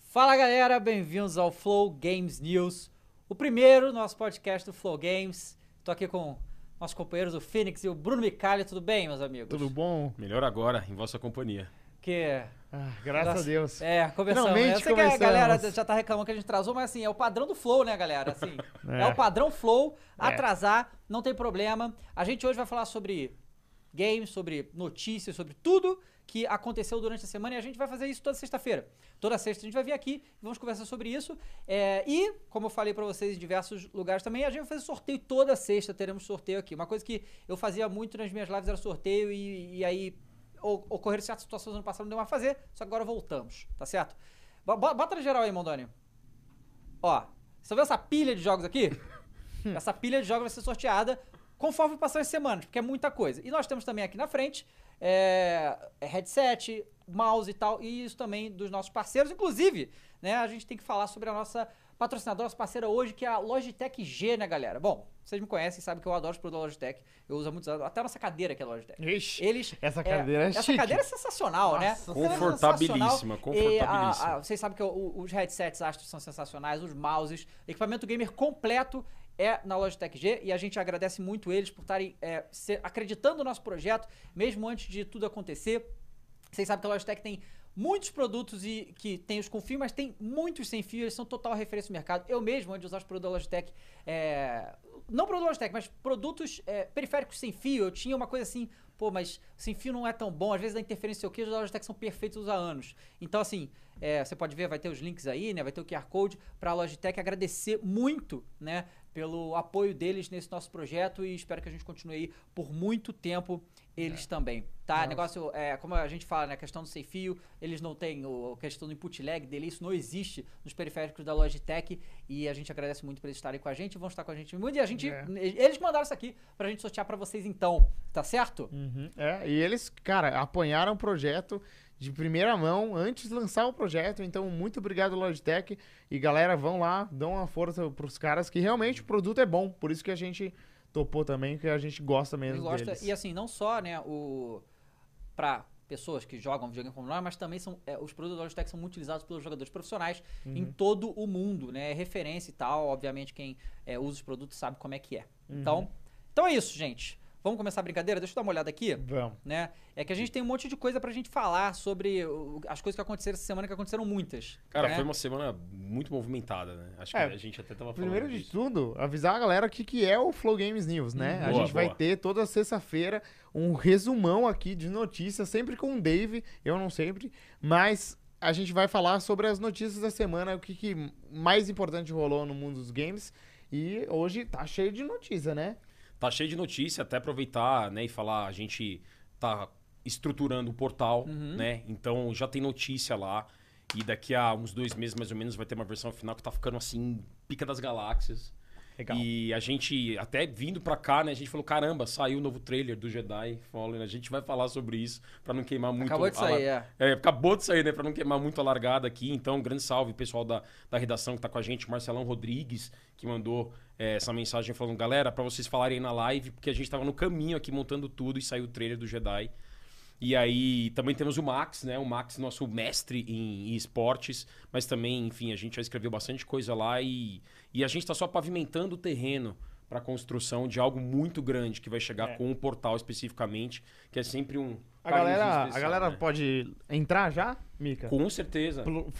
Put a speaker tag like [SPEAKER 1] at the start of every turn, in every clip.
[SPEAKER 1] Fala galera, bem-vindos ao Flow Games News, o primeiro nosso podcast do Flow Games. Tô aqui com nossos companheiros, o Phoenix e o Bruno Micali. Tudo bem, meus amigos?
[SPEAKER 2] Tudo bom?
[SPEAKER 3] Melhor agora, em vossa companhia.
[SPEAKER 1] Que
[SPEAKER 2] Ah, graças
[SPEAKER 1] Nossa,
[SPEAKER 2] a Deus.
[SPEAKER 1] É, começamos. né?
[SPEAKER 2] Finalmente
[SPEAKER 1] Eu sei que a
[SPEAKER 2] começamos.
[SPEAKER 1] galera já tá reclamando que a gente atrasou, mas assim, é o padrão do flow, né, galera? Assim, é.
[SPEAKER 2] É.
[SPEAKER 1] o padrão flow,
[SPEAKER 2] É.
[SPEAKER 1] atrasar, não tem problema. A gente hoje vai falar sobre games, sobre notícias, sobre tudo que aconteceu durante a semana e a gente vai fazer isso toda sexta-feira. Toda sexta a gente vai vir aqui e vamos conversar sobre isso. É, e, como eu falei pra vocês em diversos lugares também, a gente vai fazer sorteio toda sexta, teremos sorteio aqui. Uma coisa que eu fazia muito nas minhas lives era sorteio e- e aí o- ocorreram certas situações no ano passado, não deu mais pra fazer, só que agora voltamos, tá certo? Bo- bo- Bota na geral aí, Mondoni. Ó, você viu essa pilha de jogos aqui? essa pilha de jogos vai ser sorteada conforme passar as semanas, porque é muita coisa. E nós temos também aqui na frente é, headset, mouse e tal, e isso também dos nossos parceiros. Inclusive, né, a gente tem que falar sobre a nossa patrocinadora, nossa parceira hoje, que é a Logitech G, né, galera? Bom, vocês me conhecem, sabem que eu adoro os produtos da Logitech. Eu uso há muitos anos, até a nossa cadeira que é a Logitech.
[SPEAKER 2] Ixi,
[SPEAKER 1] Eles,
[SPEAKER 2] Essa cadeira é
[SPEAKER 1] Essa
[SPEAKER 2] chique.
[SPEAKER 1] cadeira é sensacional, né?
[SPEAKER 2] Nossa,
[SPEAKER 1] Ela é
[SPEAKER 3] confortabilíssima,
[SPEAKER 1] sensacional.
[SPEAKER 3] confortabilíssima.
[SPEAKER 1] E a- a- vocês sabem que o- os headsets Astro são sensacionais, os mouses. Equipamento gamer completo é na Logitech G e a gente agradece muito eles por estarem é, se- acreditando no nosso projeto, mesmo antes de tudo acontecer. Vocês sabem que a Logitech tem muitos produtos e que tem os com fio, mas tem muitos sem fio, eles são total referência no mercado. Eu mesmo, antes de usar os produtos da Logitech, é, não produtos da Logitech, mas produtos é, periféricos sem fio, eu tinha uma coisa assim, pô, mas sem fio não é tão bom, às vezes dá interferência, sei o que, os da Logitech são perfeitos há anos. Então, assim, é, você pode ver, vai ter os links aí, né, vai ter o QR Code para a Logitech agradecer muito, né, pelo apoio deles nesse nosso projeto e espero que a gente continue aí por muito tempo eles também, tá? Negócio, é, como a gente fala, né, a questão do sem fio, eles não têm o, a questão do input lag dele, isso não existe nos periféricos da Logitech e a gente agradece muito por eles estarem com a gente, vão estar com a gente muito e a gente,
[SPEAKER 2] É.
[SPEAKER 1] eles mandaram isso aqui pra gente sortear pra vocês então, tá certo?
[SPEAKER 2] Uhum, é, e eles, cara, apanharam o projeto de primeira mão antes de lançar o projeto. Então, muito obrigado, Logitech. E galera, vão lá, dão uma força pros caras, que realmente o produto é bom. Por isso que a gente topou também, que a gente gosta
[SPEAKER 1] Ele
[SPEAKER 2] mesmo
[SPEAKER 1] gosta-
[SPEAKER 2] deles.
[SPEAKER 1] e assim, não só, né, o para pessoas que jogam videogame como nós, mas também são é, os produtos da Logitech são muito utilizados pelos jogadores profissionais em todo o mundo, né? É Referência e tal, obviamente quem é, usa os produtos sabe como é que é.
[SPEAKER 2] Uhum.
[SPEAKER 1] Então, então é isso, gente. Vamos começar a brincadeira? Deixa eu dar uma olhada aqui
[SPEAKER 2] Uhum. Vamos.
[SPEAKER 1] né? É que a gente tem um monte de coisa pra gente falar sobre o- as coisas que aconteceram essa semana, que aconteceram muitas.
[SPEAKER 3] Cara,
[SPEAKER 1] né?
[SPEAKER 3] foi uma semana muito movimentada, né? Acho que
[SPEAKER 2] É,
[SPEAKER 3] a gente até tava falando.
[SPEAKER 2] Primeiro de
[SPEAKER 3] disso.
[SPEAKER 2] tudo, avisar a galera o que, que é o Flow Games News, né? a
[SPEAKER 3] Boa,
[SPEAKER 2] gente vai
[SPEAKER 3] boa.
[SPEAKER 2] ter toda sexta-feira um resumão aqui de notícias, sempre com o Dave, eu não sempre, mas a gente vai falar sobre as notícias da semana, o que, que mais importante rolou no mundo dos games. E hoje tá cheio de notícia, né?
[SPEAKER 3] Tá cheio de notícia, até aproveitar, né, e falar, a gente tá estruturando o portal,
[SPEAKER 2] Uhum.
[SPEAKER 3] né? Então já tem notícia lá. E daqui a uns dois meses, mais ou menos, vai ter uma versão final que tá ficando assim, pica das galáxias.
[SPEAKER 2] Legal.
[SPEAKER 3] E a gente, até vindo pra cá, né, a gente falou: caramba, saiu o novo trailer do Jedi Fallen. A gente vai falar sobre isso pra não queimar muito
[SPEAKER 1] Acabou de
[SPEAKER 3] a la-
[SPEAKER 1] sair, é.
[SPEAKER 3] É, acabou de sair, né? Pra não queimar muito a largada aqui. Então, um grande salve, pessoal da, da redação que tá com a gente. Marcelão Rodrigues, que mandou é, essa mensagem falando, galera, pra vocês falarem na live, porque a gente tava no caminho aqui montando tudo e saiu o trailer do Jedi. E aí também temos o Max, né? O Max, nosso mestre em, em esportes, mas também, enfim, a gente já escreveu bastante coisa lá e, e a gente tá só pavimentando o terreno para construção de algo muito grande que vai chegar
[SPEAKER 2] É.
[SPEAKER 3] com o portal especificamente, que é sempre um
[SPEAKER 2] A
[SPEAKER 3] carinho
[SPEAKER 2] galera, a
[SPEAKER 3] especial,
[SPEAKER 2] galera
[SPEAKER 3] né?
[SPEAKER 2] pode entrar já, Mika?
[SPEAKER 3] com certeza.
[SPEAKER 2] Plo-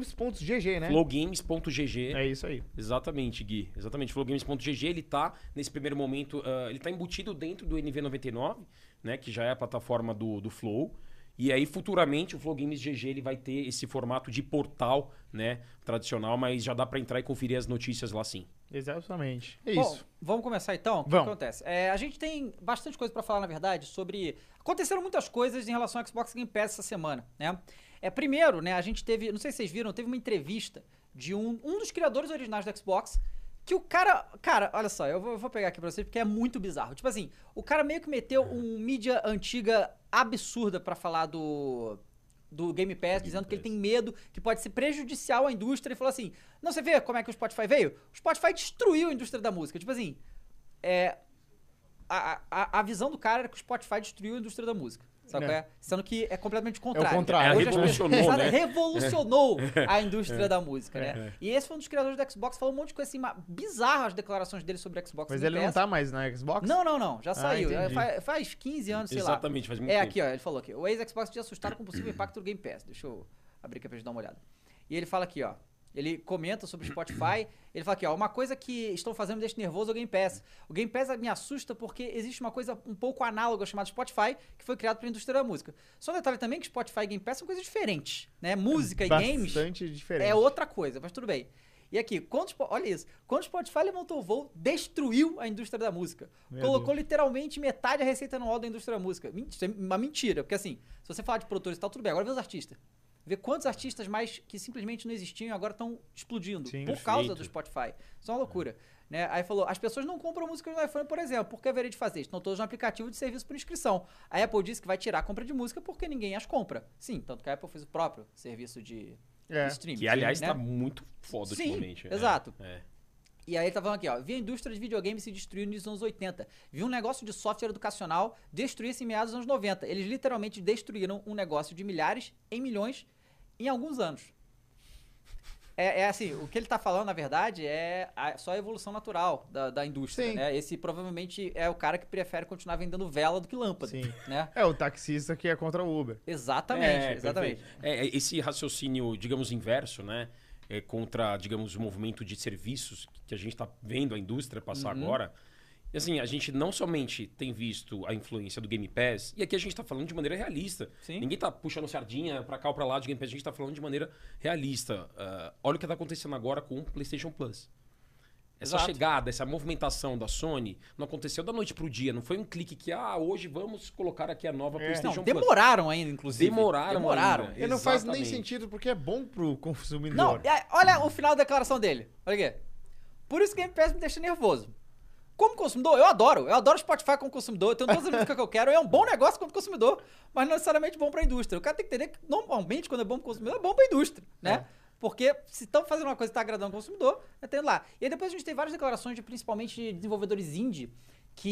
[SPEAKER 2] Flowgames.gg, né?
[SPEAKER 3] Flowgames.gg.
[SPEAKER 2] É isso aí.
[SPEAKER 3] Exatamente, Gui. Exatamente. Flowgames.gg, ele tá, nesse primeiro momento, ah, ele tá embutido dentro do NV99, né? Que já é a plataforma do, do Flow. E aí, futuramente, o Flow Games GG ele vai ter esse formato de portal, né? Tradicional, mas já dá pra entrar e conferir as notícias lá sim.
[SPEAKER 2] Exatamente. É
[SPEAKER 1] Bom,
[SPEAKER 2] isso.
[SPEAKER 1] vamos começar então? O que
[SPEAKER 2] Vamos.
[SPEAKER 1] acontece? É, a gente tem bastante coisa pra falar, na verdade, sobre. Aconteceram muitas coisas em relação ao Xbox Game Pass essa semana, né? É, primeiro, né, a gente teve. Não sei se vocês viram, teve uma entrevista de um, um dos criadores originais do Xbox. Que o cara. Cara, olha só, eu vou, eu vou pegar aqui pra vocês porque é muito bizarro. Tipo assim, o cara meio que meteu um mídia antiga absurda pra falar do do Game Pass, dizendo que ele tem medo que pode ser prejudicial à indústria. Ele falou assim: não, você vê como é que o Spotify veio? O Spotify destruiu a indústria da música. Tipo assim, é, a, a, a visão do cara era que o Spotify destruiu a indústria da música. Sabe
[SPEAKER 2] Né.
[SPEAKER 1] qual é? Sendo que é completamente contrário.
[SPEAKER 2] contrário.
[SPEAKER 1] Hoje
[SPEAKER 2] É,
[SPEAKER 1] as pessoas-
[SPEAKER 3] revolucionou,
[SPEAKER 1] Exato,
[SPEAKER 3] né?
[SPEAKER 1] revolucionou a indústria da música, né? E esse foi um dos criadores do Xbox, falou um monte de coisa assim, ma- bizarra as declarações dele sobre o Xbox.
[SPEAKER 2] Mas
[SPEAKER 1] no
[SPEAKER 2] ele não
[SPEAKER 1] PS.
[SPEAKER 2] tá mais na Xbox?
[SPEAKER 1] Não, não, não. Já saiu. É,
[SPEAKER 2] entendi.
[SPEAKER 1] faz, faz 15 anos, sei lá.
[SPEAKER 3] Exatamente, faz muito
[SPEAKER 1] É,
[SPEAKER 3] tempo.
[SPEAKER 1] aqui, ó, ele falou aqui. O ex-Xbox tinha assustado com o possível impacto do Game Pass. Deixa eu abrir aqui pra gente dar uma olhada. E ele fala aqui, ó. Ele comenta sobre o Spotify. Ele fala aqui, ó. Uma coisa que estão fazendo me deixa nervoso é o Game Pass. O Game Pass me assusta porque existe uma coisa um pouco análoga chamada Spotify, que foi criado pela indústria da música. Só um detalhe também que Spotify e Game Pass são coisas diferentes, né? Música e games
[SPEAKER 2] Bastante diferente.
[SPEAKER 1] é outra coisa, mas tudo bem. E aqui, quando, o Spo- olha isso. Quando o Spotify levantou o voo, destruiu a indústria da música.
[SPEAKER 2] Meu
[SPEAKER 1] Colocou literalmente metade da receita anual da indústria da música. Mentira, isso é uma mentira, porque assim, se você falar de produtores e tal, tudo bem. Agora vê os artistas. Vê quantos artistas mais que simplesmente não existiam e agora estão explodindo
[SPEAKER 2] Sim.
[SPEAKER 1] por causa
[SPEAKER 3] Perfeito.
[SPEAKER 1] do Spotify. Isso é uma loucura. Né? Aí falou, as pessoas não compram música no iPhone, por exemplo, por que haveria de fazer? Estão todos no aplicativo de serviço por inscrição. A Apple disse que vai tirar a compra de música porque ninguém as compra. Sim, tanto que a Apple fez o próprio serviço de
[SPEAKER 2] É.
[SPEAKER 1] streaming.
[SPEAKER 3] Que, aliás,
[SPEAKER 1] né?
[SPEAKER 3] tá muito foda
[SPEAKER 1] Sim,
[SPEAKER 3] ultimamente. é.
[SPEAKER 1] exato.
[SPEAKER 3] É.
[SPEAKER 1] E aí ele tá falando aqui, ó. Vi a indústria de videogame se destruir nos anos 80. Vi um negócio de software educacional destruir-se em meados dos anos 90. Eles literalmente destruíram um negócio de milhares em milhões em alguns anos. É, é assim, o que ele tá falando, na verdade, é a- só a evolução natural da, da indústria,
[SPEAKER 2] Sim.
[SPEAKER 1] né? Esse provavelmente é o cara que prefere continuar vendendo vela do que lâmpada,
[SPEAKER 2] Sim.
[SPEAKER 1] né?
[SPEAKER 2] É o taxista que é contra o Uber.
[SPEAKER 1] Exatamente,
[SPEAKER 3] É,
[SPEAKER 1] exatamente.
[SPEAKER 3] perfeito. É, é, esse raciocínio, digamos, inverso, né? É contra, digamos, o movimento de serviços que a gente está vendo a indústria passar
[SPEAKER 1] Uhum.
[SPEAKER 3] agora. E assim, a gente não somente tem visto a influência do Game Pass, e aqui a gente está falando de maneira realista.
[SPEAKER 1] Sim.
[SPEAKER 3] Ninguém está puxando sardinha para cá ou para lá de Game Pass, a gente está falando de maneira realista. Ah, olha o que está acontecendo agora com o PlayStation Plus. Essa
[SPEAKER 1] Exato.
[SPEAKER 3] chegada, essa movimentação da Sony não aconteceu da noite pro dia, não foi um clique que, ah, hoje vamos colocar aqui a nova PlayStation
[SPEAKER 1] Não,
[SPEAKER 3] Plus.
[SPEAKER 1] demoraram ainda, inclusive.
[SPEAKER 3] um Demoraram
[SPEAKER 1] Demoraram.
[SPEAKER 3] ainda.
[SPEAKER 2] E não faz nem
[SPEAKER 3] Exatamente.
[SPEAKER 2] sentido porque é bom pro consumidor.
[SPEAKER 1] Não, é- e aí, olha o final da declaração dele. Olha aqui. Por isso que Game Pass me deixa nervoso. Como consumidor, eu adoro. Eu adoro Spotify como consumidor. Eu tenho todas as músicas que eu quero. É um bom negócio como consumidor, mas não necessariamente bom pra indústria. O cara tem que entender que normalmente quando é bom pro consumidor, é bom pra indústria, né? Porque se estão fazendo uma coisa que tá agradando o consumidor, é tendo lá. E aí depois a gente tem várias declarações de principalmente de desenvolvedores indie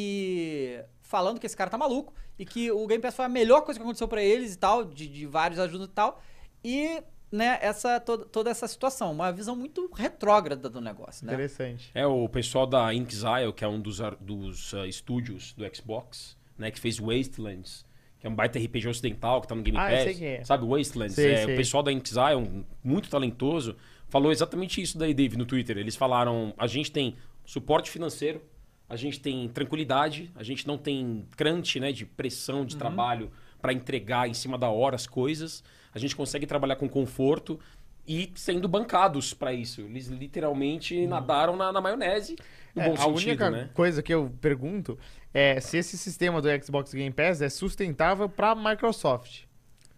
[SPEAKER 1] que falando que esse cara tá maluco e que o Game Pass foi a melhor coisa que aconteceu pra eles e tal, de, de vários ajudas e tal. E, né, essa toda, toda essa situação, uma visão muito retrógrada do negócio, né?
[SPEAKER 2] Interessante.
[SPEAKER 3] É, o pessoal da InXile, que é um dos, ar- dos ah, estúdios do Xbox, né? Que fez Wastelands, que é um baita RPG ocidental que tá no Game
[SPEAKER 2] Ah, eu
[SPEAKER 3] Pass.
[SPEAKER 2] sei quem é.
[SPEAKER 3] Sabe, Wastelands?
[SPEAKER 2] Sei,
[SPEAKER 3] é,
[SPEAKER 2] sei.
[SPEAKER 3] O pessoal da InXile, um- muito talentoso, falou exatamente isso daí, Dave, no Twitter. Eles falaram, a gente tem suporte financeiro, a gente tem tranquilidade, a gente não tem crunch, né? De pressão
[SPEAKER 2] Uhum.
[SPEAKER 3] de trabalho para entregar em cima da hora as coisas. A gente consegue trabalhar com conforto e sendo bancados para isso. Eles literalmente
[SPEAKER 1] Uhum.
[SPEAKER 3] nadaram na, na maionese. No
[SPEAKER 2] É,
[SPEAKER 3] bom
[SPEAKER 2] a
[SPEAKER 3] sentido,
[SPEAKER 2] única
[SPEAKER 3] né?
[SPEAKER 2] coisa que eu pergunto é se esse sistema do Xbox Game Pass é sustentável pra Microsoft.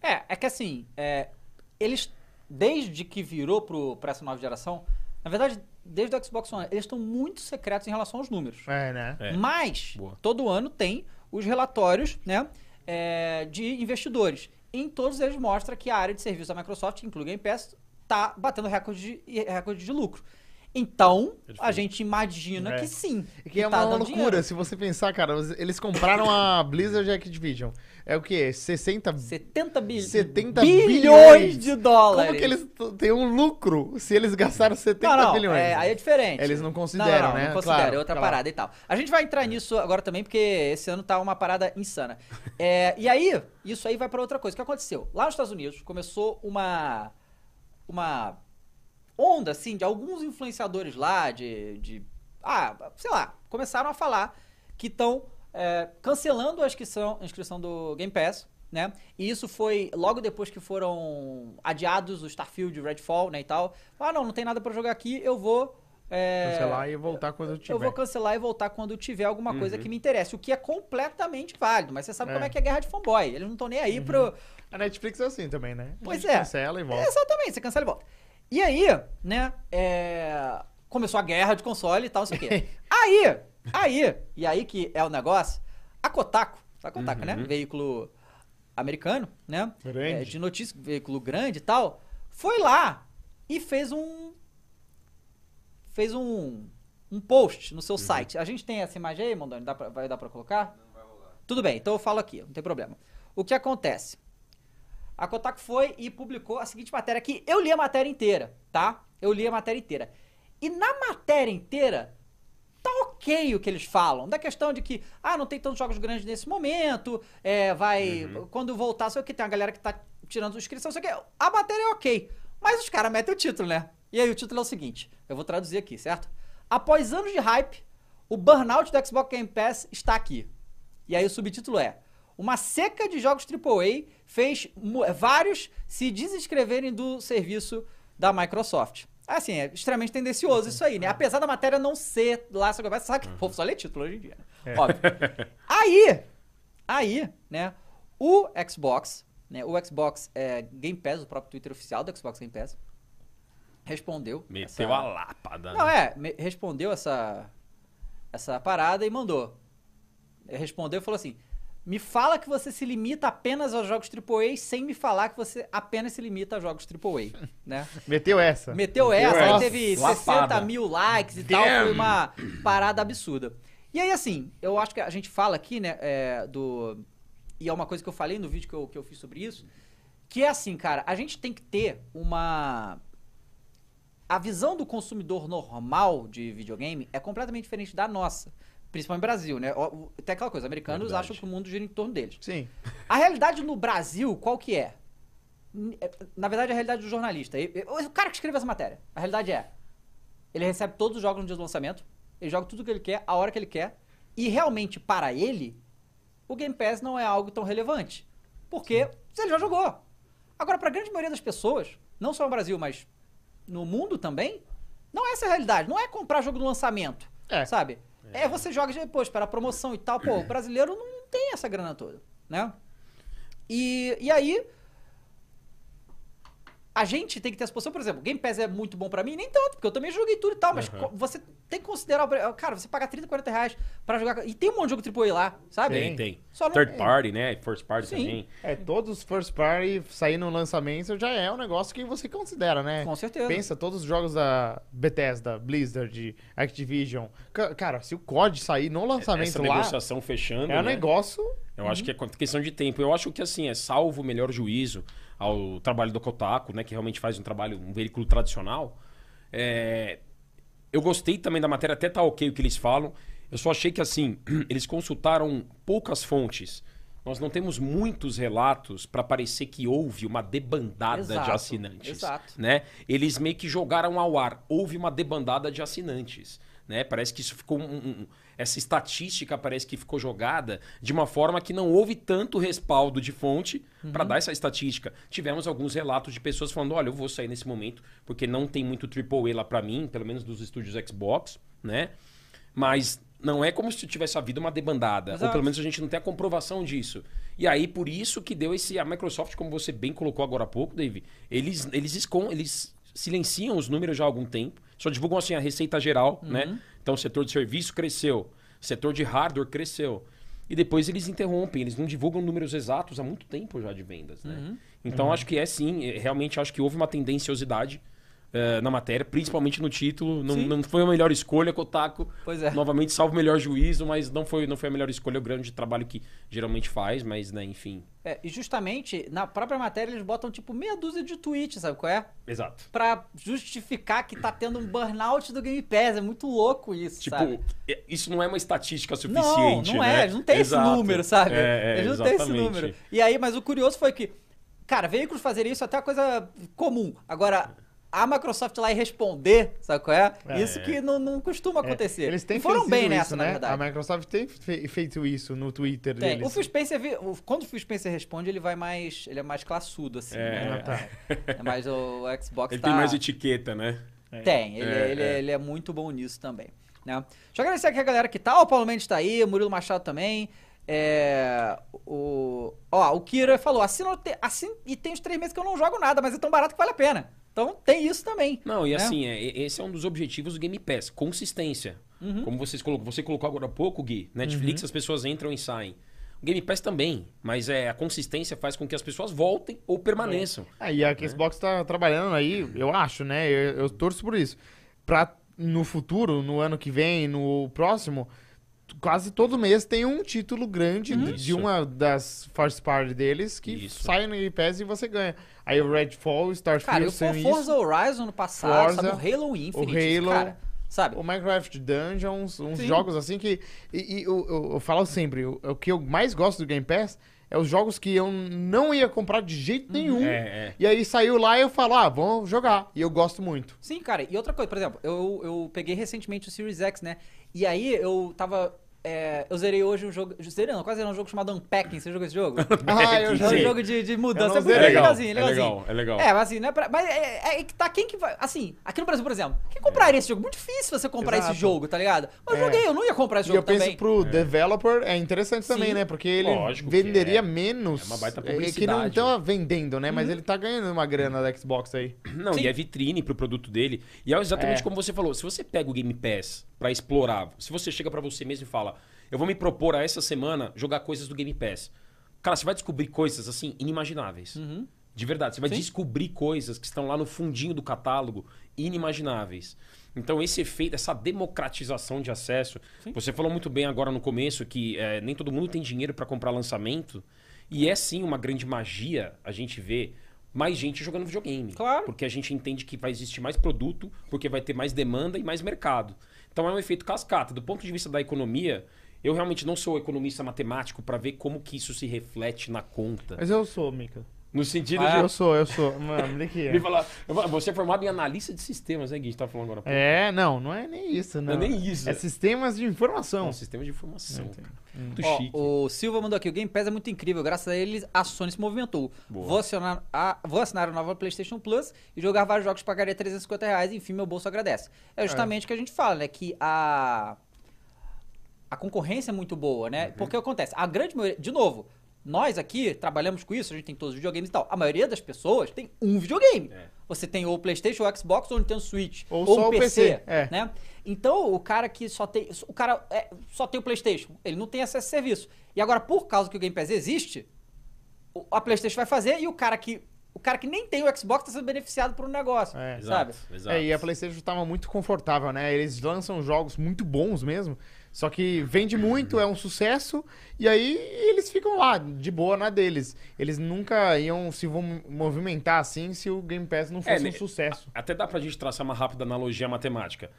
[SPEAKER 1] É, é que assim, é, eles, desde que virou pro, pra essa nova geração, na verdade, desde o Xbox One, eles estão muito secretos em relação aos números.
[SPEAKER 2] É, né?
[SPEAKER 3] É.
[SPEAKER 1] Mas,
[SPEAKER 3] Boa.
[SPEAKER 1] todo ano tem os relatórios né, é, de investidores. Em todos eles mostra que a área de serviço da Microsoft, que inclui Game Pass, está batendo recorde de, recorde de lucro. Então, a
[SPEAKER 3] Perfeito.
[SPEAKER 1] gente imagina
[SPEAKER 2] É.
[SPEAKER 1] que sim.
[SPEAKER 2] Que é
[SPEAKER 1] tá
[SPEAKER 2] uma
[SPEAKER 1] dando
[SPEAKER 2] loucura,
[SPEAKER 1] dinheiro.
[SPEAKER 2] se você pensar, cara, eles compraram a Blizzard e a Activision. É o quê? 60
[SPEAKER 1] 70, bi
[SPEAKER 2] 70
[SPEAKER 1] bilhões
[SPEAKER 2] assim. bilhões.
[SPEAKER 1] de dólares.
[SPEAKER 2] Como que eles t- têm um lucro se eles gastaram 70
[SPEAKER 1] Não, não,
[SPEAKER 2] bilhões?
[SPEAKER 1] é, aí é diferente.
[SPEAKER 2] Eles não consideram,
[SPEAKER 1] não,
[SPEAKER 2] né?
[SPEAKER 1] Não consideram,
[SPEAKER 2] Claro,
[SPEAKER 1] é outra
[SPEAKER 2] claro. É.
[SPEAKER 1] parada e tal. A gente vai entrar nisso agora também, porque esse ano tá uma parada insana. É, e aí, isso aí vai pra outra coisa. O que aconteceu? Lá nos Estados Unidos começou uma. uma onda, assim, de alguns influenciadores lá, de. de- ah, sei lá, começaram a falar que estão cancelando a inscrição, a inscrição do Game Pass, né? E isso foi logo depois que foram adiados o Starfield, o Redfall, né, e tal. Ah, não, não tem nada pra jogar aqui, eu vou. é,
[SPEAKER 2] Cancelar e voltar quando tiver.
[SPEAKER 1] eu vou cancelar e voltar quando tiver alguma coisa que me interesse, o que é completamente válido, mas você sabe como é que é guerra de fanboy. Eles não estão nem aí pro,
[SPEAKER 2] A Netflix é assim também, né? A
[SPEAKER 1] Pois
[SPEAKER 2] gente
[SPEAKER 1] é.
[SPEAKER 2] Cancela e volta.
[SPEAKER 1] Exatamente, você cancela e volta. E aí, né, é, começou a guerra de console e tal, não sei o quê. aí, aí, e aí que é o negócio, a Kotaku, a Kotaku, né, veículo americano, né,
[SPEAKER 2] Grande.
[SPEAKER 1] é, de notícia, veículo grande e tal, foi lá e fez um, fez um, um post no seu site. A gente tem essa imagem aí, Mondani, dá pra, vai dar pra colocar? Tudo bem, então eu falo aqui, não tem problema. O que acontece? A Kotaku foi e publicou a seguinte matéria que eu li a matéria inteira, tá? Eu li a matéria inteira. E na matéria inteira, tá ok o que eles falam. Da questão de que, ah, não tem tantos jogos grandes nesse momento, é, vai. Quando voltar, sei o que, tem uma galera que tá tirando inscrição, sei o que. A matéria é ok. Mas os caras metem o título, né? E aí o título é o seguinte: eu vou traduzir aqui, certo? Após anos de hype, o burnout do Xbox Game Pass está aqui. E aí o subtítulo é: Uma seca de jogos AAA fez mu- vários se desinscreverem do serviço da Microsoft. Assim, é extremamente tendencioso isso aí, né? Apesar da matéria não ser lá essa conversa, sabe que o povo só lê título hoje em dia, né? Óbvio. Aí, aí, né, o Xbox, né, o Xbox é, Game Pass, o próprio Twitter oficial do Xbox Game Pass, respondeu.
[SPEAKER 3] Meteu
[SPEAKER 1] essa-
[SPEAKER 3] a lápada.
[SPEAKER 1] não,
[SPEAKER 3] né?
[SPEAKER 1] é, me- respondeu essa, essa parada e mandou. Ele Respondeu e falou assim: me fala que você se limita apenas aos jogos AAA sem me falar que você apenas se limita aos jogos AAA, né?
[SPEAKER 2] Meteu essa.
[SPEAKER 1] Meteu essa, aí
[SPEAKER 3] essa.
[SPEAKER 1] teve
[SPEAKER 3] Lapada.
[SPEAKER 1] 60 mil likes e tal,
[SPEAKER 3] Damn.
[SPEAKER 1] foi uma parada absurda. E aí, assim, eu acho que a gente fala aqui, né, é, do... E é uma coisa que eu falei no vídeo que eu, que eu fiz sobre isso, que é assim, cara, a gente tem que ter uma... A visão do consumidor normal de videogame é completamente diferente da nossa. Principalmente no Brasil, né? Ó, o- Tem aquela coisa, americanos
[SPEAKER 3] Verdade.
[SPEAKER 1] acham que o mundo gira em torno deles.
[SPEAKER 2] Sim.
[SPEAKER 1] A realidade no Brasil, qual que é? N- é, Na verdade, a realidade do jornalista. E- e- O cara que escreve essa matéria. A realidade é: ele recebe todos os jogos no dia do lançamento, ele joga tudo que ele quer, a hora que ele quer, e realmente, para ele, o Game Pass não é algo tão relevante. Porque ele já jogou. Agora, para a grande maioria das pessoas, não só no Brasil, mas no mundo também, não é essa a realidade. Não é comprar jogo do lançamento,
[SPEAKER 2] É.
[SPEAKER 1] sabe? É. você joga e depois, para a promoção e tal. Pô, o brasileiro não tem essa grana toda, né? E, e aí, a gente tem que ter essa posição. Por exemplo, Game Pass é muito bom pra mim, nem tanto, porque eu também joguei tudo e tal, mas co- você tem que considerar. o pre- Cara, você pagar 30, 40 reais pra jogar. E tem um monte de jogo AAA lá, sabe?
[SPEAKER 3] Tem, tem.
[SPEAKER 1] Só não- é.
[SPEAKER 3] Third party, né? First party
[SPEAKER 1] Sim.
[SPEAKER 3] também.
[SPEAKER 2] É, todos os first party sair no lançamento já é um negócio que você considera, né?
[SPEAKER 1] Com certeza.
[SPEAKER 2] Pensa, todos os jogos da Bethesda, Blizzard, Activision. Ca- Cara, se o COD sair no lançamento
[SPEAKER 3] Essa
[SPEAKER 2] lá,
[SPEAKER 3] negociação fechando.
[SPEAKER 2] é um
[SPEAKER 3] né?
[SPEAKER 2] negócio...
[SPEAKER 3] Eu
[SPEAKER 1] Uhum.
[SPEAKER 3] acho que é questão de tempo. Eu acho que, assim, é salvo o melhor juízo ao trabalho do Kotaku, né? Que realmente faz um trabalho, um veículo tradicional. É, Eu gostei também da matéria, até tá ok o que eles falam. Eu só achei que, assim, eles consultaram poucas fontes. Nós não temos muitos relatos para parecer que houve uma debandada de
[SPEAKER 1] Exato,
[SPEAKER 3] assinantes.
[SPEAKER 1] exato.
[SPEAKER 3] né? Eles meio que jogaram ao ar. Houve uma debandada de assinantes. Né? Parece que isso ficou. um- um- um- essa estatística parece que ficou jogada de uma forma que não houve tanto respaldo de fonte para dar essa estatística. Tivemos alguns relatos de pessoas falando: olha, eu vou sair nesse momento, porque não tem muito AAA lá para mim, pelo menos dos estúdios Xbox, né? Mas não é como se tivesse havido uma debandada. Ou
[SPEAKER 1] Exato.
[SPEAKER 3] pelo menos a gente não tem a comprovação disso. E aí, por isso que deu esse. A Microsoft, como você bem colocou agora há pouco, Dave, eles, eles escon- eles silenciam os números já há algum tempo. Só divulgam assim a receita geral, né? Então, o setor de serviço cresceu, o setor de hardware cresceu. E depois eles interrompem, eles não divulgam números exatos há muito tempo já de vendas, né? Então acho que é sim, é, realmente acho que houve uma tendenciosidade eh, na matéria, principalmente no título. Não,
[SPEAKER 1] Sim.
[SPEAKER 3] não foi a melhor escolha, Kotaku.
[SPEAKER 1] Pois é.
[SPEAKER 3] Novamente, salvo o melhor juízo, mas não foi, não foi a melhor escolha, é o grande trabalho que geralmente faz, mas, né, enfim.
[SPEAKER 1] É, e justamente, na própria matéria, eles botam tipo meia dúzia de tweets, sabe qual é?
[SPEAKER 3] Exato.
[SPEAKER 1] Pra justificar que tá tendo um burnout do Game Pass. É muito louco isso,
[SPEAKER 3] Tipo,
[SPEAKER 1] sabe?
[SPEAKER 3] é- isso não é uma estatística
[SPEAKER 1] Não,
[SPEAKER 3] suficiente.
[SPEAKER 1] não
[SPEAKER 3] né?
[SPEAKER 1] é, eles não têm
[SPEAKER 3] Exato.
[SPEAKER 1] esse número, sabe?
[SPEAKER 3] É, é,
[SPEAKER 1] eles não têm esse
[SPEAKER 3] exatamente.
[SPEAKER 1] número. E aí, mas o curioso foi que, cara, veículos fazerem isso é até uma coisa comum. Agora, a Microsoft lá e responder, sabe qual é?
[SPEAKER 2] É.
[SPEAKER 1] isso que não, não costuma
[SPEAKER 2] é,
[SPEAKER 1] acontecer.
[SPEAKER 2] Eles têm
[SPEAKER 1] E foram
[SPEAKER 2] feito
[SPEAKER 1] bem
[SPEAKER 2] isso,
[SPEAKER 1] nessa,
[SPEAKER 2] né?
[SPEAKER 1] na verdade.
[SPEAKER 2] A Microsoft tem fe- feito isso no Twitter
[SPEAKER 1] Tem.
[SPEAKER 2] deles.
[SPEAKER 1] O Phil Spencer, vi- o- quando o Phil Spencer responde, ele vai mais, ele é mais classudo, assim,
[SPEAKER 3] É.
[SPEAKER 1] né?
[SPEAKER 2] Ah, tá.
[SPEAKER 1] É mais o Xbox
[SPEAKER 3] Ele
[SPEAKER 1] tá...
[SPEAKER 3] tem mais etiqueta, né?
[SPEAKER 1] Tem, ele
[SPEAKER 3] É,
[SPEAKER 1] é, ele,
[SPEAKER 3] é.
[SPEAKER 1] é. ele é muito bom nisso também. Né? Deixa eu agradecer aqui a galera que tá. O Paulo Mendes tá aí, o Murilo Machado também. É, o, ó, o Kira falou: assina, o te- assin- e tem uns três meses que eu não jogo nada, mas é tão barato que vale a pena. Então tem isso também.
[SPEAKER 3] Não, e
[SPEAKER 1] né?
[SPEAKER 3] assim, é, e- esse é um dos objetivos do Game Pass, consistência.
[SPEAKER 1] Hum? Uhum.
[SPEAKER 3] Como vocês colocou, você colocou agora há pouco, Gui, Netflix, as pessoas entram e saem. O Game Pass também, mas é, a consistência faz com que as pessoas voltem ou permaneçam.
[SPEAKER 2] Aí Ah,
[SPEAKER 3] Né?
[SPEAKER 2] a Xbox tá trabalhando aí, eu acho, né? Eu, eu torço por isso. Pra no futuro, no ano que vem, no próximo, quase todo mês tem um título grande de- de
[SPEAKER 3] Isso.
[SPEAKER 2] uma das first party deles que
[SPEAKER 3] Isso.
[SPEAKER 2] sai no Game Pass e você ganha. Aí o Redfall,
[SPEAKER 1] Cara,
[SPEAKER 2] Starfield,
[SPEAKER 1] eu fui
[SPEAKER 2] são
[SPEAKER 1] ao
[SPEAKER 2] isso.
[SPEAKER 1] Forza Horizon no passado,
[SPEAKER 2] Forza,
[SPEAKER 1] sabe? O Halo Infinite,
[SPEAKER 2] Halo,
[SPEAKER 1] cara. Sabe?
[SPEAKER 2] O Minecraft Dungeons, uns
[SPEAKER 1] Sim.
[SPEAKER 2] jogos assim que. E, e eu, eu- eu falo sempre, o, o que eu mais gosto do Game Pass é os jogos que eu não ia comprar de jeito
[SPEAKER 1] Uhum.
[SPEAKER 2] nenhum.
[SPEAKER 3] É,
[SPEAKER 1] Hum.
[SPEAKER 3] é.
[SPEAKER 2] E aí saiu lá e eu falo, ah, vamos jogar. E eu gosto muito.
[SPEAKER 1] Sim, cara. E outra coisa, por exemplo, eu, eu peguei recentemente o Series X, né? E aí eu tava. é, eu zerei hoje um jogo. Zerei, não, quase zerei um jogo chamado Unpacking. Você jogou esse jogo?
[SPEAKER 2] Ah, eu
[SPEAKER 1] É um
[SPEAKER 2] Sim.
[SPEAKER 1] jogo de, de mudança. É
[SPEAKER 2] Eu não
[SPEAKER 1] muito
[SPEAKER 2] zerei.
[SPEAKER 1] legalzinho,
[SPEAKER 3] É
[SPEAKER 1] legalzinho.
[SPEAKER 3] legal, é legal.
[SPEAKER 1] É, mas assim, não é pra, mas é, é que tá quem que vai. Assim, aqui no Brasil, por exemplo, quem compraria esse jogo? Muito difícil você comprar
[SPEAKER 2] Exato.
[SPEAKER 1] esse jogo, tá ligado? Mas eu
[SPEAKER 2] É.
[SPEAKER 1] joguei, eu não ia comprar esse
[SPEAKER 2] E
[SPEAKER 1] jogo
[SPEAKER 2] eu penso
[SPEAKER 1] também.
[SPEAKER 2] pro developer, é interessante também,
[SPEAKER 1] Sim.
[SPEAKER 2] né? Porque ele
[SPEAKER 3] Lógico que
[SPEAKER 2] venderia
[SPEAKER 3] é.
[SPEAKER 2] menos.
[SPEAKER 3] É uma baita
[SPEAKER 2] que não
[SPEAKER 3] publicidade.
[SPEAKER 2] tá vendendo, né? Mas ele tá ganhando uma grana da Xbox aí.
[SPEAKER 3] Não,
[SPEAKER 1] Sim.
[SPEAKER 3] e é vitrine pro produto dele. E é exatamente
[SPEAKER 2] É.
[SPEAKER 3] como você falou. Se você pega o Game Pass pra explorar, se você chega pra você mesmo e fala, eu vou me propor a essa semana jogar coisas do Game Pass. Cara, você vai descobrir coisas assim inimagináveis. De verdade, você vai
[SPEAKER 1] Uhum. Sim.
[SPEAKER 3] descobrir coisas que estão lá no fundinho do catálogo inimagináveis. Então, esse efeito, essa democratização de acesso. Você falou muito bem agora no começo que eh, nem todo mundo tem dinheiro pra comprar lançamento. E é sim uma grande magia a gente ver mais gente jogando videogame.
[SPEAKER 1] Claro.
[SPEAKER 3] Porque a gente entende que vai existir mais produto, porque vai ter mais demanda e mais mercado. Então é um efeito cascata. Do ponto de vista da economia, eu realmente não sou economista matemático para ver como que isso se reflete na conta.
[SPEAKER 2] Mas eu sou, Mika.
[SPEAKER 3] No sentido
[SPEAKER 1] Ah,
[SPEAKER 2] Eu sou, eu sou. Mano, olha aqui.
[SPEAKER 3] de. Me falar, você é formado em analista de sistemas, né, Gui? A gente tá falando agora. há pouco.
[SPEAKER 2] É, não, não é nem isso, não.
[SPEAKER 3] Não é nem isso.
[SPEAKER 2] É sistemas de informação.
[SPEAKER 3] É um sistema de informação. cara. Muito
[SPEAKER 1] Ó,
[SPEAKER 3] chique.
[SPEAKER 1] o Silva mandou aqui, o Game Pass é muito incrível, graças a ele a Sony se movimentou.
[SPEAKER 3] Boa.
[SPEAKER 1] Vou assinar, a, vou assinar a nova PlayStation Plus e jogar vários jogos, pagaria 350 reais, enfim, meu bolso agradece. É justamente o que a gente fala, né, que a, a concorrência é muito boa, né,
[SPEAKER 2] Uhum.
[SPEAKER 1] porque acontece, a grande maioria, de novo, nós aqui trabalhamos com isso, a gente tem todos os videogames e tal, a maioria das pessoas tem um videogame.
[SPEAKER 3] É.
[SPEAKER 1] Você tem ou Playstation, ou Xbox, ou Nintendo Switch,
[SPEAKER 2] Ou
[SPEAKER 1] ou,
[SPEAKER 2] só o
[SPEAKER 1] PC,
[SPEAKER 2] PC, é.
[SPEAKER 1] né? Então, o cara que só tem. O cara é, só tem o PlayStation. Ele não tem acesso a serviço. E agora, por causa que o Game Pass existe, o- a PlayStation vai fazer e o cara que. O cara que nem tem o Xbox tá sendo beneficiado por um negócio.
[SPEAKER 2] É.
[SPEAKER 1] sabe?
[SPEAKER 3] Exato, exato.
[SPEAKER 2] É, e a PlayStation tava muito confortável, né? Eles lançam jogos muito bons mesmo, só que vende muito, é um sucesso, e aí eles ficam lá, de boa na deles. Eles nunca iam se vo- movimentar assim se o Game Pass não
[SPEAKER 3] É,
[SPEAKER 2] fosse
[SPEAKER 3] né?
[SPEAKER 2] um sucesso.
[SPEAKER 3] Até dá pra gente traçar uma rápida analogia matemática.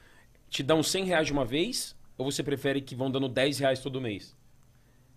[SPEAKER 3] Te dão 100 reais de uma vez ou você prefere que vão dando 10 reais todo mês?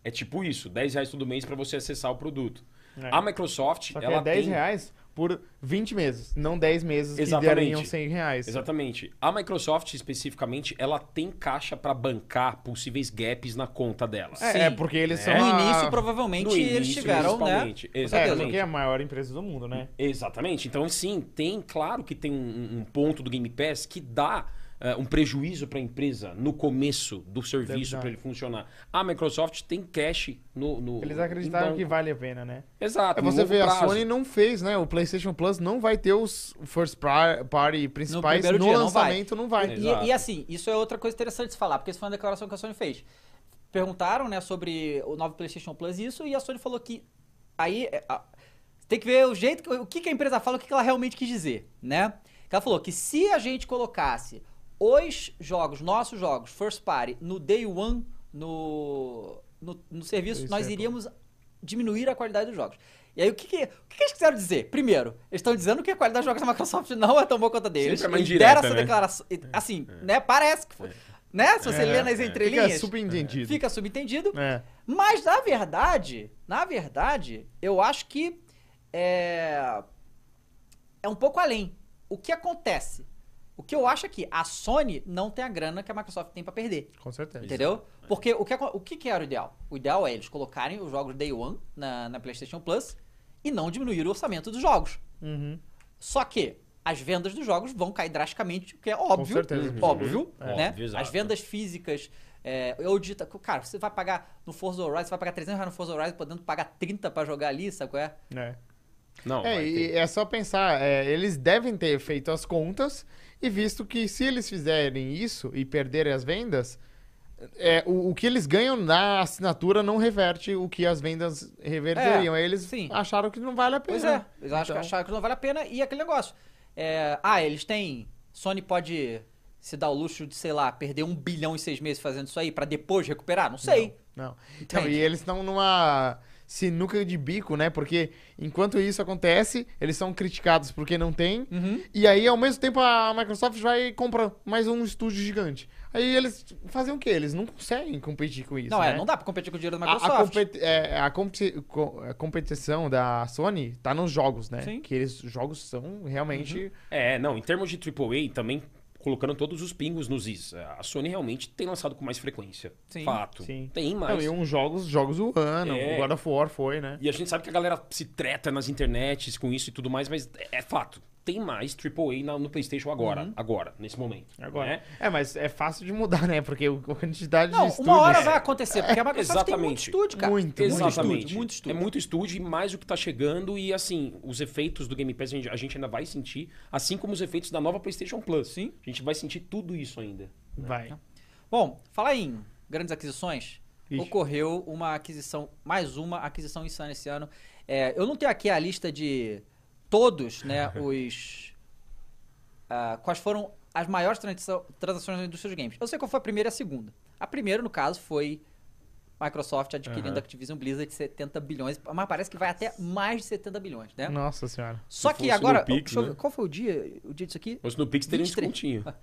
[SPEAKER 3] É tipo isso, 10 reais todo mês pra você acessar o produto.
[SPEAKER 2] É.
[SPEAKER 3] A Microsoft,
[SPEAKER 2] Só que
[SPEAKER 3] ela
[SPEAKER 2] é 10
[SPEAKER 3] tem...
[SPEAKER 2] reais por 20 meses, não 10 meses
[SPEAKER 3] Exatamente.
[SPEAKER 2] que dariam 100 reais.
[SPEAKER 3] Exatamente. A Microsoft, especificamente, ela tem caixa pra bancar possíveis gaps na conta dela.
[SPEAKER 2] É, é,
[SPEAKER 1] Sim.
[SPEAKER 2] porque eles são
[SPEAKER 1] Então, No
[SPEAKER 2] a-
[SPEAKER 1] início, provavelmente,
[SPEAKER 3] No início,
[SPEAKER 1] eles tiveram, né?
[SPEAKER 3] principalmente.
[SPEAKER 1] Com
[SPEAKER 2] É,
[SPEAKER 1] certeza.
[SPEAKER 2] porque é a maior empresa do mundo, né?
[SPEAKER 3] Exatamente. Então, sim, tem, claro que tem um, um ponto do Game Pass que dá eh, um prejuízo para a empresa no começo do serviço
[SPEAKER 2] dar.
[SPEAKER 3] para ele funcionar. A Microsoft tem cash no. no
[SPEAKER 2] Eles
[SPEAKER 3] em
[SPEAKER 2] acreditaram
[SPEAKER 3] banco.
[SPEAKER 2] que vale a pena, né?
[SPEAKER 3] Exato.
[SPEAKER 2] É,
[SPEAKER 3] no
[SPEAKER 2] você
[SPEAKER 3] longo
[SPEAKER 2] vê, a
[SPEAKER 3] prazo.
[SPEAKER 2] Sony não fez, né? O PlayStation Plus não vai ter os first par- party principais no,
[SPEAKER 1] primeiro dia, não vai.
[SPEAKER 2] lançamento, não vai.
[SPEAKER 1] E- E,
[SPEAKER 3] Exato.
[SPEAKER 1] assim, isso é outra coisa interessante de se falar, porque isso foi uma declaração que a Sony fez. Perguntaram, né, sobre o novo PlayStation Plus e isso, e a Sony falou que aí é, a- tem que ver o jeito que- o que, que a empresa fala, o que, que ela realmente quis dizer, né? Que Ela falou que se a gente colocasse os jogos, nossos jogos, first party, no day one no no, no serviço,
[SPEAKER 2] Isso
[SPEAKER 1] nós
[SPEAKER 2] é bom.
[SPEAKER 1] iríamos diminuir a qualidade dos jogos. E aí, o que, que, o que que eles quiseram dizer? Primeiro, eles estão dizendo que a qualidade dos jogos da Microsoft não é tão boa quanto a deles.
[SPEAKER 3] Sempre é uma
[SPEAKER 1] Eles
[SPEAKER 3] indireta,
[SPEAKER 1] deram essa
[SPEAKER 3] né?
[SPEAKER 1] declaração. e- Assim, né? Parece que foi. Né? Se você
[SPEAKER 2] É,
[SPEAKER 1] lê nas
[SPEAKER 3] é.
[SPEAKER 2] Fica
[SPEAKER 1] entrelinhas, fica,
[SPEAKER 2] subentendido.
[SPEAKER 1] subentendido.
[SPEAKER 2] É.
[SPEAKER 1] Mas, na verdade, na verdade, eu acho que é, é um pouco além. O que acontece? O que eu acho é que a Sony não tem a grana que a Microsoft tem pra perder.
[SPEAKER 2] Com certeza.
[SPEAKER 1] Entendeu? Porque o que, acon- o que que era o ideal? O ideal é eles colocarem os jogos Day One na, na PlayStation Plus e não diminuir o orçamento dos jogos.
[SPEAKER 2] Uhum.
[SPEAKER 1] Só que as vendas dos jogos vão cair drasticamente, o que é óbvio.
[SPEAKER 2] certeza.
[SPEAKER 1] Uhum. Óbvio,
[SPEAKER 3] É.
[SPEAKER 1] né?
[SPEAKER 3] Óbvio, exato.
[SPEAKER 1] as vendas físicas. É, eu dito, cara, você vai pagar no Forza Horizon, você vai pagar 300 reais no Forza Horizon, podendo pagar 30 pra jogar ali, sabe qual é?
[SPEAKER 2] É.
[SPEAKER 3] Não,
[SPEAKER 2] É,
[SPEAKER 3] vai
[SPEAKER 2] e
[SPEAKER 3] ter.
[SPEAKER 2] é só pensar, é, eles devem ter feito as contas e visto que se eles fizerem isso e perderem as vendas, é, o, o que eles ganham na assinatura não reverte o que as vendas reverteriam. Aí eles
[SPEAKER 1] É, sim.
[SPEAKER 2] acharam que não vale a pena.
[SPEAKER 1] Pois é, eles acham
[SPEAKER 2] Então-
[SPEAKER 1] que acharam que não vale a pena e aquele negócio. É, ah, eles têm. Sony pode se dá o luxo de, sei lá, perder um bilhão em seis meses fazendo isso aí pra depois recuperar? Não sei.
[SPEAKER 2] Não. Então,
[SPEAKER 1] Entende?
[SPEAKER 2] e eles estão numa sinuca de bico, né? Porque enquanto isso acontece, eles são criticados porque não tem.
[SPEAKER 1] Uhum.
[SPEAKER 2] E aí, ao mesmo tempo, a Microsoft vai comprar mais um estúdio gigante. Aí eles fazem o quê? Eles não conseguem competir com isso.
[SPEAKER 1] Não, é,
[SPEAKER 2] né?
[SPEAKER 1] não dá pra competir com o dinheiro da
[SPEAKER 2] A-
[SPEAKER 1] Microsoft.
[SPEAKER 2] A, competi- é, a competi- co- a competição da Sony tá nos jogos, né?
[SPEAKER 1] Sim. Uhum.
[SPEAKER 2] Que eles, os jogos são realmente.
[SPEAKER 3] É, não, em termos de AAA, também colocando todos os pingos nos is. Eh, A Sony realmente tem lançado com mais frequência.
[SPEAKER 1] Sim.
[SPEAKER 3] Fato.
[SPEAKER 2] Sim.
[SPEAKER 3] Tem mais.
[SPEAKER 2] Não, e um uns jogos, jogos do ano.
[SPEAKER 3] É.
[SPEAKER 2] O God of War foi, né?
[SPEAKER 3] E a gente sabe que a galera se treta nas internets com isso e tudo mais, mas é- é fato. Tem mais AAA na, no PlayStation agora, agora, nesse momento.
[SPEAKER 2] Uhum. Agora.
[SPEAKER 3] né?
[SPEAKER 2] É, mas é fácil de mudar, né? Porque o- a quantidade
[SPEAKER 1] Não,
[SPEAKER 2] de estúdios...
[SPEAKER 1] uma hora vai acontecer, porque a Microsoft tem muito
[SPEAKER 3] Exatamente.
[SPEAKER 1] estúdio, cara.
[SPEAKER 2] Muito, muito
[SPEAKER 1] estúdio,
[SPEAKER 3] Exatamente.
[SPEAKER 1] Então, muito estúdio.
[SPEAKER 3] É muito estúdio e mais o que tá chegando. E assim, os efeitos do Game Pass a gente, a gente ainda vai sentir, assim como os efeitos da nova PlayStation Plus.
[SPEAKER 1] Sim.
[SPEAKER 3] A gente vai sentir tudo isso ainda.
[SPEAKER 1] Né?
[SPEAKER 2] Vai.
[SPEAKER 1] Então. Bom, falar em grandes aquisições,
[SPEAKER 2] Ixi.
[SPEAKER 1] ocorreu uma aquisição, mais uma aquisição insana esse ano. É, eu não tenho aqui a lista de todos, né, os... ah, quais foram as maiores transa- transações da indústria dos games. Eu sei qual foi a primeira e a segunda. A primeira, no caso, foi Microsoft adquirindo
[SPEAKER 3] Aham.
[SPEAKER 1] a Activision Blizzard de 70 bilhões, mas parece que vai até mais de 70 bilhões, né?
[SPEAKER 2] Nossa senhora.
[SPEAKER 1] Só
[SPEAKER 3] Se
[SPEAKER 1] que
[SPEAKER 3] fosse
[SPEAKER 1] agora,
[SPEAKER 3] no Pix,
[SPEAKER 1] deixa eu ver,
[SPEAKER 3] né?
[SPEAKER 1] qual foi o dia, o dia disso aqui?
[SPEAKER 3] Mas no Pix teria um
[SPEAKER 1] 23.
[SPEAKER 3] descontinho.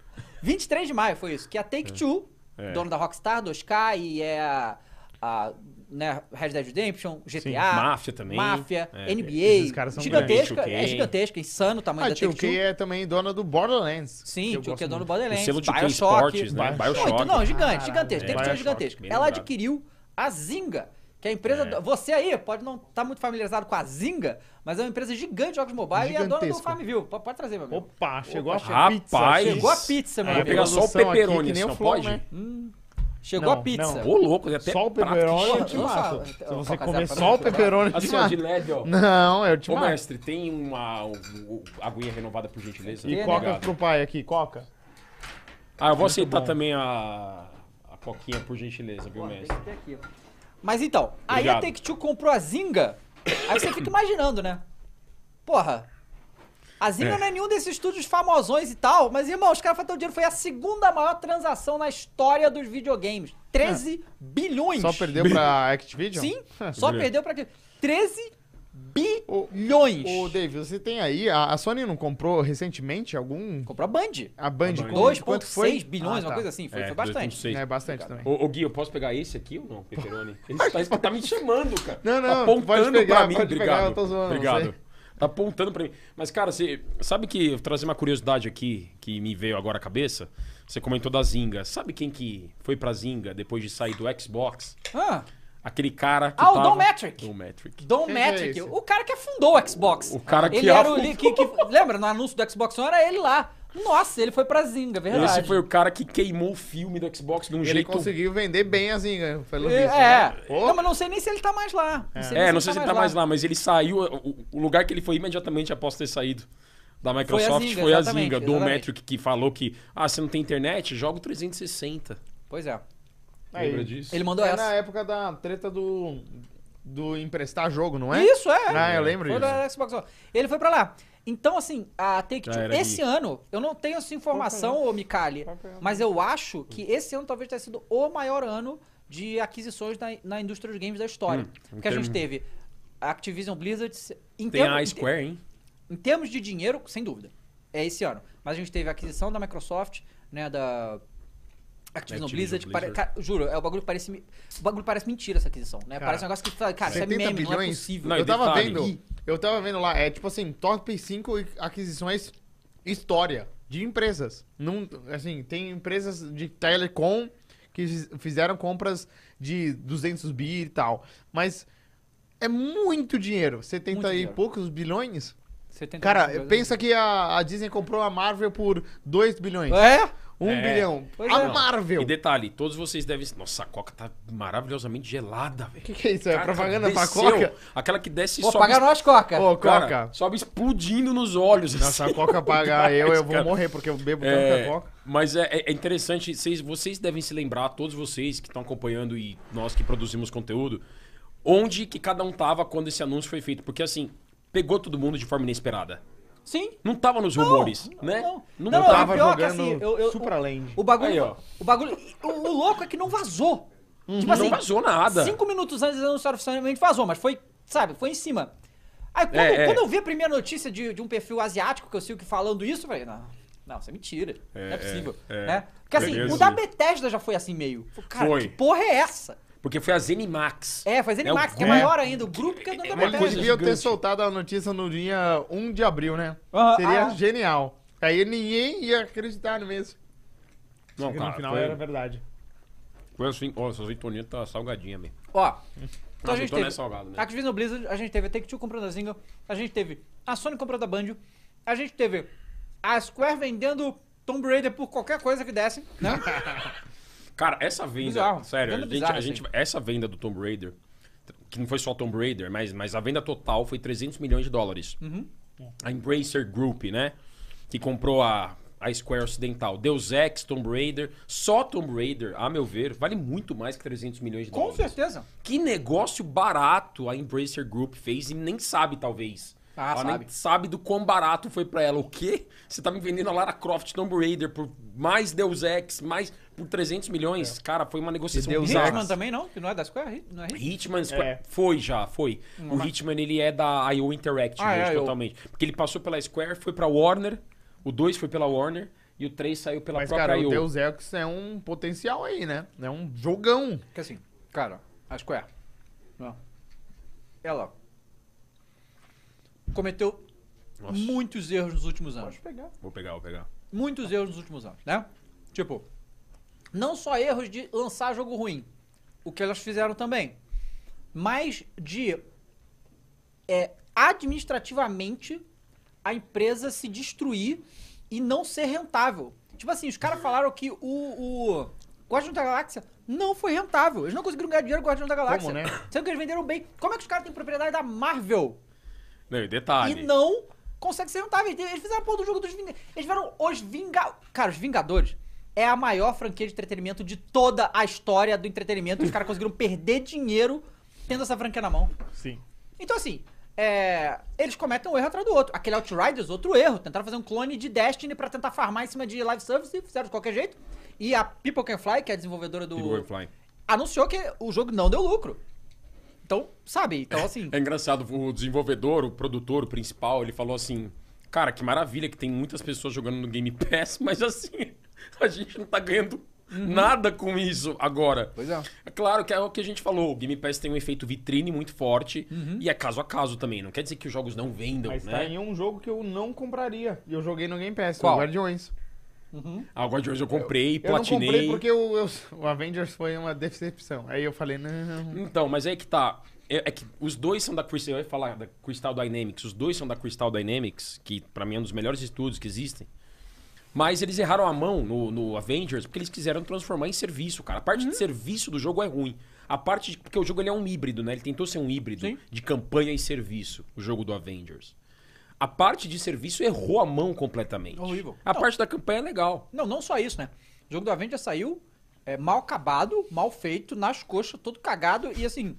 [SPEAKER 1] 23 de maio foi isso, que a Take-Two,
[SPEAKER 3] É.
[SPEAKER 1] dona da Rockstar, 2K e é a, a, né, Red Dead Redemption, GTA,
[SPEAKER 2] Sim,
[SPEAKER 3] Ah, Máfia também.
[SPEAKER 1] Máfia,
[SPEAKER 3] É.
[SPEAKER 2] Esses
[SPEAKER 1] NBA,
[SPEAKER 2] caras são
[SPEAKER 1] gigantesca,
[SPEAKER 3] grandes.
[SPEAKER 1] é
[SPEAKER 3] 2K.
[SPEAKER 1] gigantesca, insano o tamanho
[SPEAKER 2] A
[SPEAKER 1] da
[SPEAKER 2] Tio Kay
[SPEAKER 1] Take-Two.
[SPEAKER 2] é também dona do Borderlands.
[SPEAKER 1] Sim,
[SPEAKER 2] que eu
[SPEAKER 1] tio que é dono
[SPEAKER 2] gosto
[SPEAKER 1] do
[SPEAKER 2] muito.
[SPEAKER 3] O
[SPEAKER 1] Borderlands,
[SPEAKER 3] selo de K
[SPEAKER 1] Bioshock.
[SPEAKER 3] Sports, né?
[SPEAKER 2] Bioshock.
[SPEAKER 1] Muito, não, gigante,
[SPEAKER 2] Caralho,
[SPEAKER 1] gigantesco,
[SPEAKER 2] é.
[SPEAKER 1] deve ser
[SPEAKER 3] Bioshock,
[SPEAKER 1] gigantesco.
[SPEAKER 3] bem
[SPEAKER 1] Ela
[SPEAKER 3] lembrado.
[SPEAKER 1] adquiriu a Zynga, que é a empresa...
[SPEAKER 3] É.
[SPEAKER 1] do- Você aí pode não estar muito familiarizado com a Zynga, mas é uma empresa gigante de jogos mobile e é dona do
[SPEAKER 2] Gigantesco.
[SPEAKER 1] Farmville. P- Pode trazer, meu amigo.
[SPEAKER 2] Opa, chegou a
[SPEAKER 3] Rapaz.
[SPEAKER 2] pizza.
[SPEAKER 1] Chegou a pizza, meu
[SPEAKER 3] Aí eu
[SPEAKER 1] amigo.
[SPEAKER 3] vou pegar só o
[SPEAKER 2] Evolução aqui,
[SPEAKER 3] pepperoni,
[SPEAKER 2] que nem
[SPEAKER 3] isso
[SPEAKER 2] o
[SPEAKER 3] não
[SPEAKER 2] Flow,
[SPEAKER 3] pode?
[SPEAKER 2] né?
[SPEAKER 1] Chegou
[SPEAKER 2] Não,
[SPEAKER 1] a pizza.
[SPEAKER 3] Ô, louco, tem até
[SPEAKER 2] Só o
[SPEAKER 3] prato de
[SPEAKER 2] peperoni eu
[SPEAKER 1] cheio
[SPEAKER 2] te
[SPEAKER 1] de
[SPEAKER 2] mato.
[SPEAKER 1] sal.
[SPEAKER 2] Se
[SPEAKER 1] Então,
[SPEAKER 2] você
[SPEAKER 1] Coca-Zero
[SPEAKER 2] comer
[SPEAKER 1] pra
[SPEAKER 2] só o
[SPEAKER 1] mim,
[SPEAKER 2] peperoni, eu te
[SPEAKER 3] Assim, ó, de
[SPEAKER 2] mato.
[SPEAKER 3] LED, ó.
[SPEAKER 2] Não, eu te
[SPEAKER 3] Ô,
[SPEAKER 2] mato.
[SPEAKER 3] mestre, tem uma o- o- aguinha renovada, por gentileza?
[SPEAKER 2] E
[SPEAKER 1] né?
[SPEAKER 2] coca
[SPEAKER 3] Obrigado.
[SPEAKER 2] pro pai aqui, coca.
[SPEAKER 3] Ah, eu vou aceitar
[SPEAKER 2] bom.
[SPEAKER 3] também a, a coquinha, por gentileza, viu,
[SPEAKER 1] Pô, tem
[SPEAKER 3] mestre?
[SPEAKER 1] que ter aqui. Mas então, aí a
[SPEAKER 3] Obrigado.
[SPEAKER 1] Take-Two comprou a Zinga. Aí você fica imaginando, né? Porra. A Zinga
[SPEAKER 3] É.
[SPEAKER 1] não é nenhum desses estúdios famosões e tal, mas irmão, os caras faltam dinheiro. Foi a segunda maior transação na história dos videogames. 13 bilhões.
[SPEAKER 2] É. Só perdeu pra Activision?
[SPEAKER 1] Sim, só
[SPEAKER 3] Beleza.
[SPEAKER 1] perdeu pra quê? 13
[SPEAKER 2] O-
[SPEAKER 1] bilhões.
[SPEAKER 2] Ô, David, você tem aí. A, a Sony não comprou recentemente algum.
[SPEAKER 1] Comprou a Band.
[SPEAKER 2] A Band
[SPEAKER 3] A Band.
[SPEAKER 2] comprou? Quanto foi?
[SPEAKER 1] 2,6 bilhões,
[SPEAKER 2] Ah,
[SPEAKER 1] uma
[SPEAKER 2] tá.
[SPEAKER 1] coisa assim. Foi,
[SPEAKER 3] É,
[SPEAKER 1] foi bastante.
[SPEAKER 3] 2,6.
[SPEAKER 2] É bastante também.
[SPEAKER 3] Ô, ô, Gui, eu posso pegar esse aqui ou não, Peperoni? Ele tá, ele tá me chamando, cara.
[SPEAKER 2] Não, não,
[SPEAKER 3] Tá apontando
[SPEAKER 2] pode pegar,
[SPEAKER 3] pra mim.
[SPEAKER 2] pode
[SPEAKER 3] Obrigado.
[SPEAKER 2] pegar, eu tô zoando, não
[SPEAKER 3] Obrigado.
[SPEAKER 2] sei.
[SPEAKER 3] Tá apontando pra mim. Mas, cara, você sabe que... eu Trazer uma curiosidade aqui que me veio agora à cabeça. Você comentou da Zinga. Sabe quem que foi pra Zinga depois de sair do Xbox?
[SPEAKER 1] Ah,
[SPEAKER 3] Aquele cara que
[SPEAKER 1] Ah, o
[SPEAKER 3] tava...
[SPEAKER 1] Don Matrick.
[SPEAKER 3] Don Matrick.
[SPEAKER 1] Don
[SPEAKER 2] Quem que é
[SPEAKER 1] Matrick,
[SPEAKER 2] esse?
[SPEAKER 1] o cara que afundou o Xbox.
[SPEAKER 3] O cara que
[SPEAKER 1] ele era o
[SPEAKER 3] afundou.
[SPEAKER 1] li- que, que- Lembra, no anúncio do Xbox One era ele lá. Nossa, ele foi pra Zinga, verdade.
[SPEAKER 3] Esse foi o cara que queimou o filme do Xbox de um
[SPEAKER 2] Ele
[SPEAKER 3] jeito...
[SPEAKER 2] conseguiu vender bem a Zinga, pelo
[SPEAKER 1] É,
[SPEAKER 2] visto.
[SPEAKER 1] é.
[SPEAKER 2] né? Pô,
[SPEAKER 1] Não, mas não sei nem se ele tá mais lá. sei nem
[SPEAKER 3] É, não sei se ele tá mais lá, mas ele saiu. O, o lugar que ele foi imediatamente após ter saído da Microsoft
[SPEAKER 1] Zynga,
[SPEAKER 3] foi a
[SPEAKER 1] exatamente,
[SPEAKER 3] Zinga, do
[SPEAKER 1] exatamente.
[SPEAKER 3] Metric, que falou que, ah, você não tem internet? Joga o 360.
[SPEAKER 1] Pois é.
[SPEAKER 2] aí.
[SPEAKER 3] Lembra disso?
[SPEAKER 1] Ele mandou
[SPEAKER 2] É na
[SPEAKER 1] essa.
[SPEAKER 2] época da treta do. do emprestar jogo, não é?
[SPEAKER 1] Isso, é.
[SPEAKER 2] Ah, eu lembro
[SPEAKER 1] foi
[SPEAKER 2] disso.
[SPEAKER 1] da Xbox One. Ele foi pra lá. Então, assim, a Take-Two,
[SPEAKER 3] Já era
[SPEAKER 1] esse
[SPEAKER 3] Gui.
[SPEAKER 1] ano, eu não tenho essa informação, ô Micali, mas eu acho que esse ano talvez tenha sido o maior ano de aquisições na, na indústria dos games da história.
[SPEAKER 3] Hum,
[SPEAKER 1] porque a gente
[SPEAKER 3] termo-
[SPEAKER 1] teve a Activision Blizzard... se- Em
[SPEAKER 3] Tem
[SPEAKER 1] termo-
[SPEAKER 3] a
[SPEAKER 1] em te-
[SPEAKER 3] Square, hein?
[SPEAKER 1] Em termos de dinheiro, sem dúvida, é esse ano. Mas a gente teve a aquisição da Microsoft, né, da Activision
[SPEAKER 3] Activision
[SPEAKER 1] Blizzard. que pare-
[SPEAKER 3] Blizzard.
[SPEAKER 1] cara, juro, é, o, bagulho parece, me- o bagulho parece mentira essa aquisição, né?
[SPEAKER 2] Cara,
[SPEAKER 1] parece um negócio que, fala, cara, isso é
[SPEAKER 2] 70
[SPEAKER 1] meme, não é
[SPEAKER 2] bilhões?
[SPEAKER 1] possível.
[SPEAKER 3] Não,
[SPEAKER 2] eu
[SPEAKER 3] e
[SPEAKER 2] tava
[SPEAKER 3] detalhe-
[SPEAKER 2] vendo. Eu tava vendo lá, é tipo assim, top 5 aquisições história de empresas. Não, assim, tem empresas de telecom que fiz- fizeram compras de 200 bi e tal, mas é muito dinheiro. 70
[SPEAKER 1] Muito
[SPEAKER 2] e
[SPEAKER 1] dinheiro.
[SPEAKER 2] poucos bilhões?
[SPEAKER 1] 70
[SPEAKER 2] Cara,
[SPEAKER 1] bilhões.
[SPEAKER 2] pensa que a, a Disney comprou a Marvel por 2 bilhões.
[SPEAKER 1] É?
[SPEAKER 2] 1
[SPEAKER 3] É.
[SPEAKER 2] bilhão.
[SPEAKER 1] Pois
[SPEAKER 2] a
[SPEAKER 1] é.
[SPEAKER 2] Marvel.
[SPEAKER 3] E detalhe, todos vocês devem. Nossa, a Coca tá maravilhosamente gelada, velho.
[SPEAKER 2] O que, que é isso? É
[SPEAKER 3] Cara,
[SPEAKER 2] propaganda pra
[SPEAKER 3] desceu.
[SPEAKER 2] Coca?
[SPEAKER 3] Aquela que desce e
[SPEAKER 1] Pô,
[SPEAKER 3] sobe.
[SPEAKER 1] pagar nós, Coca.
[SPEAKER 2] Ô,
[SPEAKER 3] cara,
[SPEAKER 2] Coca.
[SPEAKER 3] sobe explodindo nos olhos.
[SPEAKER 2] Não, se a
[SPEAKER 3] assim.
[SPEAKER 2] Coca pagar eu, eu vou
[SPEAKER 3] Cara,
[SPEAKER 2] morrer, porque eu bebo
[SPEAKER 3] É,
[SPEAKER 2] tanta Coca.
[SPEAKER 3] mas é, é- é interessante, vocês, vocês devem se lembrar, todos vocês que estão acompanhando e nós que produzimos conteúdo, onde que cada um tava quando esse anúncio foi feito. Porque assim, pegou todo mundo de forma inesperada.
[SPEAKER 1] Sim.
[SPEAKER 3] Não tava nos rumores, né?
[SPEAKER 1] não. Não,
[SPEAKER 3] Não,
[SPEAKER 1] não,
[SPEAKER 3] tava.
[SPEAKER 2] Tava
[SPEAKER 1] pior que
[SPEAKER 2] jogando
[SPEAKER 1] assim, eu- eu-
[SPEAKER 2] Supraland.
[SPEAKER 1] O bagulho.
[SPEAKER 3] Aí, ó. Uhum.
[SPEAKER 1] O bagulho. O, o louco é que não vazou. Tipo assim,
[SPEAKER 3] não vazou nada.
[SPEAKER 1] Cinco minutos antes eles anunciaram oficialmente vazou, mas foi, sabe, foi em cima. Aí quando,
[SPEAKER 3] É, é.
[SPEAKER 1] quando eu vi a primeira notícia de, de um perfil asiático que eu sigo que falando isso, eu falei, não, não, isso é mentira. não é possível.
[SPEAKER 3] é,
[SPEAKER 1] né? Porque assim,
[SPEAKER 3] Beleza.
[SPEAKER 1] o da Bethesda já foi assim meio. Falei, Cara,
[SPEAKER 3] Foi.
[SPEAKER 1] que porra é essa?
[SPEAKER 3] Porque foi a Zenimax.
[SPEAKER 1] É, faz Animax,
[SPEAKER 3] É o-
[SPEAKER 1] que é maior ainda, o grupo que é dono da
[SPEAKER 3] uma
[SPEAKER 1] Bethesda.
[SPEAKER 3] coisa
[SPEAKER 2] Deviam ter
[SPEAKER 3] gigante.
[SPEAKER 2] soltado a notícia no dia 1 de abril, né?
[SPEAKER 1] Ah,
[SPEAKER 2] Seria
[SPEAKER 1] ah.
[SPEAKER 2] genial. Aí ninguém ia acreditar mesmo.
[SPEAKER 3] Não,
[SPEAKER 2] Porque
[SPEAKER 3] cara,
[SPEAKER 2] no final
[SPEAKER 3] foi,
[SPEAKER 2] era verdade.
[SPEAKER 3] foi assim. Ó, essa azeitoninha tá salgadinha mesmo.
[SPEAKER 1] Ó, então
[SPEAKER 3] Não,
[SPEAKER 1] a gente
[SPEAKER 3] azeitona
[SPEAKER 1] teve
[SPEAKER 3] é salgado, né?
[SPEAKER 1] a Activision Blizzard, a gente teve a Take-Two comprando a Zynga, a gente teve a Sony comprando a Banjo, a gente teve a Square vendendo Tomb Raider por qualquer coisa que desse, né?
[SPEAKER 3] Cara, essa venda.
[SPEAKER 1] Bizarro.
[SPEAKER 3] Sério, a
[SPEAKER 1] Venda
[SPEAKER 3] gente,
[SPEAKER 1] bizarra,
[SPEAKER 3] a gente-
[SPEAKER 1] assim.
[SPEAKER 3] essa venda do Tomb Raider, que não foi só Tomb Raider, mas, mas a venda total foi 300 milhões de dólares.
[SPEAKER 1] Uhum.
[SPEAKER 3] A Embracer Group, né? Que comprou a, a Square Ocidental. Deus Ex, Tomb Raider. Só Tomb Raider, a meu ver, vale muito mais que 300 milhões de
[SPEAKER 1] Com
[SPEAKER 3] dólares.
[SPEAKER 1] certeza.
[SPEAKER 3] Que negócio barato a Embracer Group fez e nem sabe, talvez.
[SPEAKER 1] Ah,
[SPEAKER 3] ela
[SPEAKER 1] sabe.
[SPEAKER 3] nem sabe do quão barato foi pra ela. O quê? Você tá me vendendo a Lara Croft Tomb Raider por mais Deus Ex, mais por 300 milhões? Cara, foi uma negociação
[SPEAKER 2] E É. Deus
[SPEAKER 3] bizarra.
[SPEAKER 1] Hitman também não, que não é da Square, Hit- não é Hit?
[SPEAKER 3] Hitman
[SPEAKER 2] É. Hum.
[SPEAKER 3] foi já, foi. O Hitman ele é da IO Interactive
[SPEAKER 1] Ah, é,
[SPEAKER 3] hoje,
[SPEAKER 1] IO.
[SPEAKER 3] totalmente. Porque ele passou pela Square, foi pra Warner, o 2 foi pela Warner e o 3 saiu pela
[SPEAKER 2] Mas,
[SPEAKER 3] própria
[SPEAKER 2] cara,
[SPEAKER 3] IO.
[SPEAKER 2] o Deus Ex é um potencial aí, né? É um jogão.
[SPEAKER 1] Que assim, cara, a Square, não. ela cometeu
[SPEAKER 3] Nossa.
[SPEAKER 1] muitos erros nos últimos anos.
[SPEAKER 2] pegar.
[SPEAKER 3] Vou pegar, vou pegar.
[SPEAKER 1] muitos erros nos últimos anos, né? Tipo, não só erros de lançar jogo ruim, o que elas fizeram também, mas de é, administrativamente a empresa se destruir e não ser rentável. Tipo assim, os caras falaram que o, o Guardião da Galáxia não foi rentável. Eles não conseguiram ganhar dinheiro com o Guardião da Galáxia.
[SPEAKER 2] né?
[SPEAKER 1] Sendo que eles venderam bem. Como é que os caras têm propriedade da Marvel
[SPEAKER 3] Não, e detalhe.
[SPEAKER 1] e não consegue ser rentável. Eles eles fizeram a porra do jogo dos Vingadores. Eles fizeram os Vingadores. Cara, os Vingadores é a maior franquia de entretenimento de toda a história do entretenimento. Os caras conseguiram perder dinheiro tendo essa franquia na mão.
[SPEAKER 2] Sim.
[SPEAKER 1] Então, assim, é, eles cometem um erro atrás do outro. Aquele Outriders, outro erro. Tentaram fazer um clone de Destiny pra tentar farmar em cima de live service e fizeram de qualquer jeito. E a People Can Fly, que é a desenvolvedora do.
[SPEAKER 3] Igor Fly.
[SPEAKER 1] anunciou que o jogo não deu lucro. Então, sabe? Então, assim.
[SPEAKER 3] É engraçado, o desenvolvedor, o produtor, o principal, ele falou assim: Cara, que maravilha que tem muitas pessoas jogando no Game Pass, mas assim, a gente não tá ganhando nada com isso agora.
[SPEAKER 1] Pois é.
[SPEAKER 3] É claro que é o que a gente falou: o Game Pass tem um efeito vitrine muito forte e é caso a caso também. Não quer dizer que os jogos não
[SPEAKER 1] Então,
[SPEAKER 3] vendam,
[SPEAKER 2] Mas tá
[SPEAKER 3] né?
[SPEAKER 2] em um jogo que eu não compraria. E eu joguei no Game Pass,
[SPEAKER 1] Qual?
[SPEAKER 2] o Guardiões.
[SPEAKER 3] Ah, o Guardiões eu comprei,
[SPEAKER 2] Eu não comprei
[SPEAKER 3] platinei.
[SPEAKER 2] porque o, eu- o Avengers foi uma decepção. Aí eu falei, não.
[SPEAKER 1] Uhum.
[SPEAKER 3] Então, mas aí que tá. É, é que os dois são da Crystal. Eu ia falar da Crystal Dynamics. Os dois são da Crystal Dynamics, que pra mim é um dos melhores estúdios que existem. Mas eles erraram a mão no, no Avengers porque eles quiseram transformar em serviço, cara. A parte
[SPEAKER 1] Hum.
[SPEAKER 3] de serviço do jogo é ruim. A parte de, porque o jogo ele é um híbrido, né? Ele tentou ser um híbrido
[SPEAKER 1] Sim.
[SPEAKER 3] de campanha e serviço, o jogo do Avengers. A parte de serviço errou a mão completamente.
[SPEAKER 1] Horrível.
[SPEAKER 3] A
[SPEAKER 1] Não.
[SPEAKER 3] parte da campanha é legal.
[SPEAKER 1] Não, não só isso, né? O jogo do Avenger saiu é, mal acabado, mal feito, nas coxas, todo cagado e assim. O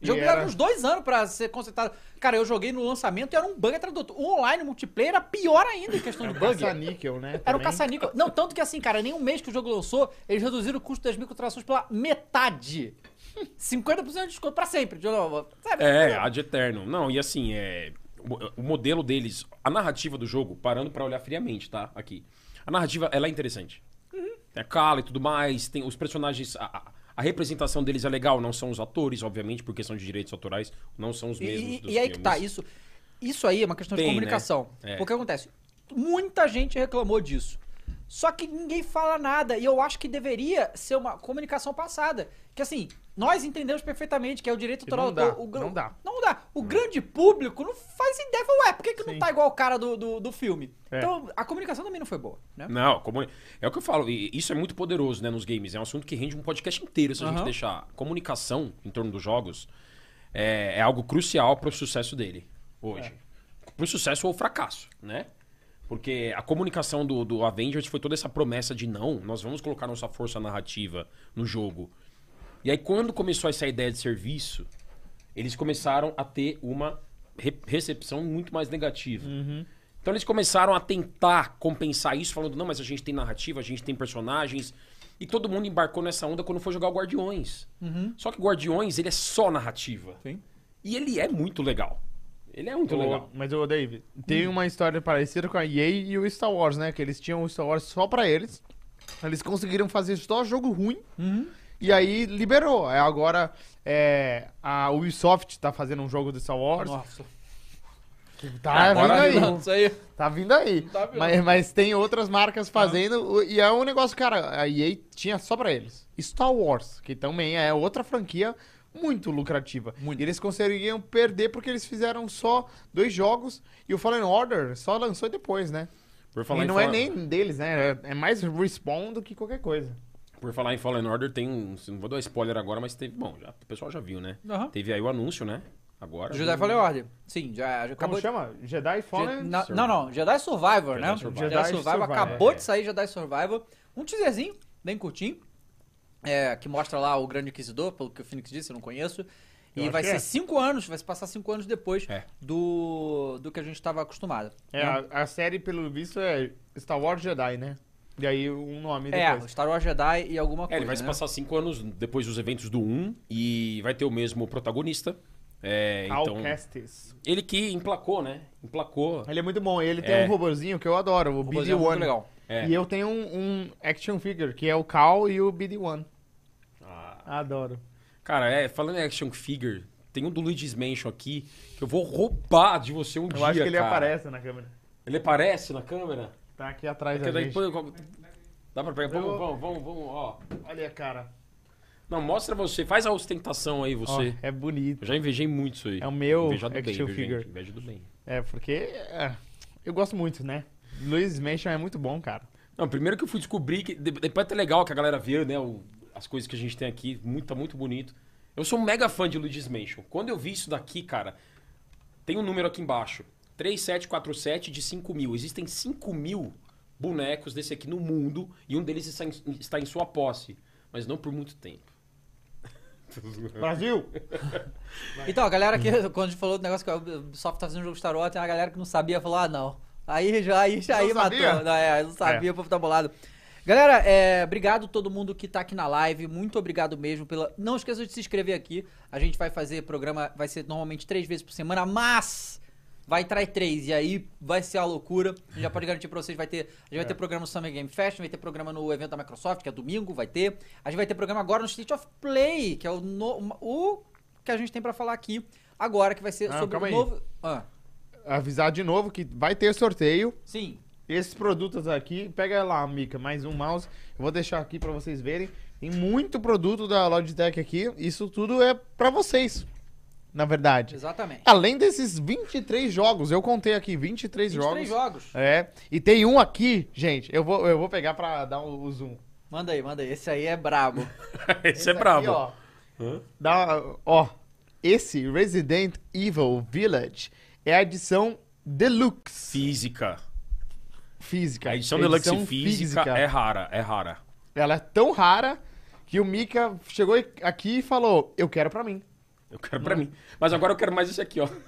[SPEAKER 2] E
[SPEAKER 1] jogo
[SPEAKER 2] era-
[SPEAKER 1] era uns dois anos pra ser consertado. Cara, eu joguei no lançamento e era um bug atrás do outro. O online o multiplayer era pior ainda em questão de bug.
[SPEAKER 2] é Caça-níquel, né?
[SPEAKER 1] Era o
[SPEAKER 2] também.
[SPEAKER 1] caça-níquel. Não, tanto que assim, cara, nem um mês que o jogo lançou, eles reduziram o custo das microtransações pela metade. 50% de desconto pra sempre. De novo. Sabe?
[SPEAKER 3] É, ad eterno. Não, e assim, é, o, o modelo deles, a narrativa do jogo, parando pra olhar friamente, tá? Aqui. A narrativa, ela é interessante.
[SPEAKER 1] Uhum.
[SPEAKER 3] É cala e tudo mais, tem os personagens... A, a- a representação deles é legal, não são os atores, obviamente, por questão de direitos autorais, não são os
[SPEAKER 1] E-
[SPEAKER 3] mesmos
[SPEAKER 1] E,
[SPEAKER 3] dos
[SPEAKER 1] e aí que tá,
[SPEAKER 3] filmes.
[SPEAKER 1] isso, isso aí é uma questão
[SPEAKER 3] Tem,
[SPEAKER 1] de
[SPEAKER 3] né?
[SPEAKER 1] comunicação.
[SPEAKER 3] É.
[SPEAKER 1] O que acontece? Muita gente reclamou disso. Só que ninguém fala nada. E eu acho que deveria ser uma comunicação passada. Que assim, nós entendemos perfeitamente que é o direito
[SPEAKER 2] Que
[SPEAKER 1] autoral.
[SPEAKER 2] não dá,
[SPEAKER 1] o- o, gr-
[SPEAKER 2] não dá.
[SPEAKER 1] Não dá. O
[SPEAKER 3] Hum.
[SPEAKER 1] grande público não faz ideia. Fala, Ué, por que, que não
[SPEAKER 2] Sim.
[SPEAKER 1] tá igual o cara do, do, do filme?
[SPEAKER 2] É.
[SPEAKER 1] Então, a comunicação também não foi boa, né?
[SPEAKER 3] Não, comuni- é o que eu falo, e isso é muito poderoso, né, nos games. É um assunto que rende um podcast inteiro se a gente
[SPEAKER 1] Aham.
[SPEAKER 3] deixar. Comunicação em torno dos jogos é, é algo crucial para o sucesso dele hoje.
[SPEAKER 1] É.
[SPEAKER 3] Pro sucesso ou fracasso, né? Porque a comunicação do, do Avengers foi toda essa promessa de não, nós vamos colocar nossa força narrativa no jogo. E aí, quando começou essa ideia de serviço,
[SPEAKER 2] Uhum.
[SPEAKER 3] eles começaram a ter uma re- recepção muito mais negativa. Então eles começaram a tentar compensar isso, falando, não, mas a gente tem narrativa, a gente tem personagens. E todo mundo embarcou nessa onda quando foi jogar o Guardiões.
[SPEAKER 2] Uhum.
[SPEAKER 3] Só que o Guardiões, ele é só narrativa.
[SPEAKER 1] Sim.
[SPEAKER 3] E ele é muito legal. Ele é muito
[SPEAKER 2] Ô,
[SPEAKER 3] legal.
[SPEAKER 2] Mas, ô, Dave,
[SPEAKER 1] Hum.
[SPEAKER 2] tem uma história parecida com a EA e o Star Wars, né? Que eles tinham o Star Wars só pra eles. Eles conseguiram fazer só jogo ruim.
[SPEAKER 1] Uhum.
[SPEAKER 2] E aí liberou. É, Agora é, a Ubisoft tá fazendo um jogo do Star Wars.
[SPEAKER 1] Nossa.
[SPEAKER 2] Tá
[SPEAKER 3] Agora
[SPEAKER 2] vindo aí.
[SPEAKER 1] Não, isso aí.
[SPEAKER 2] Tá vindo aí.
[SPEAKER 1] tá vindo.
[SPEAKER 2] mas, mas tem outras marcas fazendo. o- E é um negócio, cara, a EA tinha só pra eles. Star Wars, que também é outra franquia muito lucrativa. E eles conseguiriam perder porque eles fizeram só dois jogos e o Fallen Order só lançou depois, né?
[SPEAKER 3] Por falar
[SPEAKER 2] e
[SPEAKER 3] em
[SPEAKER 2] não é
[SPEAKER 3] Fallen-
[SPEAKER 2] nem deles, né? É- É mais Respawn do que qualquer coisa.
[SPEAKER 3] Por falar em Fallen Order, tem um. Não vou dar spoiler agora, mas teve. Bom, já- o pessoal já viu, né?
[SPEAKER 1] Aham.
[SPEAKER 3] Teve aí o anúncio, né? Agora.
[SPEAKER 1] Jedi Fallen Order. Sim, já, já acabou.
[SPEAKER 2] Como
[SPEAKER 1] de-
[SPEAKER 2] chama? Jedi Fallen?
[SPEAKER 1] Je- na- não, não, Jedi Survivor, né?
[SPEAKER 3] Jedi Survivor.
[SPEAKER 1] Jedi,
[SPEAKER 2] Jedi
[SPEAKER 1] Survivor.
[SPEAKER 2] Survivor,
[SPEAKER 1] Acabou
[SPEAKER 3] é.
[SPEAKER 1] de sair Jedi Survivor. Um teaserzinho, bem curtinho, é, que mostra lá o grande inquisidor, pelo que o Phoenix disse, eu não conheço. E
[SPEAKER 2] Eu acho
[SPEAKER 1] vai
[SPEAKER 2] que
[SPEAKER 1] ser
[SPEAKER 2] é.
[SPEAKER 1] cinco anos, vai se passar cinco anos depois
[SPEAKER 3] É.
[SPEAKER 1] do, do que a gente estava acostumado.
[SPEAKER 2] É,
[SPEAKER 1] né?
[SPEAKER 2] a, a série, pelo visto, é Star Wars Jedi, né? E aí um nome
[SPEAKER 1] É,
[SPEAKER 2] depois.
[SPEAKER 1] o Star Wars Jedi e alguma
[SPEAKER 3] É,
[SPEAKER 1] coisa.
[SPEAKER 3] ele vai se
[SPEAKER 1] né?
[SPEAKER 3] passar cinco anos depois dos eventos do 1 e vai ter o mesmo protagonista. É, então,
[SPEAKER 2] Al Kestis.
[SPEAKER 3] ele que emplacou, né? Emplacou.
[SPEAKER 2] Ele é muito bom. Ele tem
[SPEAKER 3] É.
[SPEAKER 2] um robozinho que eu adoro, o
[SPEAKER 1] O robôzinho é muito
[SPEAKER 2] BD-1.
[SPEAKER 1] legal.
[SPEAKER 3] É.
[SPEAKER 2] E eu tenho um, um action figure, que é o Cal e o BD-1.
[SPEAKER 3] Ah,
[SPEAKER 2] Adoro.
[SPEAKER 3] cara, é, falando em action figure, tem um do Luigi's Mansion aqui que eu vou roubar de você um
[SPEAKER 2] Eu
[SPEAKER 3] dia.
[SPEAKER 2] acho que ele
[SPEAKER 3] cara.
[SPEAKER 2] aparece na câmera.
[SPEAKER 3] Ele aparece na câmera?
[SPEAKER 2] Tá aqui atrás
[SPEAKER 3] Porque
[SPEAKER 2] da
[SPEAKER 3] daí
[SPEAKER 2] gente.
[SPEAKER 3] põe- Dá pra pegar? Vamos,
[SPEAKER 2] Eu-
[SPEAKER 3] vamos, vamos, vamos, ó.
[SPEAKER 2] Olha a cara.
[SPEAKER 3] Não, mostra você, faz a ostentação aí,
[SPEAKER 2] Ó,
[SPEAKER 3] você.
[SPEAKER 2] é bonito.
[SPEAKER 3] Eu já invejei muito isso aí.
[SPEAKER 2] É o meu
[SPEAKER 3] Inveja do bem,
[SPEAKER 2] action
[SPEAKER 3] viu, gente?
[SPEAKER 2] figure.
[SPEAKER 3] Inveja do bem.
[SPEAKER 2] É, porque... é, eu gosto muito, né? Luiz Mansion é muito bom, cara.
[SPEAKER 3] Não, primeiro que eu fui descobrir que. de- Depois é até legal que a galera vê, né? o- as coisas que a gente tem aqui. Muito, tá muito bonito. Eu sou um mega fã de Luigi's Mansion. Quando eu vi isso daqui, cara, tem um número aqui embaixo: 3747 de 5 mil. Existem 5 mil bonecos desse aqui no mundo e um deles está em, está em sua posse. Mas não por muito tempo.
[SPEAKER 2] Brasil!
[SPEAKER 1] Então, a galera que, quando a gente falou do negócio que a Ubisoft tá fazendo um jogo Star Wars, tem uma galera que não sabia, falou, ah, não. Aí já, aí, já
[SPEAKER 2] Não
[SPEAKER 1] aí
[SPEAKER 2] sabia?
[SPEAKER 1] matou. Não, é, não sabia, o povo tá bolado. Galera, é, obrigado todo mundo que tá aqui na live, muito obrigado mesmo pela... Não esqueça de se inscrever aqui, a gente vai fazer programa, vai ser normalmente três vezes por semana, mas vai trair três, e aí vai ser a loucura, A gente já pode garantir pra vocês, vai ter, a gente vai ter programa no Summer Game Fest, vai ter programa no evento da Microsoft, que é domingo, vai ter, a gente vai ter programa agora no State of Play, que é o, no- o que a gente tem pra falar aqui agora, que vai ser
[SPEAKER 2] Ah,
[SPEAKER 1] sobre
[SPEAKER 2] calma
[SPEAKER 1] o
[SPEAKER 2] aí.
[SPEAKER 1] novo... Ah,
[SPEAKER 2] Avisar de novo que vai ter sorteio.
[SPEAKER 1] sim,
[SPEAKER 2] Esses produtos aqui, pega lá, Mica, mais um mouse. Eu vou deixar aqui pra vocês verem. Tem muito produto da Logitech aqui. Isso tudo é pra vocês, na verdade.
[SPEAKER 1] exatamente.
[SPEAKER 2] Além desses 23 jogos, eu contei aqui 23,
[SPEAKER 1] 23
[SPEAKER 2] jogos.
[SPEAKER 1] jogos.
[SPEAKER 2] É, e tem um aqui, gente, eu vou, eu vou pegar pra dar o zoom.
[SPEAKER 1] Manda aí, manda aí. Esse aí é brabo.
[SPEAKER 3] Esse é
[SPEAKER 2] aqui,
[SPEAKER 3] brabo.
[SPEAKER 2] ó,
[SPEAKER 3] Hã?
[SPEAKER 2] dá, ó, esse Resident Evil Village é a edição deluxe
[SPEAKER 3] Física.
[SPEAKER 2] física.
[SPEAKER 3] A edição deluxe física, é rara, é rara.
[SPEAKER 2] Ela é tão rara que o Mika chegou aqui e falou: Eu quero pra mim.
[SPEAKER 3] Eu quero pra mim. Mas agora eu quero mais esse aqui, ó.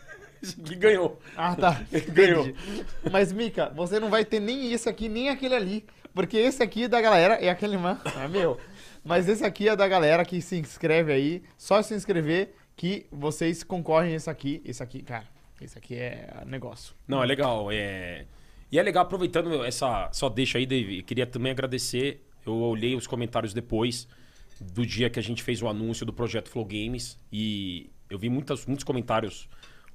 [SPEAKER 3] Esse aqui ganhou.
[SPEAKER 2] Ah, tá.
[SPEAKER 3] Ele ganhou.
[SPEAKER 2] Entendi. Mas, Mika, você não vai ter nem esse aqui, nem aquele ali. Porque esse aqui é da galera é aquele man, é meu. Mas esse aqui é da galera que se inscreve aí. Só se inscrever que vocês concorrem esse aqui. Esse aqui, cara. Esse aqui é negócio.
[SPEAKER 3] Não, é legal. É... E é legal, aproveitando essa só deixa aí, Dave, eu queria também agradecer. Eu olhei os comentários depois do dia que a gente fez o anúncio do projeto Flow Games e eu vi muitas, muitos comentários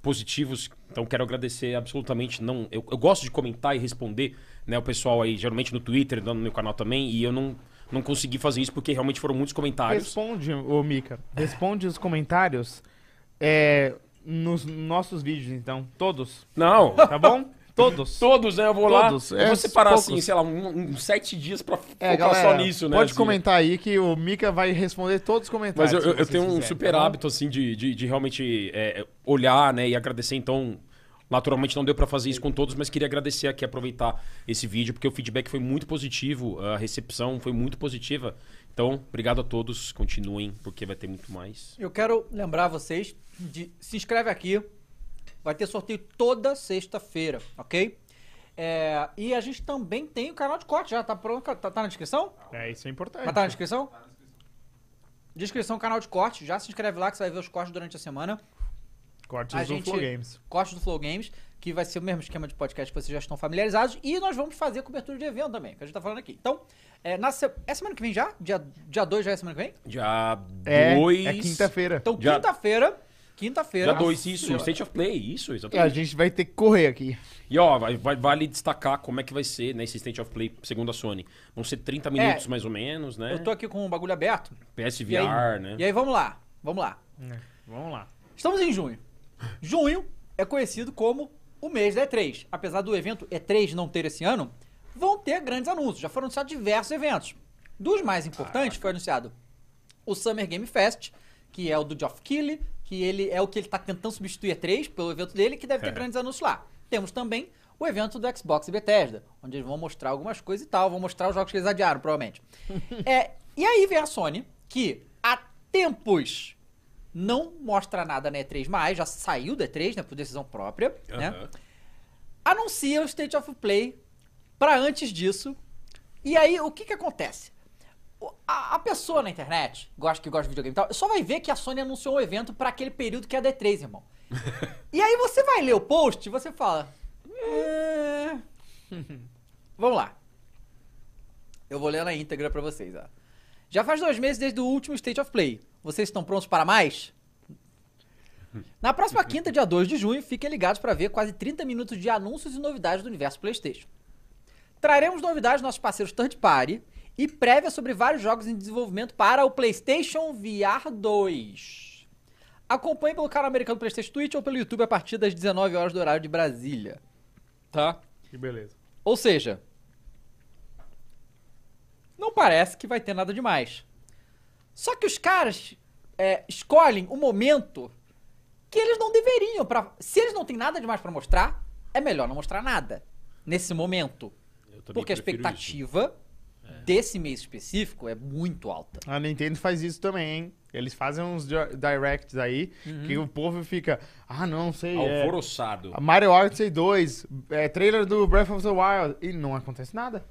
[SPEAKER 3] positivos, então quero agradecer absolutamente. Não, eu, eu gosto de comentar e responder né, o pessoal aí, geralmente no Twitter, no meu canal também, e eu não, não consegui fazer isso porque realmente foram muitos comentários.
[SPEAKER 2] Responde, ô Mika. Responde os comentários é, nos nossos vídeos, então. Todos.
[SPEAKER 3] Não,
[SPEAKER 2] Tá bom? Todos.
[SPEAKER 3] Todos, né? Eu vou
[SPEAKER 2] Todos,
[SPEAKER 3] lá.
[SPEAKER 2] é,
[SPEAKER 3] eu vou separar,
[SPEAKER 2] poucos.
[SPEAKER 3] assim, sei lá, uns um, uns sete dias pra
[SPEAKER 2] É,
[SPEAKER 3] focar
[SPEAKER 2] galera,
[SPEAKER 3] só nisso, né?
[SPEAKER 2] pode
[SPEAKER 3] assim.
[SPEAKER 2] comentar aí que o Mika vai responder todos os
[SPEAKER 3] Mas
[SPEAKER 2] comentários.
[SPEAKER 3] eu, eu-
[SPEAKER 2] que
[SPEAKER 3] eu
[SPEAKER 2] vocês
[SPEAKER 3] tenho um
[SPEAKER 2] fizerem,
[SPEAKER 3] super
[SPEAKER 2] tá bom?
[SPEAKER 3] hábito, assim, de, de, de realmente é, olhar, né? E agradecer. Então, naturalmente não deu pra fazer isso com todos, mas queria agradecer aqui, aproveitar esse vídeo, porque o feedback foi muito positivo, a recepção foi muito positiva. Então, obrigado a todos. Continuem, porque vai ter muito mais.
[SPEAKER 1] Eu quero lembrar vocês de se inscreve aqui. Vai ter sorteio toda sexta-feira, ok? É, e a gente também tem o canal de corte, já tá pronto, tá, tá na descrição?
[SPEAKER 2] É, isso é importante.
[SPEAKER 1] Mas tá na descrição? Descrição, canal de corte, já se inscreve lá que você vai ver os cortes durante a semana.
[SPEAKER 2] Cortes
[SPEAKER 1] A
[SPEAKER 2] do
[SPEAKER 1] gente-
[SPEAKER 2] Flow Games.
[SPEAKER 1] Cortes do Flow Games, que vai ser o mesmo esquema de podcast que vocês já estão familiarizados. E nós vamos fazer cobertura de evento também, que a gente tá falando aqui. Então, é, na se- é semana que vem já? Dia 2 já é semana que vem?
[SPEAKER 3] Dia
[SPEAKER 2] É,
[SPEAKER 3] 2.
[SPEAKER 2] é quinta-feira.
[SPEAKER 1] Então,
[SPEAKER 3] Dia-
[SPEAKER 1] quinta-feira. Quinta-feira.
[SPEAKER 3] Dia 2, isso.
[SPEAKER 1] Eu-
[SPEAKER 3] State of Play,
[SPEAKER 1] É,
[SPEAKER 3] isso,
[SPEAKER 2] E a
[SPEAKER 3] exatamente.
[SPEAKER 2] gente vai ter que correr aqui.
[SPEAKER 3] E ó, vai- vai- vale destacar como é que vai ser né, esse State of Play, segundo a Sony. Vão ser 30 minutos mais ou menos, né?
[SPEAKER 1] É. Eu tô aqui com o bagulho aberto. E aí-
[SPEAKER 3] PSVR, né?
[SPEAKER 1] E aí, vamos lá. Vamos lá.
[SPEAKER 2] Vamos lá.
[SPEAKER 1] Estamos em junho. Junho é conhecido como o mês da E3. Apesar do evento E3 não ter esse ano, vão ter grandes anúncios. Já foram anunciados diversos eventos. Dos mais importantes foi anunciado o Summer Game Fest, que é o do Geoff Keighley, que ele é o que ele está tentando substituir a 3 pelo evento dele, que deve ter
[SPEAKER 3] É.
[SPEAKER 1] grandes anúncios lá. Temos também o evento do Xbox e Bethesda, onde eles vão mostrar algumas coisas e tal, vão mostrar os jogos que eles adiaram, provavelmente. É, e aí vem a Sony, que há tempos não mostra nada na E3 mais, já saiu da E3, né, por decisão própria, né?
[SPEAKER 3] Aham.
[SPEAKER 1] anuncia o State of Play pra antes disso. E aí, o que que acontece? O- A, a pessoa na internet, gosta que gosta de videogame e tal, só vai ver que a Sony anunciou um evento pra aquele período que é a D3, irmão. e aí você vai ler o post e você fala... "É." Vamos lá. Eu vou ler na íntegra pra vocês, ó. Já faz dois meses desde o último State of Play. Vocês estão prontos para mais? Na próxima quinta, dia 2 de junho, fiquem ligados para ver quase 30 minutos de anúncios e novidades do universo PlayStation. Traremos novidades dos nossos parceiros Third Party e prévia sobre vários jogos em desenvolvimento para o PlayStation VR 2. Acompanhe pelo canal americano PlayStation Twitch ou pelo YouTube a partir das 19 horas do horário de Brasília. Tá?
[SPEAKER 2] Que beleza.
[SPEAKER 1] Ou seja, não parece que vai ter nada demais. Só que os caras é, escolhem o momento que eles não deveriam. Pra... Se eles não têm nada demais pra mostrar, é melhor não mostrar nada nesse momento.
[SPEAKER 3] Eu também
[SPEAKER 1] porque a
[SPEAKER 3] prefiro isso. É.
[SPEAKER 1] expectativa desse mês específico é muito alta.
[SPEAKER 2] A Nintendo faz isso também, hein? Eles fazem uns di- directs aí
[SPEAKER 3] Uhum.
[SPEAKER 2] que o povo fica, ah, não sei. é,
[SPEAKER 3] Alvoroçado.
[SPEAKER 2] Mario Odyssey 2, é, trailer do Breath of the Wild. E não acontece nada.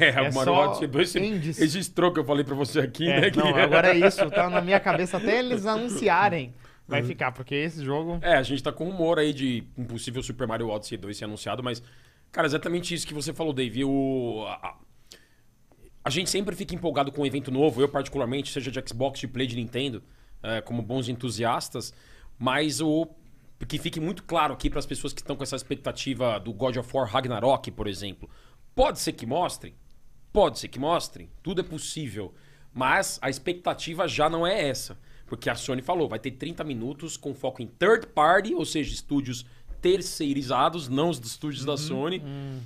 [SPEAKER 3] É,
[SPEAKER 2] É
[SPEAKER 3] o
[SPEAKER 2] só
[SPEAKER 3] Mario Odyssey 2
[SPEAKER 2] índice.
[SPEAKER 3] registrou que eu falei pra você aqui, né?
[SPEAKER 2] É,
[SPEAKER 3] que-
[SPEAKER 2] não, agora é isso, tá na minha cabeça até eles anunciarem. Vai ficar, porque esse jogo.
[SPEAKER 3] É, a gente tá com rumor aí de um possível Super Mario Odyssey 2 ser anunciado, mas, cara, exatamente isso que você falou, Dave. O, a, a- a gente sempre fica empolgado com um evento novo, eu particularmente, seja de Xbox, de Play, de Nintendo, é, como bons entusiastas, mas o que fique muito claro aqui para as pessoas que estão com essa expectativa do God of War Ragnarok, por exemplo. Pode ser que mostrem, pode ser que mostrem, tudo é possível, mas a expectativa já não é essa, porque a Sony falou, vai ter 30 minutos com foco em third party, ou seja, estúdios terceirizados, não os estúdios da Sony,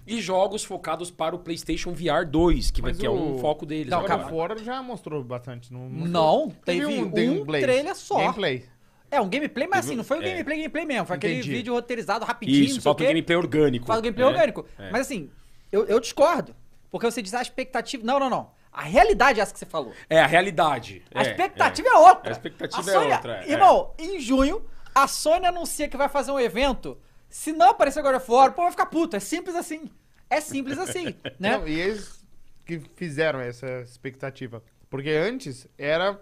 [SPEAKER 3] e jogos focados para o PlayStation VR 2, que, vai,
[SPEAKER 2] Mas
[SPEAKER 3] que é um
[SPEAKER 2] o-
[SPEAKER 3] foco deles
[SPEAKER 1] Não,
[SPEAKER 2] God
[SPEAKER 3] agora.
[SPEAKER 2] of War já mostrou bastante. Não, mostrou?
[SPEAKER 1] Não, teve um
[SPEAKER 2] gameplay.
[SPEAKER 1] trailer só.
[SPEAKER 2] Gameplay.
[SPEAKER 1] É um gameplay, mas assim, não foi um
[SPEAKER 3] É.
[SPEAKER 1] gameplay, gameplay mesmo. Foi aquele
[SPEAKER 2] Entendi.
[SPEAKER 1] vídeo roteirizado rapidinho.
[SPEAKER 3] Isso,
[SPEAKER 1] não sei o
[SPEAKER 3] falta o
[SPEAKER 1] quê.
[SPEAKER 3] gameplay orgânico.
[SPEAKER 1] Faz o gameplay
[SPEAKER 3] né?
[SPEAKER 1] orgânico.
[SPEAKER 3] É.
[SPEAKER 1] Mas assim, eu, eu discordo. Porque você diz a expectativa. Não, não, não. A realidade é essa que você falou.
[SPEAKER 3] É, a realidade.
[SPEAKER 1] A
[SPEAKER 3] é,
[SPEAKER 1] expectativa é, outra.
[SPEAKER 3] A expectativa
[SPEAKER 1] A Sony-
[SPEAKER 3] é outra. é.
[SPEAKER 1] Irmão, em junho, a Sony anuncia que vai fazer um evento. Se não aparecer agora fora, o povo vai ficar puto. É simples assim. É simples assim, né?
[SPEAKER 2] Não, e eles que fizeram essa expectativa. Porque antes era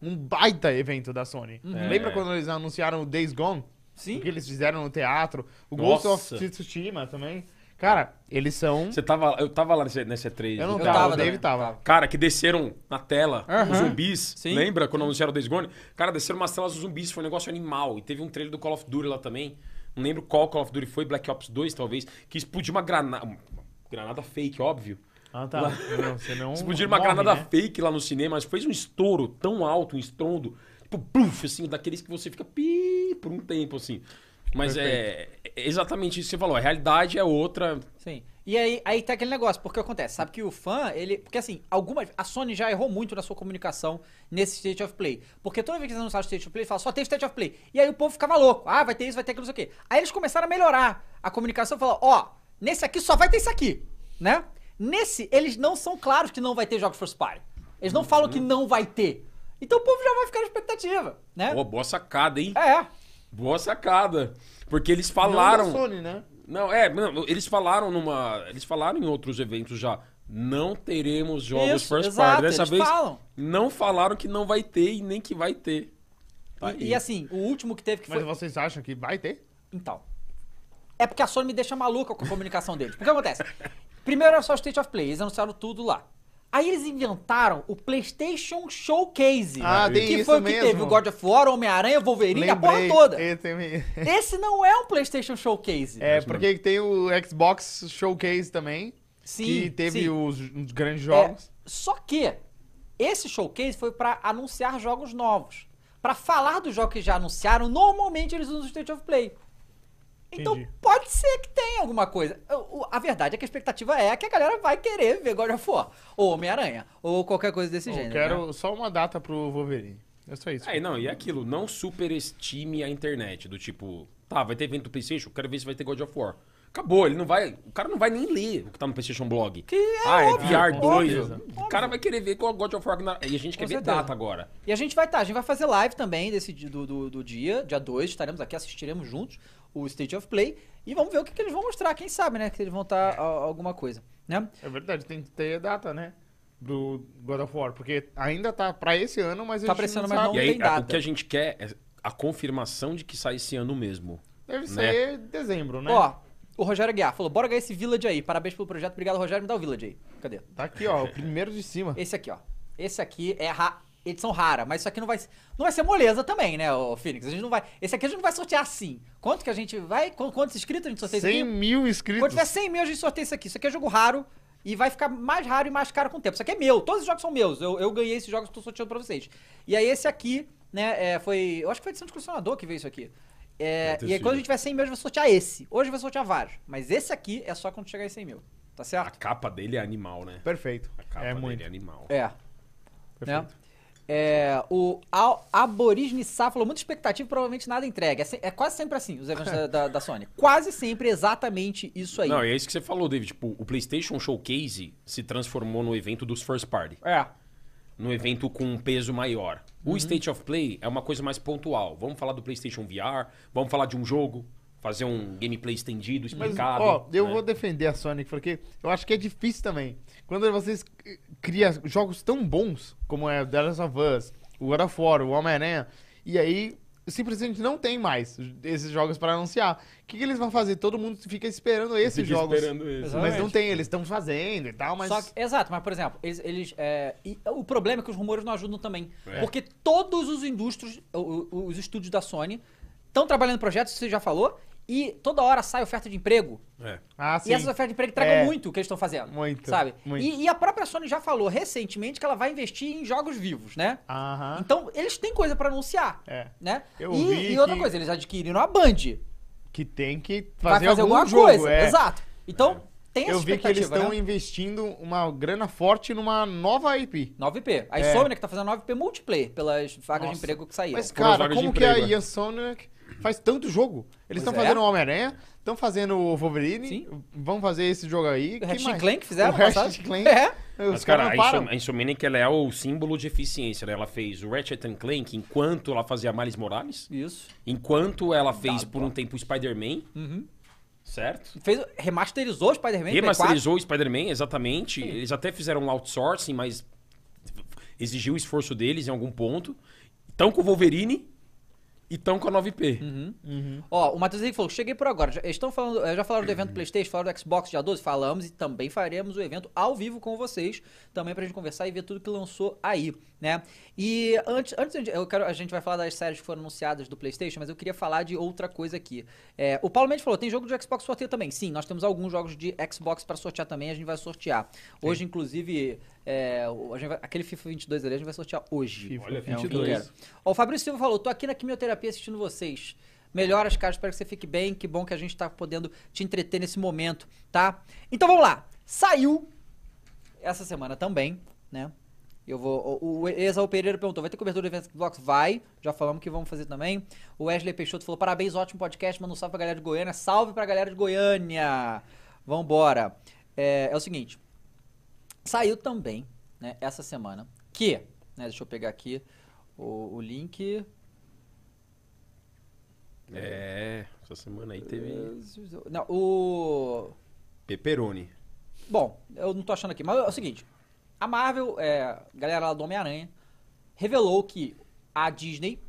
[SPEAKER 2] um baita evento da Sony. Lembra
[SPEAKER 3] É.
[SPEAKER 2] quando eles anunciaram o Days Gone?
[SPEAKER 1] Uhum. Sim.
[SPEAKER 2] O que eles fizeram no teatro? O Ghost
[SPEAKER 3] Nossa.
[SPEAKER 2] of Tsushima também. Cara, eles são.
[SPEAKER 3] é. Você tava, eu tava lá nesse, nesse E3.
[SPEAKER 2] Eu não
[SPEAKER 3] né?
[SPEAKER 2] tava,
[SPEAKER 1] tava
[SPEAKER 2] o David
[SPEAKER 1] também.
[SPEAKER 2] tava.
[SPEAKER 3] Cara, que desceram na tela
[SPEAKER 1] Aham.
[SPEAKER 3] os zumbis.
[SPEAKER 1] Sim.
[SPEAKER 3] Lembra quando anunciaram o Days Gone? Cara, desceram umas telas dos zumbis, foi um negócio animal. E teve um trailer do Call of Duty lá também. Não lembro qual Call of Duty foi, Black Ops 2 talvez, que explodiu uma granada. uma Granada fake, óbvio.
[SPEAKER 2] Ah, tá. Não, você não.
[SPEAKER 3] Explodiram uma
[SPEAKER 2] morre,
[SPEAKER 3] granada
[SPEAKER 2] né?
[SPEAKER 3] fake lá no cinema, mas fez um estouro tão alto, um estrondo, tipo, pluf, assim, daqueles que você fica pi por um tempo, assim. Mas é, é exatamente isso que você falou. A realidade é outra.
[SPEAKER 1] Sim. E aí, aí tá aquele negócio, porque acontece, sabe que o fã, ele. Porque assim, algumas. A Sony já errou muito na sua comunicação nesse State of Play. Porque toda vez que eles anunciaram o State of Play, fala só tem State of Play. E aí o povo ficava louco. Ah, vai ter isso, vai ter aquilo, não sei o quê. Aí eles começaram a melhorar a comunicação, falando, ó, nesse aqui só vai ter isso aqui, né? Nesse, eles não são claros que não vai ter jogos first party. Eles não falam que não vai ter. Então o povo já vai ficar na expectativa, né?
[SPEAKER 3] Pô, boa sacada, hein?
[SPEAKER 1] É.
[SPEAKER 3] Boa sacada. Porque eles
[SPEAKER 2] Não da
[SPEAKER 3] falaram.
[SPEAKER 2] Sony, né?
[SPEAKER 3] Não, é, não, eles falaram numa. Eles falaram em outros eventos já. Não teremos jogos
[SPEAKER 1] Isso,
[SPEAKER 3] first
[SPEAKER 1] exato,
[SPEAKER 3] party. Dessa
[SPEAKER 1] eles
[SPEAKER 3] vez
[SPEAKER 1] falam.
[SPEAKER 3] não falaram que não vai ter e nem que vai ter. Tá
[SPEAKER 1] E,
[SPEAKER 3] aí.
[SPEAKER 1] e assim, o último que teve que
[SPEAKER 2] Mas
[SPEAKER 1] foi.
[SPEAKER 2] vocês acham que vai ter?
[SPEAKER 1] Então. É porque a Sony me deixa maluca com a comunicação deles. Porque o que acontece? Primeiro era só o State of Play, eles anunciaram tudo lá. Aí eles inventaram o PlayStation Showcase.
[SPEAKER 2] Ah, tem
[SPEAKER 1] que
[SPEAKER 2] isso
[SPEAKER 1] foi o que
[SPEAKER 2] mesmo.
[SPEAKER 1] teve o God of War, o Homem-Aranha, o Wolverine, a porra toda.
[SPEAKER 2] É, tem-
[SPEAKER 1] Esse não é um PlayStation Showcase.
[SPEAKER 2] é, porque tem o Xbox Showcase também.
[SPEAKER 1] Sim,
[SPEAKER 2] que teve
[SPEAKER 1] sim.
[SPEAKER 2] Os, os grandes jogos.
[SPEAKER 1] É, só que esse showcase foi pra anunciar jogos novos. Pra falar dos jogos que já anunciaram, normalmente eles usam o State of Play. Então
[SPEAKER 4] Entendi.
[SPEAKER 1] pode ser que tenha alguma coisa. O- o- A verdade é que a expectativa é que a galera vai querer ver God of War, ou Homem-Aranha, ou qualquer coisa desse
[SPEAKER 2] Eu
[SPEAKER 1] gênero. né?
[SPEAKER 2] quero só uma data pro Wolverine. É só isso.
[SPEAKER 3] É, não, e é aquilo, não superestime a internet, do tipo, tá, vai ter evento do Playstation, quero ver se vai ter God of War. Acabou, ele não vai. O cara não vai nem ler o que tá no Playstation Blog.
[SPEAKER 1] Que é
[SPEAKER 3] ah, é
[SPEAKER 1] óbvio,
[SPEAKER 3] VR 2.
[SPEAKER 1] óbvio,
[SPEAKER 3] O cara vai querer ver God of War. na- E a gente quer
[SPEAKER 1] Com
[SPEAKER 3] ver
[SPEAKER 1] certeza.
[SPEAKER 3] data agora.
[SPEAKER 1] E a gente vai estar, a gente vai fazer live também desse di- do, do, do dia, dia 2, estaremos aqui, assistiremos juntos o State of Play e vamos ver o que, que eles vão mostrar, quem sabe, né? Que eles vão estar alguma coisa, né?
[SPEAKER 2] É verdade, tem que ter data, né? Do God of War. Porque ainda tá pra esse ano, mas
[SPEAKER 1] Tá
[SPEAKER 2] a gente
[SPEAKER 1] aparecendo,
[SPEAKER 2] não
[SPEAKER 1] mas
[SPEAKER 2] sabe.
[SPEAKER 1] Não
[SPEAKER 3] e aí,
[SPEAKER 1] tem
[SPEAKER 3] a- o
[SPEAKER 1] data.
[SPEAKER 3] que a gente quer é a confirmação de que sai esse ano mesmo.
[SPEAKER 2] Deve
[SPEAKER 3] né?
[SPEAKER 2] ser dezembro, né?
[SPEAKER 1] Ó, o Rogério Aguiar falou: bora ganhar esse Village aí. Parabéns pelo projeto. Obrigado, Rogério. Me dá o Village aí. Cadê?
[SPEAKER 2] Tá aqui, ó, o primeiro de cima.
[SPEAKER 1] Esse aqui, ó. Esse aqui é ra- edição rara, mas isso aqui não vai, não vai ser moleza também, né, ô Phoenix? A gente não vai. Esse aqui a gente não vai sortear assim. Quanto que a gente vai. qu- Quantos inscritos a gente sorteia isso
[SPEAKER 2] 100
[SPEAKER 1] aqui?
[SPEAKER 2] mil
[SPEAKER 1] Quando
[SPEAKER 2] inscritos.
[SPEAKER 1] tiver 100 mil, a gente sorteia isso aqui. Isso aqui é jogo raro e vai ficar mais raro e mais caro com o tempo. Isso aqui é meu, todos os jogos são meus. Eu, eu ganhei esses jogos que eu tô sorteando pra vocês. E aí esse aqui, né, é, foi. Eu acho que foi a edição do colecionador que veio isso aqui. É,
[SPEAKER 3] Deve ter
[SPEAKER 1] e aí
[SPEAKER 3] sido.
[SPEAKER 1] quando a gente tiver 100 mil, a gente vai sortear esse. Hoje vai sortear vários. Mas esse aqui é só quando chegar em 100 mil. Tá
[SPEAKER 3] A
[SPEAKER 1] certo?
[SPEAKER 3] capa dele é animal, né?
[SPEAKER 2] Perfeito.
[SPEAKER 3] A capa
[SPEAKER 2] É
[SPEAKER 3] dele
[SPEAKER 2] muito.
[SPEAKER 3] é animal.
[SPEAKER 1] É. Né?
[SPEAKER 2] Perfeito.
[SPEAKER 1] É, o Al- Aborígene Sá falou muita expectativa e provavelmente nada entregue. É, se- é quase sempre assim, os eventos da, da- da Sony. Quase sempre exatamente isso aí.
[SPEAKER 3] Não, é isso que você falou, David. Tipo, o PlayStation Showcase se transformou no evento dos first party.
[SPEAKER 1] É.
[SPEAKER 3] num evento com um peso maior.
[SPEAKER 2] Uhum.
[SPEAKER 3] O State of Play é uma coisa mais pontual. Vamos falar do PlayStation VR, vamos falar de um jogo, fazer um gameplay estendido,
[SPEAKER 2] Mas,
[SPEAKER 3] explicado.
[SPEAKER 2] ó, eu
[SPEAKER 3] né?
[SPEAKER 2] vou defender a Sonic, porque eu acho que é difícil também. Quando vocês c- criam jogos tão bons, como é The Last of Us, o God of War, o Homem-Aranha, e aí simplesmente não tem mais esses jogos pra anunciar. O que, que eles vão fazer? Todo mundo fica esperando esses
[SPEAKER 3] Fica
[SPEAKER 2] jogos.
[SPEAKER 3] esperando esse.
[SPEAKER 1] Exato.
[SPEAKER 2] Mas não tem, eles estão fazendo e tal, mas...
[SPEAKER 1] Só que- exato, mas por exemplo, eles. eles, é, e o problema é que os rumores não ajudam também.
[SPEAKER 3] É.
[SPEAKER 1] Porque todos os indústrias, o- o- os estúdios da Sony, estão trabalhando em projetos, você já falou, e toda hora sai oferta de emprego.
[SPEAKER 3] É.
[SPEAKER 2] Ah, sim.
[SPEAKER 1] E essas ofertas de emprego entregam
[SPEAKER 2] É.
[SPEAKER 1] muito o que eles estão fazendo.
[SPEAKER 2] Muito,
[SPEAKER 1] Sabe?
[SPEAKER 2] muito.
[SPEAKER 1] E, e a própria Sony já falou recentemente que ela vai investir em jogos vivos, né?
[SPEAKER 2] Aham.
[SPEAKER 1] Então, eles têm coisa pra anunciar.
[SPEAKER 2] É.
[SPEAKER 1] Né?
[SPEAKER 2] Eu
[SPEAKER 1] e,
[SPEAKER 2] vi
[SPEAKER 1] e outra
[SPEAKER 2] que-
[SPEAKER 1] coisa, eles adquiriram a Band.
[SPEAKER 2] Que tem que
[SPEAKER 1] vai
[SPEAKER 2] fazer,
[SPEAKER 1] fazer
[SPEAKER 2] algum
[SPEAKER 1] alguma
[SPEAKER 2] jogo,
[SPEAKER 1] coisa.
[SPEAKER 2] é.
[SPEAKER 1] Exato. Então, tem essa
[SPEAKER 2] Eu vi que eles
[SPEAKER 1] expectativa,
[SPEAKER 2] estão
[SPEAKER 1] né?
[SPEAKER 2] investindo uma grana forte numa nova IP.
[SPEAKER 1] 9P. A
[SPEAKER 2] É.
[SPEAKER 1] Insomnia que tá fazendo 9P multiplayer pelas vagas de
[SPEAKER 2] Nossa.
[SPEAKER 1] emprego que saíram.
[SPEAKER 2] Mas,
[SPEAKER 3] Foram
[SPEAKER 2] cara,
[SPEAKER 3] vagas de
[SPEAKER 2] como que
[SPEAKER 3] emprego,
[SPEAKER 2] a
[SPEAKER 3] é.
[SPEAKER 2] Ian Sonic faz tanto jogo?
[SPEAKER 1] Pois
[SPEAKER 2] Eles estão
[SPEAKER 1] é.
[SPEAKER 2] fazendo o Homem-Aranha, estão fazendo o Wolverine,
[SPEAKER 1] Sim.
[SPEAKER 2] vão fazer esse jogo aí.
[SPEAKER 1] o
[SPEAKER 2] que
[SPEAKER 1] Ratchet
[SPEAKER 2] mais?
[SPEAKER 1] Clank fizeram
[SPEAKER 2] O
[SPEAKER 1] ano passado?
[SPEAKER 2] Ratchet Clank.
[SPEAKER 1] É.
[SPEAKER 2] Os
[SPEAKER 3] Mas, cara,
[SPEAKER 2] caras não
[SPEAKER 3] a,
[SPEAKER 2] param.
[SPEAKER 3] Insom a Insomniac ela é o símbolo de eficiência. Né? Ela fez o Ratchet and Clank enquanto ela fazia Miles Morales,
[SPEAKER 1] Isso.
[SPEAKER 3] enquanto ela fez por um tempo Spider-Man,
[SPEAKER 1] Uhum.
[SPEAKER 3] certo?
[SPEAKER 1] Fez, remasterizou o Spider-Man. Play 4.
[SPEAKER 3] Remasterizou o Spider-Man, exatamente. Eles até fizeram um outsourcing, mas exigiu o esforço deles em algum ponto. Estão com o Wolverine e estão com a 9P.
[SPEAKER 2] Uhum.
[SPEAKER 1] Ó, o Matheus Henrique falou, cheguei por agora. Já, estão falando, eh, já falaram do evento Playstation, falaram do Xbox dia 12? Falamos e também faremos o evento ao vivo com vocês. Também pra gente conversar e ver tudo que lançou aí, né? E antes, antes de- eu quero, a gente vai falar das séries que foram anunciadas do Playstation, mas eu queria falar de outra coisa aqui. É, o Paulo Mendes falou, tem jogo de Xbox sorteio também. Sim, nós temos alguns jogos de Xbox pra sortear também, a gente vai sortear. Hoje, inclusive, é, o- a gente vai- aquele FIFA 22 ali, a gente vai sortear hoje.
[SPEAKER 2] FIFA
[SPEAKER 1] É, um
[SPEAKER 2] 22.
[SPEAKER 1] inteiro. Ó, o Fabrício Silva falou: tô aqui na quimioterapia assistindo vocês. Melhoras, cara. Espero que você fique bem. Que bom que a gente tá podendo te entreter nesse momento, tá? Então vamos lá. Saiu essa semana também, né? Eu vou. O, o Exaú Pereira perguntou: vai ter cobertura do evento Xbox? Vai. Já falamos que vamos fazer também. O Wesley Peixoto falou: parabéns, ótimo podcast. Manda um salve pra galera de Goiânia. Salve pra galera de Goiânia. Vambora. É, é o seguinte: saiu também, né, essa semana, que, né, deixa eu pegar aqui o, o link.
[SPEAKER 3] É, Essa semana aí teve
[SPEAKER 1] Não, o.
[SPEAKER 3] Peperoni.
[SPEAKER 1] Bom, eu não tô achando aqui, mas é o seguinte: a Marvel, é, a galera lá do Homem-Aranha, revelou que a Disney,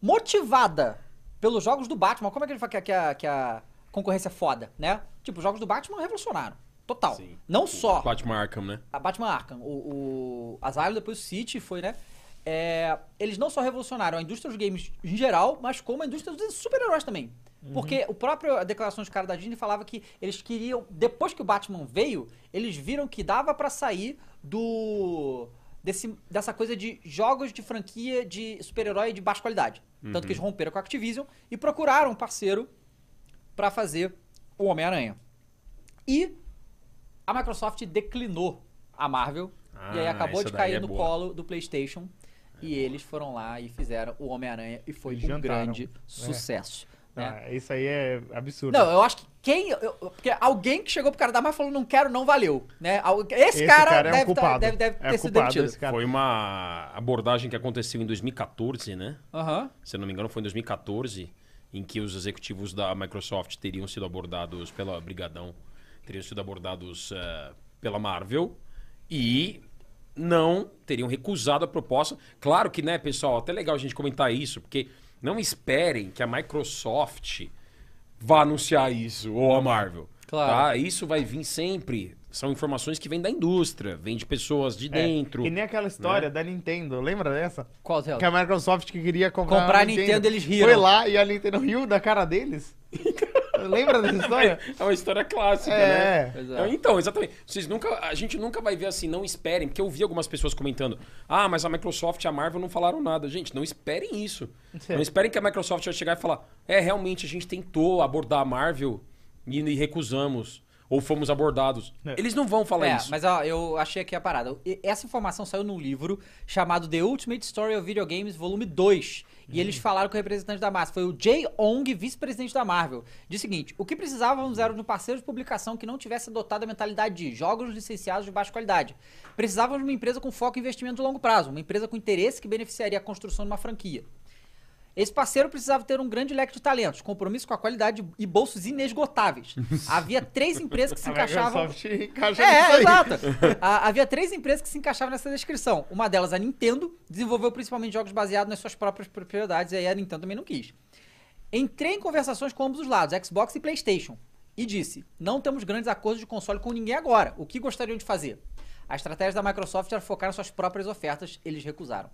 [SPEAKER 1] motivada pelos jogos do Batman, como é que ele fala que a, que a, que a concorrência é foda, né? Tipo, os jogos do Batman revolucionaram. Total.
[SPEAKER 3] Sim.
[SPEAKER 1] Não só
[SPEAKER 3] Batman Arkham, né?
[SPEAKER 1] a Batman Arkham, o, o Asylum, depois o City, foi, né? É, eles não só revolucionaram a indústria dos games em geral, mas como a indústria dos super-heróis também. Porque o próprio a declaração de cara da Disney falava que eles queriam, depois que o Batman veio, eles viram que dava pra sair do desse- dessa coisa de jogos de franquia de super-herói de baixa qualidade. Tanto que eles romperam com a Activision e procuraram um parceiro pra fazer o Homem-Aranha. E a Microsoft declinou a Marvel.
[SPEAKER 3] Ah,
[SPEAKER 1] e aí acabou
[SPEAKER 3] essa
[SPEAKER 1] de
[SPEAKER 3] daí
[SPEAKER 1] cair
[SPEAKER 3] é
[SPEAKER 1] no
[SPEAKER 3] boa. É
[SPEAKER 1] colo do PlayStation. e eles foram lá e fizeram o Homem-Aranha e foi
[SPEAKER 2] E
[SPEAKER 1] um
[SPEAKER 2] jantaram. É.
[SPEAKER 1] grande sucesso. né?
[SPEAKER 2] Ah, Isso aí é absurdo.
[SPEAKER 1] Não, eu acho que quem. eu- eu- porque alguém que chegou pro cara da Marvel falou: não quero, não valeu. Né? Al- Esse,
[SPEAKER 2] Esse
[SPEAKER 1] cara,
[SPEAKER 2] cara é um
[SPEAKER 1] deve, tá-
[SPEAKER 2] culpado.
[SPEAKER 1] deve- deve
[SPEAKER 2] É
[SPEAKER 1] ter sido
[SPEAKER 2] culpado
[SPEAKER 1] demitido.
[SPEAKER 2] esse cara.
[SPEAKER 3] Foi uma abordagem que aconteceu em 2014, né?
[SPEAKER 1] Aham.
[SPEAKER 3] Se eu não me engano, foi em 2014, em que os executivos da Microsoft teriam sido abordados pela Brigadão, teriam sido abordados eh, pela Marvel e não teriam recusado a proposta. Claro que, né, pessoal, até legal a gente comentar isso, porque não esperem que a Microsoft vá anunciar isso, ou a Marvel.
[SPEAKER 1] Claro.
[SPEAKER 3] tá? Isso vai vir sempre. São informações que vêm da indústria, vêm de pessoas de
[SPEAKER 2] É.
[SPEAKER 3] dentro.
[SPEAKER 2] E nem aquela história da Nintendo, lembra dessa?
[SPEAKER 1] Qual delas?
[SPEAKER 2] Que a Microsoft que queria comprar,
[SPEAKER 1] Comprar
[SPEAKER 2] a
[SPEAKER 1] a Nintendo, eles riram.
[SPEAKER 2] Foi lá e a Nintendo riu da cara deles. lembra dessa história?
[SPEAKER 3] É uma história clássica,
[SPEAKER 2] É.
[SPEAKER 3] né?
[SPEAKER 1] Pois é.
[SPEAKER 3] É, Então, exatamente. Vocês nunca, a gente nunca vai ver assim, não esperem, porque eu vi algumas pessoas comentando: ah, mas a Microsoft e a Marvel não falaram nada. Gente, não esperem isso.
[SPEAKER 2] É.
[SPEAKER 3] Não esperem que a Microsoft vai chegar e falar: é, realmente a gente tentou abordar a Marvel e, e recusamos. Ou fomos abordados.
[SPEAKER 2] É.
[SPEAKER 3] Eles não vão falar
[SPEAKER 1] É,
[SPEAKER 3] isso.
[SPEAKER 1] mas ó, eu achei aqui a parada. E- Essa informação saiu num livro chamado The Ultimate Story of Video Games, volume 2. E eles falaram com o representante da Marvel. Foi o Jay Ong, vice-presidente da Marvel. Diz o seguinte: o que precisávamos era de um parceiro de publicação que não tivesse adotado a mentalidade de jogos licenciados de baixa qualidade. Precisávamos de uma empresa com foco em investimento de longo prazo, uma empresa com interesse que beneficiaria a construção de uma franquia. Esse parceiro precisava ter um grande leque de talentos, compromisso com a qualidade e bolsos inesgotáveis. Havia três empresas que se
[SPEAKER 2] A
[SPEAKER 1] encaixavam.
[SPEAKER 2] Microsoft encaixa nisso
[SPEAKER 1] É,
[SPEAKER 2] aí.
[SPEAKER 1] exato. Ah, havia três empresas que se encaixavam nessa descrição. Uma delas, a Nintendo, desenvolveu principalmente jogos baseados nas suas próprias propriedades, e aí a Nintendo também não quis. Entrei em conversações com ambos os lados, Xbox e PlayStation, e disse: não temos grandes acordos de console com ninguém agora. O que gostariam de fazer? A estratégia da Microsoft era focar nas suas próprias ofertas, eles recusaram.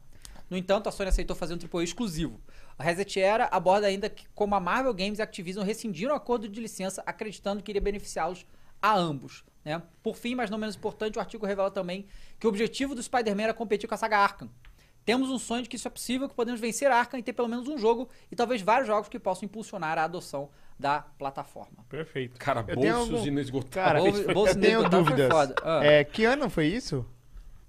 [SPEAKER 1] No entanto, a Sony aceitou fazer um AAA exclusivo. A Reset Era aborda ainda que como a Marvel Games e a Activision rescindiram o acordo de licença, acreditando que iria beneficiá-los a ambos. Né? Por fim, mas não menos importante, o artigo revela também que o objetivo do Spider-Man era competir com a saga Arkham. Temos um sonho de que isso é possível, que podemos vencer a Arkham e ter pelo menos um jogo e talvez vários jogos que possam impulsionar a adoção da plataforma.
[SPEAKER 2] Perfeito.
[SPEAKER 3] Cara,
[SPEAKER 2] Eu tenho
[SPEAKER 3] bolsos
[SPEAKER 2] algum- Cara,
[SPEAKER 3] inesgotáveis.
[SPEAKER 1] Bolso-
[SPEAKER 3] Foi-
[SPEAKER 1] bolso
[SPEAKER 2] Eu tenho
[SPEAKER 1] inesgotável foi
[SPEAKER 2] dúvidas.
[SPEAKER 1] tá foda. Ah.
[SPEAKER 2] É, que ano foi isso?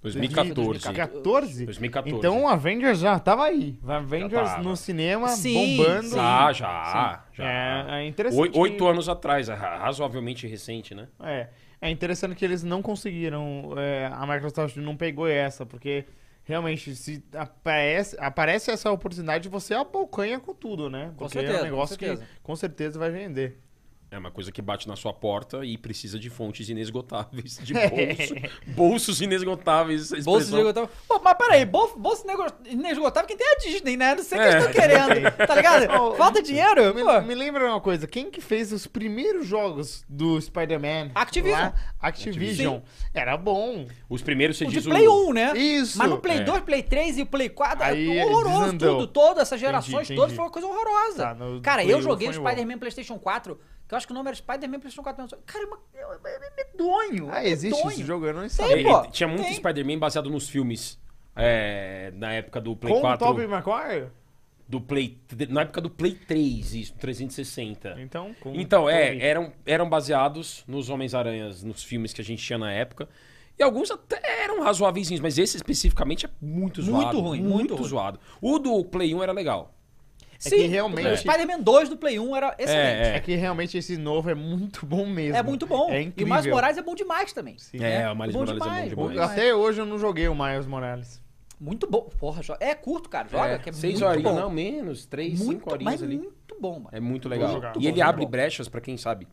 [SPEAKER 3] 2014.
[SPEAKER 2] é 2014?
[SPEAKER 3] 2014.
[SPEAKER 2] Então o Avengers já tava aí. Avengers
[SPEAKER 3] tava.
[SPEAKER 2] no cinema,
[SPEAKER 1] Sim,
[SPEAKER 2] bombando.
[SPEAKER 1] sim.
[SPEAKER 3] Já, já, já.
[SPEAKER 2] É, é interessante
[SPEAKER 3] Oi-
[SPEAKER 2] que-
[SPEAKER 3] Oito anos atrás, é ra- razoavelmente recente, né?
[SPEAKER 2] É, é interessante que eles não conseguiram, é, a Microsoft não pegou essa, porque realmente se aparece, aparece essa oportunidade, você abocanha com tudo, né?
[SPEAKER 1] Com
[SPEAKER 2] Porque é
[SPEAKER 1] certeza, com
[SPEAKER 2] um negócio
[SPEAKER 1] certeza.
[SPEAKER 2] que com certeza vai vender.
[SPEAKER 3] É uma coisa que bate na sua porta e precisa de fontes inesgotáveis, de bolso, bolsos inesgotáveis. essa
[SPEAKER 1] Bolso
[SPEAKER 3] expressão.
[SPEAKER 1] inesgotável. Pô, mas peraí, bol- bolso inego- inesgotável quem tem é a Disney, né? Não sei o que
[SPEAKER 3] É.
[SPEAKER 1] eles estão querendo, tá ligado? Falta dinheiro?
[SPEAKER 2] Me,
[SPEAKER 1] Pô.
[SPEAKER 2] me lembra uma coisa, quem que fez os primeiros jogos do Spider-Man?
[SPEAKER 1] Activision.
[SPEAKER 2] Lá? Activision. Era bom.
[SPEAKER 3] Os primeiros, você
[SPEAKER 1] O de
[SPEAKER 3] diz
[SPEAKER 1] Play 1, né?
[SPEAKER 2] Isso.
[SPEAKER 1] Mas no Play
[SPEAKER 3] É.
[SPEAKER 1] 2, Play 3 e o Play 4
[SPEAKER 2] Aí
[SPEAKER 1] é horroroso
[SPEAKER 2] desandou.
[SPEAKER 1] tudo. Todas essas gerações
[SPEAKER 2] Entendi,
[SPEAKER 1] todas
[SPEAKER 2] entendi.
[SPEAKER 1] foi uma coisa horrorosa.
[SPEAKER 2] Tá, no
[SPEAKER 1] Cara,
[SPEAKER 2] Play
[SPEAKER 1] eu
[SPEAKER 2] um
[SPEAKER 1] joguei o
[SPEAKER 2] foi bom.
[SPEAKER 1] Spider-Man PlayStation 4, que eu acho que o nome era Spider-Man PlayStation 4. mesmo. Cara, é, uma, é, é- é medonho.
[SPEAKER 2] Ah,
[SPEAKER 1] é
[SPEAKER 2] existe
[SPEAKER 1] medonho.
[SPEAKER 2] esse jogo, eu não
[SPEAKER 3] É,
[SPEAKER 2] sabia.
[SPEAKER 1] Tem, pô.
[SPEAKER 3] e tinha muito
[SPEAKER 1] Tem.
[SPEAKER 3] Spider-Man baseado nos filmes. é, na época do Play
[SPEAKER 2] Com o
[SPEAKER 3] 4.
[SPEAKER 2] Tobey Maguire?
[SPEAKER 3] Do Play, na época do Play 3, isso,
[SPEAKER 1] Hum,
[SPEAKER 3] 360.
[SPEAKER 2] Então, com
[SPEAKER 3] Então, é,
[SPEAKER 2] Tobey.
[SPEAKER 3] eram, eram baseados nos Homens-Aranhas, nos filmes que a gente tinha na época. E alguns até eram razoáveis, mas esse especificamente é muito zoado.
[SPEAKER 1] Muito ruim, muito
[SPEAKER 3] muito,
[SPEAKER 1] ruim.
[SPEAKER 3] zoado. O do Play 1 era legal.
[SPEAKER 2] É que realmente-
[SPEAKER 1] O Spider-Man 2 do Play 1 era excelente. É,
[SPEAKER 2] É que realmente esse novo é muito bom mesmo.
[SPEAKER 1] muito bom.
[SPEAKER 2] É
[SPEAKER 1] e o
[SPEAKER 2] incrível.
[SPEAKER 1] Miles Moraes é bom demais também.
[SPEAKER 2] Sim.
[SPEAKER 3] É, o Miles
[SPEAKER 1] bom
[SPEAKER 3] Morales é bom
[SPEAKER 1] demais,
[SPEAKER 3] demais.
[SPEAKER 1] bom demais.
[SPEAKER 2] Até hoje eu não joguei o Miles Morales.
[SPEAKER 1] Muito bom. Porra, jo- é curto, cara. Joga, que é
[SPEAKER 3] seis
[SPEAKER 1] muito
[SPEAKER 3] horinhas,
[SPEAKER 1] bom.
[SPEAKER 3] não, menos, três,
[SPEAKER 1] muito,
[SPEAKER 3] cinco
[SPEAKER 1] mas
[SPEAKER 3] horinhas ali.
[SPEAKER 1] muito muito bom, mano.
[SPEAKER 3] É muito
[SPEAKER 2] Vou
[SPEAKER 3] legal.
[SPEAKER 2] jogar.
[SPEAKER 3] E
[SPEAKER 2] Vou
[SPEAKER 3] ele
[SPEAKER 2] jogar.
[SPEAKER 3] abre brechas pra quem sabe.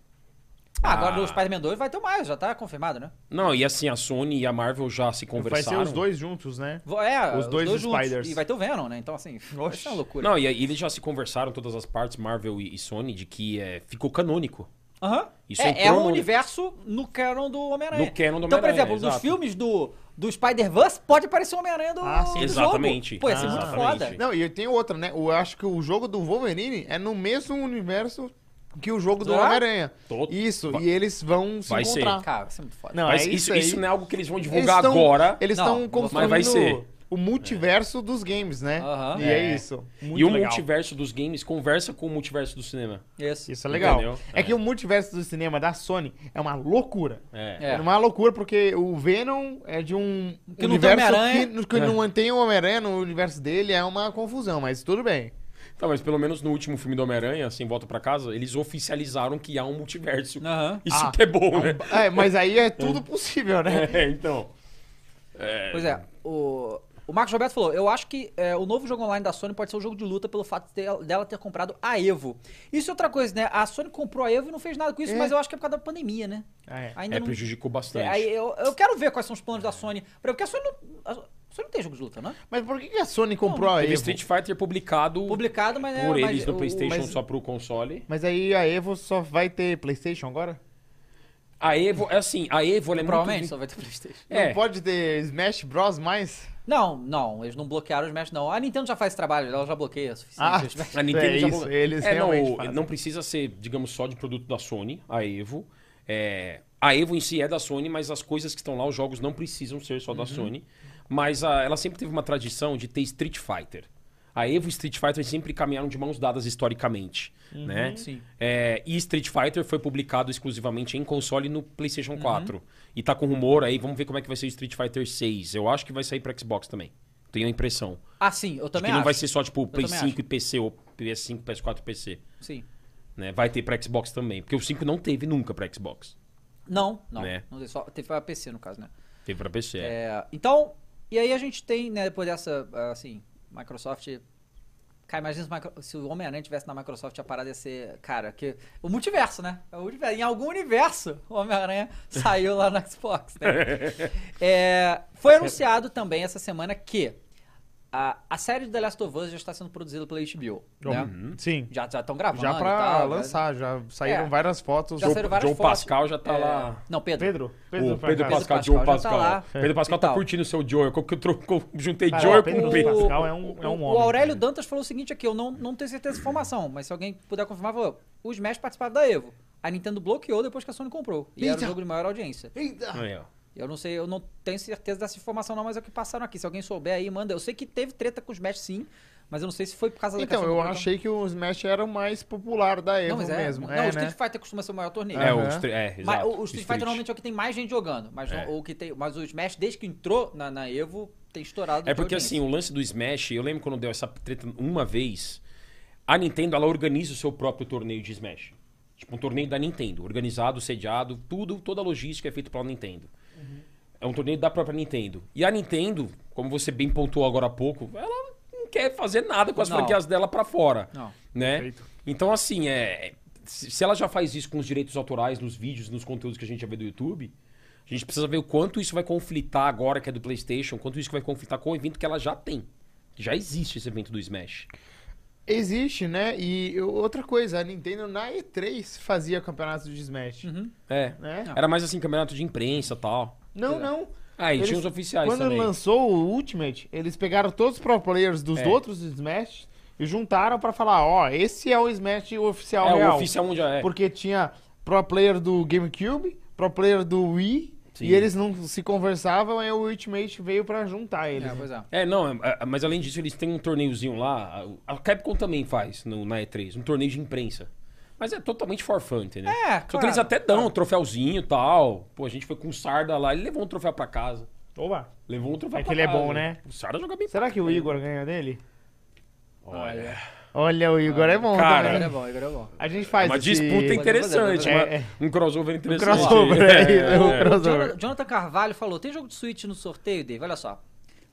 [SPEAKER 1] Ah, agora
[SPEAKER 3] Ah.
[SPEAKER 1] o Spider-Man 2 vai ter mais, já tá confirmado, né?
[SPEAKER 3] Não, e assim, a Sony e a Marvel já
[SPEAKER 2] Vai
[SPEAKER 3] se
[SPEAKER 2] ser
[SPEAKER 3] conversaram.
[SPEAKER 2] os dois juntos, né?
[SPEAKER 1] Vo- É,
[SPEAKER 2] Os dois
[SPEAKER 1] juntos.
[SPEAKER 2] Spiders.
[SPEAKER 1] E vai ter o Venom, né? Então, assim, vai ser uma loucura.
[SPEAKER 3] Não, e aí eles já se conversaram, todas as partes, Marvel e, e Sony, de que é, ficou canônico.
[SPEAKER 1] Aham.
[SPEAKER 3] Isso
[SPEAKER 1] é,
[SPEAKER 3] entrou
[SPEAKER 1] é um
[SPEAKER 3] no-
[SPEAKER 1] universo no canon do Homem-Aranha.
[SPEAKER 3] No canon do
[SPEAKER 1] Então, por
[SPEAKER 3] Homem-Aranha,
[SPEAKER 1] exemplo, nos
[SPEAKER 3] exato.
[SPEAKER 1] filmes do, do Spider-Verse, pode aparecer o Homem-Aranha do,
[SPEAKER 2] Ah, sim.
[SPEAKER 1] do
[SPEAKER 3] Exatamente.
[SPEAKER 1] jogo. Pô, ia ser
[SPEAKER 2] Ah,
[SPEAKER 1] muito
[SPEAKER 3] exatamente.
[SPEAKER 1] foda.
[SPEAKER 2] Não, e tem outra, né? Eu acho que o jogo do Wolverine é no mesmo universo que o jogo do
[SPEAKER 1] Será?
[SPEAKER 2] Homem-Aranha.
[SPEAKER 3] Tot-
[SPEAKER 2] Isso,
[SPEAKER 3] Vai-
[SPEAKER 2] e eles vão se
[SPEAKER 3] Vai ser.
[SPEAKER 2] encontrar.
[SPEAKER 1] Cara, vai ser muito foda.
[SPEAKER 2] Não,
[SPEAKER 3] Mas
[SPEAKER 2] é
[SPEAKER 3] isso,
[SPEAKER 2] isso, aí.
[SPEAKER 3] isso não é algo que eles vão
[SPEAKER 2] Eles
[SPEAKER 3] divulgar
[SPEAKER 2] tão- É
[SPEAKER 3] agora.
[SPEAKER 2] Eles
[SPEAKER 1] Não,
[SPEAKER 2] estão
[SPEAKER 1] mas vai
[SPEAKER 2] construindo
[SPEAKER 3] ser.
[SPEAKER 2] o multiverso dos games, né?
[SPEAKER 1] Aham.
[SPEAKER 2] E é,
[SPEAKER 3] É.
[SPEAKER 2] isso.
[SPEAKER 3] e o
[SPEAKER 2] legal.
[SPEAKER 3] multiverso dos games conversa com o multiverso do cinema.
[SPEAKER 1] Isso.
[SPEAKER 2] Isso é legal.
[SPEAKER 3] Entendeu?
[SPEAKER 2] É,
[SPEAKER 3] É.
[SPEAKER 2] que o multiverso do cinema da Sony é uma loucura.
[SPEAKER 3] É.
[SPEAKER 1] É.
[SPEAKER 2] É uma loucura porque o Venom é de um
[SPEAKER 1] Que não tem
[SPEAKER 2] universo
[SPEAKER 1] Homem-Aranha.
[SPEAKER 2] que,
[SPEAKER 3] É.
[SPEAKER 2] que não mantém o Homem-Aranha no universo dele, é uma confusão, mas tudo bem.
[SPEAKER 3] Tá, mas pelo menos no último filme do Homem-Aranha, assim, Volta pra Casa, eles oficializaram que há um multiverso.
[SPEAKER 1] Aham.
[SPEAKER 3] Isso
[SPEAKER 2] Ah,
[SPEAKER 3] que é bom, né?
[SPEAKER 2] É, mas aí é tudo possível, né?
[SPEAKER 3] É, então. É,
[SPEAKER 1] Pois é, o, o Marcos Roberto falou: Eu acho que é, o novo jogo online da Sony pode ser um jogo de luta pelo fato de- dela ter comprado a Evo. Isso é outra coisa, né? A Sony comprou a Evo e não fez nada com isso,
[SPEAKER 2] É.
[SPEAKER 1] mas eu acho que é por causa da pandemia, né?
[SPEAKER 2] É.
[SPEAKER 1] Ainda
[SPEAKER 3] É,
[SPEAKER 1] não.
[SPEAKER 3] prejudicou bastante.
[SPEAKER 1] É, aí eu, eu quero ver quais são os planos da Sony. Porque a Sony não, a Sony não tem jogo de luta, né?
[SPEAKER 2] Mas por que que a Sony comprou a Evo?
[SPEAKER 3] Teve Street Fighter publicado
[SPEAKER 1] Publicado, mas é.
[SPEAKER 3] por
[SPEAKER 1] mas
[SPEAKER 3] eles no
[SPEAKER 1] o-
[SPEAKER 3] PlayStation
[SPEAKER 2] mas-
[SPEAKER 3] só pro console.
[SPEAKER 2] Mas aí a Evo só vai ter PlayStation agora?
[SPEAKER 3] A Evo, é assim, a Evo ela é
[SPEAKER 1] Provavelmente
[SPEAKER 3] muito.
[SPEAKER 1] só vai ter PlayStation.
[SPEAKER 2] Não
[SPEAKER 3] É,
[SPEAKER 2] pode ter Smash Bros mais?
[SPEAKER 1] Não, não, eles não bloquearam os Smash, não. A Nintendo já faz esse trabalho, ela já bloqueia o suficiente.
[SPEAKER 2] Ah,
[SPEAKER 1] os Smash.
[SPEAKER 3] a Nintendo
[SPEAKER 2] É
[SPEAKER 3] já
[SPEAKER 2] isso,
[SPEAKER 3] blo-
[SPEAKER 2] eles
[SPEAKER 3] é,
[SPEAKER 2] realmente
[SPEAKER 3] não,
[SPEAKER 2] fazem.
[SPEAKER 3] não precisa ser, digamos, só de produto da Sony, a Evo. É, a Evo em si é da Sony, mas as coisas que estão lá, os jogos não precisam ser só
[SPEAKER 1] Uhum.
[SPEAKER 3] da Sony. Mas a- ela sempre teve uma tradição de ter Street Fighter. A Evo e Street Fighter sempre caminharam de mãos dadas historicamente, né?
[SPEAKER 1] Sim.
[SPEAKER 3] É, e Street Fighter foi publicado exclusivamente em console no
[SPEAKER 1] Uhum.
[SPEAKER 3] PlayStation 4. E tá com rumor aí, vamos ver como é que vai ser o Street Fighter 6. Eu acho que vai sair pra Xbox também. Tenho a impressão.
[SPEAKER 1] Ah, sim, eu
[SPEAKER 3] Acho que
[SPEAKER 1] também
[SPEAKER 3] não
[SPEAKER 1] acho.
[SPEAKER 3] vai ser só tipo Play
[SPEAKER 1] também
[SPEAKER 3] 5 e PC ou PS5, PS4 e PC.
[SPEAKER 1] Sim.
[SPEAKER 3] Né? Vai ter pra Xbox também. Porque o 5 não teve nunca pra Xbox.
[SPEAKER 1] Não, não.
[SPEAKER 3] Né?
[SPEAKER 1] Não sei, só teve pra PC no caso, né?
[SPEAKER 3] Teve pra PC. é.
[SPEAKER 1] É, então, e aí a gente tem, né, depois dessa, assim, Microsoft. Cara, imagina se, o Micro- se o Homem-Aranha tivesse na Microsoft, a parada ia ser. Cara, que. O multiverso, né? É o multiverso. Em algum universo, o Homem-Aranha saiu lá no Xbox, né? É, foi anunciado também essa semana que a, a série do The Last of Us já está sendo produzida pela HBO. Né?
[SPEAKER 3] uhum.
[SPEAKER 2] Sim.
[SPEAKER 1] Já estão gravando.
[SPEAKER 2] Uhum. Já
[SPEAKER 1] e
[SPEAKER 2] pra
[SPEAKER 1] tal, né?
[SPEAKER 2] lançar, já saíram
[SPEAKER 1] É.
[SPEAKER 2] várias fotos.
[SPEAKER 1] Já
[SPEAKER 2] Joe-
[SPEAKER 1] saíram várias
[SPEAKER 3] Joe
[SPEAKER 1] fotos.
[SPEAKER 3] Pascal já tá lá.
[SPEAKER 1] É. Não, Pedro.
[SPEAKER 2] Pedro.
[SPEAKER 3] O Pedro
[SPEAKER 2] Pascal.
[SPEAKER 3] Pascal,
[SPEAKER 1] Pascal
[SPEAKER 3] Joe
[SPEAKER 1] já tá lá. Então.
[SPEAKER 3] Pascal. Pedro Pascal
[SPEAKER 1] E
[SPEAKER 3] tá
[SPEAKER 1] tal.
[SPEAKER 3] curtindo o seu Joe. Como que eu trocou- juntei
[SPEAKER 2] Cara,
[SPEAKER 3] Joe
[SPEAKER 2] o Pedro
[SPEAKER 3] com o
[SPEAKER 2] Pascal-
[SPEAKER 3] Pedro.
[SPEAKER 2] Pascal é um- é um
[SPEAKER 1] o
[SPEAKER 2] homem,
[SPEAKER 1] Aurélio
[SPEAKER 2] né?
[SPEAKER 1] Dantas falou o seguinte aqui, eu não, não tenho certeza dessa informação, mas se alguém puder confirmar, falou, o Smash participava da Evo. A Nintendo bloqueou depois que a Sony comprou. E era o
[SPEAKER 2] Eita.
[SPEAKER 1] jogo de maior audiência.
[SPEAKER 2] Eita.
[SPEAKER 3] Aí, ó.
[SPEAKER 1] Eu não sei, eu não tenho certeza dessa informação não, mas é o que passaram aqui. Se alguém souber aí, manda. Eu sei que teve treta com o Smash sim, mas eu não sei se foi por causa da
[SPEAKER 2] Então,
[SPEAKER 1] questão do
[SPEAKER 2] eu
[SPEAKER 1] botão.
[SPEAKER 2] achei que o Smash era o mais popular da Evo
[SPEAKER 1] não, mas é,
[SPEAKER 2] mesmo.
[SPEAKER 1] Não,
[SPEAKER 2] é,
[SPEAKER 1] o
[SPEAKER 2] né?
[SPEAKER 1] Street Fighter costuma ser o maior torneio.
[SPEAKER 3] É, o
[SPEAKER 2] Aham.
[SPEAKER 3] Street. É, exato.
[SPEAKER 1] Mas o, o Street Fighter normalmente é o que tem mais gente jogando, mas,
[SPEAKER 3] É.
[SPEAKER 1] não- o, que tem, mas o Smash, desde que entrou na, na Evo, tem estourado.
[SPEAKER 3] É
[SPEAKER 1] de
[SPEAKER 3] porque
[SPEAKER 1] audiência.
[SPEAKER 3] assim, o lance do Smash, eu lembro quando deu essa treta uma vez, a Nintendo ela organiza o seu próprio torneio de Smash. Tipo um torneio da Nintendo, organizado, sediado, tudo, toda a logística é feita pela Nintendo. É um torneio da própria Nintendo. E a Nintendo, como você bem pontuou agora há pouco, ela não quer fazer nada com as
[SPEAKER 1] Não.
[SPEAKER 3] franquias dela pra fora,
[SPEAKER 1] Não.
[SPEAKER 3] né?
[SPEAKER 2] Perfeito.
[SPEAKER 3] Então assim, é se se ela já faz isso com os direitos autorais nos vídeos, nos conteúdos que a gente já vê do YouTube, a gente precisa ver o quanto isso vai conflitar agora que é do PlayStation, quanto isso vai conflitar com o evento que ela já tem. Já existe esse evento do Smash.
[SPEAKER 2] Existe, né? E eu- outra coisa, a Nintendo na E3 fazia campeonato de Smash.
[SPEAKER 1] Uhum.
[SPEAKER 3] É.
[SPEAKER 2] Né?
[SPEAKER 3] Era mais assim, campeonato de imprensa e tal.
[SPEAKER 2] Não, não.
[SPEAKER 3] Ah, e
[SPEAKER 2] Eles-
[SPEAKER 3] tinha os oficiais
[SPEAKER 2] Quando
[SPEAKER 3] também.
[SPEAKER 2] lançou o Ultimate, eles pegaram todos os pro players dos
[SPEAKER 3] É.
[SPEAKER 2] outros Smash e juntaram pra falar, ó, esse é o Smash oficial
[SPEAKER 3] é,
[SPEAKER 2] real.
[SPEAKER 3] o oficial onde é.
[SPEAKER 2] Porque tinha pro player do GameCube, pro player do Wii,
[SPEAKER 3] Sim.
[SPEAKER 2] e eles não se conversavam, aí o Ultimate veio pra juntar eles.
[SPEAKER 1] É, pois é.
[SPEAKER 3] É, não, é- é- mas além disso, eles têm um torneiozinho lá. A a Capcom também faz no, na E3, um torneio de imprensa. Mas é totalmente for fun, entendeu?
[SPEAKER 1] É,
[SPEAKER 3] Só que eles
[SPEAKER 1] claro.
[SPEAKER 3] até dão um troféuzinho e tal. Pô, a gente foi com o Sarda lá, ele levou um troféu pra casa.
[SPEAKER 2] Oba.
[SPEAKER 3] Levou um troféu
[SPEAKER 2] É que
[SPEAKER 3] pra
[SPEAKER 2] ele é
[SPEAKER 3] casa.
[SPEAKER 2] bom, né?
[SPEAKER 3] O Sarda joga bem.
[SPEAKER 2] Será que o Igor ganha dele?
[SPEAKER 3] Olha.
[SPEAKER 2] Olha, o Igor é bom
[SPEAKER 3] Cara.
[SPEAKER 1] Agora
[SPEAKER 2] também.
[SPEAKER 1] é bom, agora é bom.
[SPEAKER 2] A gente
[SPEAKER 3] É
[SPEAKER 2] faz
[SPEAKER 3] uma
[SPEAKER 2] esse-
[SPEAKER 3] disputa interessante,
[SPEAKER 2] fazer,
[SPEAKER 3] uma-
[SPEAKER 2] é.
[SPEAKER 3] um crossover interessante. É.
[SPEAKER 2] crossover aí, né? O
[SPEAKER 1] O
[SPEAKER 2] crossover.
[SPEAKER 1] É. Jonathan, Jonathan Carvalho falou: tem jogo de Switch no sorteio, Dave? Olha só.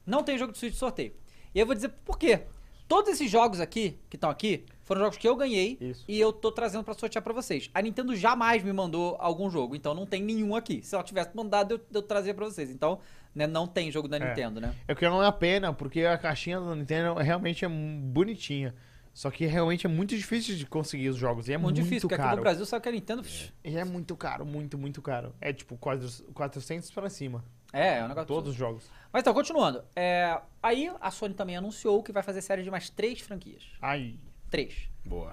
[SPEAKER 1] Não tem jogo de Switch no sorteio. E eu vou dizer por quê. Todos esses jogos aqui, que estão aqui, Foram jogos que eu ganhei
[SPEAKER 2] Isso.
[SPEAKER 1] e eu tô trazendo pra sortear pra vocês. A Nintendo jamais me mandou algum jogo, então não tem nenhum aqui. Se ela tivesse mandado, eu, eu trazia pra vocês. Então, né, não tem jogo da Nintendo, né?
[SPEAKER 2] É que não é a pena, porque a caixinha da Nintendo realmente é mu- bonitinha. Só que realmente é muito difícil de conseguir os jogos. E é muito,
[SPEAKER 1] muito difícil, porque aqui
[SPEAKER 2] caro.
[SPEAKER 1] no Brasil sabe que a Nintendo. psh,
[SPEAKER 2] E é muito caro, muito, muito caro. É tipo quadros- 400 pra cima.
[SPEAKER 1] É, é um negócio.
[SPEAKER 2] Todos os jogos.
[SPEAKER 1] Mas então, continuando. É, aí a Sony também anunciou que vai fazer série de mais três franquias.
[SPEAKER 2] Aí.
[SPEAKER 1] Três.
[SPEAKER 3] Boa.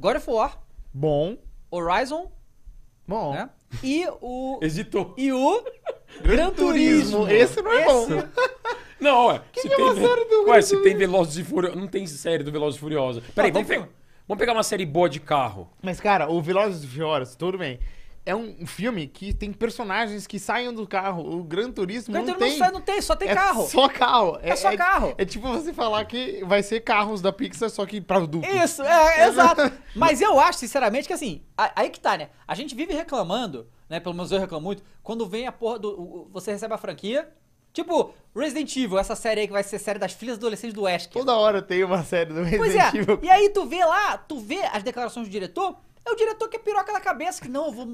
[SPEAKER 1] God of War,
[SPEAKER 2] Bom.
[SPEAKER 1] Horizon,
[SPEAKER 2] Bom.
[SPEAKER 1] né? E o.
[SPEAKER 3] Hesitou.
[SPEAKER 1] E o. Gran Turismo.
[SPEAKER 2] Esse não é bom.
[SPEAKER 3] Não, ué. se
[SPEAKER 2] que é
[SPEAKER 3] tem
[SPEAKER 2] uma
[SPEAKER 3] Ve-
[SPEAKER 2] série do
[SPEAKER 3] Ué,
[SPEAKER 2] Gran
[SPEAKER 3] se tem Velozes e Furiosos... Não tem série do Velozes e Furiosos. Peraí,
[SPEAKER 1] tem
[SPEAKER 3] vamos, pe-
[SPEAKER 1] filme.
[SPEAKER 3] vamos pegar uma série boa de carro.
[SPEAKER 2] Mas, cara, o Velozes e Furiosos, tudo bem. É um filme que tem personagens que saem do carro. O Gran Turismo
[SPEAKER 1] Gran
[SPEAKER 2] não
[SPEAKER 1] Turismo
[SPEAKER 2] tem.
[SPEAKER 1] sai- não tem, só tem
[SPEAKER 2] É
[SPEAKER 1] carro.
[SPEAKER 2] só carro.
[SPEAKER 1] É só carro.
[SPEAKER 2] É, tipo você falar que vai ser carros da Pixar, só que pra adultos.
[SPEAKER 1] Isso, é, exato. Mas eu acho, sinceramente, que assim, a- aí que tá, né? A gente vive reclamando, né? Pelo menos eu reclamo muito, quando vem a porra do. o- o- você recebe a franquia. Tipo, Resident Evil, essa série aí que vai ser série das filhas adolescentes do é Wesker.
[SPEAKER 2] Toda hora tem uma série do Resident
[SPEAKER 1] Pois é,
[SPEAKER 2] Evil.
[SPEAKER 1] e aí tu vê lá, tu vê as declarações do diretor, é o diretor que é piroca da cabeça, que não, eu vou...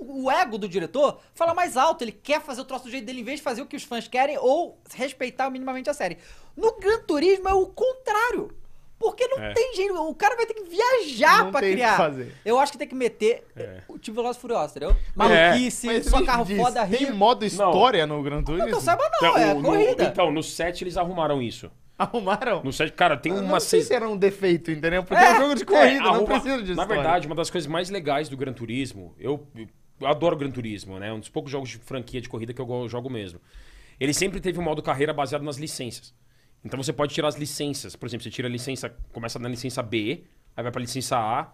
[SPEAKER 1] o ego do diretor fala mais alto, ele quer fazer o troço do jeito dele em vez de fazer o que os fãs querem ou respeitar minimamente a série. No Gran Turismo é o contrário, porque não
[SPEAKER 3] É.
[SPEAKER 1] tem jeito, o cara vai ter que viajar
[SPEAKER 2] Não
[SPEAKER 1] pra
[SPEAKER 2] tem o que
[SPEAKER 1] criar.
[SPEAKER 2] fazer.
[SPEAKER 1] Eu acho que tem que meter
[SPEAKER 3] É.
[SPEAKER 1] o tipo Velozes e Furiosos, entendeu? Maluquice,
[SPEAKER 2] É, Mas
[SPEAKER 1] só
[SPEAKER 2] me
[SPEAKER 1] carro
[SPEAKER 2] diz,
[SPEAKER 1] foda,
[SPEAKER 2] Tem
[SPEAKER 1] rio.
[SPEAKER 2] modo história no Gran Turismo?
[SPEAKER 1] Não que eu saiba não, é
[SPEAKER 3] o- no-
[SPEAKER 1] corrida.
[SPEAKER 3] então, no 7 eles arrumaram isso.
[SPEAKER 2] Arrumaram?
[SPEAKER 3] No 7, cara, tem
[SPEAKER 2] Eu
[SPEAKER 3] uma
[SPEAKER 2] não sei
[SPEAKER 3] seis-
[SPEAKER 2] se era um defeito, entendeu? Porque é, um jogo de
[SPEAKER 3] É,
[SPEAKER 2] corrida, não
[SPEAKER 3] arruma-
[SPEAKER 2] precisa disso.
[SPEAKER 3] Na verdade, uma das coisas mais legais do Gran Turismo, eu, eu adoro Gran Turismo, né? Um dos poucos jogos de franquia de corrida que eu go- jogo mesmo. Ele sempre teve um modo carreira baseado nas licenças. Então você pode tirar as licenças. Por exemplo, você tira a licença, começa na licença B, aí vai pra licença A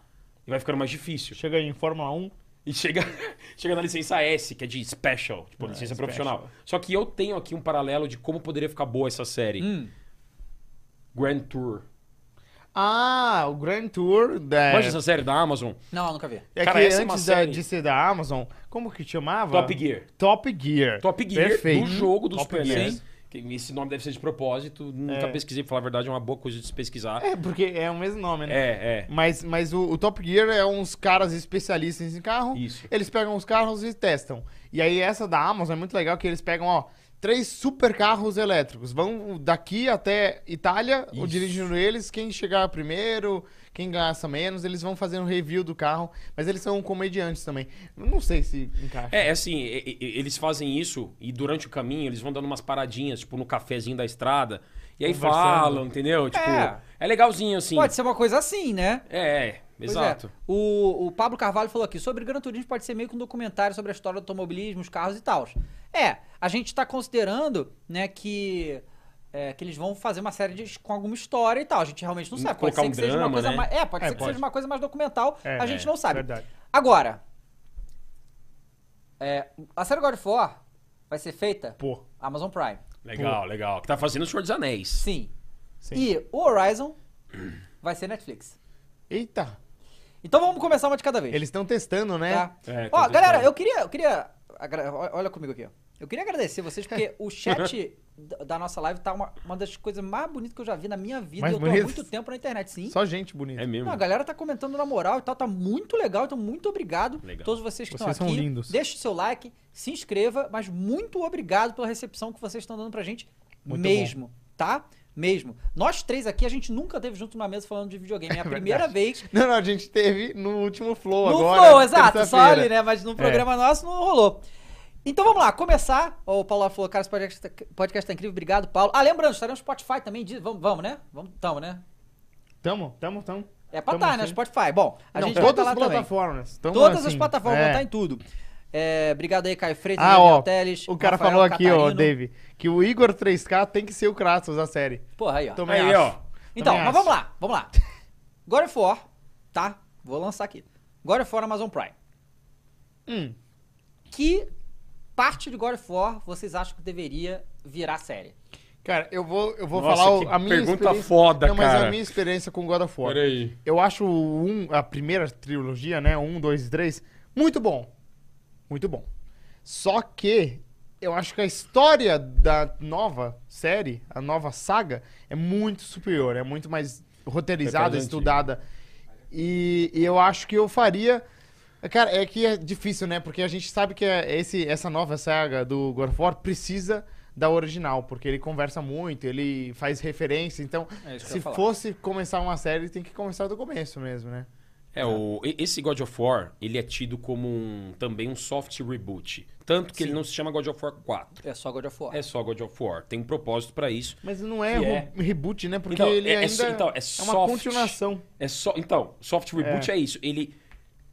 [SPEAKER 3] e vai ficando mais difícil.
[SPEAKER 2] Chega em Fórmula 1.
[SPEAKER 3] E chega, chega na licença S, que é de special, tipo, licença
[SPEAKER 2] Ah, é special.
[SPEAKER 3] profissional. Só que eu tenho aqui um paralelo de como poderia ficar boa essa série.
[SPEAKER 2] Hum.
[SPEAKER 3] Grand Tour.
[SPEAKER 2] Ah, o Grand Tour É. da.
[SPEAKER 3] Manja essa série da Amazon?
[SPEAKER 1] Não, nunca vi.
[SPEAKER 2] É
[SPEAKER 3] Cara,
[SPEAKER 2] que
[SPEAKER 3] essa é uma
[SPEAKER 2] antes da-
[SPEAKER 3] série-
[SPEAKER 2] de ser da Amazon, como que chamava?
[SPEAKER 3] Top Gear.
[SPEAKER 2] Top Gear.
[SPEAKER 3] Top Gear
[SPEAKER 2] Perfeito.
[SPEAKER 3] do jogo do
[SPEAKER 2] Top
[SPEAKER 3] Super
[SPEAKER 2] Gear.
[SPEAKER 3] NES. Que Esse nome deve ser de propósito. Nunca
[SPEAKER 2] É.
[SPEAKER 3] pesquisei, pra falar a verdade, é uma boa coisa de se pesquisar. É,
[SPEAKER 2] É, porque é o mesmo nome, né?
[SPEAKER 3] é.
[SPEAKER 2] Mas, mas o, o Top Gear é uns caras especialistas em carro.
[SPEAKER 3] Isso.
[SPEAKER 2] Eles pegam os carros e testam. E aí essa da Amazon é muito legal que eles pegam, ó, três super carros elétricos. Vão daqui até Itália,
[SPEAKER 3] Isso.
[SPEAKER 2] o dirigindo eles, quem chegar primeiro, quem gasta menos, eles vão fazendo review do carro. Mas eles são comediantes também. Eu Não sei se encaixa.
[SPEAKER 3] É, é assim, e- e- e- eles fazem isso e durante o caminho eles vão dando umas paradinhas, tipo, no cafezinho da estrada. E aí
[SPEAKER 2] Conversando.
[SPEAKER 3] falam, entendeu? Tipo,
[SPEAKER 1] É.
[SPEAKER 3] é, legalzinho assim.
[SPEAKER 1] Pode ser uma coisa assim, né?
[SPEAKER 3] É, é,
[SPEAKER 1] Pois
[SPEAKER 3] exato.
[SPEAKER 1] é. O, o Pablo Carvalho falou aqui, sobre Gran Turismo pode ser meio que um documentário sobre a história do automobilismo, os carros e tal. É, a gente tá considerando, né, que, é, que eles vão fazer uma série de- com alguma história e tal. A gente realmente não sabe. Pode
[SPEAKER 3] Colocar
[SPEAKER 1] ser
[SPEAKER 3] um
[SPEAKER 1] que seja uma
[SPEAKER 3] drama,
[SPEAKER 1] coisa
[SPEAKER 3] né?
[SPEAKER 1] mais. É, pode
[SPEAKER 2] É,
[SPEAKER 1] ser que
[SPEAKER 2] pode.
[SPEAKER 1] seja uma coisa mais documental.
[SPEAKER 2] É,
[SPEAKER 1] a gente
[SPEAKER 2] é,
[SPEAKER 1] não sabe.
[SPEAKER 2] verdade.
[SPEAKER 1] Agora. é, a série God of War vai ser feita
[SPEAKER 3] É,
[SPEAKER 2] Pô.
[SPEAKER 1] Amazon Prime.
[SPEAKER 3] Legal, legal. Que tá fazendo o Senhor dos Anéis.
[SPEAKER 1] Sim.
[SPEAKER 2] Sim.
[SPEAKER 1] E o Horizon vai ser Netflix.
[SPEAKER 2] Eita,
[SPEAKER 1] Então vamos começar uma de cada vez.
[SPEAKER 2] eles estão testando, né?
[SPEAKER 1] Tá?
[SPEAKER 3] É,
[SPEAKER 1] ó,
[SPEAKER 3] tá
[SPEAKER 1] galera,
[SPEAKER 3] testando.
[SPEAKER 1] eu queria, eu queria. agra- ó- Olha comigo aqui, ó. Eu queria agradecer vocês, porque o chat da da nossa live tá uma, uma das coisas mais bonitas que eu já vi na minha vida.
[SPEAKER 2] Mais
[SPEAKER 1] eu tô há
[SPEAKER 2] bonito?
[SPEAKER 1] muito tempo na internet, sim.
[SPEAKER 2] Só gente bonita.
[SPEAKER 3] É mesmo.
[SPEAKER 1] Não, a galera tá comentando na moral e tal, tá muito legal, então muito obrigado
[SPEAKER 3] Legal.
[SPEAKER 1] todos vocês que
[SPEAKER 2] Vocês
[SPEAKER 1] estão
[SPEAKER 2] são
[SPEAKER 1] aqui.
[SPEAKER 2] lindos.
[SPEAKER 1] Deixe o seu like, se inscreva, mas muito obrigado pela recepção que vocês estão dando pra gente
[SPEAKER 2] Muito
[SPEAKER 1] mesmo, tá? Mesmo. Nós três aqui, a gente nunca teve junto numa mesa falando de videogame. É a primeira vez
[SPEAKER 2] Não, não, a gente teve no último Flow
[SPEAKER 1] no
[SPEAKER 2] agora.
[SPEAKER 1] Flow, exato, só
[SPEAKER 2] terça-feira. É.
[SPEAKER 1] ali, né? Mas no programa nosso não rolou. Então vamos lá, começar. Ó, O Paulo falou, cara, esse podcast, tá- podcast tá incrível, obrigado, Paulo. Ah, lembrando, estaremos no Spotify também, diz- vamos, vamos, né? Vamos, tamo, né?
[SPEAKER 2] Tamo, tamo, tamo.
[SPEAKER 1] É pra
[SPEAKER 2] Tamo
[SPEAKER 1] tá, né?
[SPEAKER 2] sim.
[SPEAKER 1] Spotify. Bom, a
[SPEAKER 2] não,
[SPEAKER 1] gente vai
[SPEAKER 2] todas
[SPEAKER 1] tá lá
[SPEAKER 2] as
[SPEAKER 1] também.
[SPEAKER 2] plataformas. Tamo
[SPEAKER 1] Todas as
[SPEAKER 2] assim,
[SPEAKER 1] plataformas, vão
[SPEAKER 2] é.
[SPEAKER 1] tá em tudo. É, obrigado aí, Caio Freitas,
[SPEAKER 2] Ah,
[SPEAKER 1] Daniel
[SPEAKER 2] ó,
[SPEAKER 1] Teles,
[SPEAKER 2] O cara
[SPEAKER 1] Rafael
[SPEAKER 2] falou aqui, ó,
[SPEAKER 1] Catarino.
[SPEAKER 2] Dave, que o Igor 3K tem que ser o Kratos da série.
[SPEAKER 1] Porra, aí, ó.
[SPEAKER 2] Também
[SPEAKER 3] Aí,
[SPEAKER 2] acho.
[SPEAKER 3] ó.
[SPEAKER 1] Então,
[SPEAKER 2] Também
[SPEAKER 1] mas
[SPEAKER 2] acho.
[SPEAKER 1] vamos lá, vamos lá. God of War, tá? Vou lançar aqui. God of War Amazon Prime.
[SPEAKER 2] Hum.
[SPEAKER 1] Que parte de God of War vocês acham que deveria virar série?
[SPEAKER 2] Cara, eu vou, eu vou
[SPEAKER 3] Nossa,
[SPEAKER 2] falar o-
[SPEAKER 3] que
[SPEAKER 2] a minha
[SPEAKER 3] pergunta
[SPEAKER 2] experiência-
[SPEAKER 3] foda,
[SPEAKER 2] não, mas
[SPEAKER 3] cara.
[SPEAKER 2] a minha experiência com God of War.
[SPEAKER 3] Peraí.
[SPEAKER 2] Eu acho o um, a primeira trilogia, né? Um, dois e três, muito bom. Muito bom. Só que eu acho que a história da nova série, a nova saga, é muito superior, é muito mais roteirizada,
[SPEAKER 3] Represente.
[SPEAKER 2] estudada. E, e eu acho que eu faria. Cara, é que é difícil, né? Porque a gente sabe que é esse, essa nova saga do God of War precisa da original, porque ele conversa muito, ele faz referência. Então,
[SPEAKER 1] É isso que eu
[SPEAKER 2] se
[SPEAKER 1] ia falar.
[SPEAKER 2] fosse começar uma série, tem que começar do começo mesmo, né?
[SPEAKER 3] É, o, e- esse God of War, ele é tido como um, também um soft reboot. Tanto que ele não se chama God of War 4.
[SPEAKER 1] É só God of War.
[SPEAKER 3] É só God of War. Tem um propósito pra isso.
[SPEAKER 2] Mas não é,
[SPEAKER 3] Que
[SPEAKER 2] re-
[SPEAKER 3] é.
[SPEAKER 2] reboot, né? Porque
[SPEAKER 3] Então,
[SPEAKER 2] ele
[SPEAKER 3] é- é
[SPEAKER 2] ainda
[SPEAKER 3] so- então, é
[SPEAKER 2] uma
[SPEAKER 3] soft.
[SPEAKER 2] continuação.
[SPEAKER 3] É só, então, soft reboot é. isso. Ele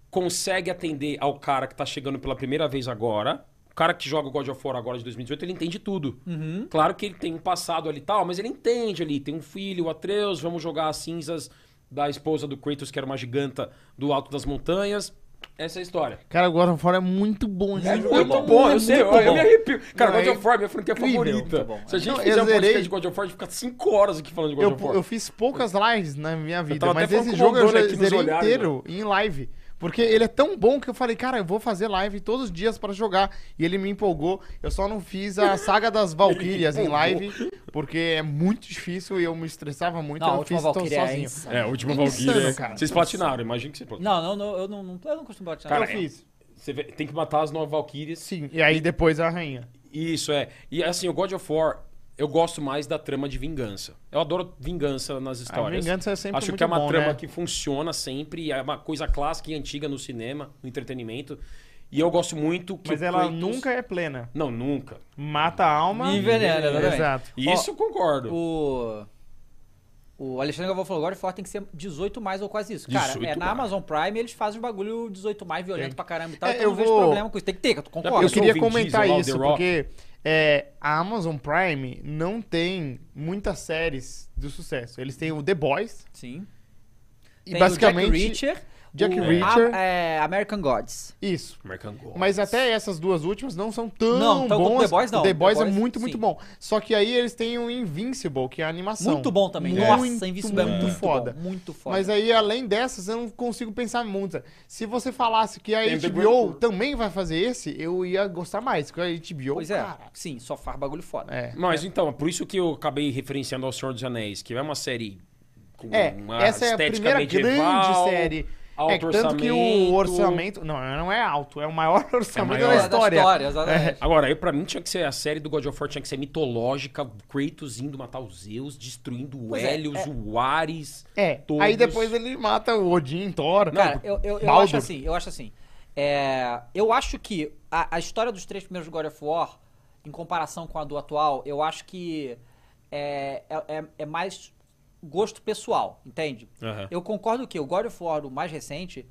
[SPEAKER 3] consegue atender ao cara que tá chegando pela primeira vez agora. O cara que joga o God of War agora de 2018, ele entende tudo.
[SPEAKER 2] Uhum.
[SPEAKER 3] Claro que ele tem um passado ali e tal, mas ele entende ali. Tem um filho, o Atreus, vamos jogar as cinzas da esposa do Kratos, que era uma giganta do alto das montanhas. Essa é a história.
[SPEAKER 2] Cara, o God of War é muito bom. esse
[SPEAKER 3] É
[SPEAKER 2] jogo.
[SPEAKER 3] muito bom, eu sei, eu,
[SPEAKER 2] muito
[SPEAKER 3] eu me
[SPEAKER 2] bom.
[SPEAKER 3] arrepio. Cara,
[SPEAKER 2] Não,
[SPEAKER 3] God
[SPEAKER 2] é
[SPEAKER 3] of War é minha franquia
[SPEAKER 2] incrível,
[SPEAKER 3] favorita.
[SPEAKER 1] muito bom.
[SPEAKER 3] Se a gente
[SPEAKER 2] Não, eu
[SPEAKER 3] fizer um podcast
[SPEAKER 2] zerei-
[SPEAKER 3] de God of War, a gente fica 5 horas aqui falando de God
[SPEAKER 2] Eu,
[SPEAKER 3] of War.
[SPEAKER 2] eu fiz poucas lives na minha vida,
[SPEAKER 3] tava
[SPEAKER 2] mas
[SPEAKER 3] até falando
[SPEAKER 2] esse
[SPEAKER 3] com o
[SPEAKER 2] jogo eu
[SPEAKER 3] Mondoni
[SPEAKER 2] já
[SPEAKER 3] aqui nos
[SPEAKER 2] zerei
[SPEAKER 3] olhares, né?
[SPEAKER 2] inteiro em live. Porque ele é tão bom que eu falei, cara, eu vou fazer live todos os dias pra jogar. E ele me empolgou. Eu só não fiz a saga das Valkyrias em
[SPEAKER 3] empolgou.
[SPEAKER 2] live, porque é muito difícil e eu me estressava muito.
[SPEAKER 1] Não, a
[SPEAKER 2] eu
[SPEAKER 1] última
[SPEAKER 2] fiz tô
[SPEAKER 1] Valkyria é
[SPEAKER 2] sozinho.
[SPEAKER 1] insana.
[SPEAKER 3] É, a última
[SPEAKER 2] É
[SPEAKER 3] Valkyria.
[SPEAKER 2] insano, cara.
[SPEAKER 3] Vocês platinaram, imagina que você platinou.
[SPEAKER 1] Não, não, não, eu não, não- eu não costumo platinar.
[SPEAKER 3] Cara,
[SPEAKER 2] eu fiz.
[SPEAKER 3] Você vê- tem que matar as nove Valkyries.
[SPEAKER 2] Sim. E aí depois a rainha.
[SPEAKER 3] Isso, é. E assim, o God of War, eu gosto mais da trama de vingança. Eu adoro vingança nas histórias.
[SPEAKER 2] vingança é sempre
[SPEAKER 3] Acho
[SPEAKER 2] muito
[SPEAKER 3] que é uma
[SPEAKER 2] bom,
[SPEAKER 3] trama
[SPEAKER 2] né?
[SPEAKER 3] que funciona sempre, é uma coisa clássica e antiga no cinema, no entretenimento. E eu gosto muito que
[SPEAKER 2] Mas
[SPEAKER 3] o
[SPEAKER 2] ela
[SPEAKER 3] Kratos-
[SPEAKER 2] nunca é plena.
[SPEAKER 3] Não, nunca.
[SPEAKER 2] Mata a alma.
[SPEAKER 1] E envenena, exatamente.
[SPEAKER 2] Exato.
[SPEAKER 3] E
[SPEAKER 1] Ó,
[SPEAKER 3] isso eu concordo.
[SPEAKER 1] O. O Alexandre Galvão falou, God of War tem que ser 18 mais ou quase isso. Cara,
[SPEAKER 3] 18
[SPEAKER 1] é na
[SPEAKER 3] mais.
[SPEAKER 1] Amazon Prime eles fazem os bagulho 18 mais violento pra caramba e tal.
[SPEAKER 2] É,
[SPEAKER 1] então
[SPEAKER 2] eu
[SPEAKER 1] não vejo
[SPEAKER 2] vou-
[SPEAKER 1] problema com isso. Tem que ter, tu
[SPEAKER 3] Ó,
[SPEAKER 2] eu
[SPEAKER 1] concorda.
[SPEAKER 3] pensou o
[SPEAKER 2] queria
[SPEAKER 3] Vin
[SPEAKER 2] comentar
[SPEAKER 3] Diesel lá, o
[SPEAKER 2] isso,
[SPEAKER 3] The Rock?
[SPEAKER 2] porque é, a Amazon Prime não tem muitas séries do sucesso. Eles têm o The Boys
[SPEAKER 1] Sim.
[SPEAKER 2] e
[SPEAKER 1] Tem o
[SPEAKER 2] basicamente.
[SPEAKER 1] Jack Reacher.
[SPEAKER 2] Jack
[SPEAKER 1] o
[SPEAKER 2] Reacher.
[SPEAKER 1] A- é, American Gods.
[SPEAKER 2] Isso.
[SPEAKER 3] American Gold.
[SPEAKER 2] Mas até essas duas últimas não são tão
[SPEAKER 1] Não, tão quanto
[SPEAKER 2] boas.
[SPEAKER 1] The Boys, não.
[SPEAKER 2] O The Boys
[SPEAKER 1] The
[SPEAKER 2] é
[SPEAKER 1] Boys,
[SPEAKER 2] muito,
[SPEAKER 1] sim.
[SPEAKER 2] muito bom. Só que aí eles têm o Invincible, que é a animação.
[SPEAKER 1] Muito bom também.
[SPEAKER 2] Muito,
[SPEAKER 1] Nossa, Invincible é muito
[SPEAKER 2] foda.
[SPEAKER 1] bom, muito foda.
[SPEAKER 2] Mas é aí, além dessas, eu não consigo pensar muito. Se você falasse que a
[SPEAKER 3] Tem The Grand
[SPEAKER 2] HBO
[SPEAKER 3] Tour.
[SPEAKER 2] também vai fazer esse, eu ia gostar mais. Porque a HBO,
[SPEAKER 1] Pois é,
[SPEAKER 2] cara,
[SPEAKER 1] sim, só faz bagulho foda.
[SPEAKER 2] é.
[SPEAKER 3] Mas então, é por isso que eu acabei referenciando ao Senhor dos Anéis, que é uma série com
[SPEAKER 2] É,
[SPEAKER 3] uma
[SPEAKER 2] essa é a
[SPEAKER 3] estética
[SPEAKER 2] primeira
[SPEAKER 3] medieval,
[SPEAKER 2] grande série.
[SPEAKER 3] alto
[SPEAKER 2] é tanto que o orçamento. Não, não é alto, é o maior orçamento
[SPEAKER 3] maior.
[SPEAKER 2] da história.
[SPEAKER 1] Da história É. exatamente.
[SPEAKER 3] Agora, eu, pra mim, tinha que ser a série do God of War tinha que ser mitológica, o Kratos indo matar os Zeus, destruindo o
[SPEAKER 1] Pois é,
[SPEAKER 3] Helios, o Ares.
[SPEAKER 2] É,
[SPEAKER 3] todos.
[SPEAKER 2] aí depois ele mata o Odin, Thor.
[SPEAKER 1] Cara, eu, eu, eu
[SPEAKER 2] Baldur.
[SPEAKER 1] acho assim, eu acho assim. É, eu acho que a, a história dos três primeiros God of War, em comparação com a do atual, eu acho que é, é, é- é mais gosto pessoal, entende?
[SPEAKER 3] Aham.
[SPEAKER 1] Eu concordo que o God of War, o mais recente,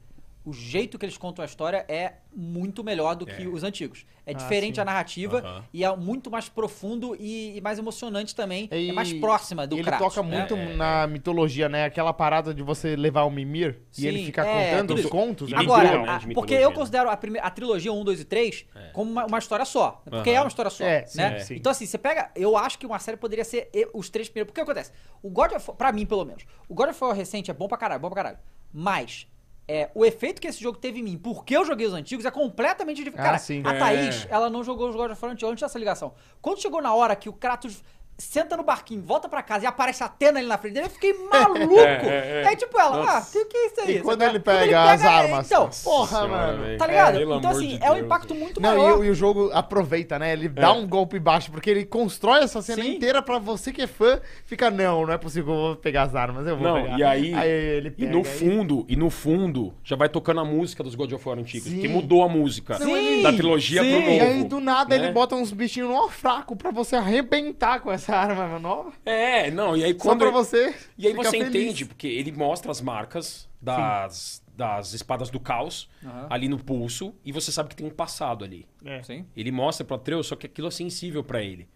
[SPEAKER 1] o jeito que eles contam a história é muito melhor do que
[SPEAKER 3] É.
[SPEAKER 1] os antigos. É
[SPEAKER 2] Ah,
[SPEAKER 1] diferente a narrativa
[SPEAKER 3] Aham.
[SPEAKER 1] e é muito mais profundo e, e mais emocionante também.
[SPEAKER 2] E
[SPEAKER 1] é mais próxima do
[SPEAKER 2] Ele
[SPEAKER 1] Kratos,
[SPEAKER 2] toca
[SPEAKER 1] né?
[SPEAKER 2] muito na mitologia, né? Aquela parada de você levar o Mimir e
[SPEAKER 1] Sim,
[SPEAKER 2] ele ficar
[SPEAKER 1] é,
[SPEAKER 2] contando
[SPEAKER 1] tudo
[SPEAKER 2] os
[SPEAKER 1] isso.
[SPEAKER 2] contos. né?
[SPEAKER 3] Leitura,
[SPEAKER 1] Agora, é a-
[SPEAKER 3] né, de mitologia,
[SPEAKER 1] porque eu
[SPEAKER 3] né? É.
[SPEAKER 1] considero a, prime- a trilogia 1, 2 e 3 como uma, uma história só. Porque
[SPEAKER 3] Aham.
[SPEAKER 1] é uma história só.
[SPEAKER 2] É,
[SPEAKER 1] né?
[SPEAKER 2] sim, sim.
[SPEAKER 1] Então, assim, você pega. Eu acho que uma série poderia ser e- os três primeiros. Porque acontece? O God of War, pra mim, pelo menos, o God of War recente é bom pra caralho, bom pra caralho. Mas. é, o efeito que esse jogo teve em mim, porque eu joguei os antigos, é completamente diferente.
[SPEAKER 2] Ah,
[SPEAKER 1] Cara,
[SPEAKER 2] sim.
[SPEAKER 3] É.
[SPEAKER 1] a Thaís, ela não jogou os God of War antigos, onde tinha essa ligação? Quando chegou na hora que o Kratos senta no barquinho, volta pra casa e aparece a Atena ali na frente dele, eu fiquei maluco!
[SPEAKER 3] É, é, é.
[SPEAKER 1] Aí, tipo, ela,
[SPEAKER 3] Nossa.
[SPEAKER 1] ah, o que é isso aí?
[SPEAKER 2] E quando
[SPEAKER 1] Sabe?
[SPEAKER 2] ele pega as armas?
[SPEAKER 1] Então,
[SPEAKER 2] Nossa.
[SPEAKER 1] porra,
[SPEAKER 2] Porra, mano.
[SPEAKER 3] velho.
[SPEAKER 1] tá ligado?
[SPEAKER 3] É, pelo
[SPEAKER 1] então,
[SPEAKER 3] amor
[SPEAKER 1] assim,
[SPEAKER 3] de
[SPEAKER 1] é um
[SPEAKER 3] Deus.
[SPEAKER 1] impacto muito
[SPEAKER 2] Não, e,
[SPEAKER 1] maior.
[SPEAKER 2] o- e o jogo aproveita, né? Ele dá um golpe baixo, porque ele constrói essa cena
[SPEAKER 1] Sim.
[SPEAKER 2] inteira pra você que é fã ficar, não, não é possível, eu vou pegar as armas, eu vou
[SPEAKER 3] Não,
[SPEAKER 2] pegar.
[SPEAKER 3] e aí-
[SPEAKER 2] ele
[SPEAKER 3] E
[SPEAKER 2] pega,
[SPEAKER 3] no
[SPEAKER 2] aí-
[SPEAKER 3] fundo, e no fundo, já vai tocando a música dos God of War antigos,
[SPEAKER 2] Sim.
[SPEAKER 3] que mudou a música
[SPEAKER 2] Não, ele-
[SPEAKER 3] da trilogia
[SPEAKER 1] Sim.
[SPEAKER 3] pro novo.
[SPEAKER 2] E aí, do nada,
[SPEAKER 3] né?
[SPEAKER 2] ele bota uns bichinhos no fraco pra você arrebentar com essa arma nova.
[SPEAKER 3] É, não, e aí
[SPEAKER 2] Só
[SPEAKER 3] quando...
[SPEAKER 2] pra você.
[SPEAKER 3] E aí
[SPEAKER 2] ficar
[SPEAKER 3] você
[SPEAKER 2] feliz.
[SPEAKER 3] entende, porque ele mostra as marcas das, das espadas do caos
[SPEAKER 1] Aham.
[SPEAKER 3] ali no pulso, e você sabe que tem um passado ali.
[SPEAKER 2] É.
[SPEAKER 1] Sim.
[SPEAKER 3] Ele mostra pro Atreus, só que aquilo é sensível pra ele.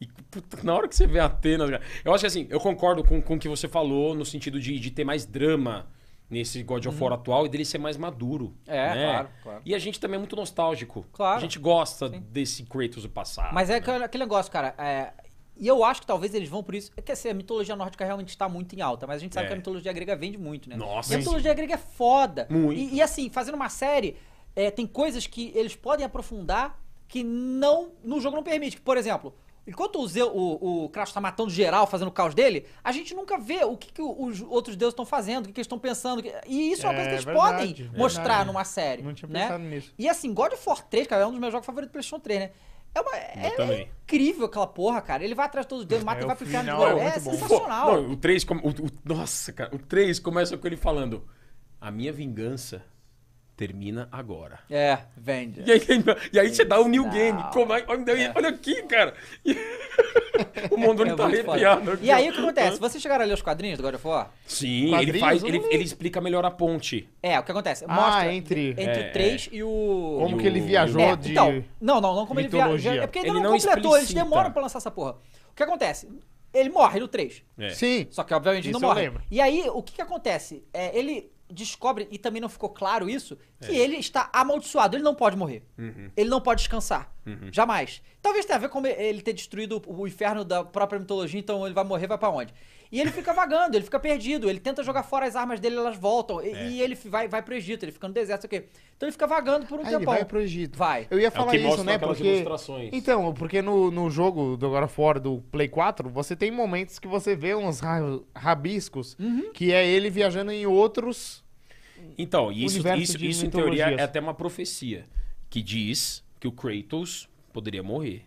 [SPEAKER 3] E puta, na hora que você vê a Atenas, cara, eu acho que assim, eu concordo com, com o que você falou no sentido de, de ter mais drama nesse God of War atual e dele ser mais maduro.
[SPEAKER 1] Uhum. É,
[SPEAKER 3] né?
[SPEAKER 1] claro, claro.
[SPEAKER 3] E a gente também é muito nostálgico.
[SPEAKER 1] Claro.
[SPEAKER 3] A gente gosta desse Kratos do passado. né?
[SPEAKER 1] Mas é
[SPEAKER 2] né?
[SPEAKER 1] aquele aquele negócio, cara. é, E eu acho que talvez eles vão por isso. Quer dizer, a mitologia nórdica realmente está muito em alta, mas a gente sabe
[SPEAKER 3] É.
[SPEAKER 1] que a mitologia grega vende muito, né?
[SPEAKER 3] Nossa,
[SPEAKER 1] E a
[SPEAKER 3] sim.
[SPEAKER 1] mitologia grega é foda.
[SPEAKER 3] Muito.
[SPEAKER 1] E, e assim, fazendo uma série, é, tem coisas que eles podem aprofundar que não no jogo não permite. Por exemplo, Enquanto o, Zeu, o, o Kratos tá matando geral, fazendo o caos dele, a gente nunca vê o que, que os outros deuses estão fazendo, o que, que eles estão pensando. que- E isso é uma
[SPEAKER 2] É,
[SPEAKER 1] coisa que eles
[SPEAKER 2] verdade,
[SPEAKER 1] podem
[SPEAKER 2] verdade.
[SPEAKER 1] mostrar numa série.
[SPEAKER 2] Não tinha
[SPEAKER 1] né?
[SPEAKER 2] pensado nisso.
[SPEAKER 1] E assim, God of War 3, cara, é um dos meus jogos favoritos do PlayStation 3, né? É, uma, é, é
[SPEAKER 3] também.
[SPEAKER 1] incrível aquela porra, cara. Ele vai atrás de todos os deuses, mata
[SPEAKER 2] É,
[SPEAKER 1] e
[SPEAKER 2] o
[SPEAKER 1] vai pro inferno de
[SPEAKER 2] final é
[SPEAKER 1] novo. É,
[SPEAKER 2] muito bom.
[SPEAKER 1] sensacional.
[SPEAKER 3] Pô, Não, o 3, come- o, o- nossa, cara, o 3 começa com ele falando: "A minha vingança termina agora".
[SPEAKER 1] É, vende.
[SPEAKER 3] E aí, e aí você dá o new
[SPEAKER 1] Não.
[SPEAKER 3] game. Como é- olha, olha aqui, cara. o mundo
[SPEAKER 1] É
[SPEAKER 3] não tá
[SPEAKER 1] muito foda.
[SPEAKER 3] arrepiado.
[SPEAKER 1] E aí o que acontece? Vocês chegaram a ler os quadrinhos do God of War?
[SPEAKER 3] Sim, ele
[SPEAKER 2] Quadrinhos,
[SPEAKER 3] faz,
[SPEAKER 2] eu
[SPEAKER 3] ele,
[SPEAKER 2] não li.
[SPEAKER 3] ele explica melhor a ponte.
[SPEAKER 1] É, o que acontece?
[SPEAKER 2] Ah,
[SPEAKER 1] Mostra
[SPEAKER 2] entre-
[SPEAKER 1] entre
[SPEAKER 3] É,
[SPEAKER 1] o 3 e o.
[SPEAKER 2] Como
[SPEAKER 3] E
[SPEAKER 2] que ele
[SPEAKER 3] o-
[SPEAKER 2] viajou
[SPEAKER 1] É,
[SPEAKER 2] de.
[SPEAKER 1] Então, não, não, não como ele
[SPEAKER 2] mitologia.
[SPEAKER 1] viaja. É porque ainda
[SPEAKER 3] Ele
[SPEAKER 1] não,
[SPEAKER 3] não
[SPEAKER 1] completou, eles
[SPEAKER 3] explicita.
[SPEAKER 1] demoram pra lançar essa porra. O que acontece? Ele morre no 3.
[SPEAKER 3] É.
[SPEAKER 2] Sim.
[SPEAKER 1] Só que, obviamente, ele
[SPEAKER 2] Isso
[SPEAKER 1] não
[SPEAKER 2] eu
[SPEAKER 1] morre.
[SPEAKER 2] lembro.
[SPEAKER 1] E aí, o que, que acontece? É, ele descobre, e também não ficou claro isso,
[SPEAKER 2] É.
[SPEAKER 1] que ele está amaldiçoado. Ele não pode morrer.
[SPEAKER 2] Uhum.
[SPEAKER 1] Ele não pode descansar. Jamais. Talvez tenha a ver com ele ter destruído o inferno da própria mitologia, então ele vai morrer, vai pra onde? E ele fica vagando, ele fica perdido, ele tenta jogar fora as armas dele, elas voltam.
[SPEAKER 2] É.
[SPEAKER 1] E, e ele vai, vai pro Egito, ele fica no deserto, sei o quê. Então ele fica vagando por um
[SPEAKER 2] Ah, ele
[SPEAKER 1] tempão.
[SPEAKER 2] vai pro Egito.
[SPEAKER 1] Vai.
[SPEAKER 2] Eu ia falar
[SPEAKER 3] É que
[SPEAKER 2] isso,
[SPEAKER 3] mostram
[SPEAKER 2] né?
[SPEAKER 3] aquelas
[SPEAKER 2] Porque.
[SPEAKER 3] ilustrações.
[SPEAKER 2] Então, porque no, no jogo do God of War do Play 4, você tem momentos que você vê uns ra- rabiscos,
[SPEAKER 1] Uhum.
[SPEAKER 2] que é ele viajando em outros.
[SPEAKER 3] Então, e isso,
[SPEAKER 2] Universo
[SPEAKER 3] isso,
[SPEAKER 2] de
[SPEAKER 3] isso em teoria
[SPEAKER 2] mitologias.
[SPEAKER 3] é até uma profecia que diz que o Kratos poderia morrer.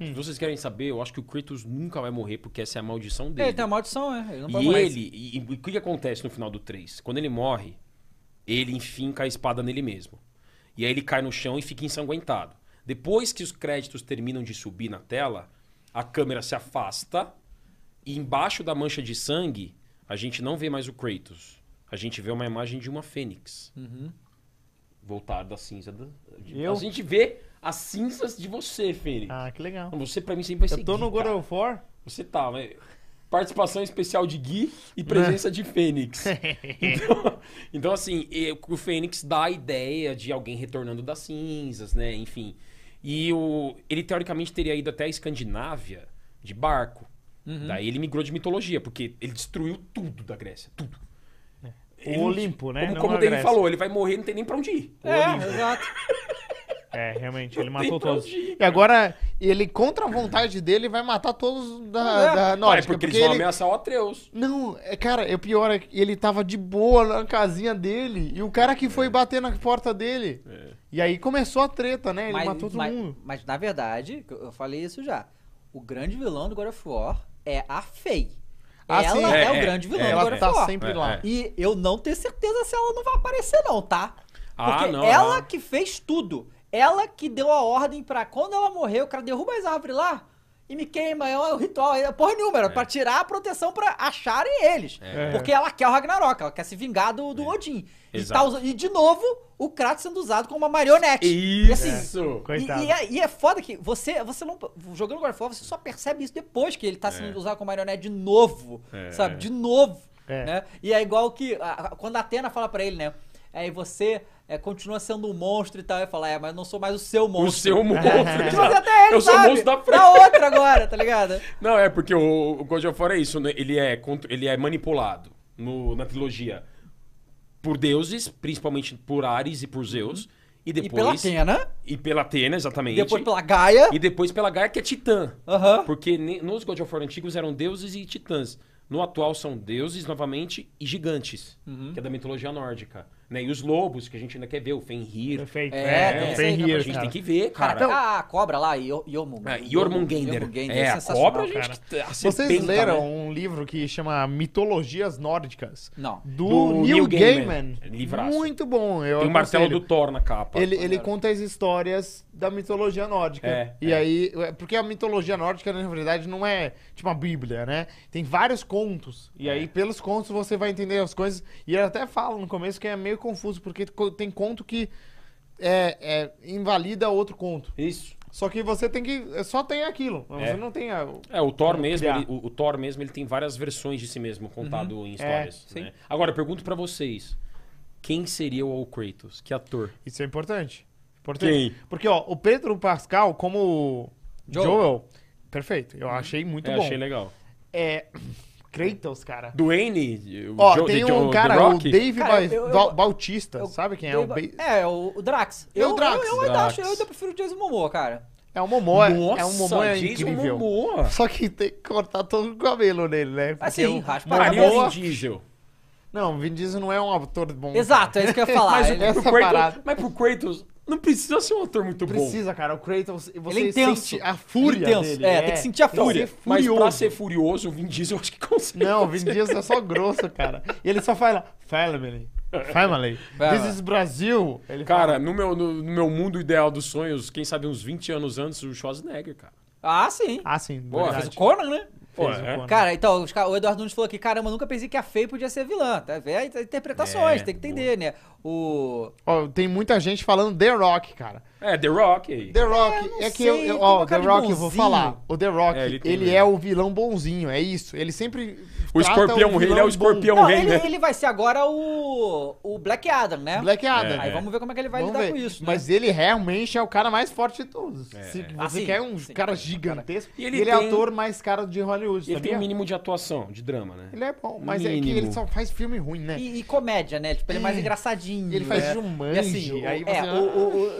[SPEAKER 2] Hum.
[SPEAKER 3] Se vocês querem saber, eu acho que o Kratos nunca vai morrer porque essa é a maldição dele.
[SPEAKER 1] Ele
[SPEAKER 2] tá
[SPEAKER 1] tem uma maldição, é. Ele não pode
[SPEAKER 3] E
[SPEAKER 1] morrer.
[SPEAKER 3] ele, e, e o que que acontece no final do 3? Quando ele morre, ele enfinca a espada nele mesmo. E aí ele cai no chão e fica ensanguentado. Depois que os créditos terminam de subir na tela, a câmera se afasta e embaixo da mancha de sangue, a gente não vê mais o Kratos. A gente vê uma imagem de uma fênix.
[SPEAKER 1] Uhum.
[SPEAKER 3] Voltar da cinza. Da... de-
[SPEAKER 2] Eu?
[SPEAKER 3] A gente vê as cinzas de você, Fênix.
[SPEAKER 2] Ah, que legal.
[SPEAKER 3] Você pra mim sempre vai ser
[SPEAKER 2] Eu tô no God of War.
[SPEAKER 3] você tá, mas... Participação especial de Gui e presença de Fênix. Então, então, assim, e- o Fênix dá a ideia de alguém retornando das cinzas, né? Enfim. E o, ele, teoricamente, teria ido até a Escandinávia de barco.
[SPEAKER 2] Uhum.
[SPEAKER 3] Daí ele migrou de mitologia, porque ele destruiu tudo da Grécia. Tudo. Ele-
[SPEAKER 2] O Olimpo, né?
[SPEAKER 3] Como,
[SPEAKER 2] Não
[SPEAKER 3] como
[SPEAKER 2] a
[SPEAKER 3] o David
[SPEAKER 2] Grécia.
[SPEAKER 3] falou, ele vai morrer, não tem nem pra onde ir. O
[SPEAKER 1] É,
[SPEAKER 3] Olimpo.
[SPEAKER 1] exato.
[SPEAKER 2] É, realmente, ele
[SPEAKER 3] Não
[SPEAKER 2] matou
[SPEAKER 3] tem pra
[SPEAKER 2] todos.
[SPEAKER 3] onde ir,
[SPEAKER 2] E agora, ele, contra a vontade dele, vai matar todos da, da
[SPEAKER 3] Vai,
[SPEAKER 2] Nórdica.
[SPEAKER 3] é. porque, eles
[SPEAKER 2] é porque
[SPEAKER 3] vão
[SPEAKER 2] ele-
[SPEAKER 3] ameaçar o Atreus.
[SPEAKER 2] Não, é, cara, é o pior é que ele tava de boa na casinha dele e o cara que
[SPEAKER 3] É.
[SPEAKER 2] foi bater na porta dele. E aí começou a treta, né? Ele matou todo
[SPEAKER 1] mas-
[SPEAKER 2] mundo.
[SPEAKER 1] mas, na verdade, que eu eu falei isso já. O grande vilão do God of War é a Faye.
[SPEAKER 2] Ah,
[SPEAKER 1] ela
[SPEAKER 2] sim.
[SPEAKER 1] é,
[SPEAKER 3] É,
[SPEAKER 1] o
[SPEAKER 3] é,
[SPEAKER 1] grande vilão
[SPEAKER 3] é,
[SPEAKER 1] do God
[SPEAKER 2] Ela
[SPEAKER 1] of
[SPEAKER 2] tá
[SPEAKER 1] War.
[SPEAKER 2] sempre
[SPEAKER 3] É,
[SPEAKER 2] lá.
[SPEAKER 3] é.
[SPEAKER 1] E eu não tenho certeza se ela não vai aparecer não, tá?
[SPEAKER 3] Ah,
[SPEAKER 1] Porque
[SPEAKER 3] não,
[SPEAKER 1] ela
[SPEAKER 3] não.
[SPEAKER 1] que fez tudo. Ela que deu a ordem pra quando ela morrer, o cara derruba as árvores lá e me queima. É um ritual, é porra nenhuma. Era pra tirar a proteção pra acharem eles.
[SPEAKER 2] É.
[SPEAKER 1] Porque ela quer o Ragnarok, ela quer se vingar do, do Odin. E,
[SPEAKER 3] É. Exato.
[SPEAKER 1] tá usa- e, de novo, o Kratos sendo usado como uma marionete. E assim,
[SPEAKER 3] Isso!
[SPEAKER 1] e-
[SPEAKER 2] Coitado.
[SPEAKER 1] E, é, e é foda que você, você não. Jogando God of War, você só percebe isso depois que ele tá sendo usado como marionete de novo.
[SPEAKER 3] É.
[SPEAKER 1] Sabe? De novo.
[SPEAKER 2] É.
[SPEAKER 1] Né? E é igual que. a- a- quando a Atena fala pra ele, né? Aí você é, continua sendo um monstro e tal. Ele fala, é, mas eu não sou mais o seu
[SPEAKER 3] O
[SPEAKER 1] monstro.
[SPEAKER 3] seu monstro.
[SPEAKER 1] Tipo assim, até ele,
[SPEAKER 3] Eu sou o
[SPEAKER 1] sabe?
[SPEAKER 3] monstro da frente.
[SPEAKER 1] Dá outra agora, tá ligado?
[SPEAKER 3] Não, é porque o, o God of War é isso, né? ele é, contro- ele é manipulado no- na trilogia por deuses, principalmente por Ares e por Zeus, e depois...
[SPEAKER 1] E pela Atena,
[SPEAKER 3] E pela Atena, exatamente.
[SPEAKER 1] depois pela Gaia.
[SPEAKER 3] E depois pela Gaia, que é titã.
[SPEAKER 1] Aham.
[SPEAKER 3] Porque ne- nos God of War antigos eram deuses e titãs. No atual são deuses, novamente, e gigantes,
[SPEAKER 1] Uhum.
[SPEAKER 3] que é da mitologia nórdica. Né? E os lobos, que a gente ainda quer ver, o Fenrir.
[SPEAKER 2] Perfeito.
[SPEAKER 1] É,
[SPEAKER 2] É,
[SPEAKER 1] tem
[SPEAKER 2] o
[SPEAKER 1] essa aí,
[SPEAKER 3] a
[SPEAKER 2] Fenrir,
[SPEAKER 3] gente
[SPEAKER 2] cara.
[SPEAKER 3] tem que ver, cara.
[SPEAKER 1] Cara, a cobra lá, Yor- Jormungandr.
[SPEAKER 3] É, Jormungandr.
[SPEAKER 1] Jormungandr,
[SPEAKER 3] É, a
[SPEAKER 1] sensacional,
[SPEAKER 3] cobra,
[SPEAKER 1] cara.
[SPEAKER 3] gente. que- a
[SPEAKER 2] Vocês
[SPEAKER 3] serpenta,
[SPEAKER 2] leram
[SPEAKER 3] né?
[SPEAKER 2] um livro que chama Mitologias Nórdicas?
[SPEAKER 1] Não.
[SPEAKER 2] Do,
[SPEAKER 3] Do
[SPEAKER 2] Neil
[SPEAKER 3] Neil
[SPEAKER 2] Gaiman.
[SPEAKER 3] Gaiman. Livraço.
[SPEAKER 2] Muito bom. Eu
[SPEAKER 3] Tem o martelo
[SPEAKER 2] aconselho.
[SPEAKER 3] do Thor na capa.
[SPEAKER 2] Ele, ele conta as histórias da mitologia nórdica.
[SPEAKER 3] É,
[SPEAKER 2] e
[SPEAKER 3] é.
[SPEAKER 2] aí. é, Porque a mitologia nórdica, na verdade, não é tipo uma bíblia, né? Tem vários contos. E aí, pelos contos, você vai entender as coisas. E ele até fala no começo que é meio confuso, porque co- tem conto que é, é, invalida outro conto.
[SPEAKER 3] Isso.
[SPEAKER 2] Só que você tem que. é, Só tem aquilo.
[SPEAKER 3] É.
[SPEAKER 2] Você não tem. a- o-
[SPEAKER 3] É, o Thor
[SPEAKER 2] Vamos
[SPEAKER 3] mesmo,
[SPEAKER 2] criar.
[SPEAKER 3] ele, o, o Thor mesmo, ele tem várias versões de si mesmo contado
[SPEAKER 2] Uhum.
[SPEAKER 3] em histórias.
[SPEAKER 1] É,
[SPEAKER 3] né? Agora, eu pergunto pra vocês. Quem seria o Kratos? Que ator?
[SPEAKER 2] Isso é importante. importante.
[SPEAKER 3] Quem?
[SPEAKER 2] Porque, ó, o Pedro Pascal, como Joel.
[SPEAKER 1] Joel.
[SPEAKER 2] perfeito. Eu achei muito
[SPEAKER 3] É,
[SPEAKER 2] bom.
[SPEAKER 3] achei legal.
[SPEAKER 2] É. Kratos, cara.
[SPEAKER 3] Dwayne? o
[SPEAKER 2] Ó,
[SPEAKER 3] Joe-
[SPEAKER 2] tem
[SPEAKER 3] The Joe-
[SPEAKER 2] um
[SPEAKER 3] The
[SPEAKER 2] cara, o
[SPEAKER 3] Rock?
[SPEAKER 2] Dave
[SPEAKER 1] Cara,
[SPEAKER 2] Ba-
[SPEAKER 1] eu- eu-
[SPEAKER 2] Ba- Bautista,
[SPEAKER 1] eu-
[SPEAKER 2] sabe quem é?
[SPEAKER 1] Dei-
[SPEAKER 2] O Ba-
[SPEAKER 1] É, o, o Drax.
[SPEAKER 2] É o Drax.
[SPEAKER 1] Eu, eu ainda
[SPEAKER 3] Drax.
[SPEAKER 1] acho, eu ainda prefiro o Jason Momoa, cara.
[SPEAKER 2] É um Momoa.
[SPEAKER 3] Nossa,
[SPEAKER 2] é um Momoa
[SPEAKER 3] Jason
[SPEAKER 2] incrível.
[SPEAKER 3] Momoa.
[SPEAKER 2] Só que tem que cortar todo o cabelo nele, né? Porque
[SPEAKER 1] Assim,
[SPEAKER 2] o-
[SPEAKER 1] raspa a
[SPEAKER 3] Faria
[SPEAKER 1] cabeça.
[SPEAKER 2] Momoa-
[SPEAKER 3] é Vin Diesel.
[SPEAKER 2] Não, o Vin Diesel não é um ator bom.
[SPEAKER 1] Exato, é isso que eu ia falar.
[SPEAKER 2] Mas o-
[SPEAKER 1] ele,
[SPEAKER 2] Essa
[SPEAKER 3] Pro Kratos-
[SPEAKER 2] parada.
[SPEAKER 3] mas pro Kratos, não precisa ser um ator muito bom.
[SPEAKER 2] Precisa, cara. O Kratos, você
[SPEAKER 1] é intenso.
[SPEAKER 2] sente a fúria
[SPEAKER 1] Intenso.
[SPEAKER 2] dele.
[SPEAKER 1] É, tem que sentir a
[SPEAKER 2] Então,
[SPEAKER 1] fúria.
[SPEAKER 2] ser
[SPEAKER 3] Mas pra
[SPEAKER 2] furioso.
[SPEAKER 3] ser furioso, o Vin Diesel acho que consegue.
[SPEAKER 2] Não, o Vin Diesel é só grosso, cara. E ele só fala, family, family,
[SPEAKER 1] Vai lá.
[SPEAKER 2] this is Brasil. Ele
[SPEAKER 3] Cara, no meu, no, no meu mundo ideal dos sonhos, quem sabe uns 20 anos antes, o Schwarzenegger, cara.
[SPEAKER 1] Ah, sim.
[SPEAKER 2] fala, ah, sim,
[SPEAKER 3] Boa,
[SPEAKER 1] Fez
[SPEAKER 2] verdade.
[SPEAKER 1] o Conan, né?
[SPEAKER 3] Pô,
[SPEAKER 2] Fez o
[SPEAKER 3] é.
[SPEAKER 2] Conan.
[SPEAKER 1] Cara, então, os ca- o Eduardo Nunes falou aqui, caramba, eu nunca pensei que a Fei podia ser vilã. Tá? É interpretações,
[SPEAKER 3] É,
[SPEAKER 1] tem que entender, né? O...
[SPEAKER 2] Ó, tem muita gente falando The Rock, cara.
[SPEAKER 3] É, The Rock. aí.
[SPEAKER 2] The Rock,
[SPEAKER 1] não
[SPEAKER 2] é, que
[SPEAKER 1] sei,
[SPEAKER 2] eu,
[SPEAKER 1] tem
[SPEAKER 2] eu-
[SPEAKER 1] uma
[SPEAKER 2] ó, The
[SPEAKER 1] cara de
[SPEAKER 2] Rock, eu vou
[SPEAKER 1] bonzinho.
[SPEAKER 2] falar. O The Rock,
[SPEAKER 3] É, ele
[SPEAKER 2] ele,
[SPEAKER 3] tem mesmo.
[SPEAKER 2] é o vilão bonzinho, é isso. Ele sempre
[SPEAKER 3] O
[SPEAKER 2] trata
[SPEAKER 3] escorpião, ele
[SPEAKER 2] vilão
[SPEAKER 3] é o
[SPEAKER 2] bom.
[SPEAKER 3] escorpião. É um
[SPEAKER 1] Não,
[SPEAKER 3] rei,
[SPEAKER 1] ele,
[SPEAKER 3] né?
[SPEAKER 1] ele vai ser agora o, o Black Adam, né?
[SPEAKER 2] Black Adam.
[SPEAKER 1] Aí
[SPEAKER 3] É.
[SPEAKER 1] vamos ver como é que ele vai
[SPEAKER 2] Vamos
[SPEAKER 1] lidar
[SPEAKER 2] ver.
[SPEAKER 1] com isso. né?
[SPEAKER 2] Mas ele realmente é o cara mais forte de todos.
[SPEAKER 3] É.
[SPEAKER 2] Se você
[SPEAKER 1] Ah, sim,
[SPEAKER 2] quer um
[SPEAKER 1] sim.
[SPEAKER 2] cara gigantesco,
[SPEAKER 3] E
[SPEAKER 2] e
[SPEAKER 3] ele
[SPEAKER 2] ele, é
[SPEAKER 3] tem-
[SPEAKER 2] ator mais caro de Hollywood,
[SPEAKER 3] E Ele tem um
[SPEAKER 2] sabia?
[SPEAKER 3] mínimo de atuação, de drama, né?
[SPEAKER 2] Ele é bom, mas é
[SPEAKER 3] Mínimo.
[SPEAKER 2] que ele só faz filme ruim, né?
[SPEAKER 1] E, e comédia, né? Tipo, ele é mais engraçadinho.
[SPEAKER 2] Ele faz um
[SPEAKER 1] né?
[SPEAKER 2] Jumanji,
[SPEAKER 1] E assim, o,
[SPEAKER 2] aí
[SPEAKER 1] é,
[SPEAKER 2] você-
[SPEAKER 1] o, o,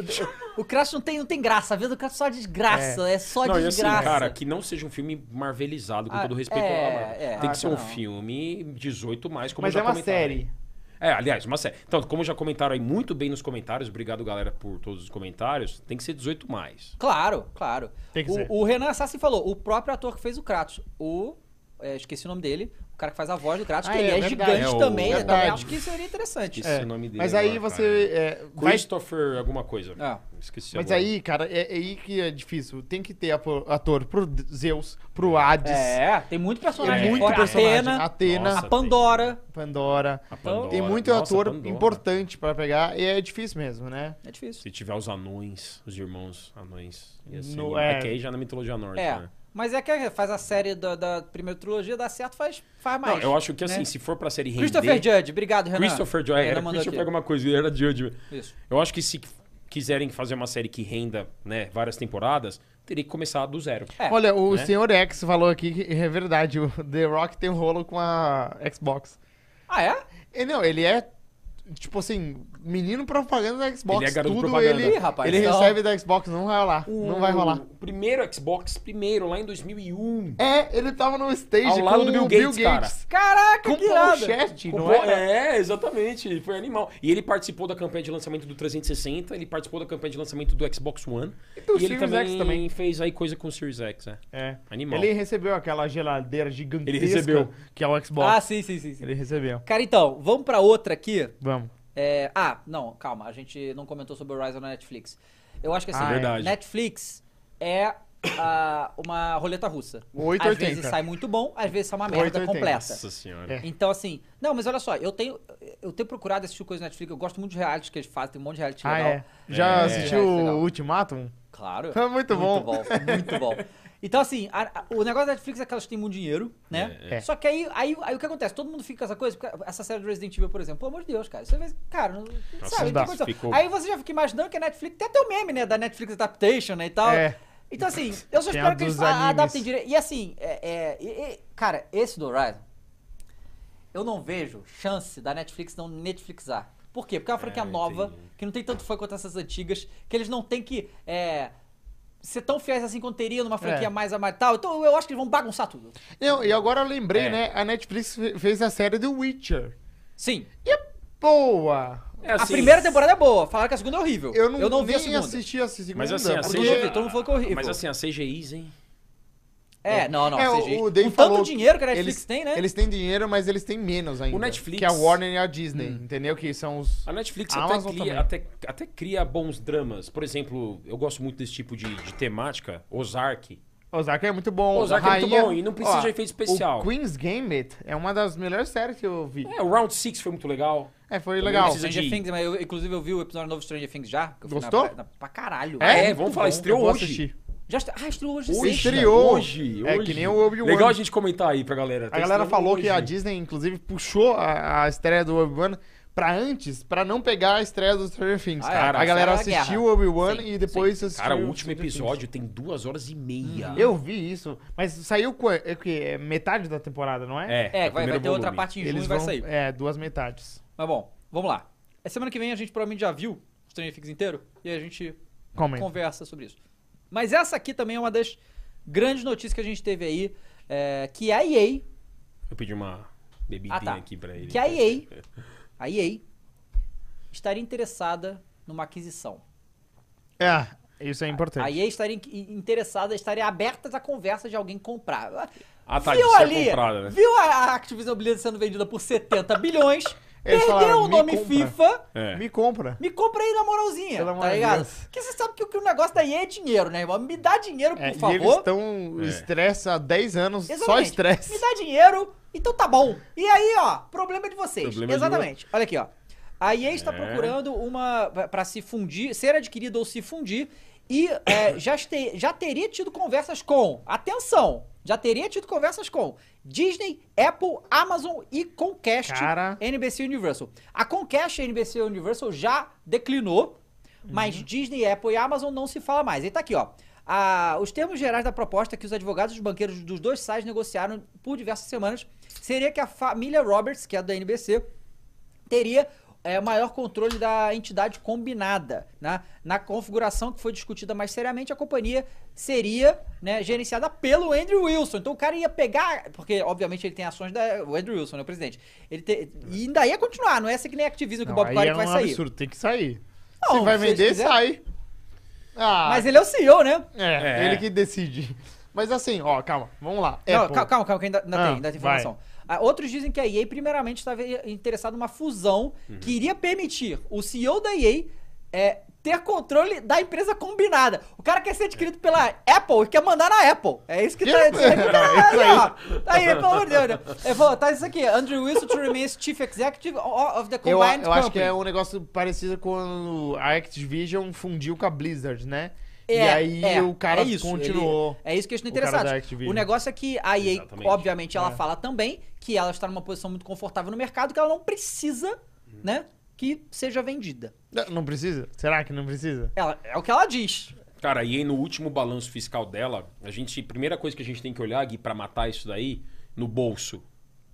[SPEAKER 1] o, o Crash não tem, não tem graça. A vida do Crash é só desgraça. É, só
[SPEAKER 3] Não, e assim,
[SPEAKER 1] desgraça.
[SPEAKER 3] cara, que não seja um filme marvelizado, com
[SPEAKER 1] Ah,
[SPEAKER 3] todo respeito
[SPEAKER 1] é,
[SPEAKER 3] à Marvel.
[SPEAKER 1] é.
[SPEAKER 3] Tem que
[SPEAKER 1] Ah,
[SPEAKER 3] ser um
[SPEAKER 1] não.
[SPEAKER 3] filme 18 mais, como
[SPEAKER 2] Mas
[SPEAKER 3] já
[SPEAKER 2] é uma
[SPEAKER 3] comentaram.
[SPEAKER 2] série.
[SPEAKER 3] É, aliás, uma série. Então, como já comentaram aí muito bem nos comentários, obrigado, galera, por todos os comentários, tem que ser 18 mais.
[SPEAKER 1] Claro, claro.
[SPEAKER 2] Tem que
[SPEAKER 1] o,
[SPEAKER 2] ser.
[SPEAKER 1] o Renan Assassin falou, o próprio ator que fez o Kratos, o. é, esqueci o nome dele, o cara que faz a voz do Kratos,
[SPEAKER 2] Ah,
[SPEAKER 1] que ele
[SPEAKER 2] é
[SPEAKER 1] é,
[SPEAKER 2] verdade.
[SPEAKER 1] gigante
[SPEAKER 3] É, o-
[SPEAKER 1] também, né?
[SPEAKER 2] Verdade.
[SPEAKER 1] Também acho que seria interessante.
[SPEAKER 3] Esqueci o nome dele.
[SPEAKER 2] Mas aí
[SPEAKER 3] agora,
[SPEAKER 2] você é,
[SPEAKER 3] cara.
[SPEAKER 2] vai
[SPEAKER 3] Christopher alguma coisa.
[SPEAKER 1] Ah.
[SPEAKER 3] Esqueci
[SPEAKER 2] Mas
[SPEAKER 3] agora.
[SPEAKER 2] aí, cara, é, é aí que é difícil. Tem que ter apo- ator pro Zeus, pro Hades.
[SPEAKER 1] É, tem muito personagem.
[SPEAKER 2] Tem muito
[SPEAKER 1] fora a
[SPEAKER 2] personagem.
[SPEAKER 1] Atena,
[SPEAKER 2] Atena,
[SPEAKER 1] a
[SPEAKER 3] Nossa,
[SPEAKER 1] Pandora.
[SPEAKER 2] Pandora.
[SPEAKER 3] A Pandora.
[SPEAKER 2] Tem muito
[SPEAKER 3] Nossa,
[SPEAKER 2] ator
[SPEAKER 3] Pandora.
[SPEAKER 2] importante pra pegar. E é difícil mesmo, né?
[SPEAKER 1] É difícil.
[SPEAKER 3] Se tiver os anões, os irmãos anões. Ia ser
[SPEAKER 2] No-
[SPEAKER 3] legal. é.
[SPEAKER 2] é.
[SPEAKER 3] que aí já na mitologia norte,
[SPEAKER 1] É.
[SPEAKER 3] né?
[SPEAKER 1] Mas é que faz a série da, da primeira trilogia, dá certo, faz, faz mais.
[SPEAKER 3] Não, eu acho que assim,
[SPEAKER 1] né?
[SPEAKER 3] se for pra série render...
[SPEAKER 1] Christopher Judge, obrigado, Renan.
[SPEAKER 3] Christopher é, Joy,
[SPEAKER 1] Renan
[SPEAKER 3] era
[SPEAKER 1] mandou
[SPEAKER 3] Christopher
[SPEAKER 1] aqui.
[SPEAKER 3] alguma coisa, ele era Judge.
[SPEAKER 1] Isso.
[SPEAKER 3] Eu acho que se quiserem fazer uma série que renda, né, várias temporadas, teria que começar do zero.
[SPEAKER 1] É.
[SPEAKER 2] Olha, o
[SPEAKER 3] Né?
[SPEAKER 2] senhor X falou aqui que é verdade. O The Rock tem um rolo com a Xbox.
[SPEAKER 1] Ah, é?
[SPEAKER 2] E não, ele é. Tipo assim, menino propaganda da Xbox.
[SPEAKER 3] Ele é garoto
[SPEAKER 2] tudo
[SPEAKER 3] propaganda.
[SPEAKER 2] ele,
[SPEAKER 1] Ih, rapaz,
[SPEAKER 2] ele
[SPEAKER 1] então-
[SPEAKER 2] recebe da Xbox, não vai rolar. Não vai rolar.
[SPEAKER 3] O primeiro Xbox, primeiro, lá em 2001.
[SPEAKER 2] É, ele tava no stage
[SPEAKER 3] Ao lado
[SPEAKER 2] com
[SPEAKER 3] do Bill
[SPEAKER 2] o
[SPEAKER 3] Gates, cara.
[SPEAKER 1] Caraca,
[SPEAKER 2] Com
[SPEAKER 1] que é
[SPEAKER 2] o
[SPEAKER 1] irado.
[SPEAKER 2] Chat,
[SPEAKER 3] Com
[SPEAKER 2] não
[SPEAKER 3] bo-
[SPEAKER 2] é?
[SPEAKER 3] é, exatamente, foi animal. E ele participou da campanha de lançamento do 360, ele participou da campanha de lançamento do Xbox One.
[SPEAKER 2] E do
[SPEAKER 3] e ele
[SPEAKER 2] Series
[SPEAKER 3] também,
[SPEAKER 2] X também.
[SPEAKER 3] fez aí coisa com o Series X, é.
[SPEAKER 2] É.
[SPEAKER 3] Animal.
[SPEAKER 2] Ele recebeu aquela geladeira gigantesca
[SPEAKER 3] Ele recebeu.
[SPEAKER 2] que é o Xbox.
[SPEAKER 1] Ah, sim, sim, sim. sim.
[SPEAKER 2] Ele recebeu.
[SPEAKER 1] Cara, então, vamos pra outra aqui.
[SPEAKER 2] Vamos.
[SPEAKER 1] É, Ah, não, calma, a gente não comentou sobre o Horizon na Netflix. Eu acho que assim,
[SPEAKER 2] Ah, é.
[SPEAKER 3] Verdade.
[SPEAKER 1] Netflix é ah, uma roleta russa. Às
[SPEAKER 2] 8,80.
[SPEAKER 1] vezes sai muito bom, às vezes sai uma merda
[SPEAKER 2] 8,80.
[SPEAKER 1] completa.
[SPEAKER 3] Nossa senhora.
[SPEAKER 2] É.
[SPEAKER 1] Então, assim, não, mas olha só, eu tenho, eu tenho procurado assistir coisas na Netflix, eu gosto muito de reality que eles fazem, tem um monte de reality
[SPEAKER 2] Ah,
[SPEAKER 1] legal.
[SPEAKER 2] é. Já
[SPEAKER 3] É.
[SPEAKER 2] assistiu
[SPEAKER 1] Legal.
[SPEAKER 2] o Ultimatum?
[SPEAKER 1] Claro.
[SPEAKER 2] É muito bom.
[SPEAKER 1] Muito bom. Então, assim, a- a- o negócio da Netflix é que elas têm muito dinheiro, né?
[SPEAKER 2] É, é.
[SPEAKER 1] Só que aí, aí, aí o que acontece? Todo mundo fica com essa coisa, porque essa série do Resident Evil, por exemplo, pelo amor de Deus, cara. Você vê, cara, não, não sabe, não
[SPEAKER 2] não dá,
[SPEAKER 1] tem condição.
[SPEAKER 3] ficou-
[SPEAKER 1] Aí você já fica imaginando que a Netflix tem até o meme, né? Da Netflix Adaptation, né? E tal.
[SPEAKER 2] É.
[SPEAKER 1] Então, assim, eu só
[SPEAKER 2] Tem a
[SPEAKER 1] espero que eles
[SPEAKER 2] dos
[SPEAKER 1] a-
[SPEAKER 2] animes.
[SPEAKER 1] adaptem direito. E assim, é, é, e- e- cara, esse do Horizon, eu não vejo chance da Netflix não Netflixar. Por quê? Porque é uma
[SPEAKER 2] Ah,
[SPEAKER 1] franquia
[SPEAKER 3] eu
[SPEAKER 1] nova,
[SPEAKER 3] entendi.
[SPEAKER 1] que não tem tanto fã quanto essas antigas, que eles não têm que é, ser tão fiéis assim quanto teria numa franquia
[SPEAKER 2] É.
[SPEAKER 1] mais amada e tal. Então eu acho que eles vão bagunçar tudo.
[SPEAKER 2] Não, e agora eu lembrei,
[SPEAKER 3] É.
[SPEAKER 2] né? A Netflix fe- fez a série do Witcher.
[SPEAKER 1] Sim.
[SPEAKER 2] E é boa!
[SPEAKER 3] É assim,
[SPEAKER 1] a primeira temporada é boa, falaram que a segunda é horrível.
[SPEAKER 2] Eu não,
[SPEAKER 1] vi a
[SPEAKER 2] nem
[SPEAKER 1] segunda.
[SPEAKER 2] assisti a segunda.
[SPEAKER 3] Mas assim,
[SPEAKER 1] Todo
[SPEAKER 3] a
[SPEAKER 2] é porque-
[SPEAKER 1] mundo vi, todo mundo falou que é horrível.
[SPEAKER 3] Mas assim, a CGIs, hein?
[SPEAKER 1] É, não, não.
[SPEAKER 2] É,
[SPEAKER 1] ou seja,
[SPEAKER 2] o Dave
[SPEAKER 1] com
[SPEAKER 2] falou
[SPEAKER 1] tanto dinheiro que a Netflix
[SPEAKER 2] eles,
[SPEAKER 1] tem, né?
[SPEAKER 2] Eles têm dinheiro, mas eles têm menos ainda.
[SPEAKER 3] O Netflix-
[SPEAKER 2] Que é a Warner e a Disney, entendeu? Que são os...
[SPEAKER 3] A Netflix
[SPEAKER 2] A
[SPEAKER 3] até,
[SPEAKER 2] Amazon
[SPEAKER 3] cria,
[SPEAKER 2] também.
[SPEAKER 3] até, até cria bons dramas. Por exemplo, eu gosto muito desse tipo de, de temática, Ozark.
[SPEAKER 2] Ozark é muito bom.
[SPEAKER 3] Ozark
[SPEAKER 2] a
[SPEAKER 3] é muito
[SPEAKER 2] Rainha-
[SPEAKER 3] bom e não precisa de efeito especial.
[SPEAKER 2] O Queen's Gambit é uma das melhores séries que eu vi.
[SPEAKER 3] É, o Round Six foi muito legal.
[SPEAKER 2] É, foi
[SPEAKER 3] Também
[SPEAKER 2] legal.
[SPEAKER 3] precisa-
[SPEAKER 1] Stranger
[SPEAKER 3] de-
[SPEAKER 1] Things, mas eu, inclusive eu vi o episódio novo do Stranger Things já. que eu fui na-
[SPEAKER 2] Gostou?
[SPEAKER 1] na- pra caralho.
[SPEAKER 2] É?
[SPEAKER 1] velho.
[SPEAKER 3] É, vamos falar,
[SPEAKER 1] Bom.
[SPEAKER 3] estreou
[SPEAKER 2] Eu vou
[SPEAKER 3] hoje.
[SPEAKER 2] assistir.
[SPEAKER 1] Já está... Ah, estreou hoje.
[SPEAKER 3] Hoje,
[SPEAKER 1] sexta.
[SPEAKER 2] estreou.
[SPEAKER 3] Hoje,
[SPEAKER 2] É,
[SPEAKER 3] hoje.
[SPEAKER 2] que nem o Obi-Wan.
[SPEAKER 3] Legal a gente comentar aí pra galera. Tá
[SPEAKER 2] A galera
[SPEAKER 3] estreando
[SPEAKER 2] falou
[SPEAKER 3] hoje.
[SPEAKER 2] que a Disney, inclusive, puxou a, a estreia do Obi-Wan pra antes, pra não pegar a estreia do Stranger Things.
[SPEAKER 1] Ah, é,
[SPEAKER 2] cara.
[SPEAKER 3] pra
[SPEAKER 2] a galera
[SPEAKER 1] ser a
[SPEAKER 2] assistiu
[SPEAKER 1] guerra.
[SPEAKER 2] o Obi-Wan
[SPEAKER 1] Sim,
[SPEAKER 2] e depois assistiu...
[SPEAKER 3] Cara, o
[SPEAKER 2] o
[SPEAKER 3] último
[SPEAKER 2] Stranger Things.
[SPEAKER 3] episódio tem duas horas e meia.
[SPEAKER 2] Eu vi isso, mas saiu qua- é o quê? É metade da temporada, não é?
[SPEAKER 3] É,
[SPEAKER 1] É,
[SPEAKER 3] o
[SPEAKER 1] vai, vai
[SPEAKER 3] primeiro
[SPEAKER 1] ter outra
[SPEAKER 3] volume.
[SPEAKER 1] parte em junho e
[SPEAKER 2] Eles
[SPEAKER 1] vai
[SPEAKER 2] vão-
[SPEAKER 1] sair.
[SPEAKER 2] É, duas metades.
[SPEAKER 1] Mas bom, vamos lá. É semana que vem a gente provavelmente já viu o Stranger Things inteiro e a gente
[SPEAKER 2] Comenta.
[SPEAKER 1] conversa sobre isso. Mas essa aqui também é uma das grandes notícias que a gente teve aí, é, que a EA,
[SPEAKER 3] Eu pedi uma bebidinha
[SPEAKER 1] Ah, tá.
[SPEAKER 3] aqui pra ele.
[SPEAKER 1] que a EA, a EA estaria interessada numa aquisição.
[SPEAKER 2] É, isso é importante.
[SPEAKER 1] A EA estaria in- interessada, estaria aberta a conversa de alguém comprar.
[SPEAKER 3] Ah, tá, de
[SPEAKER 1] viu
[SPEAKER 3] ser
[SPEAKER 1] ali,
[SPEAKER 3] comprada, né?
[SPEAKER 1] viu a Activision Blizzard sendo vendida por 70 bilhões,
[SPEAKER 2] Eles
[SPEAKER 1] perdeu
[SPEAKER 2] falaram,
[SPEAKER 1] o
[SPEAKER 2] "Me
[SPEAKER 1] nome
[SPEAKER 2] compra."
[SPEAKER 1] FIFA,
[SPEAKER 3] É.
[SPEAKER 2] Me compra.
[SPEAKER 1] me compra aí na moralzinha,
[SPEAKER 2] Pelo amor
[SPEAKER 1] tá
[SPEAKER 2] de
[SPEAKER 1] ligado?
[SPEAKER 2] Deus.
[SPEAKER 1] Porque você sabe que o, que o negócio da EA é dinheiro, né, irmão? Me dá dinheiro, por
[SPEAKER 2] É, e eles
[SPEAKER 1] favor.
[SPEAKER 2] estão
[SPEAKER 3] É.
[SPEAKER 2] estresse há 10 anos, só
[SPEAKER 1] Exatamente. Me
[SPEAKER 2] estresse.
[SPEAKER 1] dá dinheiro, então tá bom. E aí, ó, problema de vocês.
[SPEAKER 3] Problema de
[SPEAKER 1] Exatamente. Olha aqui, ó. A EA está
[SPEAKER 3] É.
[SPEAKER 1] procurando uma para se fundir, ser adquirida ou se fundir e é, já, este- já teria tido conversas com, atenção, já teria tido conversas com Disney, Apple, Amazon e Comcast,
[SPEAKER 2] Cara.
[SPEAKER 1] NBC Universal. A Comcast e a NBC Universal já declinou, mas Disney, Apple e Amazon não se fala mais. E tá aqui, ó. Ah, os termos gerais da proposta que os advogados e os banqueiros dos dois sites negociaram por diversas semanas seria que a família Roberts, que é da NBC, teria é, maior controle da entidade combinada. Né? Na configuração que foi discutida mais seriamente, a companhia seria né, gerenciada pelo Andrew Wilson. Então o cara ia pegar, porque obviamente ele tem ações da. O Andrew Wilson, né, o presidente. Ele te- e ainda ia continuar, não é essa que nem a Activision que o
[SPEAKER 2] Não,
[SPEAKER 1] Bob
[SPEAKER 2] aí
[SPEAKER 1] Clark
[SPEAKER 2] é
[SPEAKER 1] vai
[SPEAKER 2] um
[SPEAKER 1] sair.
[SPEAKER 2] absurdo, tem que sair.
[SPEAKER 1] Não,
[SPEAKER 2] se vai
[SPEAKER 1] se
[SPEAKER 2] vender,
[SPEAKER 1] eles quiserem.
[SPEAKER 2] sai. Ah,
[SPEAKER 1] Mas ele é o CEO, né?
[SPEAKER 2] é,
[SPEAKER 3] É.
[SPEAKER 2] ele que decide. Mas assim, ó, calma, vamos lá.
[SPEAKER 1] Não,
[SPEAKER 2] Apple.
[SPEAKER 1] cal- calma, calma, que ainda, ainda
[SPEAKER 2] Ah,
[SPEAKER 1] tem, ainda tem
[SPEAKER 2] vai.
[SPEAKER 1] informação. Ah, outros dizem que a EA, primeiramente, estava interessada numa fusão
[SPEAKER 2] Uhum.
[SPEAKER 1] que iria permitir o CEO da EA é, ter controle da empresa combinada. O cara quer ser adquirido pela Apple e quer mandar na Apple. É isso que tá
[SPEAKER 2] Isso.
[SPEAKER 1] dizendo.
[SPEAKER 2] É,
[SPEAKER 1] Caralho,
[SPEAKER 2] isso aí.
[SPEAKER 1] ó. Tá aí, pelo amor de Deus. Né? É, pô, tá isso aqui. Andrew Wilson to remain Chief Executive of the
[SPEAKER 2] Eu,
[SPEAKER 1] Combined
[SPEAKER 2] eu acho que
[SPEAKER 1] Company.
[SPEAKER 2] é um negócio parecido quando a Activision fundiu com a Blizzard, né? e
[SPEAKER 1] É,
[SPEAKER 2] aí
[SPEAKER 1] é,
[SPEAKER 2] o cara
[SPEAKER 1] é isso,
[SPEAKER 2] continuou.
[SPEAKER 1] É isso que eles estão
[SPEAKER 2] O cara da
[SPEAKER 1] interessados.
[SPEAKER 2] Activision.
[SPEAKER 1] O negócio é que a EA,
[SPEAKER 3] Exatamente.
[SPEAKER 1] obviamente, ela
[SPEAKER 2] É.
[SPEAKER 1] fala também que ela está numa posição muito confortável no mercado, que ela não precisa, né, que seja vendida.
[SPEAKER 2] Não- Não precisa? Será que não precisa?
[SPEAKER 1] Ela, é o que ela diz.
[SPEAKER 3] Cara, e aí no último balanço fiscal dela, a gente, primeira coisa que a gente tem que olhar, Gui, pra matar isso daí, no bolso,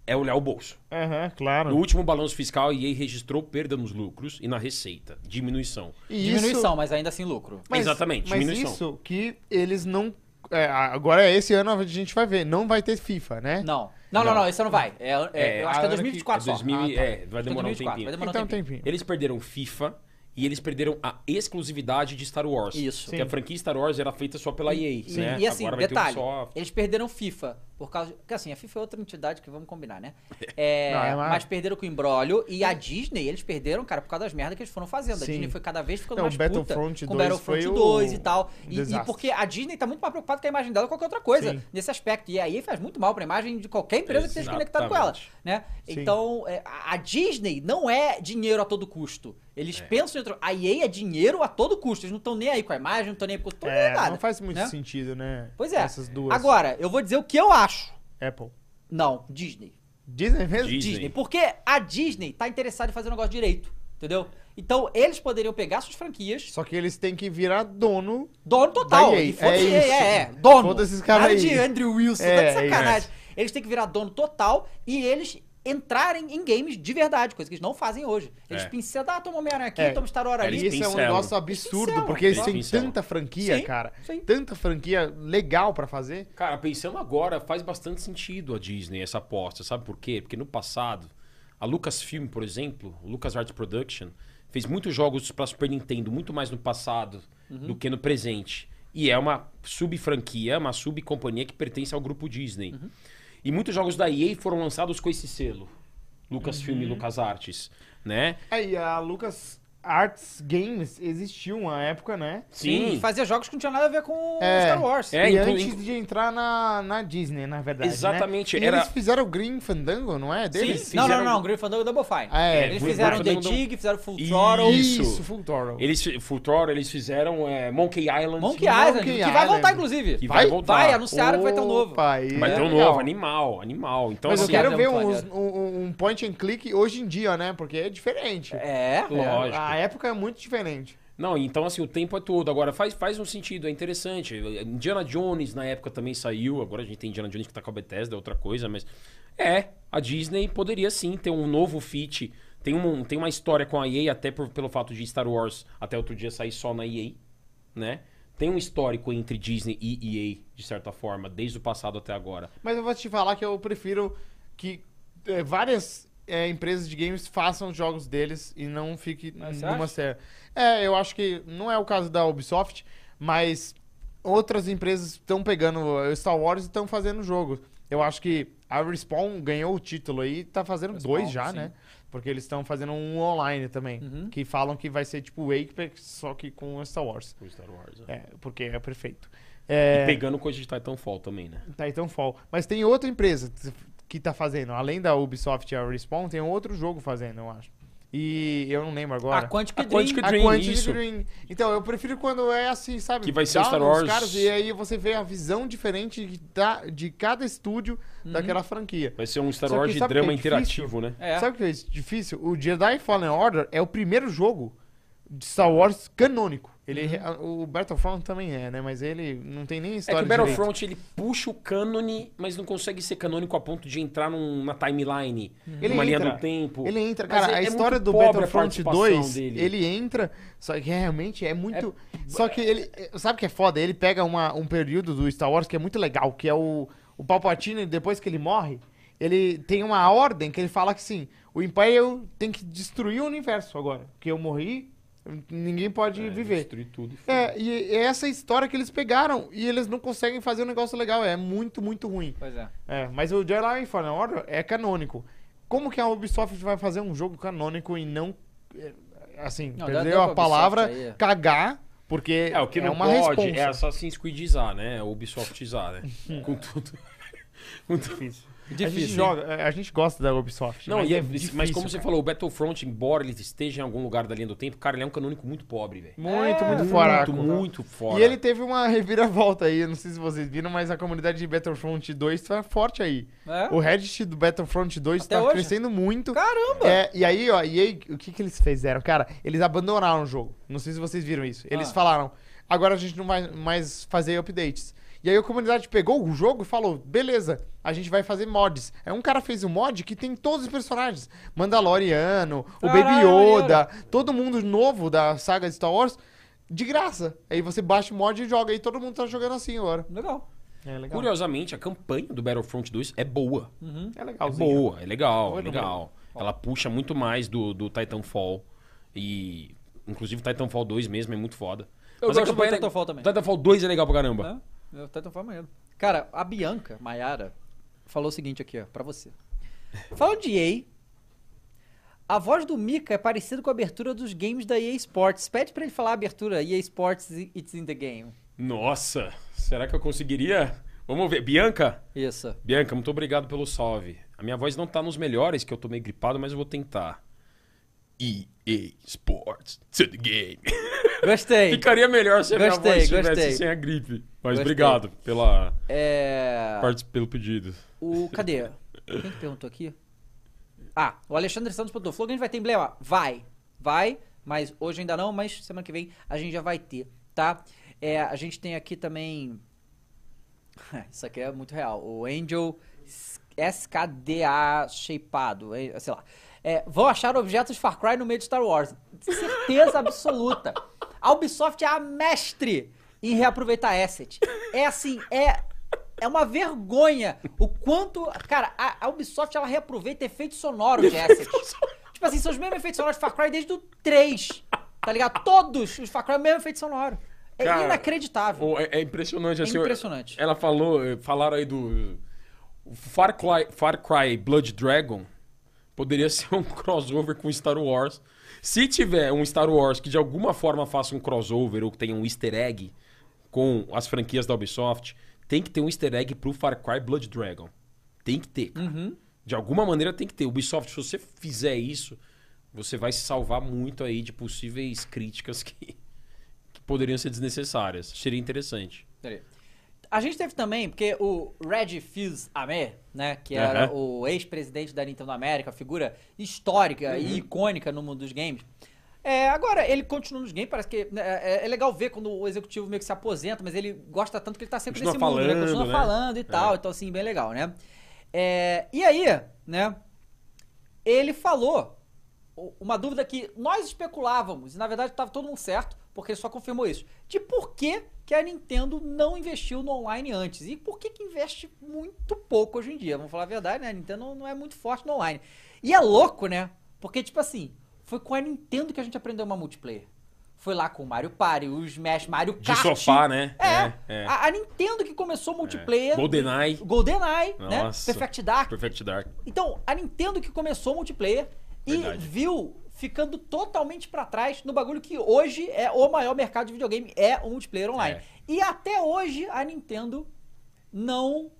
[SPEAKER 3] é olhar o bolso.
[SPEAKER 2] Aham, claro.
[SPEAKER 3] No último balanço fiscal, a EA registrou perda nos lucros e na receita, diminuição.
[SPEAKER 2] E
[SPEAKER 1] Diminuição, mas ainda assim lucro.
[SPEAKER 3] Exatamente,
[SPEAKER 2] mas
[SPEAKER 3] diminuição.
[SPEAKER 2] isso que eles não... é, agora, esse ano, a gente vai ver. Não vai ter FIFA, né?
[SPEAKER 1] Não. Não, não,
[SPEAKER 3] Não.
[SPEAKER 1] não, isso não vai. É, é-
[SPEAKER 3] É,
[SPEAKER 1] eu acho que é
[SPEAKER 2] a ano que-
[SPEAKER 3] É,
[SPEAKER 1] 2024 só.
[SPEAKER 3] 2000,
[SPEAKER 1] Ah,
[SPEAKER 3] e-
[SPEAKER 1] tá.
[SPEAKER 3] é, vai demorar um
[SPEAKER 1] 2024,
[SPEAKER 3] tempinho.
[SPEAKER 1] vai demorar
[SPEAKER 2] então,
[SPEAKER 1] um tempinho.
[SPEAKER 2] tempinho.
[SPEAKER 3] Eles perderam FIFA e eles perderam a exclusividade de Star Wars.
[SPEAKER 1] Isso.
[SPEAKER 3] Porque a franquia Star Wars era feita só pela EA,
[SPEAKER 1] Sim,
[SPEAKER 3] né?
[SPEAKER 1] e assim,
[SPEAKER 3] Agora vai ter
[SPEAKER 1] detalhe,
[SPEAKER 3] Ubisoft.
[SPEAKER 1] eles perderam FIFA por causa. Porque assim, a FIFA é outra entidade que vamos combinar, né? É,
[SPEAKER 2] Não, é uma-
[SPEAKER 1] Mas perderam com o Embrolho e a Disney, eles perderam, cara, por causa das merdas que eles foram fazendo. A
[SPEAKER 2] Sim.
[SPEAKER 1] Disney foi cada vez ficando
[SPEAKER 2] Não,
[SPEAKER 1] mais
[SPEAKER 2] Battlefront
[SPEAKER 1] puta com
[SPEAKER 2] 2
[SPEAKER 1] Battlefront
[SPEAKER 2] foi
[SPEAKER 1] 2
[SPEAKER 2] o
[SPEAKER 1] e tal. E, e
[SPEAKER 2] desastre.
[SPEAKER 1] porque a Disney tá muito mais preocupada com a imagem dela do que qualquer outra coisa
[SPEAKER 2] Sim.
[SPEAKER 1] nesse aspecto. E aí faz muito mal pra imagem de qualquer empresa que esteja conectada com ela.
[SPEAKER 3] Exatamente.
[SPEAKER 1] Né?
[SPEAKER 2] Sim.
[SPEAKER 1] Então, é, a a Disney não é dinheiro a todo custo. Eles pensam em outro... A EA é dinheiro a todo custo. Eles não estão nem aí com a imagem, não estão nem aí com... Não tão nem aí
[SPEAKER 2] É,
[SPEAKER 1] nada.
[SPEAKER 2] não faz muito
[SPEAKER 1] né?
[SPEAKER 2] sentido, né?
[SPEAKER 1] Pois é.
[SPEAKER 2] Essas duas.
[SPEAKER 1] Agora, eu vou dizer o que eu acho.
[SPEAKER 2] Apple.
[SPEAKER 1] Não, Disney.
[SPEAKER 2] Disney mesmo?
[SPEAKER 3] Disney.
[SPEAKER 1] Disney. Porque a Disney tá interessada em fazer o negócio direito, entendeu? Então, eles poderiam pegar suas franquias,
[SPEAKER 2] Só que eles têm que virar dono.
[SPEAKER 1] dono total.
[SPEAKER 2] Da EA,
[SPEAKER 1] E foda-se,
[SPEAKER 2] é
[SPEAKER 1] é,
[SPEAKER 2] isso.
[SPEAKER 1] é, é, dono.
[SPEAKER 2] Foda-se esses caras
[SPEAKER 1] Nada
[SPEAKER 2] aí.
[SPEAKER 1] de Andrew Wilson,
[SPEAKER 2] É,
[SPEAKER 1] tá de
[SPEAKER 2] é
[SPEAKER 1] sacanagem. Eles têm que virar dono total e eles entrarem em games de verdade, coisa que eles não fazem hoje. Eles
[SPEAKER 3] É.
[SPEAKER 1] pincelam, ah, toma Homem-Aranha aqui,
[SPEAKER 2] É.
[SPEAKER 1] toma Star Wars
[SPEAKER 3] Eles
[SPEAKER 1] ali.
[SPEAKER 2] isso é um
[SPEAKER 3] pincelam.
[SPEAKER 2] negócio absurdo,
[SPEAKER 1] pincelam,
[SPEAKER 2] porque eles
[SPEAKER 1] eles
[SPEAKER 2] têm
[SPEAKER 3] pincelam.
[SPEAKER 2] tanta franquia,
[SPEAKER 1] Sim,
[SPEAKER 2] cara.
[SPEAKER 1] sim.
[SPEAKER 2] Tanta franquia legal pra fazer.
[SPEAKER 3] Cara, pensando agora, faz bastante sentido a Disney essa aposta, sabe por quê? Porque no passado, a Lucasfilm, por exemplo, LucasArts Production, fez muitos jogos pra Super Nintendo muito mais no passado
[SPEAKER 2] Uhum.
[SPEAKER 3] do que no presente. E é uma sub-franquia, é uma sub-companhia que pertence ao grupo Disney.
[SPEAKER 2] Uhum.
[SPEAKER 3] E muitos jogos da EA foram lançados com esse selo. Lucasfilm
[SPEAKER 2] Uhum.
[SPEAKER 3] e LucasArts, né?
[SPEAKER 2] Aí a Lucas Arts Games existiu uma época, né?
[SPEAKER 1] Sim, fazia jogos que não tinha nada a ver com
[SPEAKER 2] É.
[SPEAKER 1] Star Wars.
[SPEAKER 3] É,
[SPEAKER 2] e
[SPEAKER 3] inclu-
[SPEAKER 2] antes
[SPEAKER 3] inclu-
[SPEAKER 2] de entrar na, na Disney, na verdade. né?
[SPEAKER 3] Exatamente,
[SPEAKER 2] E
[SPEAKER 3] era-
[SPEAKER 2] eles fizeram o Green Fandango, não é? Deles?
[SPEAKER 3] Sim,
[SPEAKER 1] Não, não,
[SPEAKER 3] fizeram-
[SPEAKER 1] não, Green Fandango e Double Fine.
[SPEAKER 2] Ah, é,
[SPEAKER 1] eles
[SPEAKER 3] Green
[SPEAKER 1] fizeram The
[SPEAKER 3] Fandango-
[SPEAKER 1] Dig, fizeram Full
[SPEAKER 3] E-
[SPEAKER 1] Throttle.
[SPEAKER 2] Isso,
[SPEAKER 3] Isso.
[SPEAKER 2] Full Throttle.
[SPEAKER 3] Eles, Full Throttle, eles fizeram é, Monkey Island.
[SPEAKER 1] Monkey
[SPEAKER 2] Monkey
[SPEAKER 1] Island, que vai voltar,
[SPEAKER 2] Island.
[SPEAKER 1] inclusive.
[SPEAKER 3] Que
[SPEAKER 2] Vai?
[SPEAKER 3] vai voltar.
[SPEAKER 1] Vai, anunciaram que vai ter um novo.
[SPEAKER 2] Opa, aí
[SPEAKER 3] Vai
[SPEAKER 2] é
[SPEAKER 3] ter um
[SPEAKER 2] legal.
[SPEAKER 3] novo, animal, animal. Então,
[SPEAKER 2] Mas eu
[SPEAKER 3] assim,
[SPEAKER 1] Sim,
[SPEAKER 2] quero
[SPEAKER 1] é
[SPEAKER 2] ver
[SPEAKER 1] muito
[SPEAKER 2] uns- um, um- um point and click hoje em dia, né? Porque é diferente.
[SPEAKER 1] É.
[SPEAKER 2] É,
[SPEAKER 3] lógico.
[SPEAKER 2] A época é muito diferente.
[SPEAKER 3] Não, então assim, o tempo é todo. Agora, faz, faz um sentido, é interessante. Indiana Jones na época também saiu, agora a gente tem Indiana Jones que tá com a Bethesda, é outra coisa, mas. É, a Disney poderia sim ter um novo feat. Tem, um, tem uma história com a EA, até por- pelo fato de Star Wars até outro dia sair só na EA, né? tem um histórico entre Disney e EA, de certa forma, desde o passado até agora.
[SPEAKER 2] Mas eu vou te falar que eu prefiro que é, várias é, empresas de games façam os jogos deles e não fique
[SPEAKER 1] Mas você
[SPEAKER 2] numa
[SPEAKER 1] acha?
[SPEAKER 2] série. É, eu acho que não é o caso da Ubisoft, mas outras empresas estão pegando o Star Wars e estão fazendo jogo. Eu acho que a Respawn ganhou o título aí e tá fazendo
[SPEAKER 1] Respawn,
[SPEAKER 2] dois já,
[SPEAKER 1] sim.
[SPEAKER 2] né? Porque eles estão fazendo um online também.
[SPEAKER 1] Uhum.
[SPEAKER 2] Que falam que vai ser tipo o Apex, só que com Star Wars.
[SPEAKER 3] O Star Wars. né?
[SPEAKER 2] É, porque é perfeito.
[SPEAKER 3] E
[SPEAKER 2] É...
[SPEAKER 3] pegando coisa de Titanfall também, né?
[SPEAKER 2] Tá Titanfall. Mas tem outra empresa t- que tá fazendo. Além da Ubisoft e a Respawn, tem um outro jogo fazendo, eu acho. E eu não lembro agora.
[SPEAKER 1] A Quantic
[SPEAKER 3] A
[SPEAKER 1] Dream.
[SPEAKER 3] Quantic
[SPEAKER 2] A
[SPEAKER 3] Dream,
[SPEAKER 2] Quantic
[SPEAKER 3] isso.
[SPEAKER 2] Dream. Então, eu prefiro quando é assim, sabe?
[SPEAKER 3] Que vai ser o
[SPEAKER 2] Dá
[SPEAKER 3] Star
[SPEAKER 2] nos
[SPEAKER 3] Wars.
[SPEAKER 2] Caras, e aí você vê a visão diferente de da- de cada estúdio
[SPEAKER 3] Uhum.
[SPEAKER 2] daquela franquia.
[SPEAKER 3] Vai ser um Star
[SPEAKER 2] Só que
[SPEAKER 3] Wars de
[SPEAKER 2] sabe o que
[SPEAKER 3] drama
[SPEAKER 2] é difícil?
[SPEAKER 3] interativo, né?
[SPEAKER 1] É.
[SPEAKER 2] Sabe o que é isso? difícil? O Jedi Fallen Order é o primeiro jogo de Star Wars canônico. Ele, a- O Battlefront também é, né? Mas ele não tem nem
[SPEAKER 3] Uhum. É
[SPEAKER 2] história
[SPEAKER 3] que o
[SPEAKER 2] direito.
[SPEAKER 3] Battlefront ele puxa o cânone, mas não consegue ser canônico a ponto de entrar num- na timeline,
[SPEAKER 2] Uhum. Ele
[SPEAKER 3] numa linha
[SPEAKER 2] entra.
[SPEAKER 3] do tempo.
[SPEAKER 2] Ele entra,
[SPEAKER 3] Mas
[SPEAKER 2] cara,
[SPEAKER 3] é-
[SPEAKER 2] a
[SPEAKER 3] é
[SPEAKER 2] história
[SPEAKER 3] muito
[SPEAKER 2] do
[SPEAKER 3] pobre a
[SPEAKER 2] Battlefront
[SPEAKER 3] participação
[SPEAKER 2] 2,
[SPEAKER 3] dele.
[SPEAKER 2] ele entra, só que realmente é muito. Só que ele. é- Sabe o que é foda? Ele pega uma- um período do Star Wars que é muito legal, que é o, o Palpatine, depois que ele morre, ele tem uma ordem que ele fala que assim, o Império tem que destruir o universo agora. Porque eu morri, ninguém pode
[SPEAKER 3] É,
[SPEAKER 2] viver.
[SPEAKER 3] Destruir tudo. e foi.
[SPEAKER 2] É, e é essa história que eles pegaram e eles não conseguem fazer um negócio legal. É muito, muito ruim.
[SPEAKER 1] Pois é.
[SPEAKER 2] É, mas o Jedi Fallen Order é canônico. Como que a Ubisoft vai fazer um jogo canônico e não. é, Assim,
[SPEAKER 1] Não, dá- dá
[SPEAKER 2] perdeu
[SPEAKER 1] pra
[SPEAKER 2] a
[SPEAKER 1] Ubisoft
[SPEAKER 2] palavra
[SPEAKER 1] aí, é.
[SPEAKER 2] cagar, porque
[SPEAKER 3] É, o que
[SPEAKER 2] é
[SPEAKER 3] não
[SPEAKER 2] uma
[SPEAKER 3] pode
[SPEAKER 2] responsa. Uhum.
[SPEAKER 3] é Assassin's Creedizar, né? É Ubisoftizar, né? Com tudo. Com tudo.
[SPEAKER 1] Difícil.
[SPEAKER 2] a, gente
[SPEAKER 1] hein?
[SPEAKER 2] joga, é, a gente gosta da Ubisoft.
[SPEAKER 3] né? Não,
[SPEAKER 2] mas,
[SPEAKER 3] e é-
[SPEAKER 2] é
[SPEAKER 3] mas
[SPEAKER 2] difícil,
[SPEAKER 3] como você
[SPEAKER 2] cara.
[SPEAKER 3] falou, o Battlefront, embora ele esteja em algum lugar da linha do tempo, cara, ele é um canônico muito pobre, velho.
[SPEAKER 2] Muito,
[SPEAKER 1] É,
[SPEAKER 2] muito
[SPEAKER 3] muito,
[SPEAKER 2] fora.
[SPEAKER 3] muito fora.
[SPEAKER 2] E ele teve uma reviravolta aí, eu não sei se vocês viram, mas a comunidade de Battlefront 2 tá forte aí.
[SPEAKER 1] É?
[SPEAKER 2] O Reddit do Battlefront 2
[SPEAKER 1] Até
[SPEAKER 2] tá
[SPEAKER 1] hoje?
[SPEAKER 2] crescendo muito.
[SPEAKER 1] Caramba!
[SPEAKER 2] É, e aí, ó, e aí, o que que eles fizeram? Cara, eles abandonaram o jogo. Não sei se vocês viram isso. Eles
[SPEAKER 1] Ah.
[SPEAKER 2] falaram, agora a gente não vai mais fazer updates. E aí a comunidade pegou o jogo e falou, beleza, a gente vai fazer mods. Aí um cara fez um mod que tem todos os personagens. Mandaloriano, o Baby
[SPEAKER 1] Caralho!
[SPEAKER 2] Yoda, todo mundo novo da saga de Star Wars, de graça. Aí você baixa o mod e joga, e todo mundo tá jogando assim agora.
[SPEAKER 1] Legal.
[SPEAKER 2] É legal.
[SPEAKER 3] Curiosamente, a campanha do Battlefront 2 é boa.
[SPEAKER 2] É
[SPEAKER 3] É
[SPEAKER 2] legalzinho.
[SPEAKER 3] boa, é legal, é
[SPEAKER 2] Boa, não
[SPEAKER 3] legal. Ela puxa muito mais do, do Titanfall. E. Inclusive, Titanfall 2 mesmo é muito foda.
[SPEAKER 1] Eu
[SPEAKER 3] a
[SPEAKER 1] gosto do
[SPEAKER 3] campanha é-
[SPEAKER 1] Titanfall também.
[SPEAKER 3] Titanfall 2 é legal pra caramba.
[SPEAKER 1] É, eu até tô falando maneiro. Cara, a Bianca Maiara falou o seguinte aqui, ó, pra você. Falando de EA, a voz do Mika é parecida com a abertura dos games da EA Sports. Pede pra ele falar a abertura EA Sports It's in the Game.
[SPEAKER 3] Nossa, será que eu conseguiria? Vamos ver. Bianca?
[SPEAKER 1] Isso.
[SPEAKER 3] Bianca, muito obrigado pelo salve. A minha voz não tá nos melhores, que eu tô meio gripado, mas eu vou tentar. EA Sports to the game.
[SPEAKER 1] Gostei.
[SPEAKER 3] Ficaria melhor se a minha
[SPEAKER 1] Gostei,
[SPEAKER 3] voz estivesse
[SPEAKER 1] gostei.
[SPEAKER 3] sem a gripe. Mas
[SPEAKER 1] Gostei.
[SPEAKER 3] obrigado pela,
[SPEAKER 1] É...
[SPEAKER 3] parte- pelo pedido.
[SPEAKER 1] O. Cadê? Quem que perguntou aqui? Ah, o Alexandre Santos perguntou: Flow, a gente vai ter emblema? Vai, vai, mas hoje ainda não, mas semana que vem a gente já vai ter, tá? É, a gente tem aqui também. Isso aqui é muito real. O Angel SKDA shapeado, é, sei lá. É, vão achar objetos Far Cry no meio de Star Wars. Certeza absoluta. A Ubisoft é a mestre em reaproveitar asset. É assim, é é uma vergonha o quanto. Cara, a, a Ubisoft ela reaproveita efeitos sonoros de assets. tipo assim, são os mesmos efeitos sonoros de Far Cry desde o 3. Tá ligado? Todos os Far Cry, mesmo efeito sonoro. É
[SPEAKER 3] Cara,
[SPEAKER 1] inacreditável.
[SPEAKER 3] Pô, é, é impressionante, assim.
[SPEAKER 1] Impressionante.
[SPEAKER 3] Ela falou, eh, falaram aí do. o Far Cry, Far Cry Blood Dragon poderia ser um crossover com Star Wars. Se tiver um Star Wars que de alguma forma faça um crossover ou que tenha um easter egg com as franquias da Ubisoft, tem que ter um easter egg pro Far Cry Blood Dragon. Tem que ter. cara.
[SPEAKER 1] Uhum.
[SPEAKER 3] De alguma maneira tem que ter. Ubisoft, se você fizer isso, você vai se salvar muito aí de possíveis críticas que, que poderiam ser desnecessárias. Seria interessante.
[SPEAKER 1] Peraí. A gente teve também, porque o Red Fizz Amer, né, que era o ex-presidente da Nintendo América, figura histórica
[SPEAKER 3] Uhum.
[SPEAKER 1] e icônica no mundo dos games. É, agora, ele continua nos games, parece que né, é, é legal ver quando o executivo meio que se aposenta, mas ele gosta tanto que ele tá sempre
[SPEAKER 3] Continua
[SPEAKER 1] nesse mundo, né?
[SPEAKER 3] falando,
[SPEAKER 1] Continua
[SPEAKER 3] né?
[SPEAKER 1] falando e tal, então assim, bem legal, né? É, e aí, né, ele falou u- uma dúvida que nós especulávamos, e na verdade estava todo mundo certo, porque ele só confirmou isso, de por que, que que a Nintendo não investiu no online antes. E por que, que investe muito pouco hoje em dia? Vamos falar a verdade, né? A Nintendo não é muito forte no online. E é louco, né? Porque, tipo assim, foi com a Nintendo que a gente aprendeu uma multiplayer. Foi lá com o Mario Party, o Smash, Mario
[SPEAKER 3] De
[SPEAKER 1] Kart.
[SPEAKER 3] sofá, né?
[SPEAKER 1] É,
[SPEAKER 3] É, é.
[SPEAKER 1] A, a Nintendo que começou multiplayer.
[SPEAKER 3] GoldenEye,
[SPEAKER 1] GoldenEye, né?
[SPEAKER 3] Nossa.
[SPEAKER 1] Perfect Dark.
[SPEAKER 3] Perfect Dark.
[SPEAKER 1] Então, a Nintendo que começou o multiplayer e
[SPEAKER 3] Verdade.
[SPEAKER 1] viu ficando totalmente pra trás no bagulho que hoje é o maior mercado de videogame, é o multiplayer online.
[SPEAKER 3] É.
[SPEAKER 1] E até hoje a Nintendo não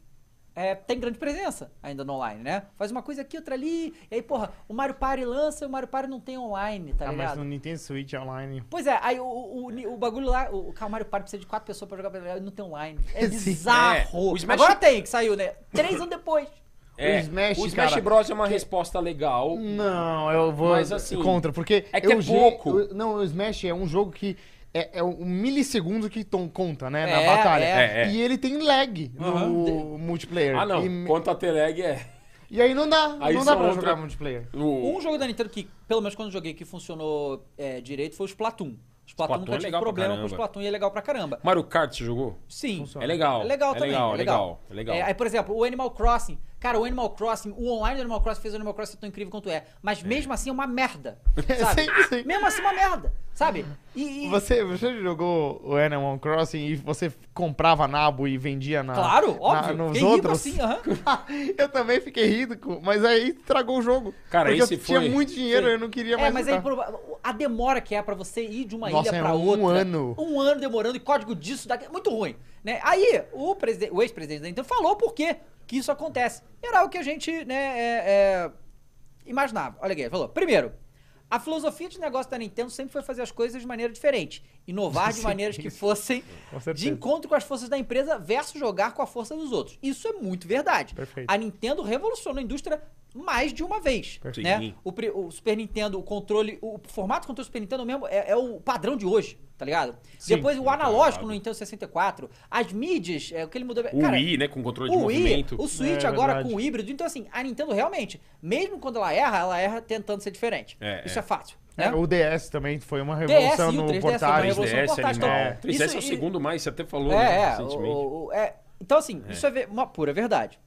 [SPEAKER 1] é, tem grande presença ainda no online, né? Faz uma coisa aqui, outra ali, e aí, porra, o Mario Party lança e o Mario Party não tem online, tá
[SPEAKER 2] Ah, mas
[SPEAKER 1] ligado?
[SPEAKER 2] no Nintendo Switch online.
[SPEAKER 1] Pois é, aí o, o, o- o bagulho lá, o, o Mario Party precisa de quatro pessoas pra jogar pra jogar e não tem online. É
[SPEAKER 2] Sim.
[SPEAKER 1] bizarro.
[SPEAKER 3] É, o Smash-
[SPEAKER 1] Agora tem, que saiu, né? Três anos depois.
[SPEAKER 3] É,
[SPEAKER 2] Smash,
[SPEAKER 3] o Smash
[SPEAKER 2] cara,
[SPEAKER 3] Bros é uma resposta legal.
[SPEAKER 1] Hum.
[SPEAKER 2] Não, eu vou
[SPEAKER 3] Mas, assim,
[SPEAKER 2] contra, porque
[SPEAKER 3] é que é
[SPEAKER 2] eu ge-
[SPEAKER 3] pouco.
[SPEAKER 2] eu- não, o Smash é um jogo que é, é um milissegundo que tom- conta, né,
[SPEAKER 1] É,
[SPEAKER 2] na batalha.
[SPEAKER 3] é. É, é.
[SPEAKER 2] E ele tem lag
[SPEAKER 1] Aham.
[SPEAKER 2] no multiplayer.
[SPEAKER 3] Ah, não.
[SPEAKER 2] E,
[SPEAKER 3] Quanto a Teleg é.
[SPEAKER 2] e aí não dá,
[SPEAKER 3] Aí
[SPEAKER 2] não dá
[SPEAKER 3] são
[SPEAKER 2] pra
[SPEAKER 3] outra-
[SPEAKER 2] jogar multiplayer.
[SPEAKER 3] O...
[SPEAKER 1] Um jogo da Nintendo que, pelo menos quando eu joguei, que funcionou é, direito foi o Splatoon. O Splatoon
[SPEAKER 3] Splatoon
[SPEAKER 1] nunca
[SPEAKER 3] é
[SPEAKER 1] tive
[SPEAKER 3] legal pra
[SPEAKER 1] problema com o
[SPEAKER 3] caramba.
[SPEAKER 1] Splatoon e é legal pra caramba.
[SPEAKER 3] Mario Kart você jogou?
[SPEAKER 1] Sim.
[SPEAKER 2] Funciona.
[SPEAKER 3] É legal.
[SPEAKER 1] É legal também.
[SPEAKER 3] legal,
[SPEAKER 1] é
[SPEAKER 3] é legal. É legal.
[SPEAKER 1] É, aí, por exemplo, o Animal Crossing. Cara, o Animal Crossing, o online do Animal Crossing fez o Animal Crossing tão incrível quanto é. Mas mesmo assim é uma merda. Sabe?
[SPEAKER 2] Sim, sim.
[SPEAKER 1] Mesmo assim é uma merda. Sabe? E, e-
[SPEAKER 2] Você, você jogou o Animal Crossing e você comprava nabo e vendia na
[SPEAKER 1] Claro,
[SPEAKER 2] na-
[SPEAKER 1] óbvio.
[SPEAKER 2] nos
[SPEAKER 1] Fiquei rico
[SPEAKER 2] outros?
[SPEAKER 1] assim, aham.
[SPEAKER 2] eu também fiquei rico, mas aí estragou o jogo.
[SPEAKER 3] Cara,
[SPEAKER 2] porque
[SPEAKER 3] esse
[SPEAKER 2] eu tinha
[SPEAKER 3] foi-
[SPEAKER 2] muito dinheiro,
[SPEAKER 1] Sim.
[SPEAKER 2] eu não queria
[SPEAKER 1] É,
[SPEAKER 2] mais
[SPEAKER 1] mas
[SPEAKER 2] jogar.
[SPEAKER 1] aí prova- a demora que é pra você ir de uma
[SPEAKER 2] Nossa,
[SPEAKER 1] ilha
[SPEAKER 2] é
[SPEAKER 1] pra
[SPEAKER 2] um
[SPEAKER 1] outra.
[SPEAKER 2] ano.
[SPEAKER 1] Um ano demorando e código disso daqui. é Muito ruim. Né? Aí, o, preside- o ex-presidente da Nintendo falou por quê que isso acontece. Era o que a gente né, é, é, imaginava. Olha aqui, ele falou. Primeiro, a filosofia de negócio da Nintendo sempre foi fazer as coisas de maneira diferente. Inovar de
[SPEAKER 2] Sim,
[SPEAKER 1] maneiras que fossem
[SPEAKER 2] Com certeza.
[SPEAKER 1] de encontro com as forças da empresa versus jogar com a força dos outros. Isso é muito verdade.
[SPEAKER 2] Perfeito.
[SPEAKER 1] A Nintendo revolucionou a indústria mais de uma vez.
[SPEAKER 2] Perfeito.
[SPEAKER 1] Né?
[SPEAKER 3] Sim.
[SPEAKER 1] O, pri- o Super Nintendo, o controle, o formato do controle do Super Nintendo mesmo é, é o padrão de hoje, tá ligado?
[SPEAKER 2] Sim,
[SPEAKER 1] Depois o
[SPEAKER 3] muito
[SPEAKER 1] analógico
[SPEAKER 3] errado.
[SPEAKER 1] no Nintendo 64, as mídias, é, o que ele mudou.
[SPEAKER 3] O Wii, né? Com controle de
[SPEAKER 1] o Wii,
[SPEAKER 3] movimento.
[SPEAKER 1] o Switch
[SPEAKER 2] É,
[SPEAKER 1] agora
[SPEAKER 2] verdade.
[SPEAKER 1] com o híbrido. Então, assim, a Nintendo realmente, mesmo quando ela erra, ela erra tentando ser diferente.
[SPEAKER 3] É,
[SPEAKER 1] Isso é,
[SPEAKER 3] é.
[SPEAKER 1] fácil.
[SPEAKER 2] É,
[SPEAKER 1] Né?
[SPEAKER 2] o DS também foi uma
[SPEAKER 1] DS
[SPEAKER 2] revolução
[SPEAKER 1] e o
[SPEAKER 2] no né?
[SPEAKER 1] 3DS foi uma
[SPEAKER 2] portágem.
[SPEAKER 1] revolução.
[SPEAKER 3] 3DS,
[SPEAKER 1] portátil,
[SPEAKER 3] animal.
[SPEAKER 2] é.
[SPEAKER 3] 3DS é o
[SPEAKER 1] Isso-
[SPEAKER 3] segundo mais, você até falou né,
[SPEAKER 1] É, é,
[SPEAKER 3] recentemente.
[SPEAKER 1] o- o- é. Então, assim, isso é ve- uma pura verdade.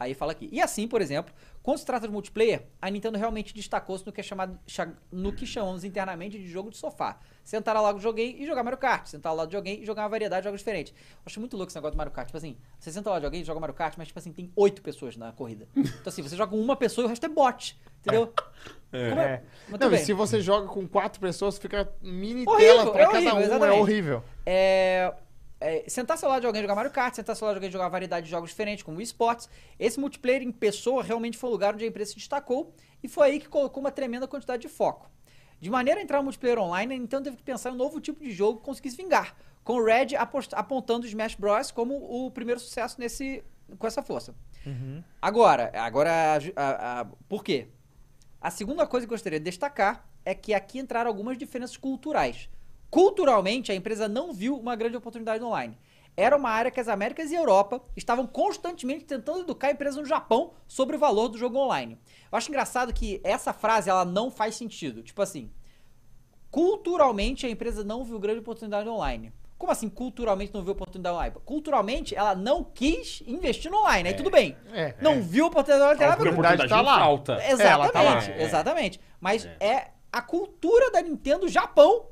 [SPEAKER 1] Aí fala aqui. E assim, por exemplo, quando se trata de multiplayer, a Nintendo realmente destacou-se no que é chamado cha- no que chamamos internamente de jogo de sofá. Sentar ao lado de alguém e jogar Mario Kart. Sentar ao lado de alguém e jogar uma variedade de jogos diferentes. Eu acho muito louco esse negócio do Mario Kart. Tipo assim, você senta ao lado de alguém e joga Mario Kart, mas tipo assim, tem oito pessoas na corrida. Então assim, você joga com uma pessoa e o resto é bot. Entendeu? Como
[SPEAKER 2] É.
[SPEAKER 1] Muito
[SPEAKER 2] Não, e
[SPEAKER 1] bem.
[SPEAKER 2] se você joga com quatro pessoas, fica mini
[SPEAKER 1] Horrível,
[SPEAKER 2] tela pra
[SPEAKER 1] é
[SPEAKER 2] cada
[SPEAKER 1] horrível,
[SPEAKER 2] um,
[SPEAKER 1] exatamente.
[SPEAKER 2] é horrível.
[SPEAKER 1] é, é, sentar celular de alguém e jogar Mario Kart, sentar celular de alguém e jogar variedade de jogos diferentes, como esportes. Esse multiplayer em pessoa realmente foi o lugar onde a empresa se destacou e foi aí que colocou uma tremenda quantidade de foco. De maneira a entrar no multiplayer online, a Nintendo teve que pensar em um novo tipo de jogo que conseguisse vingar, com o Red apost- apontando o Smash Bros. como o primeiro sucesso nesse, com essa força. Agora, agora a- a- a- por quê? A segunda coisa que eu gostaria de destacar é que aqui entraram algumas diferenças culturais. Culturalmente, a empresa não viu uma grande oportunidade no online. Era uma área que as Américas e a Europa estavam constantemente tentando educar a empresa no Japão sobre o valor do jogo online. Eu acho engraçado que essa frase ela não faz sentido. Tipo assim, culturalmente a empresa não viu grande oportunidade online. Como assim culturalmente não viu oportunidade online? Culturalmente ela não quis investir no online, aí tudo bem.
[SPEAKER 2] É,
[SPEAKER 1] não viu oportunidade
[SPEAKER 3] A
[SPEAKER 1] online,
[SPEAKER 2] oportunidade
[SPEAKER 3] oportunidade
[SPEAKER 2] tá
[SPEAKER 3] não
[SPEAKER 2] lá.
[SPEAKER 3] falta.
[SPEAKER 1] Exatamente,
[SPEAKER 2] ela tá lá.
[SPEAKER 3] É.
[SPEAKER 1] exatamente. Mas é. a cultura da Nintendo Japão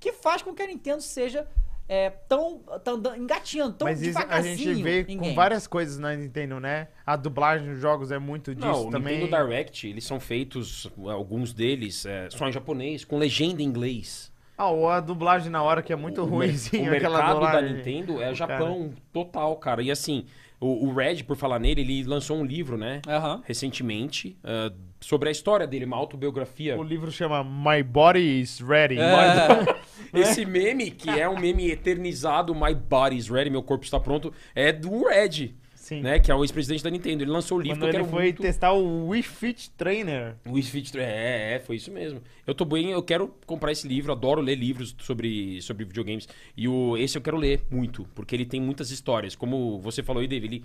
[SPEAKER 1] que faz com que a Nintendo seja é, tão, tão dan- engatinhando, tão
[SPEAKER 2] Mas isso a
[SPEAKER 1] devagarzinho.
[SPEAKER 2] gente vê
[SPEAKER 1] em
[SPEAKER 2] com
[SPEAKER 1] game.
[SPEAKER 2] várias coisas na Nintendo, né? A dublagem dos jogos é muito disso
[SPEAKER 3] Não, o
[SPEAKER 2] também.
[SPEAKER 3] Nintendo Direct, eles são feitos, alguns deles, é, só em japonês, com legenda em inglês.
[SPEAKER 2] Ah, ou a dublagem na hora que é muito
[SPEAKER 3] o, mer-
[SPEAKER 2] ruim, sim.
[SPEAKER 3] O
[SPEAKER 2] aquela
[SPEAKER 3] mercado da
[SPEAKER 2] dublagem.
[SPEAKER 3] Nintendo é
[SPEAKER 2] O
[SPEAKER 3] Japão total, cara. E assim, o, o Red, por falar nele, ele lançou um livro, né?
[SPEAKER 1] Aham.
[SPEAKER 3] Recentemente, ah, sobre a história dele, uma autobiografia.
[SPEAKER 2] O livro chama My Body is Ready.
[SPEAKER 1] É.
[SPEAKER 3] Esse meme, que é um meme eternizado, My Body's Ready, Meu Corpo Está Pronto, é do Red,
[SPEAKER 2] Sim.
[SPEAKER 3] né? Que é o ex-presidente da Nintendo. Ele lançou o livro
[SPEAKER 2] Quando
[SPEAKER 3] que eu
[SPEAKER 2] ele
[SPEAKER 3] quero
[SPEAKER 2] foi
[SPEAKER 3] muito...
[SPEAKER 2] testar o Wii Fit Trainer.
[SPEAKER 3] O Switch Tra- é, é, foi isso mesmo. Eu tô bem, eu quero comprar esse livro, adoro ler livros sobre, sobre videogames. E o, esse eu quero ler muito, porque ele tem muitas histórias. Como você falou aí, David, ele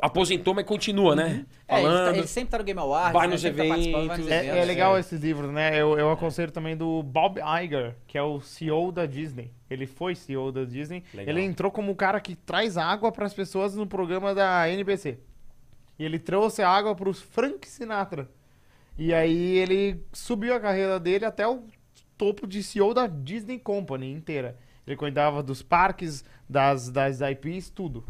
[SPEAKER 3] aposentou, mas continua, né?
[SPEAKER 1] É, ele,
[SPEAKER 3] Falando.
[SPEAKER 1] tá- ele sempre tá no Game Awards,
[SPEAKER 3] vai
[SPEAKER 1] né?
[SPEAKER 3] nos
[SPEAKER 1] Sempre tá participando de vários
[SPEAKER 3] eventos.
[SPEAKER 2] É, é
[SPEAKER 1] eventos.
[SPEAKER 2] legal esses livros, né? Eu, eu aconselho também do Bob Iger, que é o CEO da Disney. Ele foi CEO da Disney.
[SPEAKER 3] Legal.
[SPEAKER 2] Ele entrou como o cara que traz água para as pessoas no programa da NBC. E ele trouxe a água para os Frank Sinatra. E aí ele subiu a carreira dele até o topo de CEO da Disney Company inteira. Ele cuidava dos parques, das, das IPs, tudo.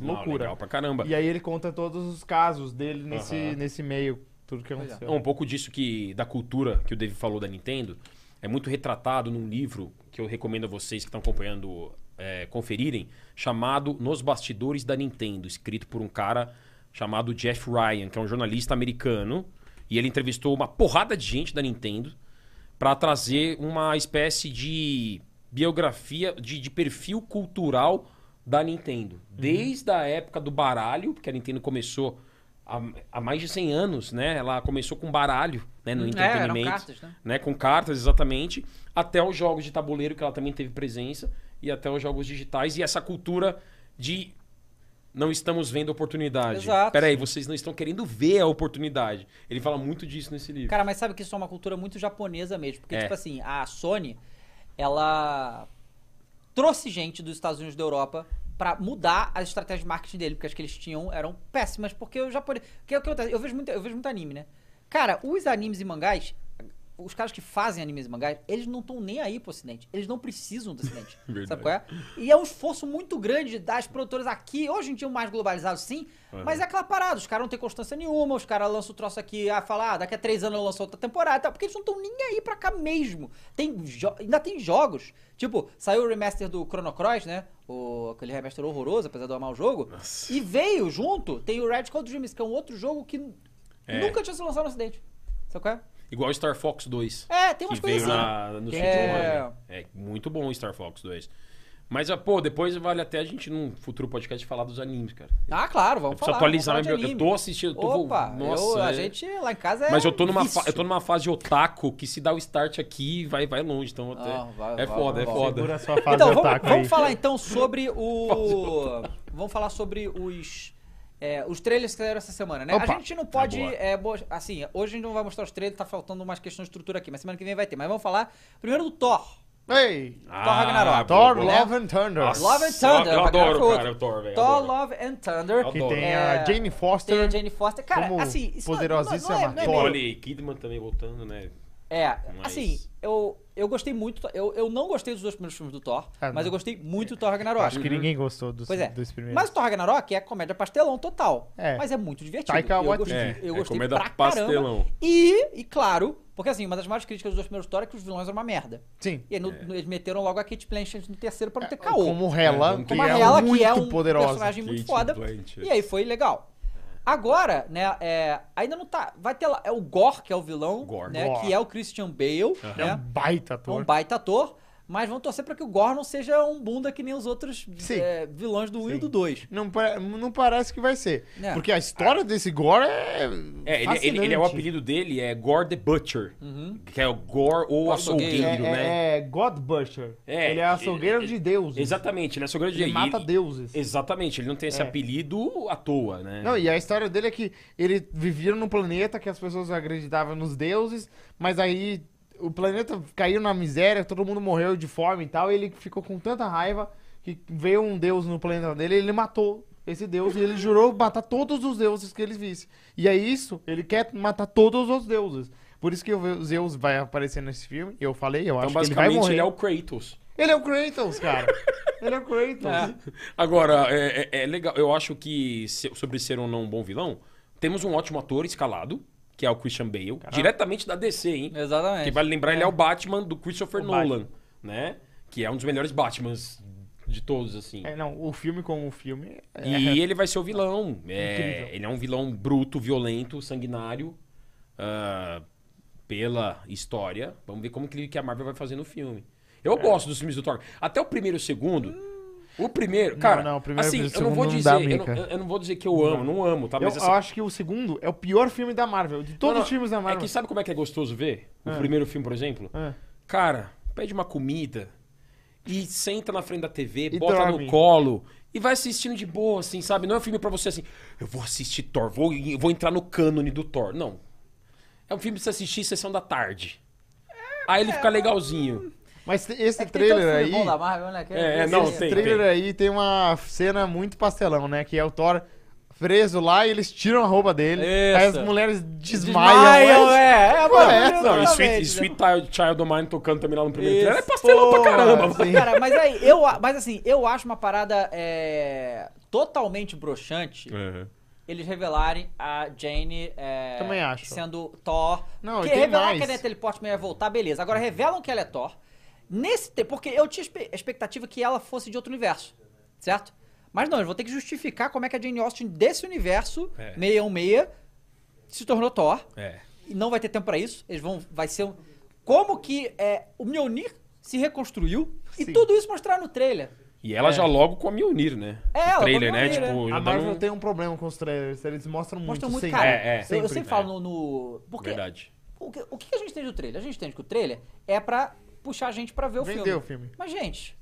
[SPEAKER 3] Não,
[SPEAKER 2] Loucura.
[SPEAKER 3] legal pra caramba.
[SPEAKER 2] E aí ele conta todos os casos dele nesse,
[SPEAKER 3] Aham.
[SPEAKER 2] nesse meio, tudo que aconteceu.
[SPEAKER 3] Não, um pouco disso que da cultura que o Dave falou da Nintendo é muito retratado num livro que eu recomendo a vocês que estão acompanhando é, conferirem, chamado Nos Bastidores da Nintendo, escrito por um cara chamado Jeff Ryan, que é um jornalista americano, e ele entrevistou uma porrada de gente da Nintendo para trazer uma espécie de biografia, de, de perfil cultural da Nintendo.
[SPEAKER 1] Uhum.
[SPEAKER 3] Desde a época do baralho, porque a Nintendo começou há, há mais de 100 anos, né? Ela começou com baralho, né? No
[SPEAKER 1] É, eram
[SPEAKER 3] entretenimento.
[SPEAKER 1] cartas, né?
[SPEAKER 3] Com cartas, exatamente. Até os jogos de tabuleiro, que ela também teve presença. E até os jogos digitais. E essa cultura de... Não estamos vendo oportunidade.
[SPEAKER 1] Exato.
[SPEAKER 3] Peraí, vocês não estão querendo ver a oportunidade. Ele fala muito disso nesse livro.
[SPEAKER 1] Cara, mas sabe que isso é uma cultura muito japonesa mesmo. Porque,
[SPEAKER 3] É.
[SPEAKER 1] tipo assim, a Sony, ela trouxe gente dos Estados Unidos da Europa pra mudar as estratégias de marketing dele, porque as que eles tinham eram péssimas, porque o japonês... Que é o que acontece? Eu vejo, muito, eu vejo muito anime, né? Cara, os animes e mangás, os caras que fazem animes e mangás, eles não estão nem aí pro ocidente. Eles não precisam do ocidente.
[SPEAKER 3] Verdade.
[SPEAKER 1] sabe qual é? E é um esforço muito grande das produtoras aqui, hoje em dia mais globalizado sim,
[SPEAKER 3] Uhum.
[SPEAKER 1] mas é aquela parada, os caras não têm constância nenhuma, os caras lançam o troço aqui, ah, fala, ah, daqui a três anos eu lanço outra temporada, e tal, porque eles não estão nem aí pra cá mesmo. Tem jo- ainda tem jogos, tipo, saiu o remaster do Chrono Cross, né? O, aquele remaster horroroso, apesar de eu amar o jogo.
[SPEAKER 3] Nossa.
[SPEAKER 1] E veio junto, tem o Radical Dreams, que é um outro jogo que
[SPEAKER 3] É.
[SPEAKER 1] nunca tinha sido lançado no ocidente. Sabe qual é?
[SPEAKER 3] Igual Star Fox 2.
[SPEAKER 1] É, tem umas
[SPEAKER 3] que
[SPEAKER 1] coisas
[SPEAKER 3] veio
[SPEAKER 1] assim.
[SPEAKER 3] na, no
[SPEAKER 1] Tem-
[SPEAKER 3] Switch
[SPEAKER 1] É.
[SPEAKER 3] Online. É muito bom o Star Fox 2. Mas, ah, pô, depois vale até a gente, num futuro podcast, falar dos animes, cara.
[SPEAKER 1] Ah, claro,
[SPEAKER 3] Eu
[SPEAKER 1] vamos
[SPEAKER 3] preciso
[SPEAKER 1] falar.
[SPEAKER 3] É atualizar
[SPEAKER 1] vamos
[SPEAKER 3] minha
[SPEAKER 1] falar de
[SPEAKER 3] biblioteca. Eu
[SPEAKER 1] anime.
[SPEAKER 3] tô assistindo, eu tô vol-
[SPEAKER 1] Opa,
[SPEAKER 3] Nossa,
[SPEAKER 1] eu- a
[SPEAKER 3] é-
[SPEAKER 1] gente lá em casa é
[SPEAKER 3] Mas eu tô, numa fa-
[SPEAKER 1] vício.
[SPEAKER 3] eu tô numa fase otaku que se dá o start aqui, vai, vai longe. Então até.
[SPEAKER 1] Ah, vai-
[SPEAKER 3] é
[SPEAKER 1] vai-
[SPEAKER 3] foda, é
[SPEAKER 1] vai.
[SPEAKER 3] foda.
[SPEAKER 2] Segura a sua fase
[SPEAKER 1] Então, vamos,
[SPEAKER 2] otaku
[SPEAKER 1] vamos
[SPEAKER 2] aí.
[SPEAKER 1] falar então sobre o. vamos falar sobre os. é, os trailers que saíram essa semana, né?
[SPEAKER 2] Opa.
[SPEAKER 1] A gente não pode.
[SPEAKER 3] Ah, boa.
[SPEAKER 1] é, bo- assim, hoje a gente não vai mostrar os trailers, tá faltando umas questões de estrutura aqui, mas semana que vem vai ter. Mas vamos falar primeiro do Thor.
[SPEAKER 2] Ei!
[SPEAKER 3] Ah,
[SPEAKER 1] Thor Ragnarok.
[SPEAKER 2] Thor,
[SPEAKER 3] boa, boa.
[SPEAKER 2] Love and Thunder.
[SPEAKER 3] Nossa,
[SPEAKER 1] Love and Thunder. pra
[SPEAKER 3] eu
[SPEAKER 1] caralho,
[SPEAKER 3] adoro,
[SPEAKER 1] foi outro.
[SPEAKER 3] cara, o Thor, velho,
[SPEAKER 1] Thor,
[SPEAKER 3] adoro.
[SPEAKER 1] Love and Thunder.
[SPEAKER 2] Que
[SPEAKER 3] Adoro.
[SPEAKER 2] tem a
[SPEAKER 1] É,
[SPEAKER 2] Jane Foster.
[SPEAKER 1] Tem a Jane Foster. Cara,
[SPEAKER 2] como
[SPEAKER 1] assim, isso não-
[SPEAKER 2] poderosíssima
[SPEAKER 1] não, é- não é,
[SPEAKER 2] Thor.
[SPEAKER 1] meio-
[SPEAKER 3] Olha aí, Kidman também voltando, né?
[SPEAKER 1] É,
[SPEAKER 3] Mas-
[SPEAKER 1] assim, eu, eu gostei muito. Eu, eu não gostei dos dois primeiros filmes do Thor,
[SPEAKER 2] Ah,
[SPEAKER 1] mas
[SPEAKER 2] não.
[SPEAKER 1] eu gostei muito do Thor Ragnarok.
[SPEAKER 2] Acho que ninguém gostou dos,
[SPEAKER 1] Pois é.
[SPEAKER 2] dos primeiros.
[SPEAKER 1] Mas o Thor Ragnarok é comédia pastelão total.
[SPEAKER 2] É.
[SPEAKER 1] Mas é muito divertido.
[SPEAKER 2] Taika
[SPEAKER 1] eu
[SPEAKER 2] Waititi.
[SPEAKER 1] gostei,
[SPEAKER 3] É,
[SPEAKER 1] eu
[SPEAKER 3] é
[SPEAKER 1] gostei
[SPEAKER 3] comédia
[SPEAKER 1] pra
[SPEAKER 3] pastelão.
[SPEAKER 1] caramba. E, e claro, porque assim, uma das maiores críticas dos dois primeiros Thor é que os vilões eram uma merda.
[SPEAKER 2] Sim.
[SPEAKER 1] E aí
[SPEAKER 3] É.
[SPEAKER 1] no- no- eles meteram logo a Kate Blanchett no terceiro pra não ter caô.
[SPEAKER 2] É, Como Hela,
[SPEAKER 3] Como
[SPEAKER 2] que
[SPEAKER 1] Como a
[SPEAKER 2] é
[SPEAKER 1] Hela,
[SPEAKER 2] muito
[SPEAKER 1] que é um
[SPEAKER 2] poderosa.
[SPEAKER 1] personagem muito
[SPEAKER 3] Kate
[SPEAKER 1] foda.
[SPEAKER 3] Blanchett.
[SPEAKER 1] E aí foi legal. Agora, né, é, ainda não tá... Vai ter lá... É o Gore, que é o vilão,
[SPEAKER 3] Gore.
[SPEAKER 1] né?
[SPEAKER 2] Gore.
[SPEAKER 1] Que é o Christian Bale,
[SPEAKER 2] É um
[SPEAKER 1] né?
[SPEAKER 2] baita
[SPEAKER 1] É um
[SPEAKER 2] ator.
[SPEAKER 1] baita ator. Mas vão torcer pra que o Gore não seja um bunda que nem os outros
[SPEAKER 2] Sim.
[SPEAKER 1] é, vilões do 1 e
[SPEAKER 2] Sim.
[SPEAKER 1] do 2.
[SPEAKER 2] Não, pa- não parece que vai ser.
[SPEAKER 1] É.
[SPEAKER 2] Porque a história desse Gore é.
[SPEAKER 3] É, ele, ele- ele é o
[SPEAKER 2] fascinante.
[SPEAKER 3] apelido dele, é Gore the Butcher.
[SPEAKER 1] Uhum.
[SPEAKER 3] Que é o Gore ou açougueiro,
[SPEAKER 1] Açougueiro,
[SPEAKER 2] é,
[SPEAKER 3] né?
[SPEAKER 2] é God Butcher.
[SPEAKER 3] É,
[SPEAKER 2] ele é açougueiro
[SPEAKER 3] ele-
[SPEAKER 2] de deuses.
[SPEAKER 3] Exatamente, ele é açougueiro de
[SPEAKER 2] Ele
[SPEAKER 3] e-
[SPEAKER 2] mata deuses.
[SPEAKER 3] Exatamente, ele não tem esse
[SPEAKER 2] É.
[SPEAKER 3] apelido à toa, né?
[SPEAKER 2] Não, e a história dele é que ele vivia num planeta que as pessoas acreditavam nos deuses, mas aí o planeta caiu na miséria, todo mundo morreu de fome e tal, e ele ficou com tanta raiva que veio um deus no planeta dele e ele matou esse deus e ele jurou matar todos os deuses que ele visse. E é isso, ele quer matar todos os deuses. Por isso que o Zeus vai aparecer nesse filme, eu falei, eu
[SPEAKER 3] então,
[SPEAKER 2] acho que ele vai
[SPEAKER 3] basicamente,
[SPEAKER 2] morrer.
[SPEAKER 3] ele, é o Kratos.
[SPEAKER 2] o Kratos, cara. ele é o Kratos.
[SPEAKER 3] Agora, é, é- é legal, eu acho que se- sobre ser ou não um bom vilão, temos um ótimo ator escalado, que é o Christian Bale, diretamente da DC, hein?
[SPEAKER 1] Exatamente.
[SPEAKER 3] Que vale lembrar, ele é o Batman do Christopher
[SPEAKER 2] O
[SPEAKER 3] Nolan, né? Que é um dos melhores Batmans de todos, assim.
[SPEAKER 2] É, não, o filme como o filme é
[SPEAKER 3] E ele vai ser o vilão. É,
[SPEAKER 2] Incrível.
[SPEAKER 3] ele é um vilão bruto, violento, sanguinário. ah, pela história. Vamos ver como que, que a Marvel vai fazer no filme.
[SPEAKER 2] É.
[SPEAKER 3] Eu gosto dos filmes do Thor. Até o primeiro e o segundo. O primeiro, cara.
[SPEAKER 2] não, o primeiro
[SPEAKER 3] assim,
[SPEAKER 2] e o
[SPEAKER 3] eu não
[SPEAKER 2] segundo
[SPEAKER 3] vou
[SPEAKER 2] não
[SPEAKER 3] dizer.
[SPEAKER 2] dá,
[SPEAKER 3] eu, não,
[SPEAKER 2] Mica.
[SPEAKER 3] eu não vou dizer que eu amo, não amo, tá?
[SPEAKER 2] Eu,
[SPEAKER 3] Mas
[SPEAKER 2] eu
[SPEAKER 3] assim,
[SPEAKER 2] acho que o segundo é o pior filme da Marvel, de todos
[SPEAKER 3] não,
[SPEAKER 2] os filmes da
[SPEAKER 3] é
[SPEAKER 2] Marvel.
[SPEAKER 3] que sabe como é que é gostoso ver? O primeiro filme, por exemplo?
[SPEAKER 2] É.
[SPEAKER 3] Cara, pede uma comida. e senta na frente da TV,
[SPEAKER 2] E
[SPEAKER 3] bota
[SPEAKER 2] dorme.
[SPEAKER 3] no colo e vai assistindo de boa, assim, sabe? Não é um filme pra você assim, eu vou assistir Thor, vou, vou entrar no cânone do Thor. Não. É um filme pra você assistir sessão da tarde. Aí ele fica legalzinho.
[SPEAKER 2] Mas te- esse
[SPEAKER 1] É que tem tanto
[SPEAKER 2] trailer
[SPEAKER 1] filme
[SPEAKER 2] aí.
[SPEAKER 1] bom da Marvel, né? Que
[SPEAKER 3] É, é,
[SPEAKER 1] que-
[SPEAKER 3] não,
[SPEAKER 1] que-
[SPEAKER 2] esse
[SPEAKER 3] tem,
[SPEAKER 2] trailer
[SPEAKER 3] tem.
[SPEAKER 2] aí tem uma cena muito pastelão, né? Que é o Thor preso lá e eles tiram a roupa dele. Aí
[SPEAKER 3] Isso.
[SPEAKER 2] as mulheres desmaiam.
[SPEAKER 1] Desmaiam,
[SPEAKER 2] né?
[SPEAKER 1] é. É,
[SPEAKER 2] Qual
[SPEAKER 1] mano,
[SPEAKER 2] é?
[SPEAKER 1] exatamente,
[SPEAKER 3] Não, e Sweet,
[SPEAKER 1] né?
[SPEAKER 3] Sweet Child- Child of Mine tocando também lá no primeiro
[SPEAKER 1] Isso,
[SPEAKER 3] trailer. É pastelão pra
[SPEAKER 2] porra,
[SPEAKER 3] caramba.
[SPEAKER 2] assim.
[SPEAKER 1] Cara, mas aí, eu, a- mas assim, eu acho uma parada é, totalmente
[SPEAKER 3] É.
[SPEAKER 1] broxante
[SPEAKER 3] Uhum.
[SPEAKER 1] eles revelarem a Jane é,
[SPEAKER 2] Também acho.
[SPEAKER 1] sendo Thor.
[SPEAKER 2] Não, e
[SPEAKER 1] Porque
[SPEAKER 2] tem
[SPEAKER 1] revelar
[SPEAKER 2] mais.
[SPEAKER 1] que ela é teleporte, ia voltar, beleza. Agora revelam que ela é Thor. Nesse tempo, porque eu tinha espe- expectativa que ela fosse de outro universo, certo? Mas não, eu vou ter que justificar como é que a Jane Austen desse universo,
[SPEAKER 3] É.
[SPEAKER 1] 616, se tornou Thor.
[SPEAKER 3] É.
[SPEAKER 1] E não vai ter tempo pra isso. Eles vão. Vai ser um. Como que é, o Mjolnir se reconstruiu e
[SPEAKER 2] Sim.
[SPEAKER 1] tudo isso mostrar no traiailer.
[SPEAKER 3] E ela já logo com a Mjolnir, né?
[SPEAKER 1] É, ela
[SPEAKER 3] o trailer,
[SPEAKER 1] com a
[SPEAKER 3] né?
[SPEAKER 1] Mjolnir,
[SPEAKER 3] Tipo, já
[SPEAKER 2] A
[SPEAKER 3] dá
[SPEAKER 2] Marvel
[SPEAKER 3] um...
[SPEAKER 2] tem um problema com os trailers. Eles mostram muito.
[SPEAKER 1] Mostra muito,
[SPEAKER 2] sempre.
[SPEAKER 1] cara.
[SPEAKER 3] É, é.
[SPEAKER 1] Eu, eu sempre
[SPEAKER 3] É.
[SPEAKER 1] falo no. no- porque
[SPEAKER 3] Verdade.
[SPEAKER 1] o que, o que a gente tem do trailer? A gente entende que o trailer é pra puxar a gente pra ver o
[SPEAKER 2] Vender
[SPEAKER 1] filme.
[SPEAKER 2] o filme.
[SPEAKER 1] Mas, gente,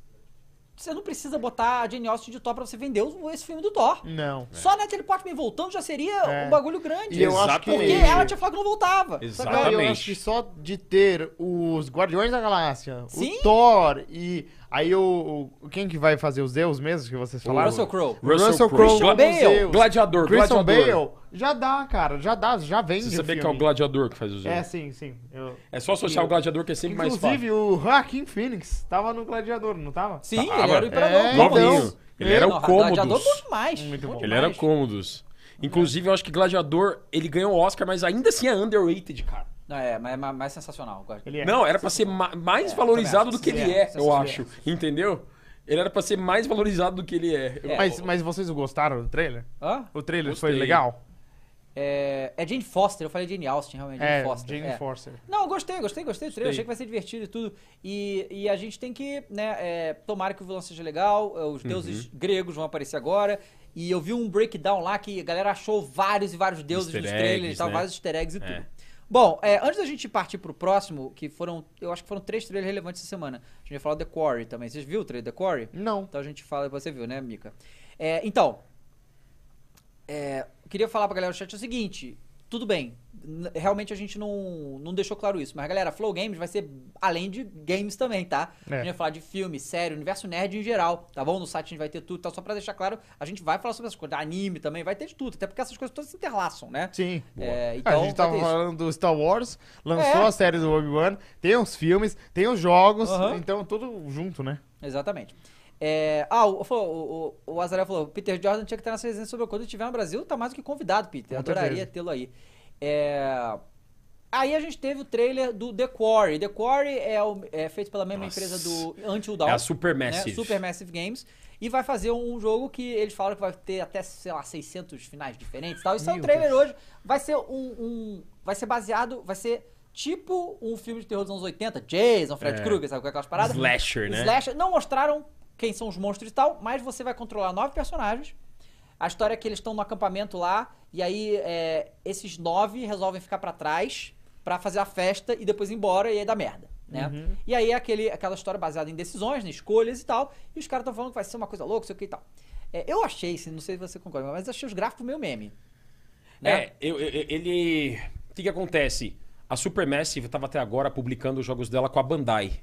[SPEAKER 1] você não precisa botar a Jane Austen de Thor pra você vender o- esse filme do Thor.
[SPEAKER 2] Não.
[SPEAKER 1] Só na Teleportman voltando já seria
[SPEAKER 2] Hum, É.
[SPEAKER 1] um bagulho grande.
[SPEAKER 2] E eu acho que-
[SPEAKER 1] Porque ela tinha falado que não voltava.
[SPEAKER 3] Exato.
[SPEAKER 1] Sabe?
[SPEAKER 2] Cara, eu
[SPEAKER 3] Exatamente.
[SPEAKER 2] acho que só de ter os Guardiões da Galáxia,
[SPEAKER 1] Sim.
[SPEAKER 2] o Thor e. Aí o, o- Quem que vai fazer os Zeus mesmo que vocês falaram?
[SPEAKER 1] Russell Crowe.
[SPEAKER 3] Russell
[SPEAKER 2] Russell
[SPEAKER 3] Crowe.
[SPEAKER 2] Crowe.
[SPEAKER 1] Christian
[SPEAKER 2] como
[SPEAKER 1] Bale.
[SPEAKER 2] Zeus.
[SPEAKER 3] Gladiador,
[SPEAKER 2] Christian
[SPEAKER 3] gladiador.
[SPEAKER 2] Bale. Já dá, cara. Já dá. Já vende
[SPEAKER 3] Você
[SPEAKER 2] o
[SPEAKER 3] sabia
[SPEAKER 2] filme.
[SPEAKER 3] que é o gladiador que faz o
[SPEAKER 2] É,
[SPEAKER 3] Zeus.
[SPEAKER 2] sim, sim. Eu-
[SPEAKER 3] É, só associar o gladiador que é sempre mais fácil.
[SPEAKER 2] Inclusive, o Joaquim Phoenix tava no Gladiador, não tava? Tá.
[SPEAKER 1] Sim,
[SPEAKER 3] Tava.
[SPEAKER 1] ele era o Imperador.
[SPEAKER 2] É,
[SPEAKER 1] Cômodos.
[SPEAKER 2] novinho.
[SPEAKER 3] Ele era
[SPEAKER 1] Não,
[SPEAKER 3] o
[SPEAKER 1] Gladiador
[SPEAKER 3] Cômodos.
[SPEAKER 1] bom demais.
[SPEAKER 2] Muito bom.
[SPEAKER 3] Ele era
[SPEAKER 1] demais.
[SPEAKER 3] Cômodos. Inclusive, eu acho que Gladiador, ele ganhou o Oscar, mas ainda assim é underrated, cara.
[SPEAKER 1] Não, é, mas é ma- mais sensacional. agora.
[SPEAKER 2] Ele é.
[SPEAKER 3] Não, era pra ser ma- mais valorizado do que ele
[SPEAKER 1] É,
[SPEAKER 3] é, eu
[SPEAKER 1] sensacional.
[SPEAKER 3] acho. Entendeu? Ele era pra ser mais valorizado do que ele é. Eu-
[SPEAKER 2] Mas, mas vocês gostaram do trailer?
[SPEAKER 1] Hã?
[SPEAKER 2] O trailer foi
[SPEAKER 3] Gostei.
[SPEAKER 2] legal?
[SPEAKER 1] É, é Jane Foster, eu falei Jane Austen, realmente. Jane
[SPEAKER 2] é,
[SPEAKER 1] Foster.
[SPEAKER 2] Jane
[SPEAKER 1] é.
[SPEAKER 2] Foster.
[SPEAKER 1] Não, eu gostei, gostei, gostei do trailer.
[SPEAKER 3] Gostei.
[SPEAKER 1] Achei que vai ser divertido e tudo. E, e a gente tem que, né, é, tomara que o vilão seja legal. é, Os
[SPEAKER 3] Uhum.
[SPEAKER 1] deuses gregos vão aparecer agora. E eu vi um breakdown lá que a galera achou vários e vários deuses
[SPEAKER 3] Easter
[SPEAKER 1] nos trailers e
[SPEAKER 3] eggs,
[SPEAKER 1] tal,
[SPEAKER 3] né?
[SPEAKER 1] vários easter eggs e
[SPEAKER 3] É.
[SPEAKER 1] tudo. Bom, é, antes da gente partir pro próximo, que foram, eu acho que foram três trailers relevantes essa semana. A gente vai falar do The Quarry também. Vocês viram o trailer do The Quarry?
[SPEAKER 2] Não.
[SPEAKER 1] Então a gente fala, você viu, né, Mica? É, então, é, eu queria falar pra galera do chat o seguinte: tudo bem, n- realmente a gente não, não deixou claro isso, mas galera, Flow Games vai ser além de games também, tá?
[SPEAKER 2] É.
[SPEAKER 1] A gente vai falar de filme, série, universo nerd em geral, tá bom? No site a gente vai ter tudo, tá? Só pra deixar claro, a gente vai falar sobre essas coisas, anime também, vai ter de tudo, até porque essas coisas todas se interlaçam, né?
[SPEAKER 2] Sim.
[SPEAKER 1] É,
[SPEAKER 2] Ah,
[SPEAKER 1] então,
[SPEAKER 2] a gente tava
[SPEAKER 1] vai ter isso.
[SPEAKER 2] falando do Star Wars, lançou
[SPEAKER 1] É.
[SPEAKER 2] a série do Obi-Wan, tem os filmes, tem os jogos,
[SPEAKER 1] Aham.
[SPEAKER 2] então tudo junto, né?
[SPEAKER 1] Exatamente. É, ah, o, o, o, o Azarel falou: Peter Jordan tinha que estar nessa resenha sobre o quando ele estiver no Brasil, tá mais do que convidado, Peter.
[SPEAKER 2] Com
[SPEAKER 1] Adoraria
[SPEAKER 2] certeza.
[SPEAKER 1] tê-lo aí. É, aí a gente teve o trailer do The Quarry. The Quarry é, o- é feito pela mesma
[SPEAKER 3] Nossa.
[SPEAKER 1] empresa do Until Dawn. né?
[SPEAKER 3] É a Supermassive.
[SPEAKER 1] Supermassive Games. E vai fazer um jogo que eles falaram que vai ter até, sei lá, 600 finais diferentes e tal. Isso é um
[SPEAKER 2] Meu
[SPEAKER 1] trailer
[SPEAKER 2] Deus.
[SPEAKER 1] hoje. Vai ser um, um- Vai ser baseado. Vai ser tipo um filme de terror dos anos 80, Jason, Fred
[SPEAKER 3] É.
[SPEAKER 1] Krueger, sabe qual é aquelas paradas?
[SPEAKER 3] Slasher, né?
[SPEAKER 1] Slasher. Não mostraram quem são os monstros e tal, mas você vai controlar nove personagens. A história é que eles estão no acampamento lá, e aí é, esses nove resolvem ficar pra trás pra fazer a festa e depois ir embora, e aí dá merda. Né?
[SPEAKER 3] Uhum.
[SPEAKER 1] E aí é aquele, aquela história baseada em decisões, em escolhas e tal, e os caras estão falando que vai ser uma coisa louca, sei o que e tal. É, eu achei, assim, não sei se você concorda, mas achei os gráficos meio meme. né?
[SPEAKER 3] É, eu- eu- eu- ele. O que, que acontece? A Supermassive estava até agora publicando os jogos dela com a Bandai.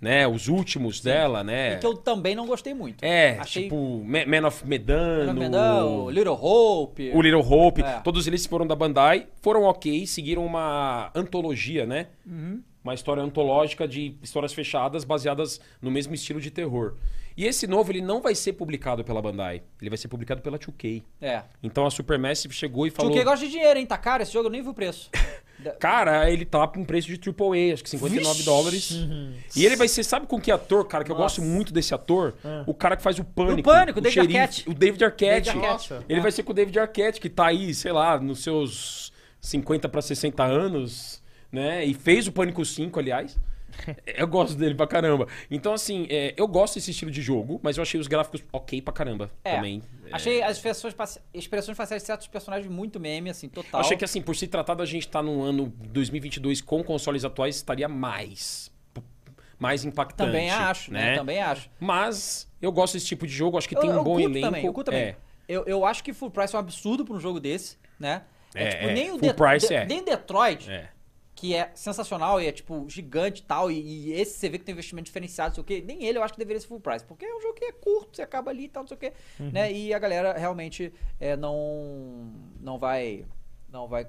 [SPEAKER 3] Né? Os últimos dela, né?
[SPEAKER 1] Uhum. E que eu também não gostei muito.
[SPEAKER 3] É,
[SPEAKER 1] achei
[SPEAKER 3] tipo Ma- Man of Medan,
[SPEAKER 1] Medan,
[SPEAKER 3] o-
[SPEAKER 1] Little Hope.
[SPEAKER 3] o Little Hope.
[SPEAKER 1] É.
[SPEAKER 3] Todos eles foram da Bandai, foram ok, seguiram uma antologia, né?
[SPEAKER 1] Uhum.
[SPEAKER 3] Uma história antológica de histórias fechadas baseadas no mesmo estilo de terror. E esse novo, ele não vai ser publicado pela Bandai. Ele vai ser publicado pela 2K.
[SPEAKER 1] É.
[SPEAKER 3] Então a Supermassive chegou e falou...
[SPEAKER 1] Falou. Tio gosta de dinheiro, hein? Tá caro esse jogo, eu nem vi o preço. Da-
[SPEAKER 3] Cara, ele tá com um preço de AAA, acho que 59 dólares. E ele vai ser, sabe com que ator, cara? Que eu
[SPEAKER 1] Nossa. É.
[SPEAKER 3] gosto muito desse ator. O cara que faz o Pânico.
[SPEAKER 1] Pânico, David
[SPEAKER 3] xerife,
[SPEAKER 1] Arquette.
[SPEAKER 3] O David Arquette.
[SPEAKER 1] David Arquette.
[SPEAKER 2] Nossa.
[SPEAKER 3] Ele vai ser com o David Arquette, que tá aí, sei lá, nos seus 50 pra 60 anos, né? E fez o Pânico 5, aliás. Eu gosto dele pra caramba. Então, assim, é, eu gosto desse estilo de jogo, mas eu achei os gráficos ok pra caramba
[SPEAKER 1] É.
[SPEAKER 3] também. É.
[SPEAKER 1] Achei as expressões, paci- expressões faciais de certos personagens muito meme, assim, total.
[SPEAKER 3] Eu achei que, assim, por se tratar da gente estar num ano 2022 com consoles atuais, estaria mais. p- mais impactante.
[SPEAKER 1] Também acho, né? Também acho.
[SPEAKER 3] Mas eu gosto desse tipo de jogo, acho que
[SPEAKER 1] Eu-
[SPEAKER 3] tem
[SPEAKER 1] eu
[SPEAKER 3] um bom
[SPEAKER 1] curto
[SPEAKER 3] elenco.
[SPEAKER 1] Também, eu curto também.
[SPEAKER 3] É.
[SPEAKER 1] Eu, eu acho que full price é um absurdo pra um jogo desse, né?
[SPEAKER 3] É,
[SPEAKER 1] tipo,
[SPEAKER 3] é.
[SPEAKER 1] nem o
[SPEAKER 3] Full
[SPEAKER 1] De-
[SPEAKER 3] price
[SPEAKER 1] De-
[SPEAKER 3] é.
[SPEAKER 1] nem Detroit,
[SPEAKER 3] É.
[SPEAKER 1] que é sensacional e é, tipo, gigante e tal, e, e esse você vê que tem investimento diferenciado, não sei o quê, nem ele eu acho que deveria ser full price, porque é um jogo que é curto, você acaba ali e tal, não sei o quê,
[SPEAKER 3] Uhum.
[SPEAKER 1] né? E a galera realmente é, não, não vai... Não vai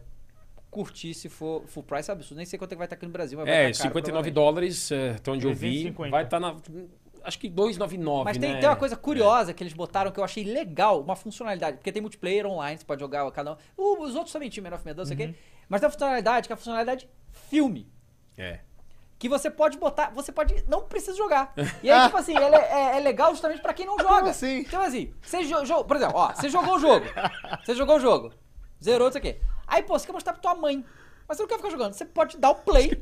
[SPEAKER 1] curtir se for full price é absurdo. Nem sei quanto é que vai estar aqui no Brasil, mas vai
[SPEAKER 3] É,
[SPEAKER 1] tá caro,
[SPEAKER 3] 59
[SPEAKER 1] provavelmente.
[SPEAKER 3] dólares, é, até onde eu vi.
[SPEAKER 4] 350.
[SPEAKER 3] Vai
[SPEAKER 2] então.
[SPEAKER 3] estar na. Acho que 299,
[SPEAKER 1] Mas tem,
[SPEAKER 3] né?
[SPEAKER 1] tem uma coisa curiosa que eles botaram que eu achei legal, uma funcionalidade. Porque tem multiplayer online, você pode jogar cada um. O- Os outros também tinham Man of Medan, não sei o
[SPEAKER 3] Uhum.
[SPEAKER 1] quê. Mas tem uma funcionalidade que é a funcionalidade filme.
[SPEAKER 3] É.
[SPEAKER 1] Que você pode botar, você pode. Não precisa jogar. E aí, tipo assim, ela é, é- é legal justamente pra quem não joga.
[SPEAKER 2] assim?
[SPEAKER 1] Então, assim, você jo jo- por exemplo, ó, você jogou o jogo. Você jogou o jogo. Zerou isso aqui. Aí, pô, você quer mostrar pra tua mãe. Mas você não quer ficar jogando. Você pode dar o play.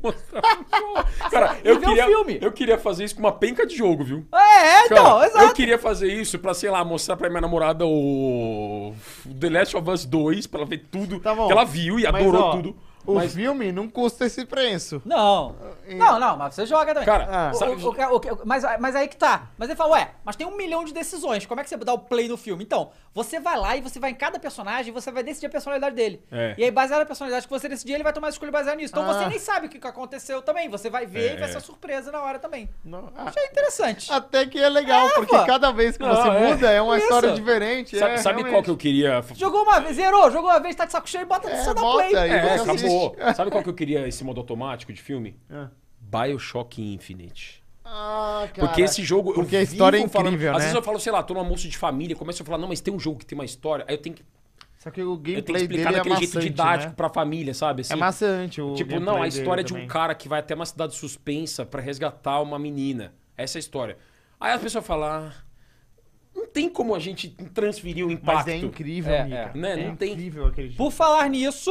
[SPEAKER 3] Cara,
[SPEAKER 1] E
[SPEAKER 3] eu
[SPEAKER 1] ver Ah, o
[SPEAKER 3] queria,
[SPEAKER 1] filme.
[SPEAKER 3] eu queria fazer isso com uma penca de jogo, viu?
[SPEAKER 1] É, é,
[SPEAKER 3] Cara,
[SPEAKER 1] então,
[SPEAKER 3] Eu
[SPEAKER 1] exato.
[SPEAKER 3] queria fazer isso pra, sei lá, mostrar pra minha namorada o The Last of Us 2, pra ela ver tudo
[SPEAKER 2] Tá bom.
[SPEAKER 3] que ela viu e
[SPEAKER 2] Mas,
[SPEAKER 3] adorou
[SPEAKER 2] ó,
[SPEAKER 3] tudo.
[SPEAKER 2] O
[SPEAKER 3] Mas,
[SPEAKER 2] filme não custa esse preço.
[SPEAKER 1] Não. Não, não, mas você joga também.
[SPEAKER 3] cara,
[SPEAKER 2] Ah.
[SPEAKER 3] sabe,
[SPEAKER 1] O- o- o ca- o ca- mas, mas aí que tá. Mas ele fala, ué, mas tem um milhão de decisões. Como é que você dá o play no filme? Então, você vai lá e você vai em cada personagem e você vai decidir a personalidade dele.
[SPEAKER 3] É.
[SPEAKER 1] E aí, baseado na personalidade que você decidir, ele vai tomar a escolha baseada nisso. Então
[SPEAKER 2] Ah.
[SPEAKER 1] você nem sabe o que que aconteceu também. Você vai ver
[SPEAKER 3] É,
[SPEAKER 1] e vai
[SPEAKER 3] é.
[SPEAKER 1] ser surpresa na hora também.
[SPEAKER 2] Não, a-
[SPEAKER 1] Achei interessante.
[SPEAKER 2] até que é legal, porque
[SPEAKER 1] pô.
[SPEAKER 2] cada vez que
[SPEAKER 3] Não,
[SPEAKER 2] você
[SPEAKER 3] é.
[SPEAKER 2] muda é uma
[SPEAKER 1] Isso.
[SPEAKER 2] história diferente.
[SPEAKER 3] sabe,
[SPEAKER 2] é,
[SPEAKER 3] sabe qual que eu queria
[SPEAKER 1] Jogou uma vez, zerou, jogou uma vez, tá de saco cheio, bota
[SPEAKER 2] É,
[SPEAKER 1] só dá
[SPEAKER 2] bota
[SPEAKER 1] play.
[SPEAKER 2] aí.
[SPEAKER 3] É,
[SPEAKER 2] você
[SPEAKER 3] acabou. Sabe qual que eu queria esse modo automático de filme?
[SPEAKER 2] Ah.
[SPEAKER 3] Bioshock Infinite.
[SPEAKER 2] Ah, cara.
[SPEAKER 3] Porque esse jogo.
[SPEAKER 2] porque
[SPEAKER 3] eu
[SPEAKER 2] a história é
[SPEAKER 3] vivo falando-
[SPEAKER 2] incrível,
[SPEAKER 3] Às
[SPEAKER 2] né?
[SPEAKER 3] vezes eu falo, sei lá, tô num almoço de família, começo a falar, não, mas tem um jogo que tem uma história. Aí eu tenho que,
[SPEAKER 2] Só que o
[SPEAKER 3] eu tenho que
[SPEAKER 2] gameplay
[SPEAKER 3] explicar
[SPEAKER 2] dele é
[SPEAKER 3] daquele jeito
[SPEAKER 2] maçante,
[SPEAKER 3] didático
[SPEAKER 2] né?
[SPEAKER 3] pra família, sabe? Assim,
[SPEAKER 2] É maçante o
[SPEAKER 3] Tipo,
[SPEAKER 2] gameplay
[SPEAKER 3] não, a
[SPEAKER 2] dele
[SPEAKER 3] história de um
[SPEAKER 2] também.
[SPEAKER 3] cara que vai até uma cidade suspensa pra resgatar uma menina. Essa é a história. Aí as pessoas falam. "Ah, Não tem como a gente transferir o impacto.
[SPEAKER 2] Mas é incrível,
[SPEAKER 1] É,
[SPEAKER 2] amiga.
[SPEAKER 1] é.
[SPEAKER 3] Né, não tem-
[SPEAKER 2] incrível aquele jogo.
[SPEAKER 1] Por falar nisso,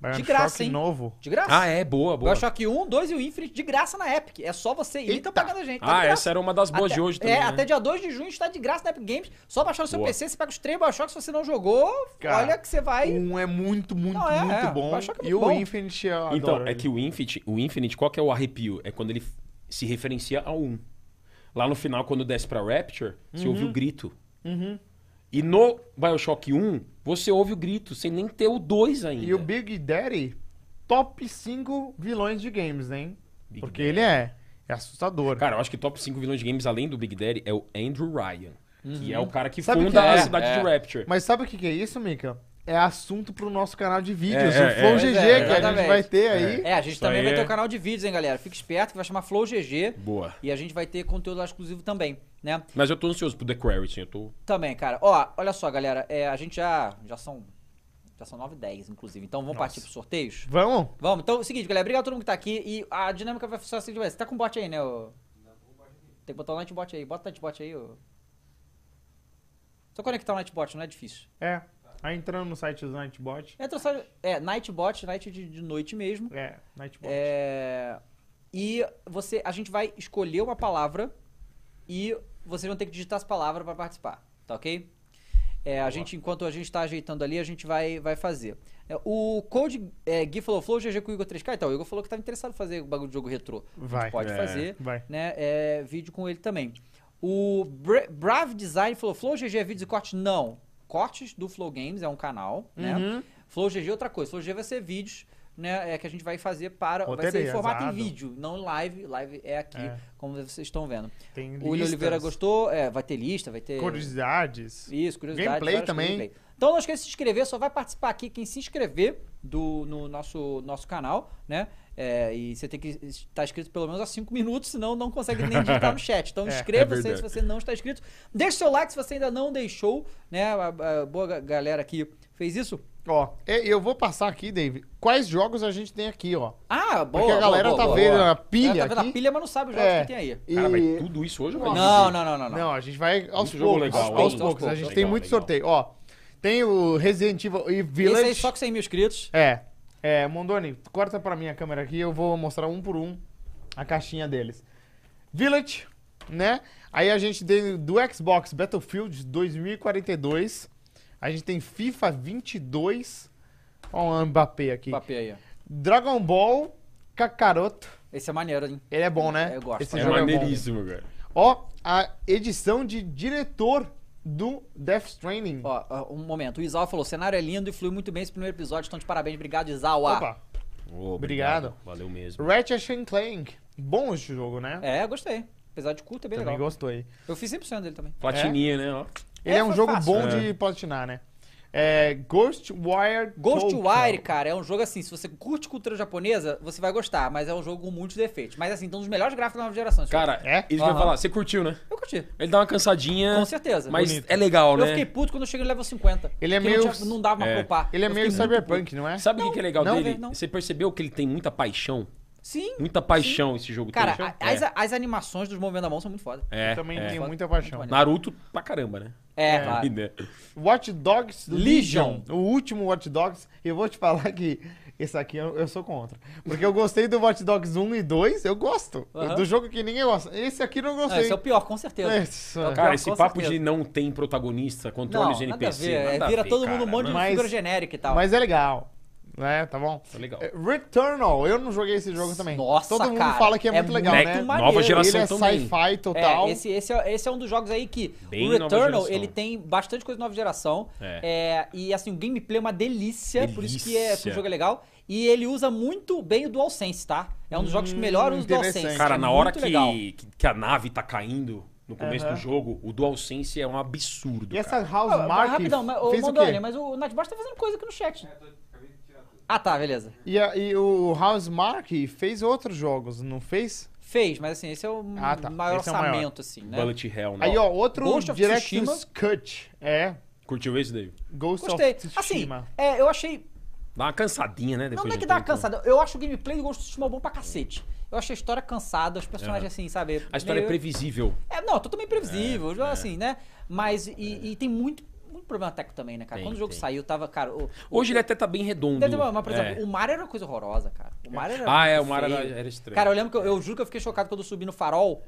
[SPEAKER 2] Bioshock
[SPEAKER 1] graça, hein?
[SPEAKER 2] novo.
[SPEAKER 1] de graça.
[SPEAKER 3] Ah, é, boa, boa.
[SPEAKER 1] Bioshock 1, 2 e o Infinite de graça na Epic. É só você ir, então
[SPEAKER 2] Eita.
[SPEAKER 1] pagando a gente. tá de
[SPEAKER 3] Ah,
[SPEAKER 1] graça.
[SPEAKER 3] essa era uma das boas
[SPEAKER 1] até,
[SPEAKER 3] de hoje
[SPEAKER 1] é,
[SPEAKER 3] também. né?
[SPEAKER 1] até dia 2 de junho está de graça na Epic Games. Só baixar no seu
[SPEAKER 3] Boa.
[SPEAKER 1] PC, você pega os três Bioshocks, se você não jogou,
[SPEAKER 2] Cara,
[SPEAKER 1] olha que você vai...
[SPEAKER 2] Um é muito, muito,
[SPEAKER 1] Não, é,
[SPEAKER 2] muito
[SPEAKER 1] é.
[SPEAKER 2] bom.
[SPEAKER 1] Bioshock é
[SPEAKER 2] E o
[SPEAKER 1] muito bom.
[SPEAKER 2] Infinite eu adoro.
[SPEAKER 3] Então, é
[SPEAKER 2] ele.
[SPEAKER 3] que o Infinite, o Infinite, qual que é o arrepio? É quando ele se referencia ao 1. Lá no final, quando desce pra Rapture,
[SPEAKER 2] Uhum.
[SPEAKER 3] você ouve o grito. E no Bioshock 1, você ouve o grito, sem nem ter o 2 ainda.
[SPEAKER 2] E o Big Daddy, top 5 vilões de games, hein?
[SPEAKER 3] Big
[SPEAKER 2] Porque ele é, é assustador.
[SPEAKER 3] Cara, eu acho que top 5 vilões de games, além do Big Daddy, é o Andrew Ryan. Que é o cara que
[SPEAKER 2] Uhum. Sabe
[SPEAKER 3] funda
[SPEAKER 2] que é?
[SPEAKER 3] a cidade
[SPEAKER 1] É.
[SPEAKER 3] de Rapture.
[SPEAKER 2] Mas sabe o que, que é isso, Mika? É assunto pro nosso canal de vídeos,
[SPEAKER 3] É,
[SPEAKER 2] o
[SPEAKER 3] é,
[SPEAKER 2] Flow
[SPEAKER 3] é.
[SPEAKER 2] GG,
[SPEAKER 1] É,
[SPEAKER 2] que a gente
[SPEAKER 1] exatamente.
[SPEAKER 2] vai ter aí.
[SPEAKER 1] É, a gente
[SPEAKER 3] Isso
[SPEAKER 1] também
[SPEAKER 3] aí
[SPEAKER 1] vai ter
[SPEAKER 3] é-
[SPEAKER 1] o canal de vídeos, hein, galera. Fique esperto que vai chamar Flow GG.
[SPEAKER 3] Boa.
[SPEAKER 1] E a gente vai ter conteúdo lá exclusivo também, né?
[SPEAKER 3] Mas eu tô ansioso pro The Quarry, eu tô...
[SPEAKER 1] Também, cara. Ó, olha só, galera. É, a gente já, já são... Já são 9 e 10, inclusive. Então vamos partir pros sorteios?
[SPEAKER 2] Vamos?
[SPEAKER 1] Vamos. Então é o seguinte, galera. Obrigado a todo mundo que tá aqui. E a dinâmica vai funcionar assim. Você tá com bot aí, né? ô? Tem que botar o Nightbot aí. Bota o Nightbot aí, ô. Só conectar o Nightbot, não é difícil.
[SPEAKER 2] É. Aí entrando no site do Nightbot.
[SPEAKER 1] Entra só. É, Nightbot, Night de, de noite mesmo.
[SPEAKER 2] É, Nightbot.
[SPEAKER 1] É, e você, a gente vai escolher uma palavra e vocês vão ter que digitar essa palavra para participar, tá ok? É, a gente, enquanto a gente está ajeitando ali, a gente vai, vai fazer. É, o Code é, Gui falou, Flow, GG com o Igor 3K. Então, o Igor falou que estava interessado em fazer o bagulho de jogo retrô. A gente
[SPEAKER 2] Vai.
[SPEAKER 1] Pode
[SPEAKER 3] É.
[SPEAKER 1] fazer
[SPEAKER 2] Vai.
[SPEAKER 1] né, é, vídeo com ele também. O Bra- Brave Design falou: Flow GG é vídeos e cortes? Não. Cortes do Flow Games é um canal,
[SPEAKER 2] Uhum.
[SPEAKER 1] né? Flow GG é outra coisa. Flow GG vai ser vídeos, né? É que a gente vai fazer para. vai ser em
[SPEAKER 2] Roteirizado.
[SPEAKER 1] formato em vídeo, não em live. Live é aqui,
[SPEAKER 2] É.
[SPEAKER 1] como vocês estão vendo.
[SPEAKER 2] Tem
[SPEAKER 1] O William
[SPEAKER 2] listas,
[SPEAKER 1] Oliveira gostou, é, vai ter lista, vai ter.
[SPEAKER 2] Curiosidades.
[SPEAKER 1] Isso, curiosidade.
[SPEAKER 2] Gameplay
[SPEAKER 1] várias
[SPEAKER 2] também.
[SPEAKER 1] coisas, gameplay. Então não esqueça de se inscrever, só vai participar aqui quem se inscrever do, no nosso, nosso canal, né? É, e você tem que estar inscrito pelo menos há 5 minutos, senão não consegue nem digitar no chat. Então
[SPEAKER 2] É,
[SPEAKER 1] inscreva-se
[SPEAKER 3] é
[SPEAKER 1] aí se você não está inscrito. Deixe seu like se você ainda não deixou, né? A, a boa ga- galera aqui fez isso.
[SPEAKER 2] Ó, e- eu vou passar aqui, Dave, quais jogos a gente tem aqui, ó.
[SPEAKER 1] Ah, boa.
[SPEAKER 2] Porque a galera
[SPEAKER 1] boa,
[SPEAKER 2] tá
[SPEAKER 1] boa,
[SPEAKER 2] vendo
[SPEAKER 1] boa.
[SPEAKER 2] a
[SPEAKER 1] A
[SPEAKER 2] pilha
[SPEAKER 1] galera tá vendo a
[SPEAKER 2] aqui.
[SPEAKER 1] pilha, mas não sabe os jogos
[SPEAKER 2] É.
[SPEAKER 1] que tem aí.
[SPEAKER 2] E-
[SPEAKER 3] Cara, vai tudo isso hoje? Vai
[SPEAKER 1] Não, não, não, não, não.
[SPEAKER 2] Não, a gente vai aos
[SPEAKER 3] jogo
[SPEAKER 2] poucos.
[SPEAKER 3] legal,
[SPEAKER 2] aos,
[SPEAKER 3] hein?
[SPEAKER 2] aos
[SPEAKER 3] Aos
[SPEAKER 2] poucos. é A
[SPEAKER 1] poucos.
[SPEAKER 2] gente
[SPEAKER 3] Legal,
[SPEAKER 2] tem muito
[SPEAKER 3] legal.
[SPEAKER 2] sorteio. Ó, tem o Resident Evil e Village.
[SPEAKER 1] Esse aí só com 100 mil inscritos.
[SPEAKER 2] É. É, Mondoni, corta pra minha câmera aqui, eu vou mostrar um por um a caixinha deles. Village, né? Aí a gente tem do Xbox Battlefield 2042. A gente tem FIFA 22. Ó, o Mbappé aqui.
[SPEAKER 1] Papel aí, ó.
[SPEAKER 2] Dragon Ball Kakaroto.
[SPEAKER 1] Esse é maneiro, hein?
[SPEAKER 2] Ele é bom, né?
[SPEAKER 1] Eu gosto.
[SPEAKER 2] Esse
[SPEAKER 3] É
[SPEAKER 2] jogo é bom.
[SPEAKER 3] maneiríssimo, cara.
[SPEAKER 2] Ó, a edição de diretor do Death Stranding.
[SPEAKER 1] Ó, ó, um momento. O Isal falou: o cenário é lindo e flui muito bem esse primeiro episódio. Estão de parabéns. Obrigado, Isal. Ah.
[SPEAKER 2] Opa.
[SPEAKER 3] Ô,
[SPEAKER 2] Obrigado.
[SPEAKER 3] Valeu mesmo.
[SPEAKER 2] Ratchet and Clank. Bom esse jogo, né?
[SPEAKER 1] É, gostei. Apesar de curto, é bem
[SPEAKER 2] Também
[SPEAKER 1] legal.
[SPEAKER 2] gostou aí.
[SPEAKER 1] Eu fiz 100% dele também.
[SPEAKER 3] Platininha, né? Ó.
[SPEAKER 2] Ele é,
[SPEAKER 1] É,
[SPEAKER 2] um
[SPEAKER 1] foi
[SPEAKER 2] jogo
[SPEAKER 1] fácil.
[SPEAKER 2] bom
[SPEAKER 3] É.
[SPEAKER 2] de platinar, né? É, Ghostwire
[SPEAKER 1] Ghostwire,
[SPEAKER 2] Tokyo.
[SPEAKER 1] cara, é um jogo assim, se você curte cultura japonesa, você vai gostar, mas é um jogo com muitos defeitos. Mas assim, então um dos melhores gráficos da nova geração. esse
[SPEAKER 3] Cara,
[SPEAKER 2] É?
[SPEAKER 3] isso que eu ia
[SPEAKER 1] Aham.
[SPEAKER 3] falar. Você curtiu, né?
[SPEAKER 1] jogo. Eu curti.
[SPEAKER 3] Ele dá uma cansadinha.
[SPEAKER 1] Com certeza.
[SPEAKER 3] Mas
[SPEAKER 1] Bonito.
[SPEAKER 3] é legal, né?
[SPEAKER 1] Eu fiquei puto quando eu cheguei no level 50.
[SPEAKER 2] Ele é
[SPEAKER 1] porque
[SPEAKER 2] meio-
[SPEAKER 1] Não, tinha- não dava pra
[SPEAKER 3] É.
[SPEAKER 1] poupar.
[SPEAKER 2] Ele é
[SPEAKER 1] Eu
[SPEAKER 2] meio
[SPEAKER 1] fiquei muito puto.
[SPEAKER 2] cyberpunk, não é?
[SPEAKER 3] Sabe o que que é legal
[SPEAKER 1] não,
[SPEAKER 3] dele?
[SPEAKER 1] velho, não.
[SPEAKER 3] Você percebeu que ele tem muita paixão?
[SPEAKER 1] Sim.
[SPEAKER 3] Muita paixão esse jogo
[SPEAKER 1] Cara,
[SPEAKER 3] tem.
[SPEAKER 2] um-
[SPEAKER 1] a- as,
[SPEAKER 3] é.
[SPEAKER 1] as animações dos movimentos da mão são muito foda.
[SPEAKER 3] É,
[SPEAKER 2] Eu também
[SPEAKER 3] é.
[SPEAKER 2] tenho muita paixão.
[SPEAKER 1] Muito
[SPEAKER 3] Naruto pra caramba, né?
[SPEAKER 1] É, claro.
[SPEAKER 3] Né?
[SPEAKER 2] Watch Dogs Legion.
[SPEAKER 1] Legion.
[SPEAKER 2] O último Watch Dogs. Eu vou te falar que esse aqui eu, eu sou contra. Porque eu gostei do Watch Dogs 1 e 2, eu gosto.
[SPEAKER 1] Aham.
[SPEAKER 2] Do jogo que ninguém gosta. Esse aqui eu não
[SPEAKER 1] Não,
[SPEAKER 2] gostei.
[SPEAKER 1] esse é o pior, com certeza.
[SPEAKER 2] Esse-
[SPEAKER 1] É o pior,
[SPEAKER 3] Cara, esse
[SPEAKER 1] com
[SPEAKER 3] papo
[SPEAKER 1] certeza.
[SPEAKER 3] de não tem protagonista, controle
[SPEAKER 1] Não,
[SPEAKER 3] de
[SPEAKER 1] nada a
[SPEAKER 3] NPC.
[SPEAKER 1] ver, é,
[SPEAKER 3] nada a
[SPEAKER 1] vira
[SPEAKER 3] ver,
[SPEAKER 1] todo mundo
[SPEAKER 3] cara,
[SPEAKER 1] um monte de
[SPEAKER 3] né?
[SPEAKER 2] Mas-
[SPEAKER 1] figura genérica e tal.
[SPEAKER 2] Mas é legal. Né? Tá bom?
[SPEAKER 3] Tá legal.
[SPEAKER 2] É, Returnal, eu não joguei esse jogo também.
[SPEAKER 1] Nossa,
[SPEAKER 2] Todo mundo
[SPEAKER 1] cara,
[SPEAKER 2] fala que é,
[SPEAKER 1] é
[SPEAKER 2] muito legal,
[SPEAKER 1] muito
[SPEAKER 2] né?
[SPEAKER 1] maneiro.
[SPEAKER 3] Nova
[SPEAKER 2] Ele
[SPEAKER 3] geração
[SPEAKER 2] é
[SPEAKER 3] também.
[SPEAKER 2] sci-fi total.
[SPEAKER 1] É, esse, esse, é, esse é um dos jogos aí que
[SPEAKER 3] Bem
[SPEAKER 1] o
[SPEAKER 3] nova
[SPEAKER 1] Returnal,
[SPEAKER 3] geração.
[SPEAKER 1] ele tem bastante coisa de nova geração. É, e assim, o gameplay é uma delícia, por isso que, é, que
[SPEAKER 3] Delícia.
[SPEAKER 1] o jogo é legal. E ele usa muito bem o DualSense, tá? É um dos jogos que melhor usa o
[SPEAKER 2] interessante.
[SPEAKER 1] DualSense.
[SPEAKER 3] Cara,
[SPEAKER 1] é
[SPEAKER 3] na hora
[SPEAKER 1] muito
[SPEAKER 3] que,
[SPEAKER 1] legal.
[SPEAKER 3] que, que a nave tá caindo no começo
[SPEAKER 2] Aham.
[SPEAKER 3] do jogo, o DualSense é um absurdo.
[SPEAKER 2] E essa
[SPEAKER 3] cara.
[SPEAKER 2] House
[SPEAKER 1] Ah,
[SPEAKER 2] Mark
[SPEAKER 1] rapidão, mas, ô,
[SPEAKER 2] fez o
[SPEAKER 1] Mondoni,
[SPEAKER 2] quê?
[SPEAKER 1] mas o Nightbot tá fazendo coisa aqui no chat. Ah, tá, beleza.
[SPEAKER 2] E, a- e o House Mark fez outros jogos, não fez?
[SPEAKER 1] Fez, mas assim, esse é o
[SPEAKER 2] Ah, tá.
[SPEAKER 1] maior
[SPEAKER 2] Esse é o maior.
[SPEAKER 1] orçamento, assim, né?
[SPEAKER 3] Bullet Hell, né?
[SPEAKER 2] Aí, ó, outro
[SPEAKER 1] Ghost of
[SPEAKER 2] Director's
[SPEAKER 1] Tsushima.
[SPEAKER 2] Cut. É,
[SPEAKER 3] Curtiu esse, David?
[SPEAKER 2] Ghost
[SPEAKER 1] Gostei.
[SPEAKER 2] of
[SPEAKER 1] Assim,
[SPEAKER 2] Tsushima.
[SPEAKER 1] é, eu achei
[SPEAKER 3] Dá uma cansadinha, né?
[SPEAKER 1] Não,
[SPEAKER 3] Depois
[SPEAKER 1] não é
[SPEAKER 3] de
[SPEAKER 1] que
[SPEAKER 3] um
[SPEAKER 1] dá uma
[SPEAKER 3] tempo.
[SPEAKER 1] cansada. Eu acho o gameplay do Ghost of Tsushima bom pra cacete. Eu achei a história cansada, os personagens assim, sabe?
[SPEAKER 3] A história é
[SPEAKER 1] meio-
[SPEAKER 3] previsível.
[SPEAKER 1] É, não, totalmente previsível, assim, né? Mas, e, e tem muito, muito problema técnico também, né, cara?
[SPEAKER 3] É. Tem,
[SPEAKER 1] Quando o jogo
[SPEAKER 3] tem.
[SPEAKER 1] saiu, tava, cara... O,
[SPEAKER 3] Hoje ele até tá bem redondo.
[SPEAKER 1] Deve ter uma- mas, por exemplo, um-
[SPEAKER 3] É.
[SPEAKER 1] o mar era uma coisa horrorosa, cara. O mar era
[SPEAKER 3] Ah, é,
[SPEAKER 1] muito
[SPEAKER 3] o mar era-
[SPEAKER 1] feio.
[SPEAKER 3] era estranho. É.
[SPEAKER 1] Cara, eu lembro que eu, eu juro que eu fiquei chocado quando eu subi no farol.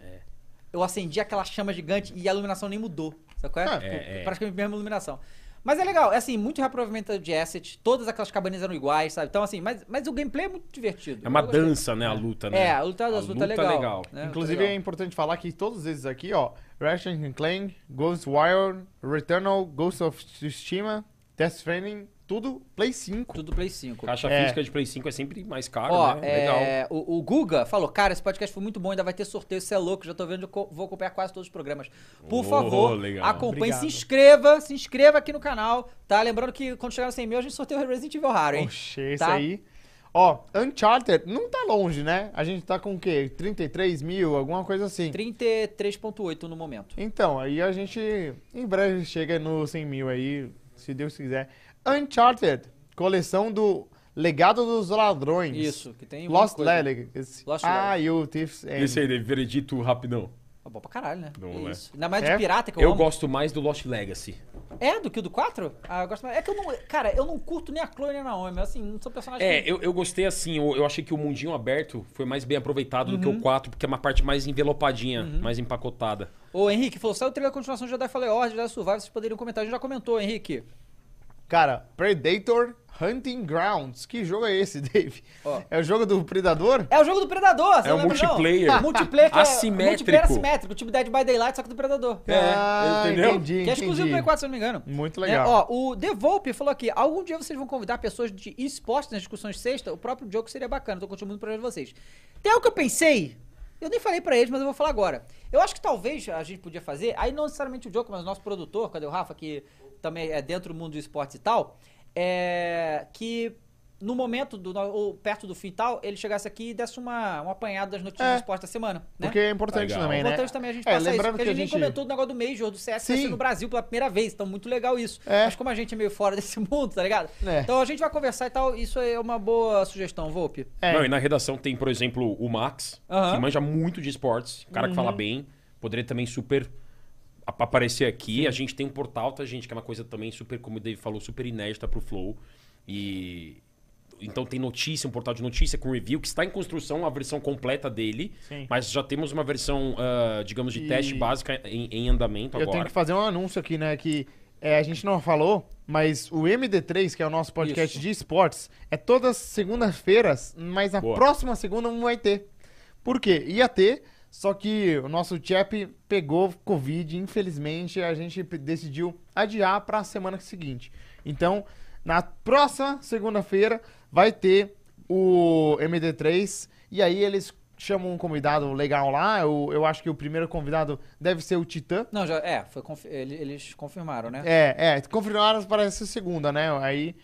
[SPEAKER 1] Eu acendi aquela chama gigante e a iluminação nem mudou. Sabe qual é?
[SPEAKER 2] Ah,
[SPEAKER 1] Tipo,
[SPEAKER 3] é, é.
[SPEAKER 1] Praticamente a mesma iluminação. Mas é legal, é assim, muito reaproveitamento de asset, todas aquelas cabaninhas eram iguais, sabe? Então, assim, mas, mas o gameplay é muito divertido.
[SPEAKER 3] É uma
[SPEAKER 1] Eu gostei.
[SPEAKER 3] dança, né? A luta, né?
[SPEAKER 1] É, a luta das lutas é legal. né?
[SPEAKER 2] Inclusive
[SPEAKER 1] Legal.
[SPEAKER 2] é importante falar que todos esses aqui, ó, Ratchet and Clank, Ghostwire, Returnal, Ghost of Tsushima, Death Stranding, tudo Play 5.
[SPEAKER 1] Tudo Play 5.
[SPEAKER 3] Caixa
[SPEAKER 2] É.
[SPEAKER 3] física de Play 5 é sempre mais caro,
[SPEAKER 1] Ó,
[SPEAKER 3] né? Legal.
[SPEAKER 1] é, o, o Guga falou, cara, esse podcast foi muito bom, ainda vai ter sorteio, você é louco, já tô vendo, eu co- vou acompanhar quase todos os programas. Por
[SPEAKER 3] Oh,
[SPEAKER 1] favor,
[SPEAKER 3] legal.
[SPEAKER 1] acompanhe,
[SPEAKER 2] Obrigado.
[SPEAKER 1] se inscreva, se inscreva aqui no canal, tá? Lembrando que quando chegar no 100 mil, a gente sorteia o Resident Evil Raro, hein?
[SPEAKER 2] Oxe, esse
[SPEAKER 1] Tá.
[SPEAKER 2] aí. Ó, Uncharted não tá longe, né? A gente tá com o quê? 33 mil, alguma coisa assim.
[SPEAKER 1] 33.8 no momento.
[SPEAKER 2] Então, aí a gente em breve chega no 100 mil aí, se Deus quiser. Uncharted, coleção do Legado dos Ladrões.
[SPEAKER 1] Isso, que tem muita
[SPEAKER 2] Lost
[SPEAKER 1] coisa.
[SPEAKER 2] Legacy.
[SPEAKER 1] Lost
[SPEAKER 2] Ah, e o Thief's End.
[SPEAKER 3] Esse aí, David, veredito rapidão.
[SPEAKER 1] É bom pra caralho, né?
[SPEAKER 3] Não,
[SPEAKER 1] Que
[SPEAKER 3] né?
[SPEAKER 1] Isso. Ainda mais
[SPEAKER 2] É?
[SPEAKER 1] de pirata, que eu,
[SPEAKER 3] Eu
[SPEAKER 1] amo.
[SPEAKER 3] gosto mais do Lost Legacy.
[SPEAKER 1] É, do que o do 4? Ah, eu gosto mais. É que eu não... Cara, eu não curto nem a Chloe nem a Naomi, assim, não sou personagem... que-
[SPEAKER 3] É, eu, eu gostei assim, eu, eu achei que o mundinho aberto foi mais bem aproveitado do que
[SPEAKER 1] Uhum.
[SPEAKER 3] o 4, porque é uma parte mais envelopadinha, mais empacotada.
[SPEAKER 1] Ô, Henrique, falou, saiu o trailer da continuação de Jedi Fallen Order, Jedi Survival, vocês poderiam comentar. A gente já comentou, Henrique.
[SPEAKER 2] Cara, Predator Hunting Grounds. Que jogo é esse, Dave?
[SPEAKER 1] Ó.
[SPEAKER 2] É o jogo do Predador?
[SPEAKER 1] É o jogo do Predador, você
[SPEAKER 3] É
[SPEAKER 1] não
[SPEAKER 3] o
[SPEAKER 1] lembra, não?
[SPEAKER 3] multiplayer.
[SPEAKER 1] multiplayer que é-
[SPEAKER 3] Assimétrico. É.
[SPEAKER 1] multiplayer assimétrico, tipo Dead by Daylight, só que do Predador.
[SPEAKER 2] Ah,
[SPEAKER 3] entendeu?
[SPEAKER 2] entendi,
[SPEAKER 1] É, que é exclusivo
[SPEAKER 2] entendi.
[SPEAKER 1] do Play 4, se eu não me engano.
[SPEAKER 2] Muito
[SPEAKER 1] Né?
[SPEAKER 2] legal.
[SPEAKER 1] Ó, o Devolpe falou aqui, algum dia vocês vão convidar pessoas de esportes nas discussões sexta, o próprio jogo seria bacana, tô continuando o projeto de vocês. Tem algo que eu pensei, eu nem falei pra eles, mas eu vou falar agora. Eu acho que talvez a gente podia fazer, aí não necessariamente o jogo, mas o nosso produtor, cadê o Rafa, que também é dentro do mundo do esportes e tal, é que no momento, do, no- ou perto do fim e tal, ele chegasse aqui e desse uma, um apanhado das notícias
[SPEAKER 2] É.
[SPEAKER 1] do esporte da semana, né?
[SPEAKER 2] Porque é importante
[SPEAKER 3] Legal.
[SPEAKER 2] também,
[SPEAKER 1] É
[SPEAKER 2] né?
[SPEAKER 1] importante também a gente
[SPEAKER 2] É,
[SPEAKER 1] passar isso,
[SPEAKER 2] lembrando
[SPEAKER 1] porque a
[SPEAKER 2] que a
[SPEAKER 1] gente nem
[SPEAKER 2] gente-
[SPEAKER 1] comentou do negócio do Major, do CS
[SPEAKER 2] Sim.
[SPEAKER 1] Sim. no Brasil pela primeira vez, então muito legal isso.
[SPEAKER 2] É.
[SPEAKER 1] Mas como a gente é meio fora desse mundo, tá ligado?
[SPEAKER 2] É.
[SPEAKER 1] Então a gente vai conversar e tal, isso é uma boa sugestão, Volpe.
[SPEAKER 2] É.
[SPEAKER 3] Não, e na redação tem, por exemplo, o Max,
[SPEAKER 1] Aham.
[SPEAKER 3] que manja muito de esportes, cara que fala
[SPEAKER 2] Uhum.
[SPEAKER 3] bem, poderia também super ap- aparecer aqui. A gente tem um portal, tá, gente, que é uma coisa também super, como o Dave falou, super inédita pro Flow. E então tem notícia, um portal de notícia com review que está em construção a versão completa dele,
[SPEAKER 2] Sim.
[SPEAKER 3] mas já temos uma versão, ah, digamos, de
[SPEAKER 2] E-
[SPEAKER 3] teste básica em, em andamento
[SPEAKER 2] Eu
[SPEAKER 3] agora.
[SPEAKER 2] tenho que fazer um anúncio aqui, né? Que é, a gente não falou, mas o MD3, que é o nosso podcast
[SPEAKER 1] Isso.
[SPEAKER 2] de esportes, é todas segundas-feiras, mas na
[SPEAKER 3] Boa.
[SPEAKER 2] próxima segunda não vai ter. Por quê? Ia ter, só que o nosso chap pegou Covid, infelizmente, a gente p- decidiu adiar para a semana seguinte. Então, na próxima segunda-feira vai ter o MD3 e aí eles chamam um convidado legal lá. Eu, eu acho que o primeiro convidado deve ser o Titã.
[SPEAKER 1] Não, já, é, foi confi- ele- eles confirmaram, né?
[SPEAKER 2] É, é, confirmaram para essa segunda, né? Aí,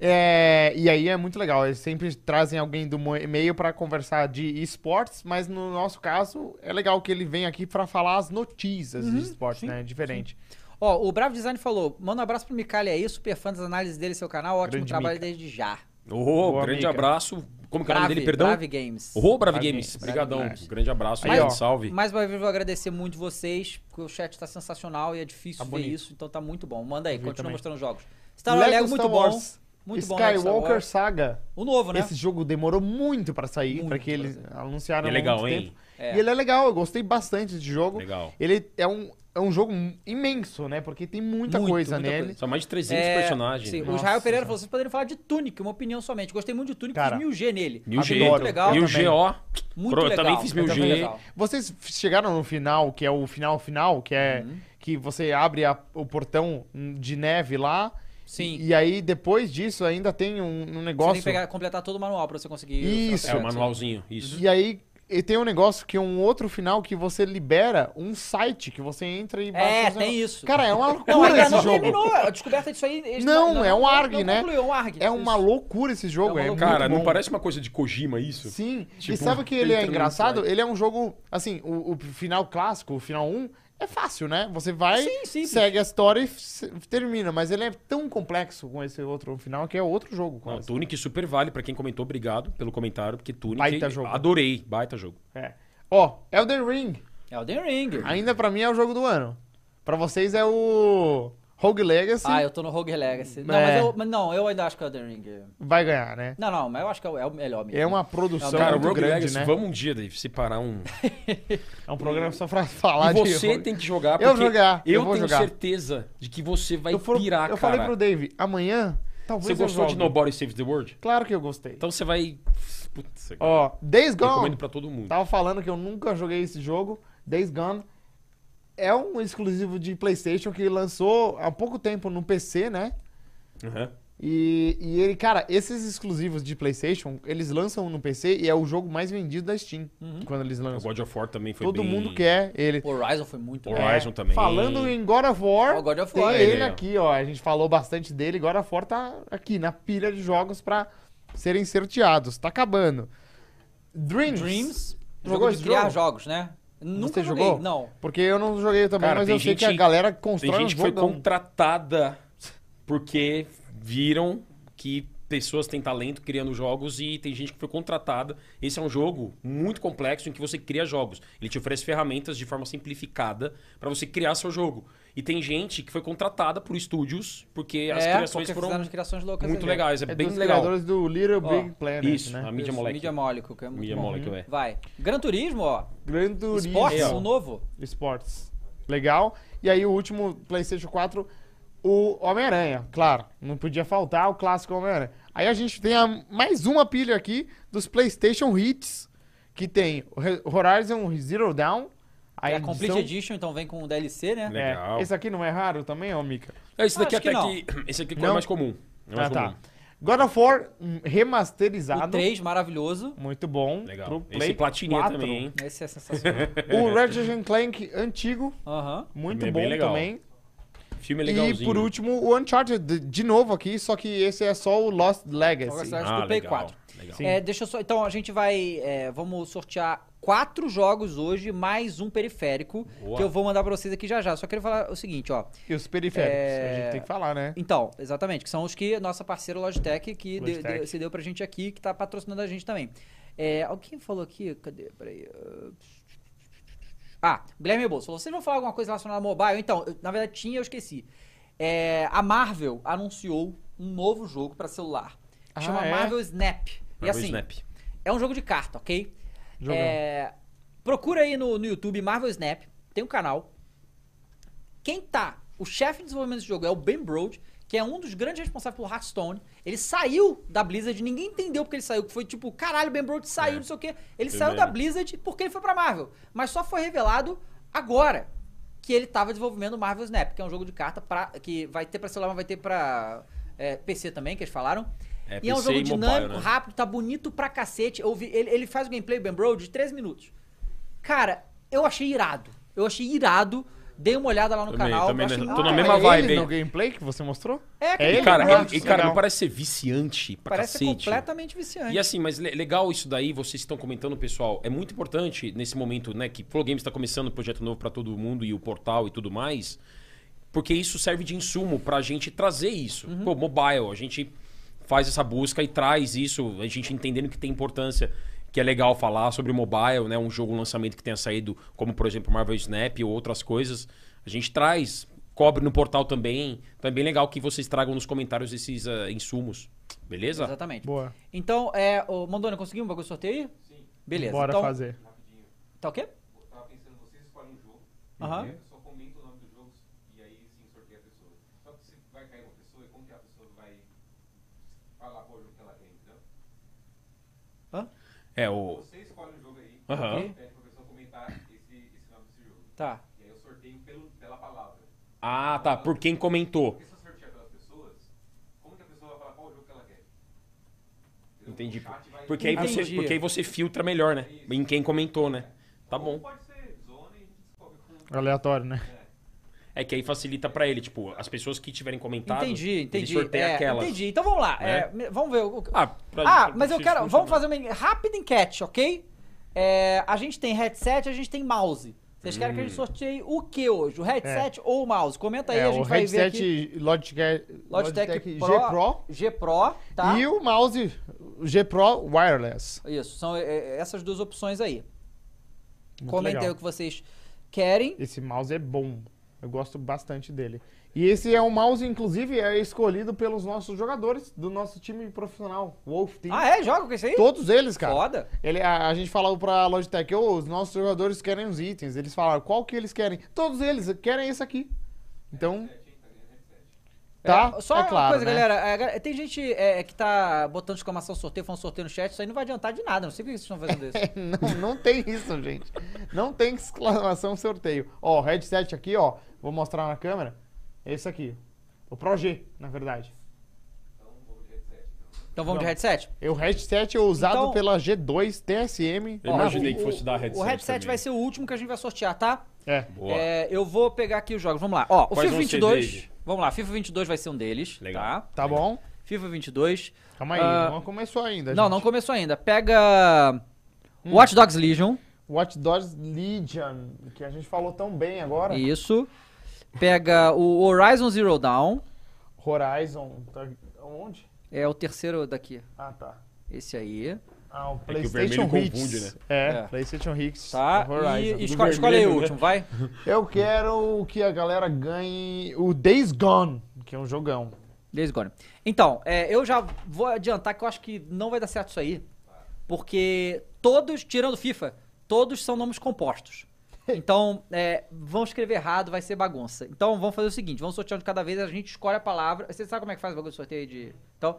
[SPEAKER 2] é, e aí é muito legal. Eles sempre trazem alguém do mo- e-mail para conversar de esportes, mas no nosso caso é legal que ele vem aqui para falar as notícias
[SPEAKER 1] Uhum,
[SPEAKER 2] de esportes, né? Diferente.
[SPEAKER 1] Ó, o Bravo Design falou: manda um abraço pro Micali aí, super fã das análises dele, seu canal, ótimo
[SPEAKER 2] Grande
[SPEAKER 1] trabalho desde já.
[SPEAKER 3] Ô,
[SPEAKER 2] Boa,
[SPEAKER 3] grande
[SPEAKER 2] Mica.
[SPEAKER 3] abraço. Como que é o nome
[SPEAKER 1] Brave,
[SPEAKER 3] dele, perdão?
[SPEAKER 1] Brave Games.
[SPEAKER 3] Ô, Brave,
[SPEAKER 2] Brave
[SPEAKER 3] Games.
[SPEAKER 2] Games.
[SPEAKER 3] Obrigadão.
[SPEAKER 2] Brave Games.
[SPEAKER 3] Grande abraço.
[SPEAKER 2] Aí,
[SPEAKER 3] grande
[SPEAKER 2] ó.
[SPEAKER 3] salve.
[SPEAKER 1] Mais uma vez, eu vou agradecer muito vocês, porque o chat tá sensacional e é difícil
[SPEAKER 2] Tá
[SPEAKER 1] ver
[SPEAKER 2] bonito.
[SPEAKER 1] isso, então tá muito bom. Manda aí,
[SPEAKER 2] vi
[SPEAKER 1] continua
[SPEAKER 2] também.
[SPEAKER 1] mostrando os jogos. Star Wars Tá, Lego, é muito bom. Muito bom, Lego Star
[SPEAKER 2] Skywalker
[SPEAKER 1] Wars.
[SPEAKER 2] Saga.
[SPEAKER 1] O novo, né?
[SPEAKER 2] Esse jogo demorou muito para sair,
[SPEAKER 1] Muito
[SPEAKER 2] para que
[SPEAKER 1] pra
[SPEAKER 2] eles
[SPEAKER 1] sair.
[SPEAKER 2] anunciaram
[SPEAKER 3] É
[SPEAKER 2] há
[SPEAKER 3] legal,
[SPEAKER 2] muito
[SPEAKER 3] hein?
[SPEAKER 2] tempo.
[SPEAKER 1] É.
[SPEAKER 2] E ele é legal, eu gostei bastante desse jogo.
[SPEAKER 3] Legal.
[SPEAKER 2] Ele é um, é um jogo imenso, né? Porque tem muita
[SPEAKER 1] Muito,
[SPEAKER 2] coisa
[SPEAKER 1] muita
[SPEAKER 2] nele.
[SPEAKER 1] coisa.
[SPEAKER 3] São mais de 300
[SPEAKER 1] É,
[SPEAKER 3] personagens.
[SPEAKER 1] Sim,
[SPEAKER 3] né?
[SPEAKER 1] o
[SPEAKER 2] Nossa
[SPEAKER 1] Israel Pereira
[SPEAKER 2] Senhora.
[SPEAKER 1] falou: vocês poderiam falar de Tunic, uma opinião somente. Gostei muito de Tunic,
[SPEAKER 2] Cara,
[SPEAKER 1] fiz 1000G nele.
[SPEAKER 3] Mil G.
[SPEAKER 2] Adoro.
[SPEAKER 1] Muito legal
[SPEAKER 3] Mil
[SPEAKER 1] também.
[SPEAKER 3] G, ó.
[SPEAKER 1] Muito
[SPEAKER 3] Pro- eu
[SPEAKER 1] legal.
[SPEAKER 3] também fiz mil
[SPEAKER 1] também
[SPEAKER 3] G.
[SPEAKER 1] legal.
[SPEAKER 2] Vocês f- chegaram no final, que é o final final, que é
[SPEAKER 1] Uhum.
[SPEAKER 2] que você abre a- o portão de neve lá.
[SPEAKER 1] Sim.
[SPEAKER 2] E aí depois disso ainda tem um, um
[SPEAKER 1] Você
[SPEAKER 2] negócio.
[SPEAKER 1] tem que pegar, completar todo o manual pra você conseguir.
[SPEAKER 2] Isso.
[SPEAKER 3] É, o manualzinho. Isso.
[SPEAKER 2] E aí e tem um negócio que é um outro final que você libera um site que você entra
[SPEAKER 1] É,
[SPEAKER 2] e os
[SPEAKER 1] tem
[SPEAKER 2] negócios.
[SPEAKER 1] isso.
[SPEAKER 2] Cara, é uma
[SPEAKER 1] Não,
[SPEAKER 2] loucura
[SPEAKER 1] ainda
[SPEAKER 2] esse
[SPEAKER 1] não
[SPEAKER 2] jogo.
[SPEAKER 1] terminou. A descoberta disso aí. eles
[SPEAKER 2] Não, é um ARG,
[SPEAKER 1] não
[SPEAKER 2] né?
[SPEAKER 1] Concluiu, é um ARG.
[SPEAKER 2] É uma
[SPEAKER 1] Isso.
[SPEAKER 2] loucura esse jogo,
[SPEAKER 1] É
[SPEAKER 2] é,
[SPEAKER 1] uma loucura.
[SPEAKER 3] Cara,
[SPEAKER 2] muito
[SPEAKER 3] não
[SPEAKER 2] bom.
[SPEAKER 3] parece uma coisa de Kojima isso?
[SPEAKER 2] Sim, e
[SPEAKER 3] Tipo,
[SPEAKER 2] sabe o que ele
[SPEAKER 3] entra
[SPEAKER 2] é
[SPEAKER 3] no
[SPEAKER 2] engraçado?
[SPEAKER 3] site.
[SPEAKER 2] Ele é um jogo, assim, o, o final clássico, o final 1, é fácil, né? Você vai,
[SPEAKER 1] Sim, simples.
[SPEAKER 2] segue a história e se- termina, mas ele é tão complexo com esse outro final que é outro jogo
[SPEAKER 3] Não,
[SPEAKER 2] quase.
[SPEAKER 3] Tunic super vale. Pra quem comentou, obrigado pelo comentário. Porque Tunic...
[SPEAKER 2] Baita jogo.
[SPEAKER 3] Adorei. Baita jogo.
[SPEAKER 2] É. Ó, Elden Ring,
[SPEAKER 1] É Elden Ring.
[SPEAKER 2] ainda pra mim é o jogo do ano. Pra vocês é o Rogue Legacy,
[SPEAKER 1] Ah, eu tô no Rogue Legacy. Não,
[SPEAKER 2] É.
[SPEAKER 1] mas eu, mas não, eu ainda acho que é o Elden Ring.
[SPEAKER 2] vai ganhar, né?
[SPEAKER 1] Não, não, mas eu acho que é o- é o melhor mesmo.
[SPEAKER 2] É uma produção
[SPEAKER 1] Não,
[SPEAKER 3] Cara, o
[SPEAKER 2] muito
[SPEAKER 3] Rogue
[SPEAKER 2] grande,
[SPEAKER 3] Legacy,
[SPEAKER 2] né?
[SPEAKER 3] vamos um dia, Dave, separar um...
[SPEAKER 2] É um programa só pra falar
[SPEAKER 3] e
[SPEAKER 2] de
[SPEAKER 3] você
[SPEAKER 2] Rogue-
[SPEAKER 3] tem que jogar, porque
[SPEAKER 2] Eu vou jogar, eu
[SPEAKER 3] eu
[SPEAKER 2] vou
[SPEAKER 3] tenho
[SPEAKER 2] jogar.
[SPEAKER 3] certeza de que você vai
[SPEAKER 2] eu, for-
[SPEAKER 3] pirar,
[SPEAKER 2] eu
[SPEAKER 3] cara.
[SPEAKER 2] falei pro Dave, amanhã talvez
[SPEAKER 3] Você
[SPEAKER 2] eu
[SPEAKER 3] gostou de
[SPEAKER 2] jogue.
[SPEAKER 3] Nobody Saves the World?
[SPEAKER 2] Claro que eu gostei.
[SPEAKER 3] Então você vai... Putz, cara.
[SPEAKER 2] Ó, Days Gone.
[SPEAKER 3] recomendo pra todo mundo.
[SPEAKER 2] Tava falando que eu nunca joguei esse jogo. Days Gone é um exclusivo de PlayStation que lançou há pouco tempo no PC, né?
[SPEAKER 3] Aham.
[SPEAKER 2] E, e ele, cara, esses exclusivos de PlayStation, eles lançam no PC e é o jogo mais vendido da Steam
[SPEAKER 1] Uhum.
[SPEAKER 2] quando eles
[SPEAKER 3] O
[SPEAKER 2] lançam.
[SPEAKER 3] God of War também foi
[SPEAKER 2] Todo
[SPEAKER 3] bem...
[SPEAKER 2] mundo quer ele.
[SPEAKER 1] O Horizon foi muito
[SPEAKER 3] Horizon.
[SPEAKER 1] bom.
[SPEAKER 2] É,
[SPEAKER 3] também.
[SPEAKER 2] Falando em God of War,
[SPEAKER 1] Ó, Oh, God of
[SPEAKER 2] tem
[SPEAKER 1] War.
[SPEAKER 2] ele
[SPEAKER 3] Ele é.
[SPEAKER 2] aqui, ó. A gente falou bastante dele. God of War tá aqui na pilha de jogos pra serem sorteados. Tá acabando. Dreams.
[SPEAKER 1] Dreams. Jogo
[SPEAKER 2] Jogou
[SPEAKER 1] de
[SPEAKER 2] esse
[SPEAKER 1] criar
[SPEAKER 2] jogo?
[SPEAKER 1] jogos, né? Nunca joguei.
[SPEAKER 2] jogou?
[SPEAKER 1] Não.
[SPEAKER 2] Porque eu não joguei também,
[SPEAKER 3] Cara,
[SPEAKER 2] mas
[SPEAKER 3] tem
[SPEAKER 2] eu sei que a
[SPEAKER 3] gente-
[SPEAKER 2] galera
[SPEAKER 3] Tem
[SPEAKER 2] constrói um
[SPEAKER 3] gente que foi
[SPEAKER 2] jogão.
[SPEAKER 3] contratada porque viram que pessoas têm talento criando jogos e tem gente que foi contratada. Esse é um jogo muito complexo em que você cria jogos. Ele te oferece ferramentas de forma simplificada pra você criar seu jogo. E tem gente que foi contratada por estúdios porque as
[SPEAKER 1] é,
[SPEAKER 3] criações
[SPEAKER 1] porque
[SPEAKER 3] foram
[SPEAKER 1] fizeram as criações loucas.
[SPEAKER 3] muito
[SPEAKER 1] ali.
[SPEAKER 3] legais. É,
[SPEAKER 2] É
[SPEAKER 3] bem
[SPEAKER 2] dos
[SPEAKER 3] legal.
[SPEAKER 2] criadores do Little
[SPEAKER 1] Ó,
[SPEAKER 2] Big Planet,
[SPEAKER 3] Isso, a
[SPEAKER 2] né?
[SPEAKER 3] mídia
[SPEAKER 1] Isso,
[SPEAKER 3] moleque.
[SPEAKER 1] Mídia Molecule, que é muito
[SPEAKER 3] Mídia
[SPEAKER 1] bom.
[SPEAKER 3] moleque, é.
[SPEAKER 1] Vai. Gran Turismo, ó.
[SPEAKER 2] Gran Turismo.
[SPEAKER 1] Esportes,
[SPEAKER 3] ó.
[SPEAKER 1] É, o novo.
[SPEAKER 2] Esportes. Legal. E aí o último, PlayStation 4, o Homem-Aranha. Claro, não podia faltar o clássico Homem-Aranha. Aí a gente tem a, mais uma pilha aqui dos PlayStation Hits, que tem o Re- Horizon Zero Dawn. A
[SPEAKER 1] é a
[SPEAKER 2] edição-
[SPEAKER 1] Complete Edition, então vem com um DLC, né?
[SPEAKER 3] Né?
[SPEAKER 2] É,
[SPEAKER 3] Legal.
[SPEAKER 2] Esse aqui não é raro também, ô Mika?
[SPEAKER 3] É, Esse daqui
[SPEAKER 1] Acho que
[SPEAKER 3] até
[SPEAKER 1] não.
[SPEAKER 3] que. Esse aqui é
[SPEAKER 2] Não?
[SPEAKER 3] mais comum. É mais
[SPEAKER 2] Ah, tá.
[SPEAKER 3] comum.
[SPEAKER 2] God of War hum,
[SPEAKER 1] O
[SPEAKER 2] remasterizado.
[SPEAKER 1] 3, maravilhoso.
[SPEAKER 2] Muito bom. Pro
[SPEAKER 3] Legal.
[SPEAKER 2] Play
[SPEAKER 3] Esse platininha
[SPEAKER 2] 4.
[SPEAKER 3] também, hein?
[SPEAKER 1] Esse é sensacional.
[SPEAKER 2] O Ratchet and Clank antigo,
[SPEAKER 1] Aham.
[SPEAKER 2] muito
[SPEAKER 3] Também é
[SPEAKER 2] bom
[SPEAKER 3] bem legal.
[SPEAKER 2] também.
[SPEAKER 3] Filme é legalzinho.
[SPEAKER 2] E por último, o Uncharted, de- de novo aquque, só que esse é só o Lost Legacy.
[SPEAKER 1] Lost Acho que o Play
[SPEAKER 3] Ah, legal,
[SPEAKER 1] 4.
[SPEAKER 3] legal.
[SPEAKER 2] Sim.
[SPEAKER 1] É, deixa eu só. Então, a gente vai. é, vamos sortear quatro jogos hoje, mais um periférico,
[SPEAKER 3] Boa.
[SPEAKER 1] que eu vou mandar pra vocês aqui já já. Só queria falar o seguinte, ó.
[SPEAKER 2] E os periféricos, a
[SPEAKER 1] É.
[SPEAKER 2] gente tem que falar, né?
[SPEAKER 1] Então, exatamente, que são os que nossa parceira Logitech, que deu-
[SPEAKER 2] Logitech.
[SPEAKER 1] deu- se deu pra gente aqui, que tá patrocinando a gente também. É, alguém falou aqui, cadê? Peraí. ah, Ah, o Guilherme Bolso falou, vocês vão falar alguma coisa relacionada a mobile? Então, eu- na verdade tinha, eu esqueci. É, a Marvel anunciou um novo jogo pra celular. que
[SPEAKER 2] Ah,
[SPEAKER 1] chama
[SPEAKER 2] é?
[SPEAKER 1] Marvel Snap. e
[SPEAKER 3] Marvel
[SPEAKER 1] assim,
[SPEAKER 3] Snap.
[SPEAKER 1] é um jogo de carta, ok?
[SPEAKER 2] Jogão.
[SPEAKER 1] É, procura aí no, no YouTube Marvel Snap, tem um canal. Quem tá? O chefe de desenvolvimento desse jogo é o Ben Brode, que que é um dos grandes responsáveis pelo Hearthstone. Ele saiu da Blizzard, ninguém entendeu porque ele saiu, que foi tipo, caralho, Ben Broad saiu, não sei o quê. Ele
[SPEAKER 3] Foi
[SPEAKER 1] saiu da
[SPEAKER 3] mesmo.
[SPEAKER 1] Blizzard porque ele foi pra Marvel. Mas só foi revelado agora que ele tava desenvolvendo Marvel Snap, que é um jogo de carta pra, que vai ter pra celular, mas vai ter pra é, PC também, que eles falaram.
[SPEAKER 3] É,
[SPEAKER 1] e é um
[SPEAKER 3] PC
[SPEAKER 1] jogo
[SPEAKER 3] e mobile,
[SPEAKER 1] dinâmico,
[SPEAKER 3] né?
[SPEAKER 1] rápido, tá bonito pra cacete. Eu vi- ele, ele faz o gameplay, o Ben Broad, de 3 minutos. Cara, eu achei irado. Eu achei irado. Dei uma olhada lá no
[SPEAKER 3] Também,
[SPEAKER 1] canal.
[SPEAKER 3] também,
[SPEAKER 1] eu achei
[SPEAKER 3] né?
[SPEAKER 1] muito
[SPEAKER 3] Tô na
[SPEAKER 1] legal.
[SPEAKER 3] mesma
[SPEAKER 2] é
[SPEAKER 3] vibe,
[SPEAKER 2] ele
[SPEAKER 3] hein?
[SPEAKER 2] no gameplay que você mostrou?
[SPEAKER 1] É,
[SPEAKER 2] É
[SPEAKER 1] é
[SPEAKER 2] ele,
[SPEAKER 3] E, cara,
[SPEAKER 2] Nossa,
[SPEAKER 3] e, e, cara,
[SPEAKER 2] legal.
[SPEAKER 3] não parece ser viciante pra
[SPEAKER 1] Parece
[SPEAKER 3] cacete.
[SPEAKER 1] completamente viciante.
[SPEAKER 3] E assim, mas le- legal isso daí, vocês estão comentando, pessoal. É muito importante nesse momento, né, que Flow Games está começando um projeto novo para todo mundo e o portal e tudo mais, porque isso serve de insumo pra gente trazer isso. Pô, mobile, a gente faz essa busca e traz isso, a gente entendendo que tem importância, que é legal falar sobre mobile, né, um jogo, um lançamento que tenha saído, como por exemplo Marvel Snap ou outras coisas, a gente traz, cobre no portal também. Então é bem legal que vocês tragam nos comentários esses ah, insumos. Beleza?
[SPEAKER 1] Exatamente.
[SPEAKER 4] Boa.
[SPEAKER 1] Então, é, ô, Mondoni, conseguimos um bagulho de sorteio aí? Sim. Beleza.
[SPEAKER 4] Bora
[SPEAKER 1] então,
[SPEAKER 4] fazer.
[SPEAKER 1] Tá o quê?
[SPEAKER 5] Eu tava pensando, vocês escolhem um jogo,
[SPEAKER 1] Aham.
[SPEAKER 5] eu só comento o nome do jogo e aí sim sorteia a pessoa. Só que se vai cair uma pessoa, e como que a pessoa vai falar qual jogo que ela tem, entendeu?
[SPEAKER 3] É o
[SPEAKER 5] Você escolhe um jogo aí,
[SPEAKER 3] Aham.
[SPEAKER 1] Ok.
[SPEAKER 5] pede pra pessoa comentar esse, esse nome desse jogo.
[SPEAKER 1] Tá.
[SPEAKER 5] E aí eu sorteio pelo, pela palavra.
[SPEAKER 3] Ah, tá. Por quem comentou.
[SPEAKER 5] Porque se eu sortear pelas pessoas, como que a pessoa vai falar qual jogo que ela quer? Entendeu?
[SPEAKER 3] Entendi.
[SPEAKER 5] O chat vai-
[SPEAKER 3] Porque aí, você,
[SPEAKER 1] Entendi.
[SPEAKER 3] porque aí você filtra melhor, né? Em quem comentou, né? Tá bom.
[SPEAKER 5] Então, Pode ser zona e a gente descobre com
[SPEAKER 4] Aleatório, né?
[SPEAKER 3] É que aí facilita pra ele, tipo, as pessoas que tiverem comentado.
[SPEAKER 1] Entendi, entendi.
[SPEAKER 3] Tá, Ele sorteia
[SPEAKER 1] é,
[SPEAKER 3] aquelas.
[SPEAKER 1] Entendi. Então vamos lá.
[SPEAKER 3] Né?
[SPEAKER 1] é, me- vamos ver. o- o-
[SPEAKER 3] Ah, pra-
[SPEAKER 1] Ah, mas eu
[SPEAKER 3] vocês
[SPEAKER 1] quero.
[SPEAKER 3] não
[SPEAKER 1] Vamos
[SPEAKER 3] sabem.
[SPEAKER 1] fazer uma rápida enquete, ok? É, a gente tem headset, a gente tem mouse. Vocês querem que a
[SPEAKER 2] Hum.
[SPEAKER 1] gente sorteie o que hoje? O
[SPEAKER 2] É.
[SPEAKER 1] headset ou o mouse? Comenta Tá aí,
[SPEAKER 4] É,
[SPEAKER 1] a
[SPEAKER 4] o
[SPEAKER 1] gente vai ver
[SPEAKER 4] headset
[SPEAKER 1] aqui.
[SPEAKER 2] Logitech,
[SPEAKER 1] Logitech,
[SPEAKER 2] Logitech
[SPEAKER 1] Pro,
[SPEAKER 2] G Pro
[SPEAKER 1] G Pro, tá?
[SPEAKER 2] e o mouse G Pro Wireless.
[SPEAKER 1] Isso, são é, é, essas duas opções aí.
[SPEAKER 4] Muito
[SPEAKER 1] Comenta aí
[SPEAKER 4] legal.
[SPEAKER 1] o que vocês querem.
[SPEAKER 4] Esse mouse é bom. Eu gosto bastante dele. E esse é um mouse, inclusive, é escolhido pelos nossos jogadores do nosso time profissional, Wolf Team.
[SPEAKER 1] Ah, é? Joga com isso aí?
[SPEAKER 2] Todos eles, cara.
[SPEAKER 1] Foda.
[SPEAKER 2] Ele, a, a gente falou pra Logitech, "Ô, os nossos jogadores querem os itens. Eles falaram, qual que eles querem? Todos eles querem esse aqui. Então, tá,
[SPEAKER 1] É, só
[SPEAKER 2] é
[SPEAKER 1] uma
[SPEAKER 2] claro,
[SPEAKER 1] coisa,
[SPEAKER 2] né?
[SPEAKER 1] galera. é, galera, tem gente é, que tá botando exclamação sorteio, falando sorteio no chat. Isso aí não vai adiantar de nada. Não sei por que vocês estão fazendo isso.
[SPEAKER 2] Não, não tem isso, gente. Não tem exclamação sorteio. Ó, o headset aqui, ó. Vou mostrar na câmera. É Esse aqui. O Pro G, na verdade.
[SPEAKER 1] Então vamos de headset?
[SPEAKER 2] E o headset é usado
[SPEAKER 1] Então-
[SPEAKER 2] pela G2 TSM.
[SPEAKER 3] Eu
[SPEAKER 2] Ó,
[SPEAKER 3] imaginei
[SPEAKER 1] Ah, o-
[SPEAKER 3] que fosse dar headset.
[SPEAKER 1] O headset
[SPEAKER 3] também.
[SPEAKER 1] vai ser o último que a gente vai sortear, tá?
[SPEAKER 2] É.
[SPEAKER 3] Boa.
[SPEAKER 1] É, eu vou pegar aqui os jogos. Vamos lá. Ó, o
[SPEAKER 3] Quais
[SPEAKER 1] FIFA
[SPEAKER 3] vão ser
[SPEAKER 1] 22.
[SPEAKER 3] dele?
[SPEAKER 1] Vamos lá, FIFA 22 vai ser um deles.
[SPEAKER 3] Legal.
[SPEAKER 1] Tá?
[SPEAKER 2] Tá bom?
[SPEAKER 1] FIFA 22.
[SPEAKER 2] Calma aí,
[SPEAKER 1] Ah,
[SPEAKER 2] não começou ainda.
[SPEAKER 1] não,
[SPEAKER 2] gente.
[SPEAKER 1] não começou ainda. Pega.
[SPEAKER 3] Hum.
[SPEAKER 1] Watch Dogs Legion.
[SPEAKER 2] Watch Dogs Legion, que a gente falou tão bem agora.
[SPEAKER 1] Isso. Pega o Horizon Zero Dawn.
[SPEAKER 2] Horizon. Tá... Onde?
[SPEAKER 1] É o terceiro daqui.
[SPEAKER 2] Ah, tá.
[SPEAKER 1] Esse aí.
[SPEAKER 2] Ah, o
[SPEAKER 3] É que o
[SPEAKER 2] PlayStation
[SPEAKER 3] vermelho
[SPEAKER 2] Hits.
[SPEAKER 3] confunde, né?
[SPEAKER 2] É,
[SPEAKER 1] É.
[SPEAKER 2] PlayStation Hits.
[SPEAKER 1] Tá?
[SPEAKER 2] Horizon. né?
[SPEAKER 1] E esco- escolhe aí o último, vai.
[SPEAKER 2] Eu quero que a galera ganhe o Days Gone, que é um jogão.
[SPEAKER 1] Days Gone. Então, é, eu já vou adiantar que eu acho que não vai dar certo isso aí. Porque todos, tirando FIFA, todos são nomes compostos. Então, é, vão escrever errado, vai ser bagunça. Então, vamos fazer o seguinte: vamos sortear de cada vez, a gente escolhe a palavra. Você sabe como é que faz o bagulho de sorteio de. Então,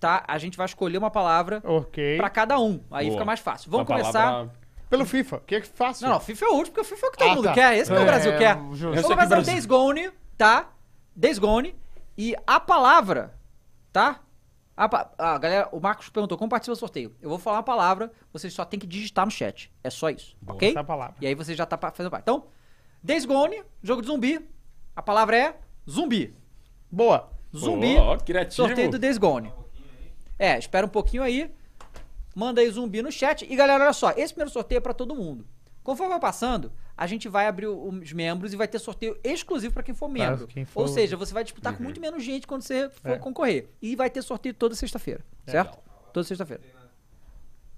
[SPEAKER 1] tá? A gente vai escolher uma palavra
[SPEAKER 4] Ok.
[SPEAKER 1] pra cada um. Aí
[SPEAKER 3] Boa.
[SPEAKER 1] fica mais fácil. Vamos
[SPEAKER 3] Uma
[SPEAKER 1] começar.
[SPEAKER 3] palavra-
[SPEAKER 2] Pelo FIFA, que é fácil.
[SPEAKER 1] Não, não, FIFA é o último, porque o FIFA é o que todo
[SPEAKER 2] Ah,
[SPEAKER 1] mundo
[SPEAKER 2] tá.
[SPEAKER 1] quer. Esse que o
[SPEAKER 2] É,
[SPEAKER 1] Brasil quer.
[SPEAKER 2] justo.
[SPEAKER 1] Vamos
[SPEAKER 3] sei que o
[SPEAKER 1] começar no
[SPEAKER 3] Brasil-
[SPEAKER 1] Days Gone, tá? Days Gone. E a palavra, tá? A, pa- ah, galera, o Marcos perguntou como participa do sorteio. Eu vou falar uma palavra, vocês só tem que digitar no chat. É só isso, ok?
[SPEAKER 4] Essa palavra.
[SPEAKER 1] E aí você já tá pa- fazendo parte. Então, Days Gone, jogo de zumbi. A palavra é zumbi.
[SPEAKER 2] Boa.
[SPEAKER 1] Zumbi.
[SPEAKER 3] Ó, criativo.
[SPEAKER 1] Sorteio do Days Gone. É, espera um pouquinho aí. Manda aí zumbi no chat. E galera, olha só, esse primeiro sorteio é pra todo mundo. Conforme vai passando, a gente vai abrir o- os membros e vai ter sorteio exclusivo pra quem for membro.
[SPEAKER 4] quem for-
[SPEAKER 1] Ou seja, você vai disputar
[SPEAKER 2] Uhum.
[SPEAKER 1] com muito menos gente quando você
[SPEAKER 2] É.
[SPEAKER 1] for concorrer. E vai ter sorteio toda sexta-feira, certo? Toda sexta-feira.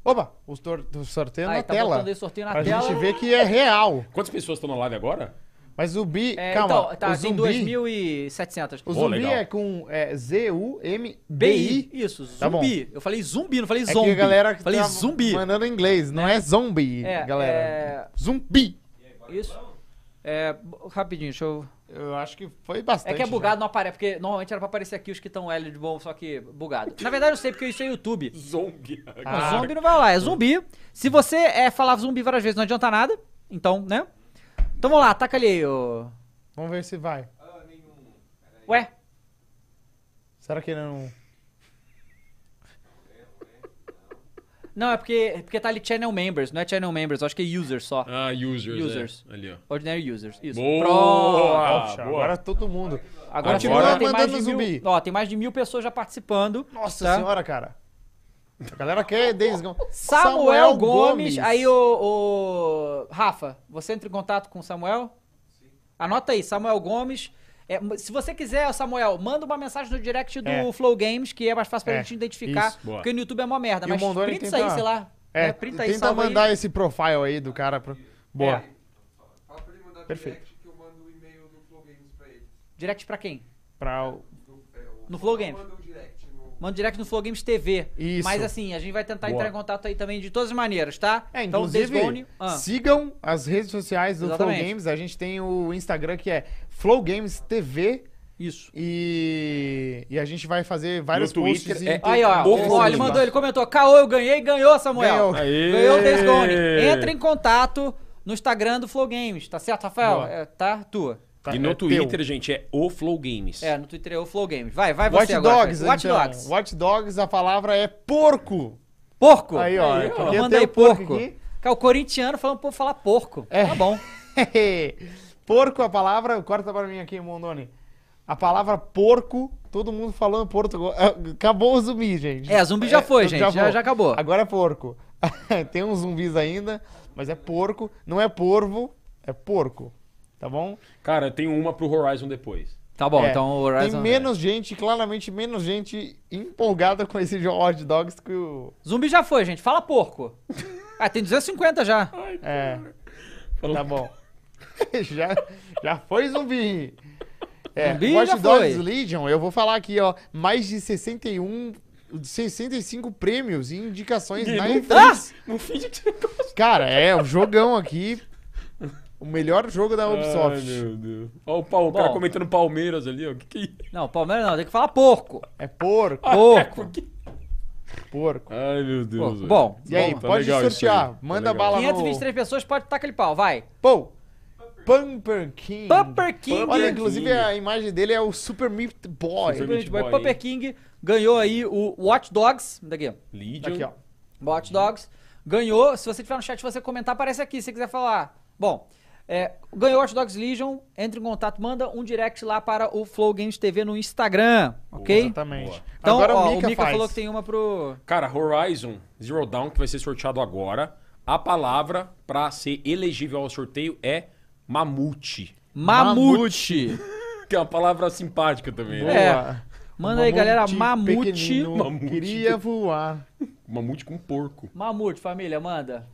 [SPEAKER 2] Opa, o sor- o sorteio
[SPEAKER 1] Aí,
[SPEAKER 2] na
[SPEAKER 1] tá
[SPEAKER 2] tela.
[SPEAKER 1] botando aí sorteio na
[SPEAKER 2] pra
[SPEAKER 1] tela.
[SPEAKER 2] gente ver que é real.
[SPEAKER 3] Quantas pessoas estão na live agora?
[SPEAKER 2] Mas zumbi,
[SPEAKER 1] É,
[SPEAKER 2] calma,
[SPEAKER 1] então, tá,
[SPEAKER 2] o
[SPEAKER 1] tem
[SPEAKER 2] zumbi,
[SPEAKER 1] 2.700.
[SPEAKER 2] o
[SPEAKER 3] Pô,
[SPEAKER 2] zumbi
[SPEAKER 3] legal.
[SPEAKER 2] é com é, Z-U-M-B-I.
[SPEAKER 1] BI, isso, zumbi.
[SPEAKER 2] Tá bom.
[SPEAKER 1] Eu falei zumbi, não falei
[SPEAKER 2] É
[SPEAKER 1] zombie.
[SPEAKER 2] que a galera que
[SPEAKER 1] falei
[SPEAKER 2] tá
[SPEAKER 1] zumbi.
[SPEAKER 2] mandando em inglês, não é zombie,
[SPEAKER 1] É,
[SPEAKER 2] galera.
[SPEAKER 1] é-
[SPEAKER 2] é Zumbi.
[SPEAKER 1] Isso. É, b- rapidinho, deixa eu.
[SPEAKER 2] Eu acho que foi bastante. né?
[SPEAKER 1] É que é
[SPEAKER 2] já.
[SPEAKER 1] bugado, não aparece, porque normalmente era pra aparecer aqui os que estão L de bom, só que bugado. Na verdade, eu sei, porque isso é YouTube.
[SPEAKER 3] Zombie.
[SPEAKER 2] Ah.
[SPEAKER 1] Não, zumbi não vai lá, é zumbi. Se você é, falar zumbi várias vezes, não adianta nada. Então, né? Então vamos lá, ataca ali, ô.
[SPEAKER 2] Vamos ver se vai.
[SPEAKER 5] Ah, nenhum. Peraí.
[SPEAKER 1] Ué?
[SPEAKER 2] Será que ele não.
[SPEAKER 1] Não, é porque, é porque tá ali channel members, não é channel members, eu acho que é users só.
[SPEAKER 3] Ah, users.
[SPEAKER 1] Users.
[SPEAKER 3] É. Ali, ó.
[SPEAKER 1] Ordinary users, isso. Pronto.
[SPEAKER 3] Boa!
[SPEAKER 2] Poxa,
[SPEAKER 3] boa.
[SPEAKER 2] Ah, agora todo mundo.
[SPEAKER 1] Agora,
[SPEAKER 3] Continua
[SPEAKER 1] agora tem mais de
[SPEAKER 2] tá mandando zumbi.
[SPEAKER 1] mil, ó, tem mais de mil pessoas já participando.
[SPEAKER 2] Nossa
[SPEAKER 1] tá?
[SPEAKER 2] senhora, cara. A galera quer Days Gone.
[SPEAKER 1] Samuel, Gomes. Aí, o, Rafa, você entra em contato com o Samuel? Anota aí, Samuel Gomes. É, m- se você quiser, Samuel, manda uma mensagem no direct do
[SPEAKER 2] É.
[SPEAKER 1] Flow Games, que é mais fácil pra
[SPEAKER 2] É,
[SPEAKER 1] gente identificar.
[SPEAKER 2] isso,
[SPEAKER 3] boa.
[SPEAKER 1] porque no YouTube é uma merda.
[SPEAKER 2] E o
[SPEAKER 1] Mas
[SPEAKER 2] Mondoni
[SPEAKER 1] printa isso
[SPEAKER 2] tenta-
[SPEAKER 1] aí, sei lá.
[SPEAKER 2] É,
[SPEAKER 1] né?
[SPEAKER 2] tenta
[SPEAKER 1] printa aí, salva aí. É.
[SPEAKER 2] mandar esse profile aí do cara. Pro... Boa.
[SPEAKER 5] Fala pra ele mandar
[SPEAKER 2] Perfeito.
[SPEAKER 5] direct que eu mando o e-mail do Flow Games pra ele.
[SPEAKER 1] Direct pra quem?
[SPEAKER 2] Pra o-
[SPEAKER 5] Do- é, o-
[SPEAKER 1] No Flow
[SPEAKER 5] eu
[SPEAKER 1] Games.
[SPEAKER 5] mando um direct no-
[SPEAKER 1] Manda direct no Flow Games TV.
[SPEAKER 2] Isso.
[SPEAKER 1] Mas assim, a gente vai tentar
[SPEAKER 3] Boa.
[SPEAKER 1] entrar em contato aí também de todas as maneiras, tá?
[SPEAKER 2] É,
[SPEAKER 1] Então,
[SPEAKER 2] inclusive,
[SPEAKER 1] Desbone- ah.
[SPEAKER 2] sigam as redes sociais do
[SPEAKER 1] Exatamente.
[SPEAKER 2] Flow Games. A gente tem o Instagram que é Flow Games TV
[SPEAKER 1] Isso.
[SPEAKER 2] e, e a gente vai fazer vários
[SPEAKER 3] No Twitter
[SPEAKER 2] posts.
[SPEAKER 3] é-
[SPEAKER 2] e...
[SPEAKER 1] Aí, ó.
[SPEAKER 3] Ofensiva.
[SPEAKER 1] Ó, ele mandou, ele comentou. Caô, eu ganhei, ganhou, Samuel.
[SPEAKER 2] um Ganhou.
[SPEAKER 3] Aê!
[SPEAKER 1] Ganhou o Days Gone. Entra em contato no Instagram do Flow Games, tá certo, Rafael?
[SPEAKER 2] Boa.
[SPEAKER 1] É, tá? Tua.
[SPEAKER 2] Tá,
[SPEAKER 3] E
[SPEAKER 2] é
[SPEAKER 3] no
[SPEAKER 2] teu.
[SPEAKER 3] Twitter, gente, é o Flow Games.
[SPEAKER 1] É, no Twitter é o Flow Games. Vai, vai
[SPEAKER 2] Watch
[SPEAKER 1] você agora.
[SPEAKER 2] Dogs,
[SPEAKER 1] Fred. Watch
[SPEAKER 2] então.
[SPEAKER 1] Dogs.
[SPEAKER 2] Watch Dogs, a palavra é porco.
[SPEAKER 1] Porco.
[SPEAKER 2] Aí, ó.
[SPEAKER 3] Aí, ó.
[SPEAKER 2] Porque
[SPEAKER 1] Manda
[SPEAKER 2] tem
[SPEAKER 1] aí,
[SPEAKER 2] o porco
[SPEAKER 1] porco.
[SPEAKER 2] aqui.
[SPEAKER 1] Cara, o corintiano falando pra eu falar porco.
[SPEAKER 2] É.
[SPEAKER 1] Tá bom.
[SPEAKER 2] porco, a palavra. Corta pra mim aqui, Mondoni. A palavra porco, todo mundo falando português. Acabou o zumbi, gente.
[SPEAKER 1] É, zumbi já foi, gente, já-
[SPEAKER 2] foi.
[SPEAKER 1] já acabou.
[SPEAKER 2] Agora é porco. Tem uns zumbis ainda, mas é porco. Não é porvo, é porco. Tá bom?
[SPEAKER 3] Cara, eu tenho uma pro Horizon depois.
[SPEAKER 1] Tá bom,
[SPEAKER 2] É,
[SPEAKER 1] então o Horizon...
[SPEAKER 2] Tem menos gente, claramente menos gente empolgada com esse jogo Hot Dogs que o.
[SPEAKER 1] Zumbi já foi, gente. Fala porco. ah, tem 250 já.
[SPEAKER 2] É.
[SPEAKER 3] Falou.
[SPEAKER 2] Tá bom. já, já foi zumbi. É,
[SPEAKER 1] Zumbi
[SPEAKER 2] Watch
[SPEAKER 1] já
[SPEAKER 2] Dogs
[SPEAKER 1] foi.
[SPEAKER 2] Legion, eu vou falar aqui, ó. Mais de 61, 65 prêmios e indicações na
[SPEAKER 3] não
[SPEAKER 2] E3.
[SPEAKER 1] Ah!
[SPEAKER 3] Não finge que você gosta.
[SPEAKER 2] Cara, é um jogão aqui. O melhor jogo da
[SPEAKER 3] Ai,
[SPEAKER 2] Ubisoft.
[SPEAKER 3] meu Deus. Ó, o, pau, o cara
[SPEAKER 1] Bom.
[SPEAKER 3] comentando Palmeiras ali, ó. Que que é isso?
[SPEAKER 1] Não, Palmeiras não. Tem que falar porco.
[SPEAKER 2] é porco, é
[SPEAKER 1] Porco.
[SPEAKER 2] porco.
[SPEAKER 3] Ai, meu Deus.
[SPEAKER 1] Porco.
[SPEAKER 3] velho.
[SPEAKER 1] Bom,
[SPEAKER 2] E aí,
[SPEAKER 1] bom.
[SPEAKER 3] tá
[SPEAKER 2] pode
[SPEAKER 3] legal isso
[SPEAKER 2] sortear.
[SPEAKER 3] aí, tá
[SPEAKER 2] Manda
[SPEAKER 3] legal.
[SPEAKER 2] bala no...
[SPEAKER 1] 523 pessoas, pode tacar ele pau, vai.
[SPEAKER 2] Pô, Pumper King.
[SPEAKER 1] Pumper King.
[SPEAKER 2] Olha,
[SPEAKER 3] King.
[SPEAKER 2] inclusive a imagem dele é o Super Meat Boy.
[SPEAKER 3] Super
[SPEAKER 1] Super Meat Boy.
[SPEAKER 3] Boy,
[SPEAKER 1] Pumper
[SPEAKER 3] hein?
[SPEAKER 1] King ganhou aí o Watch Dogs. Daqui, ó.
[SPEAKER 3] Legion.
[SPEAKER 2] Aqui, ó.
[SPEAKER 1] Watch Dogs. Ganhou. Se você tiver no chat, você comentar, aparece aqui, se você quiser falar. Bom, é, ganhou Watch Dogs Legion. Entre em contato, manda um direct lá para o Flow Games TV no Instagram, ok?
[SPEAKER 2] Exatamente.
[SPEAKER 3] Boa.
[SPEAKER 1] Então,
[SPEAKER 2] Agora
[SPEAKER 1] ó,
[SPEAKER 2] o Mika, faz.
[SPEAKER 1] falou que tem uma pro.
[SPEAKER 3] Cara, Horizon Zero Dawn, que vai ser sorteado agora. A palavra pra ser elegível ao sorteio é mamute.
[SPEAKER 1] Mamute.
[SPEAKER 3] Que é uma palavra simpática também, né?
[SPEAKER 1] É. Manda aí, galera. Mamute.
[SPEAKER 2] pequenino,
[SPEAKER 3] Mamute.
[SPEAKER 2] Queria voar.
[SPEAKER 3] Mamute com porco.
[SPEAKER 1] Mamute, família, manda.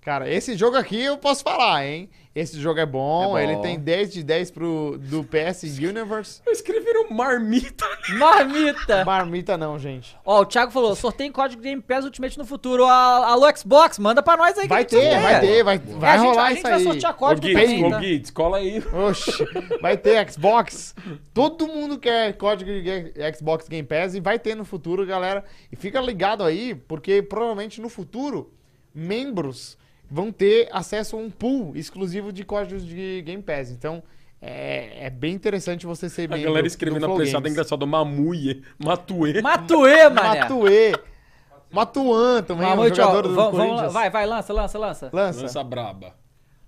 [SPEAKER 2] Cara, esse jogo aqui eu posso falar, hein? Esse jogo é bom,
[SPEAKER 1] É bom.
[SPEAKER 2] ele tem 10 de 10 pro, do PS Universe.
[SPEAKER 3] Escreveram marmita.
[SPEAKER 1] Marmita.
[SPEAKER 2] Marmita não, gente.
[SPEAKER 1] Ó, o Thiago falou, sorteio em código Game Pass Ultimate no futuro. A- Alô, Xbox, manda pra nós aí. que a
[SPEAKER 2] Vai
[SPEAKER 1] gente quer.
[SPEAKER 2] ter, vai ter, vai,
[SPEAKER 1] É,
[SPEAKER 2] vai
[SPEAKER 1] a gente, a
[SPEAKER 2] rolar
[SPEAKER 1] gente
[SPEAKER 2] isso
[SPEAKER 1] vai
[SPEAKER 2] aí.
[SPEAKER 1] sortear
[SPEAKER 3] Ô,
[SPEAKER 1] código
[SPEAKER 3] Gates,
[SPEAKER 1] também,
[SPEAKER 3] ô,
[SPEAKER 1] tá?
[SPEAKER 3] Gates, cola aí.
[SPEAKER 2] Oxi, vai ter Xbox. Todo mundo quer código de Ga- Xbox Game Pass e vai ter no futuro, galera. E fica ligado aí, porque provavelmente no futuro, membros vão ter acesso a um pool exclusivo de códigos de Game Pass. Então, é, é bem interessante você ser
[SPEAKER 3] A
[SPEAKER 2] membro.
[SPEAKER 3] galera escrevendo
[SPEAKER 2] do
[SPEAKER 3] a
[SPEAKER 2] Flow
[SPEAKER 3] pressada
[SPEAKER 2] Games.
[SPEAKER 3] engraçado. Mamuie, Matuê.
[SPEAKER 1] Matuê, mané.
[SPEAKER 2] Matuê. Matuan também, é um
[SPEAKER 1] Mamute, né? ó,
[SPEAKER 2] jogador do
[SPEAKER 1] vamos, vamos lá.
[SPEAKER 2] Corinthians.
[SPEAKER 1] Vai, vai, lança, lança, lança.
[SPEAKER 2] Lança.
[SPEAKER 3] Lança braba.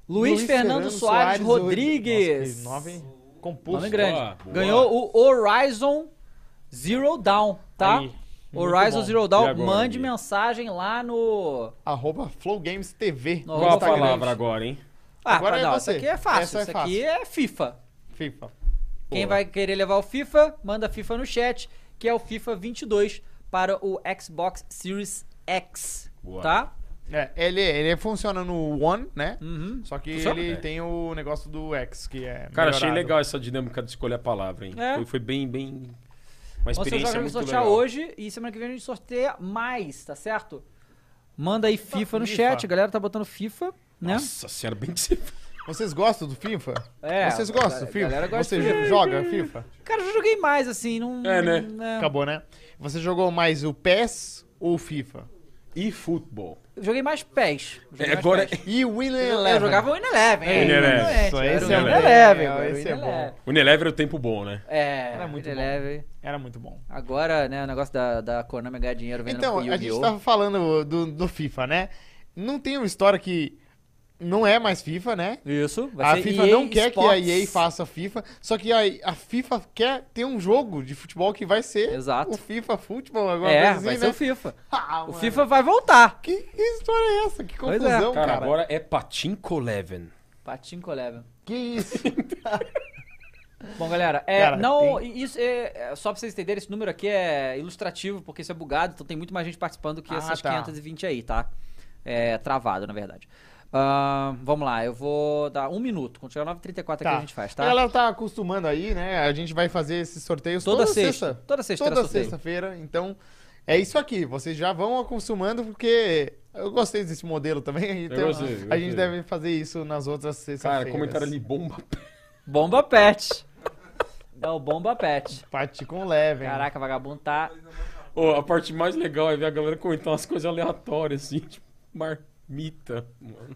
[SPEAKER 1] Luiz, Fernando, Soares, Rodrigues.
[SPEAKER 2] Nossa, que nove composto.
[SPEAKER 1] Nome grande.
[SPEAKER 3] Boa, boa.
[SPEAKER 1] Ganhou o Horizon Zero Dawn, tá?
[SPEAKER 2] Aí, muito
[SPEAKER 1] Horizon
[SPEAKER 2] bom.
[SPEAKER 1] Zero Dawn,
[SPEAKER 3] E agora,
[SPEAKER 1] mande
[SPEAKER 3] Gui?
[SPEAKER 1] mensagem lá no...
[SPEAKER 2] Arroba Flow Games TV.
[SPEAKER 1] Nossa.
[SPEAKER 2] no
[SPEAKER 3] Qual a
[SPEAKER 2] Instagram.
[SPEAKER 3] palavra agora, hein?
[SPEAKER 1] Ah,
[SPEAKER 2] Agora é
[SPEAKER 1] não,
[SPEAKER 2] você.
[SPEAKER 1] isso aqui é fácil,
[SPEAKER 2] Essa é
[SPEAKER 1] isso aqui é FIFA.
[SPEAKER 2] FIFA.
[SPEAKER 1] Quem
[SPEAKER 2] Boa.
[SPEAKER 1] vai querer levar o FIFA, manda FIFA no chat, que é o FIFA 22 para o Xbox Series X,
[SPEAKER 3] Boa.
[SPEAKER 1] tá?
[SPEAKER 2] É, ele, ele funciona no One, né?
[SPEAKER 1] Uhum.
[SPEAKER 2] Só que
[SPEAKER 3] Funciona,
[SPEAKER 2] ele
[SPEAKER 3] é.
[SPEAKER 2] tem o negócio do X, que é.
[SPEAKER 3] Cara, achei
[SPEAKER 2] melhorado.
[SPEAKER 3] legal essa dinâmica de escolher a palavra, hein?
[SPEAKER 1] É.
[SPEAKER 3] Foi, foi bem, bem. Uma
[SPEAKER 1] Então, seu
[SPEAKER 2] é
[SPEAKER 3] experiência
[SPEAKER 1] jogo
[SPEAKER 3] muito
[SPEAKER 1] sortear
[SPEAKER 3] legal.
[SPEAKER 1] hoje e semana que vem a gente sorteia mais, tá certo? Manda aí FIFA no
[SPEAKER 2] FIFA.
[SPEAKER 1] chat, a galera tá botando FIFA, né?
[SPEAKER 3] Nossa senhora, bem que você.
[SPEAKER 2] Vocês gostam do FIFA?
[SPEAKER 1] É,
[SPEAKER 2] Vocês
[SPEAKER 1] a
[SPEAKER 2] gostam do
[SPEAKER 1] galera-
[SPEAKER 2] FIFA?
[SPEAKER 1] galera gosta
[SPEAKER 2] Você
[SPEAKER 1] de FIFA.
[SPEAKER 2] joga FIFA?
[SPEAKER 1] Cara, eu já joguei mais, assim, não...
[SPEAKER 3] É, né?
[SPEAKER 2] Acabou, né? Você jogou mais o PES ou o FIFA?
[SPEAKER 3] E futebol.
[SPEAKER 1] Eu Joguei mais pés. Joguei
[SPEAKER 3] É,
[SPEAKER 1] mais
[SPEAKER 3] agora,
[SPEAKER 1] pés.
[SPEAKER 2] E o Winner
[SPEAKER 1] Eu,
[SPEAKER 2] Eleven?
[SPEAKER 1] eu jogava o Win Eleven.
[SPEAKER 3] É, Win Eleven.
[SPEAKER 1] exatamente,
[SPEAKER 2] Isso,
[SPEAKER 1] era
[SPEAKER 2] esse
[SPEAKER 1] o
[SPEAKER 3] é
[SPEAKER 1] Win
[SPEAKER 3] bom.
[SPEAKER 1] Eleven,
[SPEAKER 2] É,
[SPEAKER 1] agora,
[SPEAKER 2] esse
[SPEAKER 1] Win
[SPEAKER 2] é bom.
[SPEAKER 1] Eleven.
[SPEAKER 3] o Unilever é o tempo bom, né?
[SPEAKER 1] É,
[SPEAKER 2] Era muito
[SPEAKER 1] Win
[SPEAKER 2] bom.
[SPEAKER 1] Eleven.
[SPEAKER 2] Era muito bom.
[SPEAKER 1] Agora, né, o negócio da, da Konami ganhar dinheiro vendendo
[SPEAKER 2] Então,
[SPEAKER 1] pro
[SPEAKER 2] a gente
[SPEAKER 1] Yu-Gi-Oh!
[SPEAKER 2] tava falando do, do FIFA, né? Não tem uma história que não é mais FIFA, né?
[SPEAKER 1] Isso, vai
[SPEAKER 2] A
[SPEAKER 1] ser
[SPEAKER 2] FIFA
[SPEAKER 1] EA
[SPEAKER 2] não quer que a
[SPEAKER 1] Sports.
[SPEAKER 2] EA faça FIFA, só que a, a FIFA quer ter um jogo de futebol que vai ser
[SPEAKER 1] Exato.
[SPEAKER 2] o FIFA Futebol, alguma
[SPEAKER 1] É,
[SPEAKER 2] coisa assim,
[SPEAKER 1] vai ser
[SPEAKER 2] né?
[SPEAKER 1] o FIFA.
[SPEAKER 2] Ah,
[SPEAKER 1] O
[SPEAKER 2] mano,
[SPEAKER 1] FIFA vai voltar.
[SPEAKER 2] Que que história é essa? Que
[SPEAKER 1] Pois é.
[SPEAKER 2] confusão,
[SPEAKER 3] Cara,
[SPEAKER 2] cara.
[SPEAKER 3] agora é Patinco Leven.
[SPEAKER 1] Patinco Eleven.
[SPEAKER 2] Que isso?
[SPEAKER 1] é Bom, galera, é,
[SPEAKER 2] Cara,
[SPEAKER 1] não, isso é, é, só pra vocês entenderem, esse número aqui é ilustrativo, porque isso é bugado, então tem muito mais gente participando que
[SPEAKER 2] Ah,
[SPEAKER 1] essas
[SPEAKER 2] tá.
[SPEAKER 1] 520 aí, tá? É travado, na verdade. Ahn, vamos lá, eu vou dar um minuto. Quando chegar 9h34 aqui
[SPEAKER 2] Tá.
[SPEAKER 1] a gente faz,
[SPEAKER 2] A
[SPEAKER 1] tá?
[SPEAKER 2] galera tá acostumando aí, né? A gente vai fazer esses sorteios
[SPEAKER 1] Toda
[SPEAKER 2] toda,
[SPEAKER 1] sexta.
[SPEAKER 2] sexta.
[SPEAKER 1] Toda sexta terá
[SPEAKER 2] Toda
[SPEAKER 1] sorteio.
[SPEAKER 2] sexta-feira. Então, é isso aqui. Vocês já vão acostumando, porque eu gostei desse modelo também. Então,
[SPEAKER 3] gostei,
[SPEAKER 2] a
[SPEAKER 3] gostei.
[SPEAKER 2] gente deve fazer isso nas outras sextas-feiras.
[SPEAKER 3] Cara, comentário ali, bomba.
[SPEAKER 1] Bomba Pet. É o Bomba Pet.
[SPEAKER 2] Pati com leve. hein?
[SPEAKER 1] Caraca, vagabundo tá.
[SPEAKER 3] Ô, a parte mais legal é ver a galera comentar umas coisas aleatórias, assim, tipo, marmita, mano.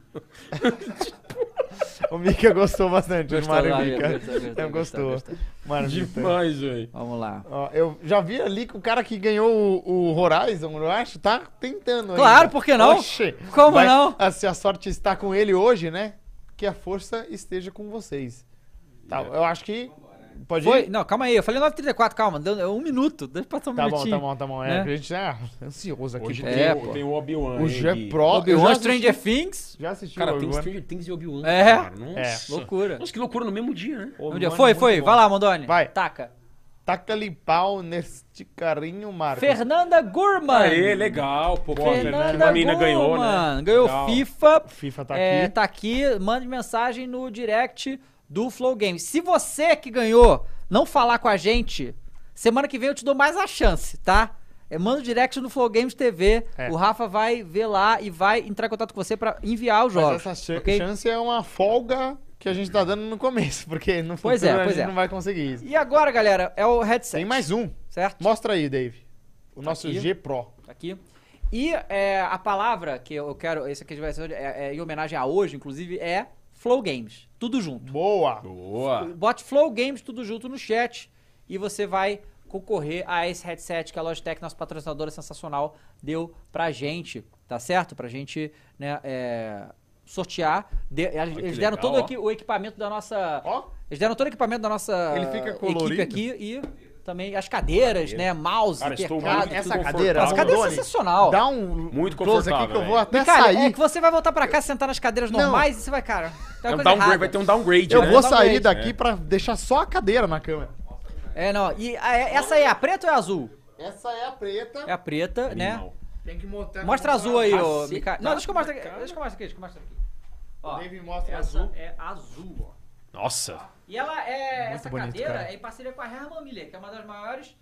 [SPEAKER 2] O Mika gostou bastante do
[SPEAKER 1] Gostou,
[SPEAKER 2] Mario
[SPEAKER 1] Laia,
[SPEAKER 2] Mika.
[SPEAKER 1] gostou, gostou,
[SPEAKER 2] Então
[SPEAKER 1] gostou, gostou.
[SPEAKER 2] gostou. Mario Mika.
[SPEAKER 3] Demais, velho.
[SPEAKER 1] Vamos lá.
[SPEAKER 2] Ó, eu já vi ali que o cara que ganhou o, o Horizon, eu acho, tá tentando ainda.
[SPEAKER 1] Claro, por que não?
[SPEAKER 2] Oxe,
[SPEAKER 1] Como
[SPEAKER 2] vai-
[SPEAKER 1] não?
[SPEAKER 2] ah, Se a sorte está com ele hoje, né? Que a força esteja com vocês. Tá,
[SPEAKER 3] É.
[SPEAKER 2] eu acho que... Pode
[SPEAKER 1] Foi?
[SPEAKER 2] ir?
[SPEAKER 1] Não, calma aí, eu falei 9h34, calma, deu- é um minuto, deixa eu passar um
[SPEAKER 2] Tá bom,
[SPEAKER 1] minutinho.
[SPEAKER 2] tá bom, tá bom.
[SPEAKER 1] né?
[SPEAKER 2] É, A gente tá ansioso aqui.
[SPEAKER 3] Hoje
[SPEAKER 2] pô.
[SPEAKER 1] É,
[SPEAKER 3] tem,
[SPEAKER 1] pô.
[SPEAKER 3] o, tem o Obi-Wan.
[SPEAKER 2] o
[SPEAKER 3] hein,
[SPEAKER 2] G
[SPEAKER 3] Gui?
[SPEAKER 2] Pro... eu já
[SPEAKER 1] Obi-Wan,
[SPEAKER 2] assisti-
[SPEAKER 1] Stranger Things,
[SPEAKER 2] Já assistiu
[SPEAKER 3] Cara,
[SPEAKER 2] o
[SPEAKER 3] tem
[SPEAKER 2] Obi-Wan.
[SPEAKER 3] Stranger Things e Obi-Wan.
[SPEAKER 1] É.
[SPEAKER 3] Cara, nossa.
[SPEAKER 1] loucura.
[SPEAKER 3] Nossa, que loucura no mesmo dia, né?
[SPEAKER 1] Um dia.
[SPEAKER 2] Obi-Wan é
[SPEAKER 1] Foi,
[SPEAKER 2] muito
[SPEAKER 1] foi,
[SPEAKER 2] bom.
[SPEAKER 1] vai lá, Mondoni.
[SPEAKER 2] Vai.
[SPEAKER 1] Taca.
[SPEAKER 2] Taca-lhe pau neste carinho, Marcos.
[SPEAKER 1] Fernanda Gurman.
[SPEAKER 3] Aê, legal, pô.
[SPEAKER 2] Boa,
[SPEAKER 1] Fernanda
[SPEAKER 3] a mina ganhou, né?
[SPEAKER 1] Gurman. Ganhou
[SPEAKER 2] Legal.
[SPEAKER 1] FIFA.
[SPEAKER 2] FIFA tá
[SPEAKER 1] É,
[SPEAKER 2] aqui.
[SPEAKER 1] tá aqui, mande mensagem no direct do Flow Games. Se você que ganhou não falar com a gente, semana que vem eu te dou mais a chance, tá? É, manda o direct no Flow Games TV.
[SPEAKER 2] É.
[SPEAKER 1] O Rafa vai ver lá e vai entrar em contato com você pra enviar os jogos.
[SPEAKER 2] Mas essa chan-
[SPEAKER 1] ok?
[SPEAKER 2] chance é uma folga que a gente tá dando no começo, porque no futuro
[SPEAKER 1] Pois é,
[SPEAKER 2] a
[SPEAKER 1] pois
[SPEAKER 2] gente
[SPEAKER 1] é.
[SPEAKER 2] não vai conseguir isso.
[SPEAKER 1] E agora, galera, é o headset.
[SPEAKER 2] Tem mais um.
[SPEAKER 1] Certo?
[SPEAKER 2] Mostra aí, Dave. O nosso
[SPEAKER 1] aqui.
[SPEAKER 2] G Pro.
[SPEAKER 1] Tá aqui. E é, a palavra que eu quero, esse aqui vai ser é, é, em homenagem a hoje, inclusive, é Flow Games. Tudo junto.
[SPEAKER 2] Boa.
[SPEAKER 3] Boa.
[SPEAKER 1] Bote Flow Games tudo junto no chat e você vai concorrer a esse headset que a Logitech, nossa patrocinadora sensacional, deu pra gente, tá certo? Pra gente, né, é, sortear. De- eles
[SPEAKER 3] que
[SPEAKER 1] deram
[SPEAKER 3] legal,
[SPEAKER 1] todo
[SPEAKER 3] ó.
[SPEAKER 1] aqui o equipamento da nossa...
[SPEAKER 2] Ó,
[SPEAKER 1] Eles deram todo o equipamento da nossa
[SPEAKER 2] Ele fica
[SPEAKER 1] equipe
[SPEAKER 2] colorido?
[SPEAKER 1] aqui e também as cadeiras, né, mouse,
[SPEAKER 3] Cara, estou
[SPEAKER 1] teclado.
[SPEAKER 3] muito
[SPEAKER 1] tudo.
[SPEAKER 2] essa
[SPEAKER 3] confortável.
[SPEAKER 2] cadeira,
[SPEAKER 1] Essa cadeira é
[SPEAKER 2] Doni,
[SPEAKER 1] sensacional.
[SPEAKER 2] Dá um
[SPEAKER 3] Muito
[SPEAKER 2] close aqui que eu
[SPEAKER 3] confortável,
[SPEAKER 2] vou até
[SPEAKER 1] Cara,
[SPEAKER 2] sair.
[SPEAKER 1] é que você vai voltar pra cá, sentar nas cadeiras
[SPEAKER 2] Não.
[SPEAKER 1] normais e você vai, cara. Tem
[SPEAKER 3] É um
[SPEAKER 1] uma Tá coisa
[SPEAKER 3] downgrade,
[SPEAKER 1] errada.
[SPEAKER 3] vai ter um downgrade,
[SPEAKER 2] Eu
[SPEAKER 3] né?
[SPEAKER 2] vou
[SPEAKER 1] Talvez,
[SPEAKER 2] sair
[SPEAKER 3] é.
[SPEAKER 2] daqui pra deixar só a cadeira na câmera.
[SPEAKER 1] É, não. E a- é- essa aí é a preta ou é a azul?
[SPEAKER 2] Essa é a preta.
[SPEAKER 1] É a preta, né?
[SPEAKER 3] Animal.
[SPEAKER 2] Tem que mostrar. tá. Assim?
[SPEAKER 1] Mostra a azul aí, ô
[SPEAKER 3] Caceta,
[SPEAKER 1] Mica. Não, deixa que eu mostro aqui. Deixa que eu mostro aqui, deixa que eu mostro aqui. Ó,
[SPEAKER 2] Dave mostra
[SPEAKER 1] essa
[SPEAKER 2] azul.
[SPEAKER 1] é azul, ó.
[SPEAKER 3] Nossa.
[SPEAKER 1] E ela é. essa
[SPEAKER 2] bonito,
[SPEAKER 1] cadeira
[SPEAKER 2] cara.
[SPEAKER 1] é em parceria com a Herman Miller, que é uma das maiores.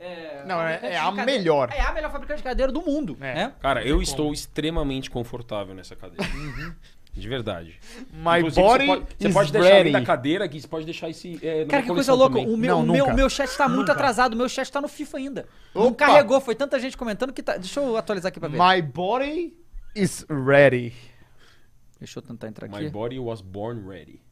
[SPEAKER 1] é,
[SPEAKER 2] Não, é-
[SPEAKER 1] fabricantes
[SPEAKER 2] é
[SPEAKER 1] de
[SPEAKER 2] a
[SPEAKER 1] cadeira.
[SPEAKER 2] melhor.
[SPEAKER 1] É a melhor fabricante de cadeira do mundo,
[SPEAKER 2] É.
[SPEAKER 1] né?
[SPEAKER 3] Cara, eu estou extremamente confortável nessa cadeira.
[SPEAKER 1] Uhum.
[SPEAKER 3] De verdade.
[SPEAKER 2] My
[SPEAKER 3] Inclusive,
[SPEAKER 2] body
[SPEAKER 3] Você pode, você
[SPEAKER 2] is
[SPEAKER 3] pode deixar
[SPEAKER 2] ready.
[SPEAKER 3] além da cadeira, Gui, você pode deixar esse. é, na
[SPEAKER 1] Cara,
[SPEAKER 3] minha
[SPEAKER 1] que coisa
[SPEAKER 3] coleção
[SPEAKER 1] louca. um
[SPEAKER 3] também.
[SPEAKER 1] O meu,
[SPEAKER 2] Não,
[SPEAKER 1] o meu,
[SPEAKER 2] nunca.
[SPEAKER 1] meu chat tá muito atrasado. O meu chat tá no FIFA ainda. Não
[SPEAKER 2] Opa!
[SPEAKER 1] carregou. Foi tanta gente comentando que tá. Deixa eu atualizar aqui pra ver.
[SPEAKER 2] My body is ready.
[SPEAKER 1] Deixa eu tentar entrar
[SPEAKER 3] My
[SPEAKER 1] aqui.
[SPEAKER 3] body was born ready.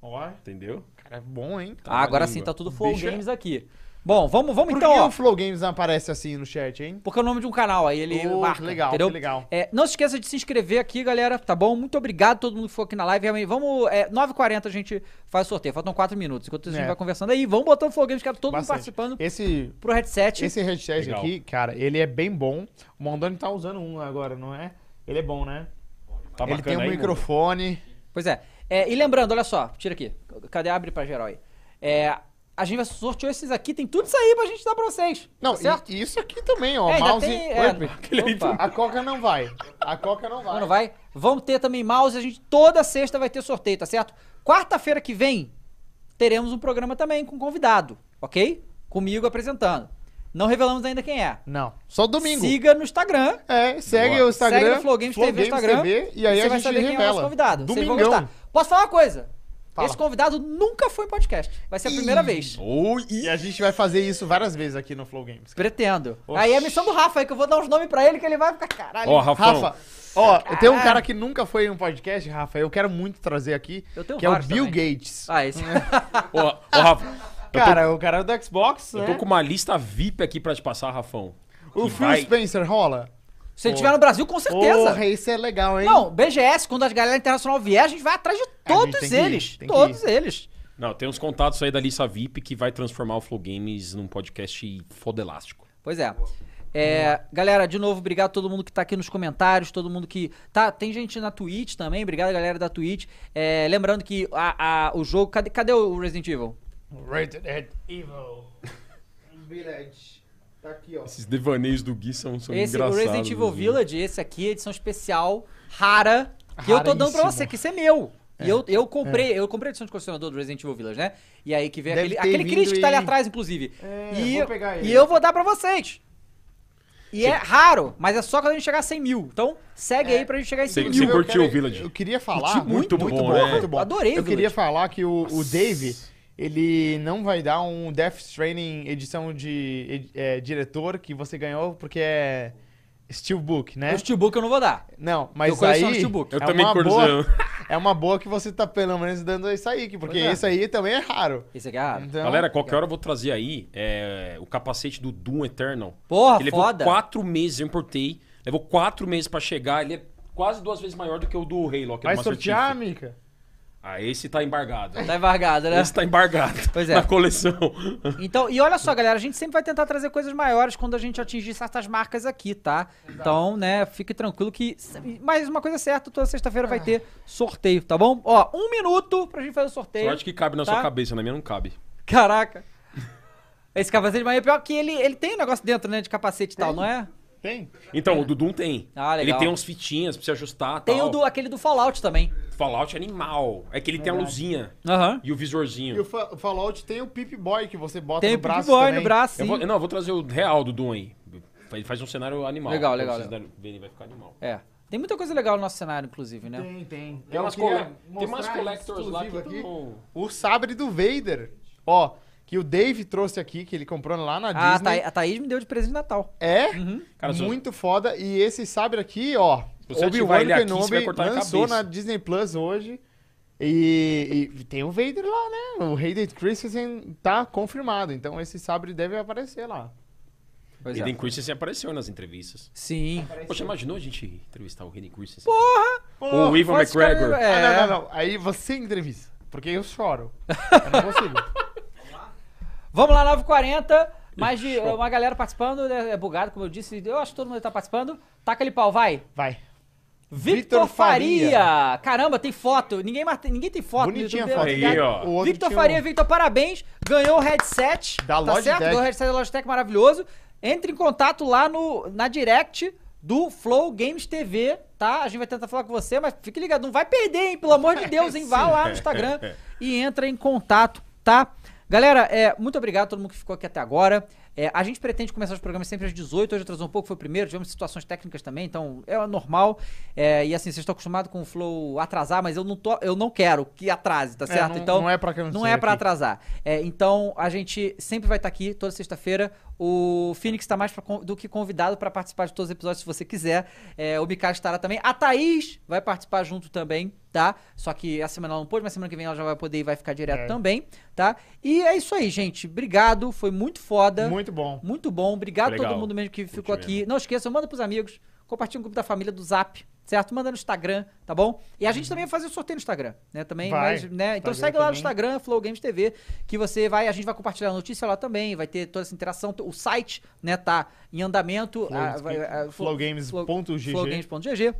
[SPEAKER 2] Ó,
[SPEAKER 3] Entendeu?
[SPEAKER 2] cara, é bom, hein?
[SPEAKER 1] Ah, agora
[SPEAKER 3] na
[SPEAKER 1] sim,
[SPEAKER 3] língua.
[SPEAKER 1] tá tudo Flow
[SPEAKER 2] Bicho é-
[SPEAKER 1] Games aqui. Bom, vamos, vamos
[SPEAKER 2] Por
[SPEAKER 1] então,
[SPEAKER 2] que
[SPEAKER 1] ó.
[SPEAKER 2] o Flow Games não aparece assim no chat, hein?
[SPEAKER 1] Porque é o nome de um canal, aí ele
[SPEAKER 2] Oh,
[SPEAKER 1] marca,
[SPEAKER 2] que legal,
[SPEAKER 1] entendeu?
[SPEAKER 2] que legal.
[SPEAKER 1] É, não se esqueça de se inscrever aqui, galera, tá bom? Muito obrigado a todo mundo que ficou aqui na live. Realmente, vamos, é, 9h40 a gente faz o sorteio, faltam 4 minutos. Enquanto a gente
[SPEAKER 2] É.
[SPEAKER 1] vai conversando aí, vamos botando Flow Games, quero todo mundo
[SPEAKER 2] Bastante.
[SPEAKER 1] participando
[SPEAKER 2] Esse,
[SPEAKER 1] pro headset.
[SPEAKER 2] esse headset
[SPEAKER 3] Legal.
[SPEAKER 2] aqui, cara, ele é bem bom. O Mondoni tá usando um agora, não é? Ele é bom, né?
[SPEAKER 3] Tá
[SPEAKER 2] ele tem um
[SPEAKER 3] bacana aí, mano?
[SPEAKER 2] microfone.
[SPEAKER 1] Pois é. É, E lembrando, olha só, tira aqui. Cadê? Abre pra geral aí. É, a gente vai sortear esses aqui, tem tudo isso aí pra gente dar pra vocês.
[SPEAKER 2] Não,
[SPEAKER 1] tá certo?
[SPEAKER 2] e, e isso aqui também, ó.
[SPEAKER 1] É, ainda
[SPEAKER 2] mouse.
[SPEAKER 1] tem-
[SPEAKER 2] Oi,
[SPEAKER 1] é,
[SPEAKER 2] Pri.
[SPEAKER 1] opa.
[SPEAKER 2] A Coca não vai. A Coca não vai.
[SPEAKER 1] Não, não vai. Vamos ter também mouse. A gente toda sexta vai ter sorteio, tá certo? Quarta-feira que vem teremos um programa também com convidado, ok? Comigo apresentando. Não revelamos ainda quem é.
[SPEAKER 2] Não. Só domingo.
[SPEAKER 1] Siga no Instagram.
[SPEAKER 2] É, segue
[SPEAKER 3] Boa.
[SPEAKER 2] o Instagram.
[SPEAKER 1] segue no Flow Games TV, no Instagram.
[SPEAKER 2] TV, e aí
[SPEAKER 1] você
[SPEAKER 2] a
[SPEAKER 1] vai
[SPEAKER 2] gente
[SPEAKER 1] saber quem é o nosso
[SPEAKER 2] revela.
[SPEAKER 1] convidado. Vocês vão
[SPEAKER 2] Domingão.
[SPEAKER 1] gostar. Posso falar uma coisa?
[SPEAKER 2] Fala.
[SPEAKER 1] Esse convidado nunca foi em podcast. Vai ser a primeira vez.
[SPEAKER 3] Oi,
[SPEAKER 2] E
[SPEAKER 3] e
[SPEAKER 2] a gente vai fazer isso várias vezes aqui no Flow Games.
[SPEAKER 1] Pretendo. Aí é a missão do Rafa aí, que eu vou dar uns nomes pra ele que ele vai ficar caralho.
[SPEAKER 3] Ó, Rafão.
[SPEAKER 2] Rafa, ó, tem um cara que nunca foi em um podcast, Rafa, eu quero muito trazer aqui,
[SPEAKER 1] Eu tenho
[SPEAKER 2] que é o
[SPEAKER 1] vários
[SPEAKER 2] Bill
[SPEAKER 1] também.
[SPEAKER 2] Gates.
[SPEAKER 1] Ah, esse.
[SPEAKER 2] É.
[SPEAKER 3] Ó, ó, Rafa. eu tô-
[SPEAKER 2] Cara, é o cara do Xbox,
[SPEAKER 3] eu
[SPEAKER 2] né?
[SPEAKER 1] É?
[SPEAKER 3] tô com uma lista VIP aqui pra te passar, Rafão.
[SPEAKER 2] O
[SPEAKER 3] Que
[SPEAKER 2] Phil
[SPEAKER 3] vai-
[SPEAKER 2] Spencer rola?
[SPEAKER 1] Se ele estiver no Brasil, com certeza.
[SPEAKER 2] Porra, isso é legal, hein?
[SPEAKER 1] Não, BGS, quando a galera internacional vier, a gente vai atrás de
[SPEAKER 2] tem
[SPEAKER 1] todos
[SPEAKER 2] que ir,
[SPEAKER 1] eles.
[SPEAKER 2] tem que
[SPEAKER 1] Todos eles.
[SPEAKER 3] Não, tem uns contatos aí da lista VIP que vai transformar o Flow Games num podcast fodelástico.
[SPEAKER 1] Pois é. É, galera, de novo, obrigado a todo mundo que tá aqui nos comentários, todo mundo que. Tá, tem gente na Twitch também, obrigado, galera da Twitch. É, lembrando que a, a- o jogo. Cadê, cadê o Resident Evil?
[SPEAKER 2] Rated Ed Evil.
[SPEAKER 4] Village. Tá aqui, ó.
[SPEAKER 3] Esses devaneios do Gui são, são
[SPEAKER 1] esse, o
[SPEAKER 3] engraçados.
[SPEAKER 1] Resident Evil
[SPEAKER 3] viu?
[SPEAKER 1] Village, esse aqui, edição especial, rara, que eu tô dando pra
[SPEAKER 2] Raríssimo.
[SPEAKER 1] você, que esse é meu. E eu,
[SPEAKER 2] É.
[SPEAKER 1] eu comprei, eu comprei a edição de colecionador do Resident Evil Village, né? E aí que vem aquele,
[SPEAKER 2] Deve ter
[SPEAKER 1] aquele
[SPEAKER 2] vindo
[SPEAKER 1] Chris que tá ali
[SPEAKER 2] em-
[SPEAKER 1] atrás, inclusive.
[SPEAKER 4] É,
[SPEAKER 1] e,
[SPEAKER 4] vou pegar ele.
[SPEAKER 1] e eu vou dar pra vocês. E é raro, mas é só quando a gente chegar a 100 mil. Então, segue aí pra gente chegar em 100
[SPEAKER 3] Você-
[SPEAKER 1] mil.
[SPEAKER 3] você
[SPEAKER 2] Eu
[SPEAKER 3] curtiu
[SPEAKER 2] quero-
[SPEAKER 3] o Village?
[SPEAKER 2] Eu queria falar.
[SPEAKER 3] Curti muito, bom, né?
[SPEAKER 2] muito bom.
[SPEAKER 1] Adorei o
[SPEAKER 2] Eu
[SPEAKER 1] Village.
[SPEAKER 2] queria falar que o, o Dave, ele não vai dar um Death Stranding edição de eh, eh, diretor que você ganhou porque é Steelbook, né?
[SPEAKER 1] É. O Steelbook eu não vou dar.
[SPEAKER 2] Não, mas
[SPEAKER 1] Eu coleciono
[SPEAKER 2] aí
[SPEAKER 1] steelbook.
[SPEAKER 3] Eu
[SPEAKER 2] é
[SPEAKER 3] também
[SPEAKER 2] uma
[SPEAKER 3] coleciono.
[SPEAKER 2] boa, é uma boa que você tá pelo menos dando isso aí, que- porque
[SPEAKER 1] Pois é.
[SPEAKER 2] isso aí também é raro.
[SPEAKER 1] Esse aqui é raro.
[SPEAKER 2] Então,
[SPEAKER 3] Galera, qualquer hora eu vou trazer aí é, o capacete do Doom Eternal.
[SPEAKER 1] Porra,
[SPEAKER 3] Ele levou
[SPEAKER 1] Tá foda.
[SPEAKER 3] quatro meses, eu importei. Levou quatro meses pra chegar. Ele é quase duas vezes maior do que o do Halo. Que
[SPEAKER 2] vai
[SPEAKER 3] é do Master
[SPEAKER 2] sortear,
[SPEAKER 3] Chief.
[SPEAKER 2] Mica?
[SPEAKER 3] Ah, esse tá embargado.
[SPEAKER 1] Tá embargado, né?
[SPEAKER 3] Esse tá embargado
[SPEAKER 1] Pois é.
[SPEAKER 3] na coleção.
[SPEAKER 1] Então, e olha só, galera, a gente sempre vai tentar trazer coisas maiores quando a gente atingir certas marcas aqui, tá? Então, né, fique tranquilo que. Mas uma coisa é certa, toda sexta-feira vai ter sorteio, tá bom? Ó, um minuto pra gente fazer o sorteio.
[SPEAKER 3] Sorte que cabe na
[SPEAKER 1] Tá.
[SPEAKER 3] sua cabeça, na minha não cabe.
[SPEAKER 1] Caraca! Esse capacete, mas é pior que ele, ele tem um negócio dentro, né, de capacete e tal, não é?
[SPEAKER 2] Tem?
[SPEAKER 3] Então, o do Doom tem.
[SPEAKER 1] Ah, legal.
[SPEAKER 3] Ele tem uns fitinhas pra você ajustar.
[SPEAKER 1] Tem
[SPEAKER 3] tal.
[SPEAKER 1] o do, aquele do Fallout também.
[SPEAKER 3] Fallout animal. É que ele tem a luzinha
[SPEAKER 1] Aham.
[SPEAKER 3] e o visorzinho.
[SPEAKER 2] E o Fa- o Fallout tem o Pip Boy que você bota
[SPEAKER 1] Tem
[SPEAKER 2] no
[SPEAKER 1] o Pip
[SPEAKER 2] braço
[SPEAKER 1] Boy
[SPEAKER 2] também.
[SPEAKER 1] no braço,
[SPEAKER 3] Eu
[SPEAKER 1] sim.
[SPEAKER 3] vou, não, eu vou trazer o real do Doom aí. Ele faz um cenário animal.
[SPEAKER 1] Legal,
[SPEAKER 3] Pra
[SPEAKER 1] legal,
[SPEAKER 3] vocês
[SPEAKER 1] legal.
[SPEAKER 3] darem- verem, vai ficar animal.
[SPEAKER 1] É. Tem muita coisa legal no nosso cenário, inclusive, né?
[SPEAKER 4] Tem, tem.
[SPEAKER 3] Tem
[SPEAKER 4] Eu
[SPEAKER 3] umas,
[SPEAKER 4] queria
[SPEAKER 3] cole-
[SPEAKER 4] mostrar
[SPEAKER 3] tem umas collectors lá que
[SPEAKER 4] exclusivo aqui.
[SPEAKER 3] tão-
[SPEAKER 2] O sabre do Vader. Ó, que o Dave trouxe aqui, que ele comprou lá na
[SPEAKER 1] Ah, Uhum. a,
[SPEAKER 2] Disney.
[SPEAKER 1] Thaí- a Thaís me deu de presente de Natal.
[SPEAKER 2] É
[SPEAKER 3] Cara, se-
[SPEAKER 2] muito foda. E esse sabre aqui, ó.
[SPEAKER 3] Se você ativar
[SPEAKER 2] Obi-Wan
[SPEAKER 3] ele aqui, você vai
[SPEAKER 2] Kenobi
[SPEAKER 3] cortar a
[SPEAKER 2] lançou
[SPEAKER 3] cabeça.
[SPEAKER 2] na Disney Plus hoje. E, e tem o Vader lá, né? O Hayden Christensen tá confirmado. Então esse sabre deve aparecer lá.
[SPEAKER 1] Pois é.
[SPEAKER 3] Hayden Christensen apareceu nas entrevistas.
[SPEAKER 1] Sim.
[SPEAKER 3] Poxa, imaginou a gente entrevistar o Hayden Christensen? Porra! Ou o Ivan
[SPEAKER 1] Pode ficar-
[SPEAKER 3] McGregor.
[SPEAKER 1] É.
[SPEAKER 2] Ah, não, não, não. Aí você entrevista. Porque eu choro. Eu não consigo.
[SPEAKER 1] Vamos lá, 9h40. Mais de eh, uma galera participando, né? É bugado, como eu disse. Eu acho que todo mundo tá participando. Taca ali pau, vai.
[SPEAKER 2] Vai.
[SPEAKER 1] Victor
[SPEAKER 2] Victor
[SPEAKER 1] Faria.
[SPEAKER 2] Faria.
[SPEAKER 1] Caramba, tem foto. Ninguém, mais tem- ninguém tem foto. no
[SPEAKER 2] Bonitinha a
[SPEAKER 1] YouTube.
[SPEAKER 2] foto.
[SPEAKER 3] Aí,
[SPEAKER 2] Obrigado.
[SPEAKER 3] ó.
[SPEAKER 2] O outro
[SPEAKER 1] Victor
[SPEAKER 2] tinha um-
[SPEAKER 1] Faria, Victor, parabéns. Ganhou o headset.
[SPEAKER 2] Da
[SPEAKER 1] tá
[SPEAKER 2] Logitech.
[SPEAKER 1] certo? Ganhou o headset da Logitech maravilhoso. Entre em contato lá no, na direct do Flow Games TV, tá? A gente vai tentar falar com você, mas fique ligado, não vai perder, hein? Pelo amor de Deus, hein? Vá lá no Instagram e entra em contato, tá? Galera, é, muito obrigado a todo mundo que ficou aqui até agora. É, a gente pretende começar os programas sempre às 18, hoje atrasou um pouco, foi o primeiro, tivemos situações técnicas também, então é normal. É, e assim, vocês estão acostumados com o Flow atrasar, mas eu não, tô, eu não quero que atrase, tá
[SPEAKER 2] É,
[SPEAKER 1] certo?
[SPEAKER 2] não-
[SPEAKER 1] então,
[SPEAKER 2] não é pra acontecer
[SPEAKER 1] Não é pra
[SPEAKER 2] aqui.
[SPEAKER 1] atrasar. É, então, a gente sempre vai estar aqui toda sexta-feira. O Phoenix tá mais pra con- do que convidado pra participar de todos os episódios, se você quiser. É, o Mikael estará também. A Thaís vai participar junto também, tá? Só que a semana ela não pôde, mas semana que vem ela já vai poder e vai ficar direto
[SPEAKER 2] É.
[SPEAKER 1] também, tá? E é isso aí, gente. Obrigado, foi muito foda.
[SPEAKER 2] Muito bom.
[SPEAKER 1] Muito bom. Obrigado a todo
[SPEAKER 3] Legal.
[SPEAKER 1] mundo mesmo que
[SPEAKER 3] Curti
[SPEAKER 1] ficou aqui. Não esqueçam, manda pros amigos. Compartilha no grupo da família do Zap, certo? Manda no Instagram, tá bom? E a gente também vai fazer o sorteio no Instagram, né? Também,
[SPEAKER 2] Uhum. Vai.
[SPEAKER 1] mas, né? Então
[SPEAKER 2] Instagram
[SPEAKER 1] segue lá no
[SPEAKER 2] também.
[SPEAKER 1] Instagram, Flow Games TV, que você vai, a gente vai compartilhar a notícia lá também, vai ter toda essa interação. O site, né, tá em andamento. Ah, vai- ah, Flow-
[SPEAKER 2] Flowgames.gg.
[SPEAKER 1] flowgames.gg.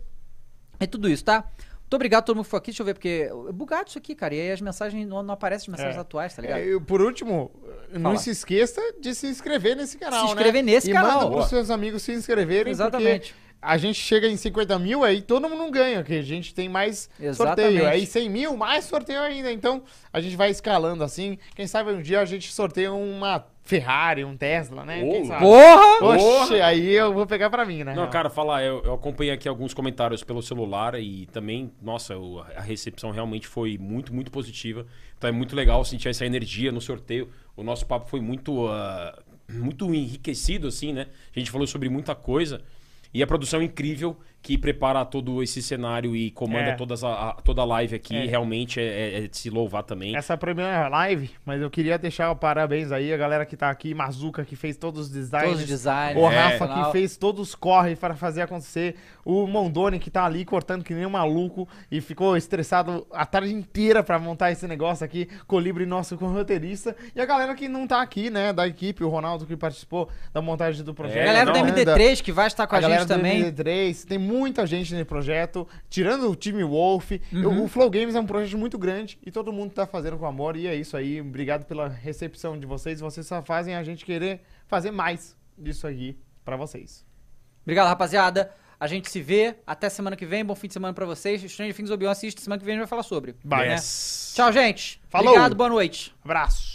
[SPEAKER 1] É tudo isso, tá? Muito obrigado a todo mundo que ficou aqui. Deixa eu ver, porque é bugado isso aqui, cara. E aí as mensagens não, não aparecem as mensagens
[SPEAKER 2] É.
[SPEAKER 1] atuais, tá ligado?
[SPEAKER 2] É, eu, por último,
[SPEAKER 1] Fala.
[SPEAKER 2] não se esqueça de se inscrever nesse canal.
[SPEAKER 1] Se inscrever
[SPEAKER 2] né?
[SPEAKER 1] nesse
[SPEAKER 2] e
[SPEAKER 1] canal.
[SPEAKER 2] Manda
[SPEAKER 1] Boa.
[SPEAKER 2] pros seus amigos se inscreverem.
[SPEAKER 1] Exatamente.
[SPEAKER 2] porque
[SPEAKER 6] a gente chega em 50 mil, aí todo mundo ganha, porque a gente tem mais
[SPEAKER 1] Exatamente.
[SPEAKER 6] sorteio. Aí 100 mil, mais sorteio ainda. Então a gente vai escalando assim. Quem sabe um dia a gente sorteia uma Ferrari, um Tesla, né?
[SPEAKER 3] Ô,
[SPEAKER 6] Quem
[SPEAKER 2] Ah.
[SPEAKER 6] sabe?
[SPEAKER 1] Porra!
[SPEAKER 6] Oxe, aí eu vou pegar pra mim, né?
[SPEAKER 3] Não, cara, fala, eu, eu acompanhei aqui alguns comentários pelo celular e também, nossa, eu- a recepção realmente foi muito, muito positiva. Então é muito legal sentir essa energia no sorteio. O nosso papo foi muito, ah, muito enriquecido, assim, né? A gente falou sobre muita coisa. E a produção é incrível que prepara todo esse cenário e comanda
[SPEAKER 2] É.
[SPEAKER 3] todas a, a- toda a live aqui, realmente é, é- é de se louvar também.
[SPEAKER 2] Essa é a primeira live, mas eu queria deixar o parabéns aí a galera que tá aqui, Mazuca que fez todos os designs.
[SPEAKER 1] Todos os designs.
[SPEAKER 2] O
[SPEAKER 1] né,
[SPEAKER 2] Rafa
[SPEAKER 1] final.
[SPEAKER 2] que fez todos corre para fazer acontecer. O Mondoni que tá ali cortando que nem um maluco e ficou estressado a tarde inteira para montar esse negócio aqui. Colibre nosso com roteirista. E a galera que não tá aqui, né? Da equipe, o Ronaldo que participou da montagem do projeto.
[SPEAKER 1] A galera
[SPEAKER 3] É,
[SPEAKER 1] da
[SPEAKER 3] não,
[SPEAKER 1] MD3 que vai estar com a,
[SPEAKER 2] galera
[SPEAKER 1] gente
[SPEAKER 2] do
[SPEAKER 1] também.
[SPEAKER 2] MD3, tem muita gente nesse projeto, tirando o time Wolf.
[SPEAKER 1] Uhum.
[SPEAKER 2] O- O Flow Games é um projeto muito grande e todo mundo tá fazendo com amor. E é isso aí. Obrigado pela recepção de vocês. Vocês só fazem a gente querer fazer mais disso aqui pra vocês.
[SPEAKER 1] Obrigado, rapaziada. A gente se vê. Até semana que vem. Bom fim de semana pra vocês.
[SPEAKER 3] É
[SPEAKER 1] Stranger Things Obi-Wan assiste. Semana que vem a gente vai falar sobre.
[SPEAKER 2] Vai,
[SPEAKER 1] né?
[SPEAKER 3] Yes.
[SPEAKER 1] Tchau, gente.
[SPEAKER 2] Falou.
[SPEAKER 1] Obrigado, boa noite.
[SPEAKER 2] Abraço.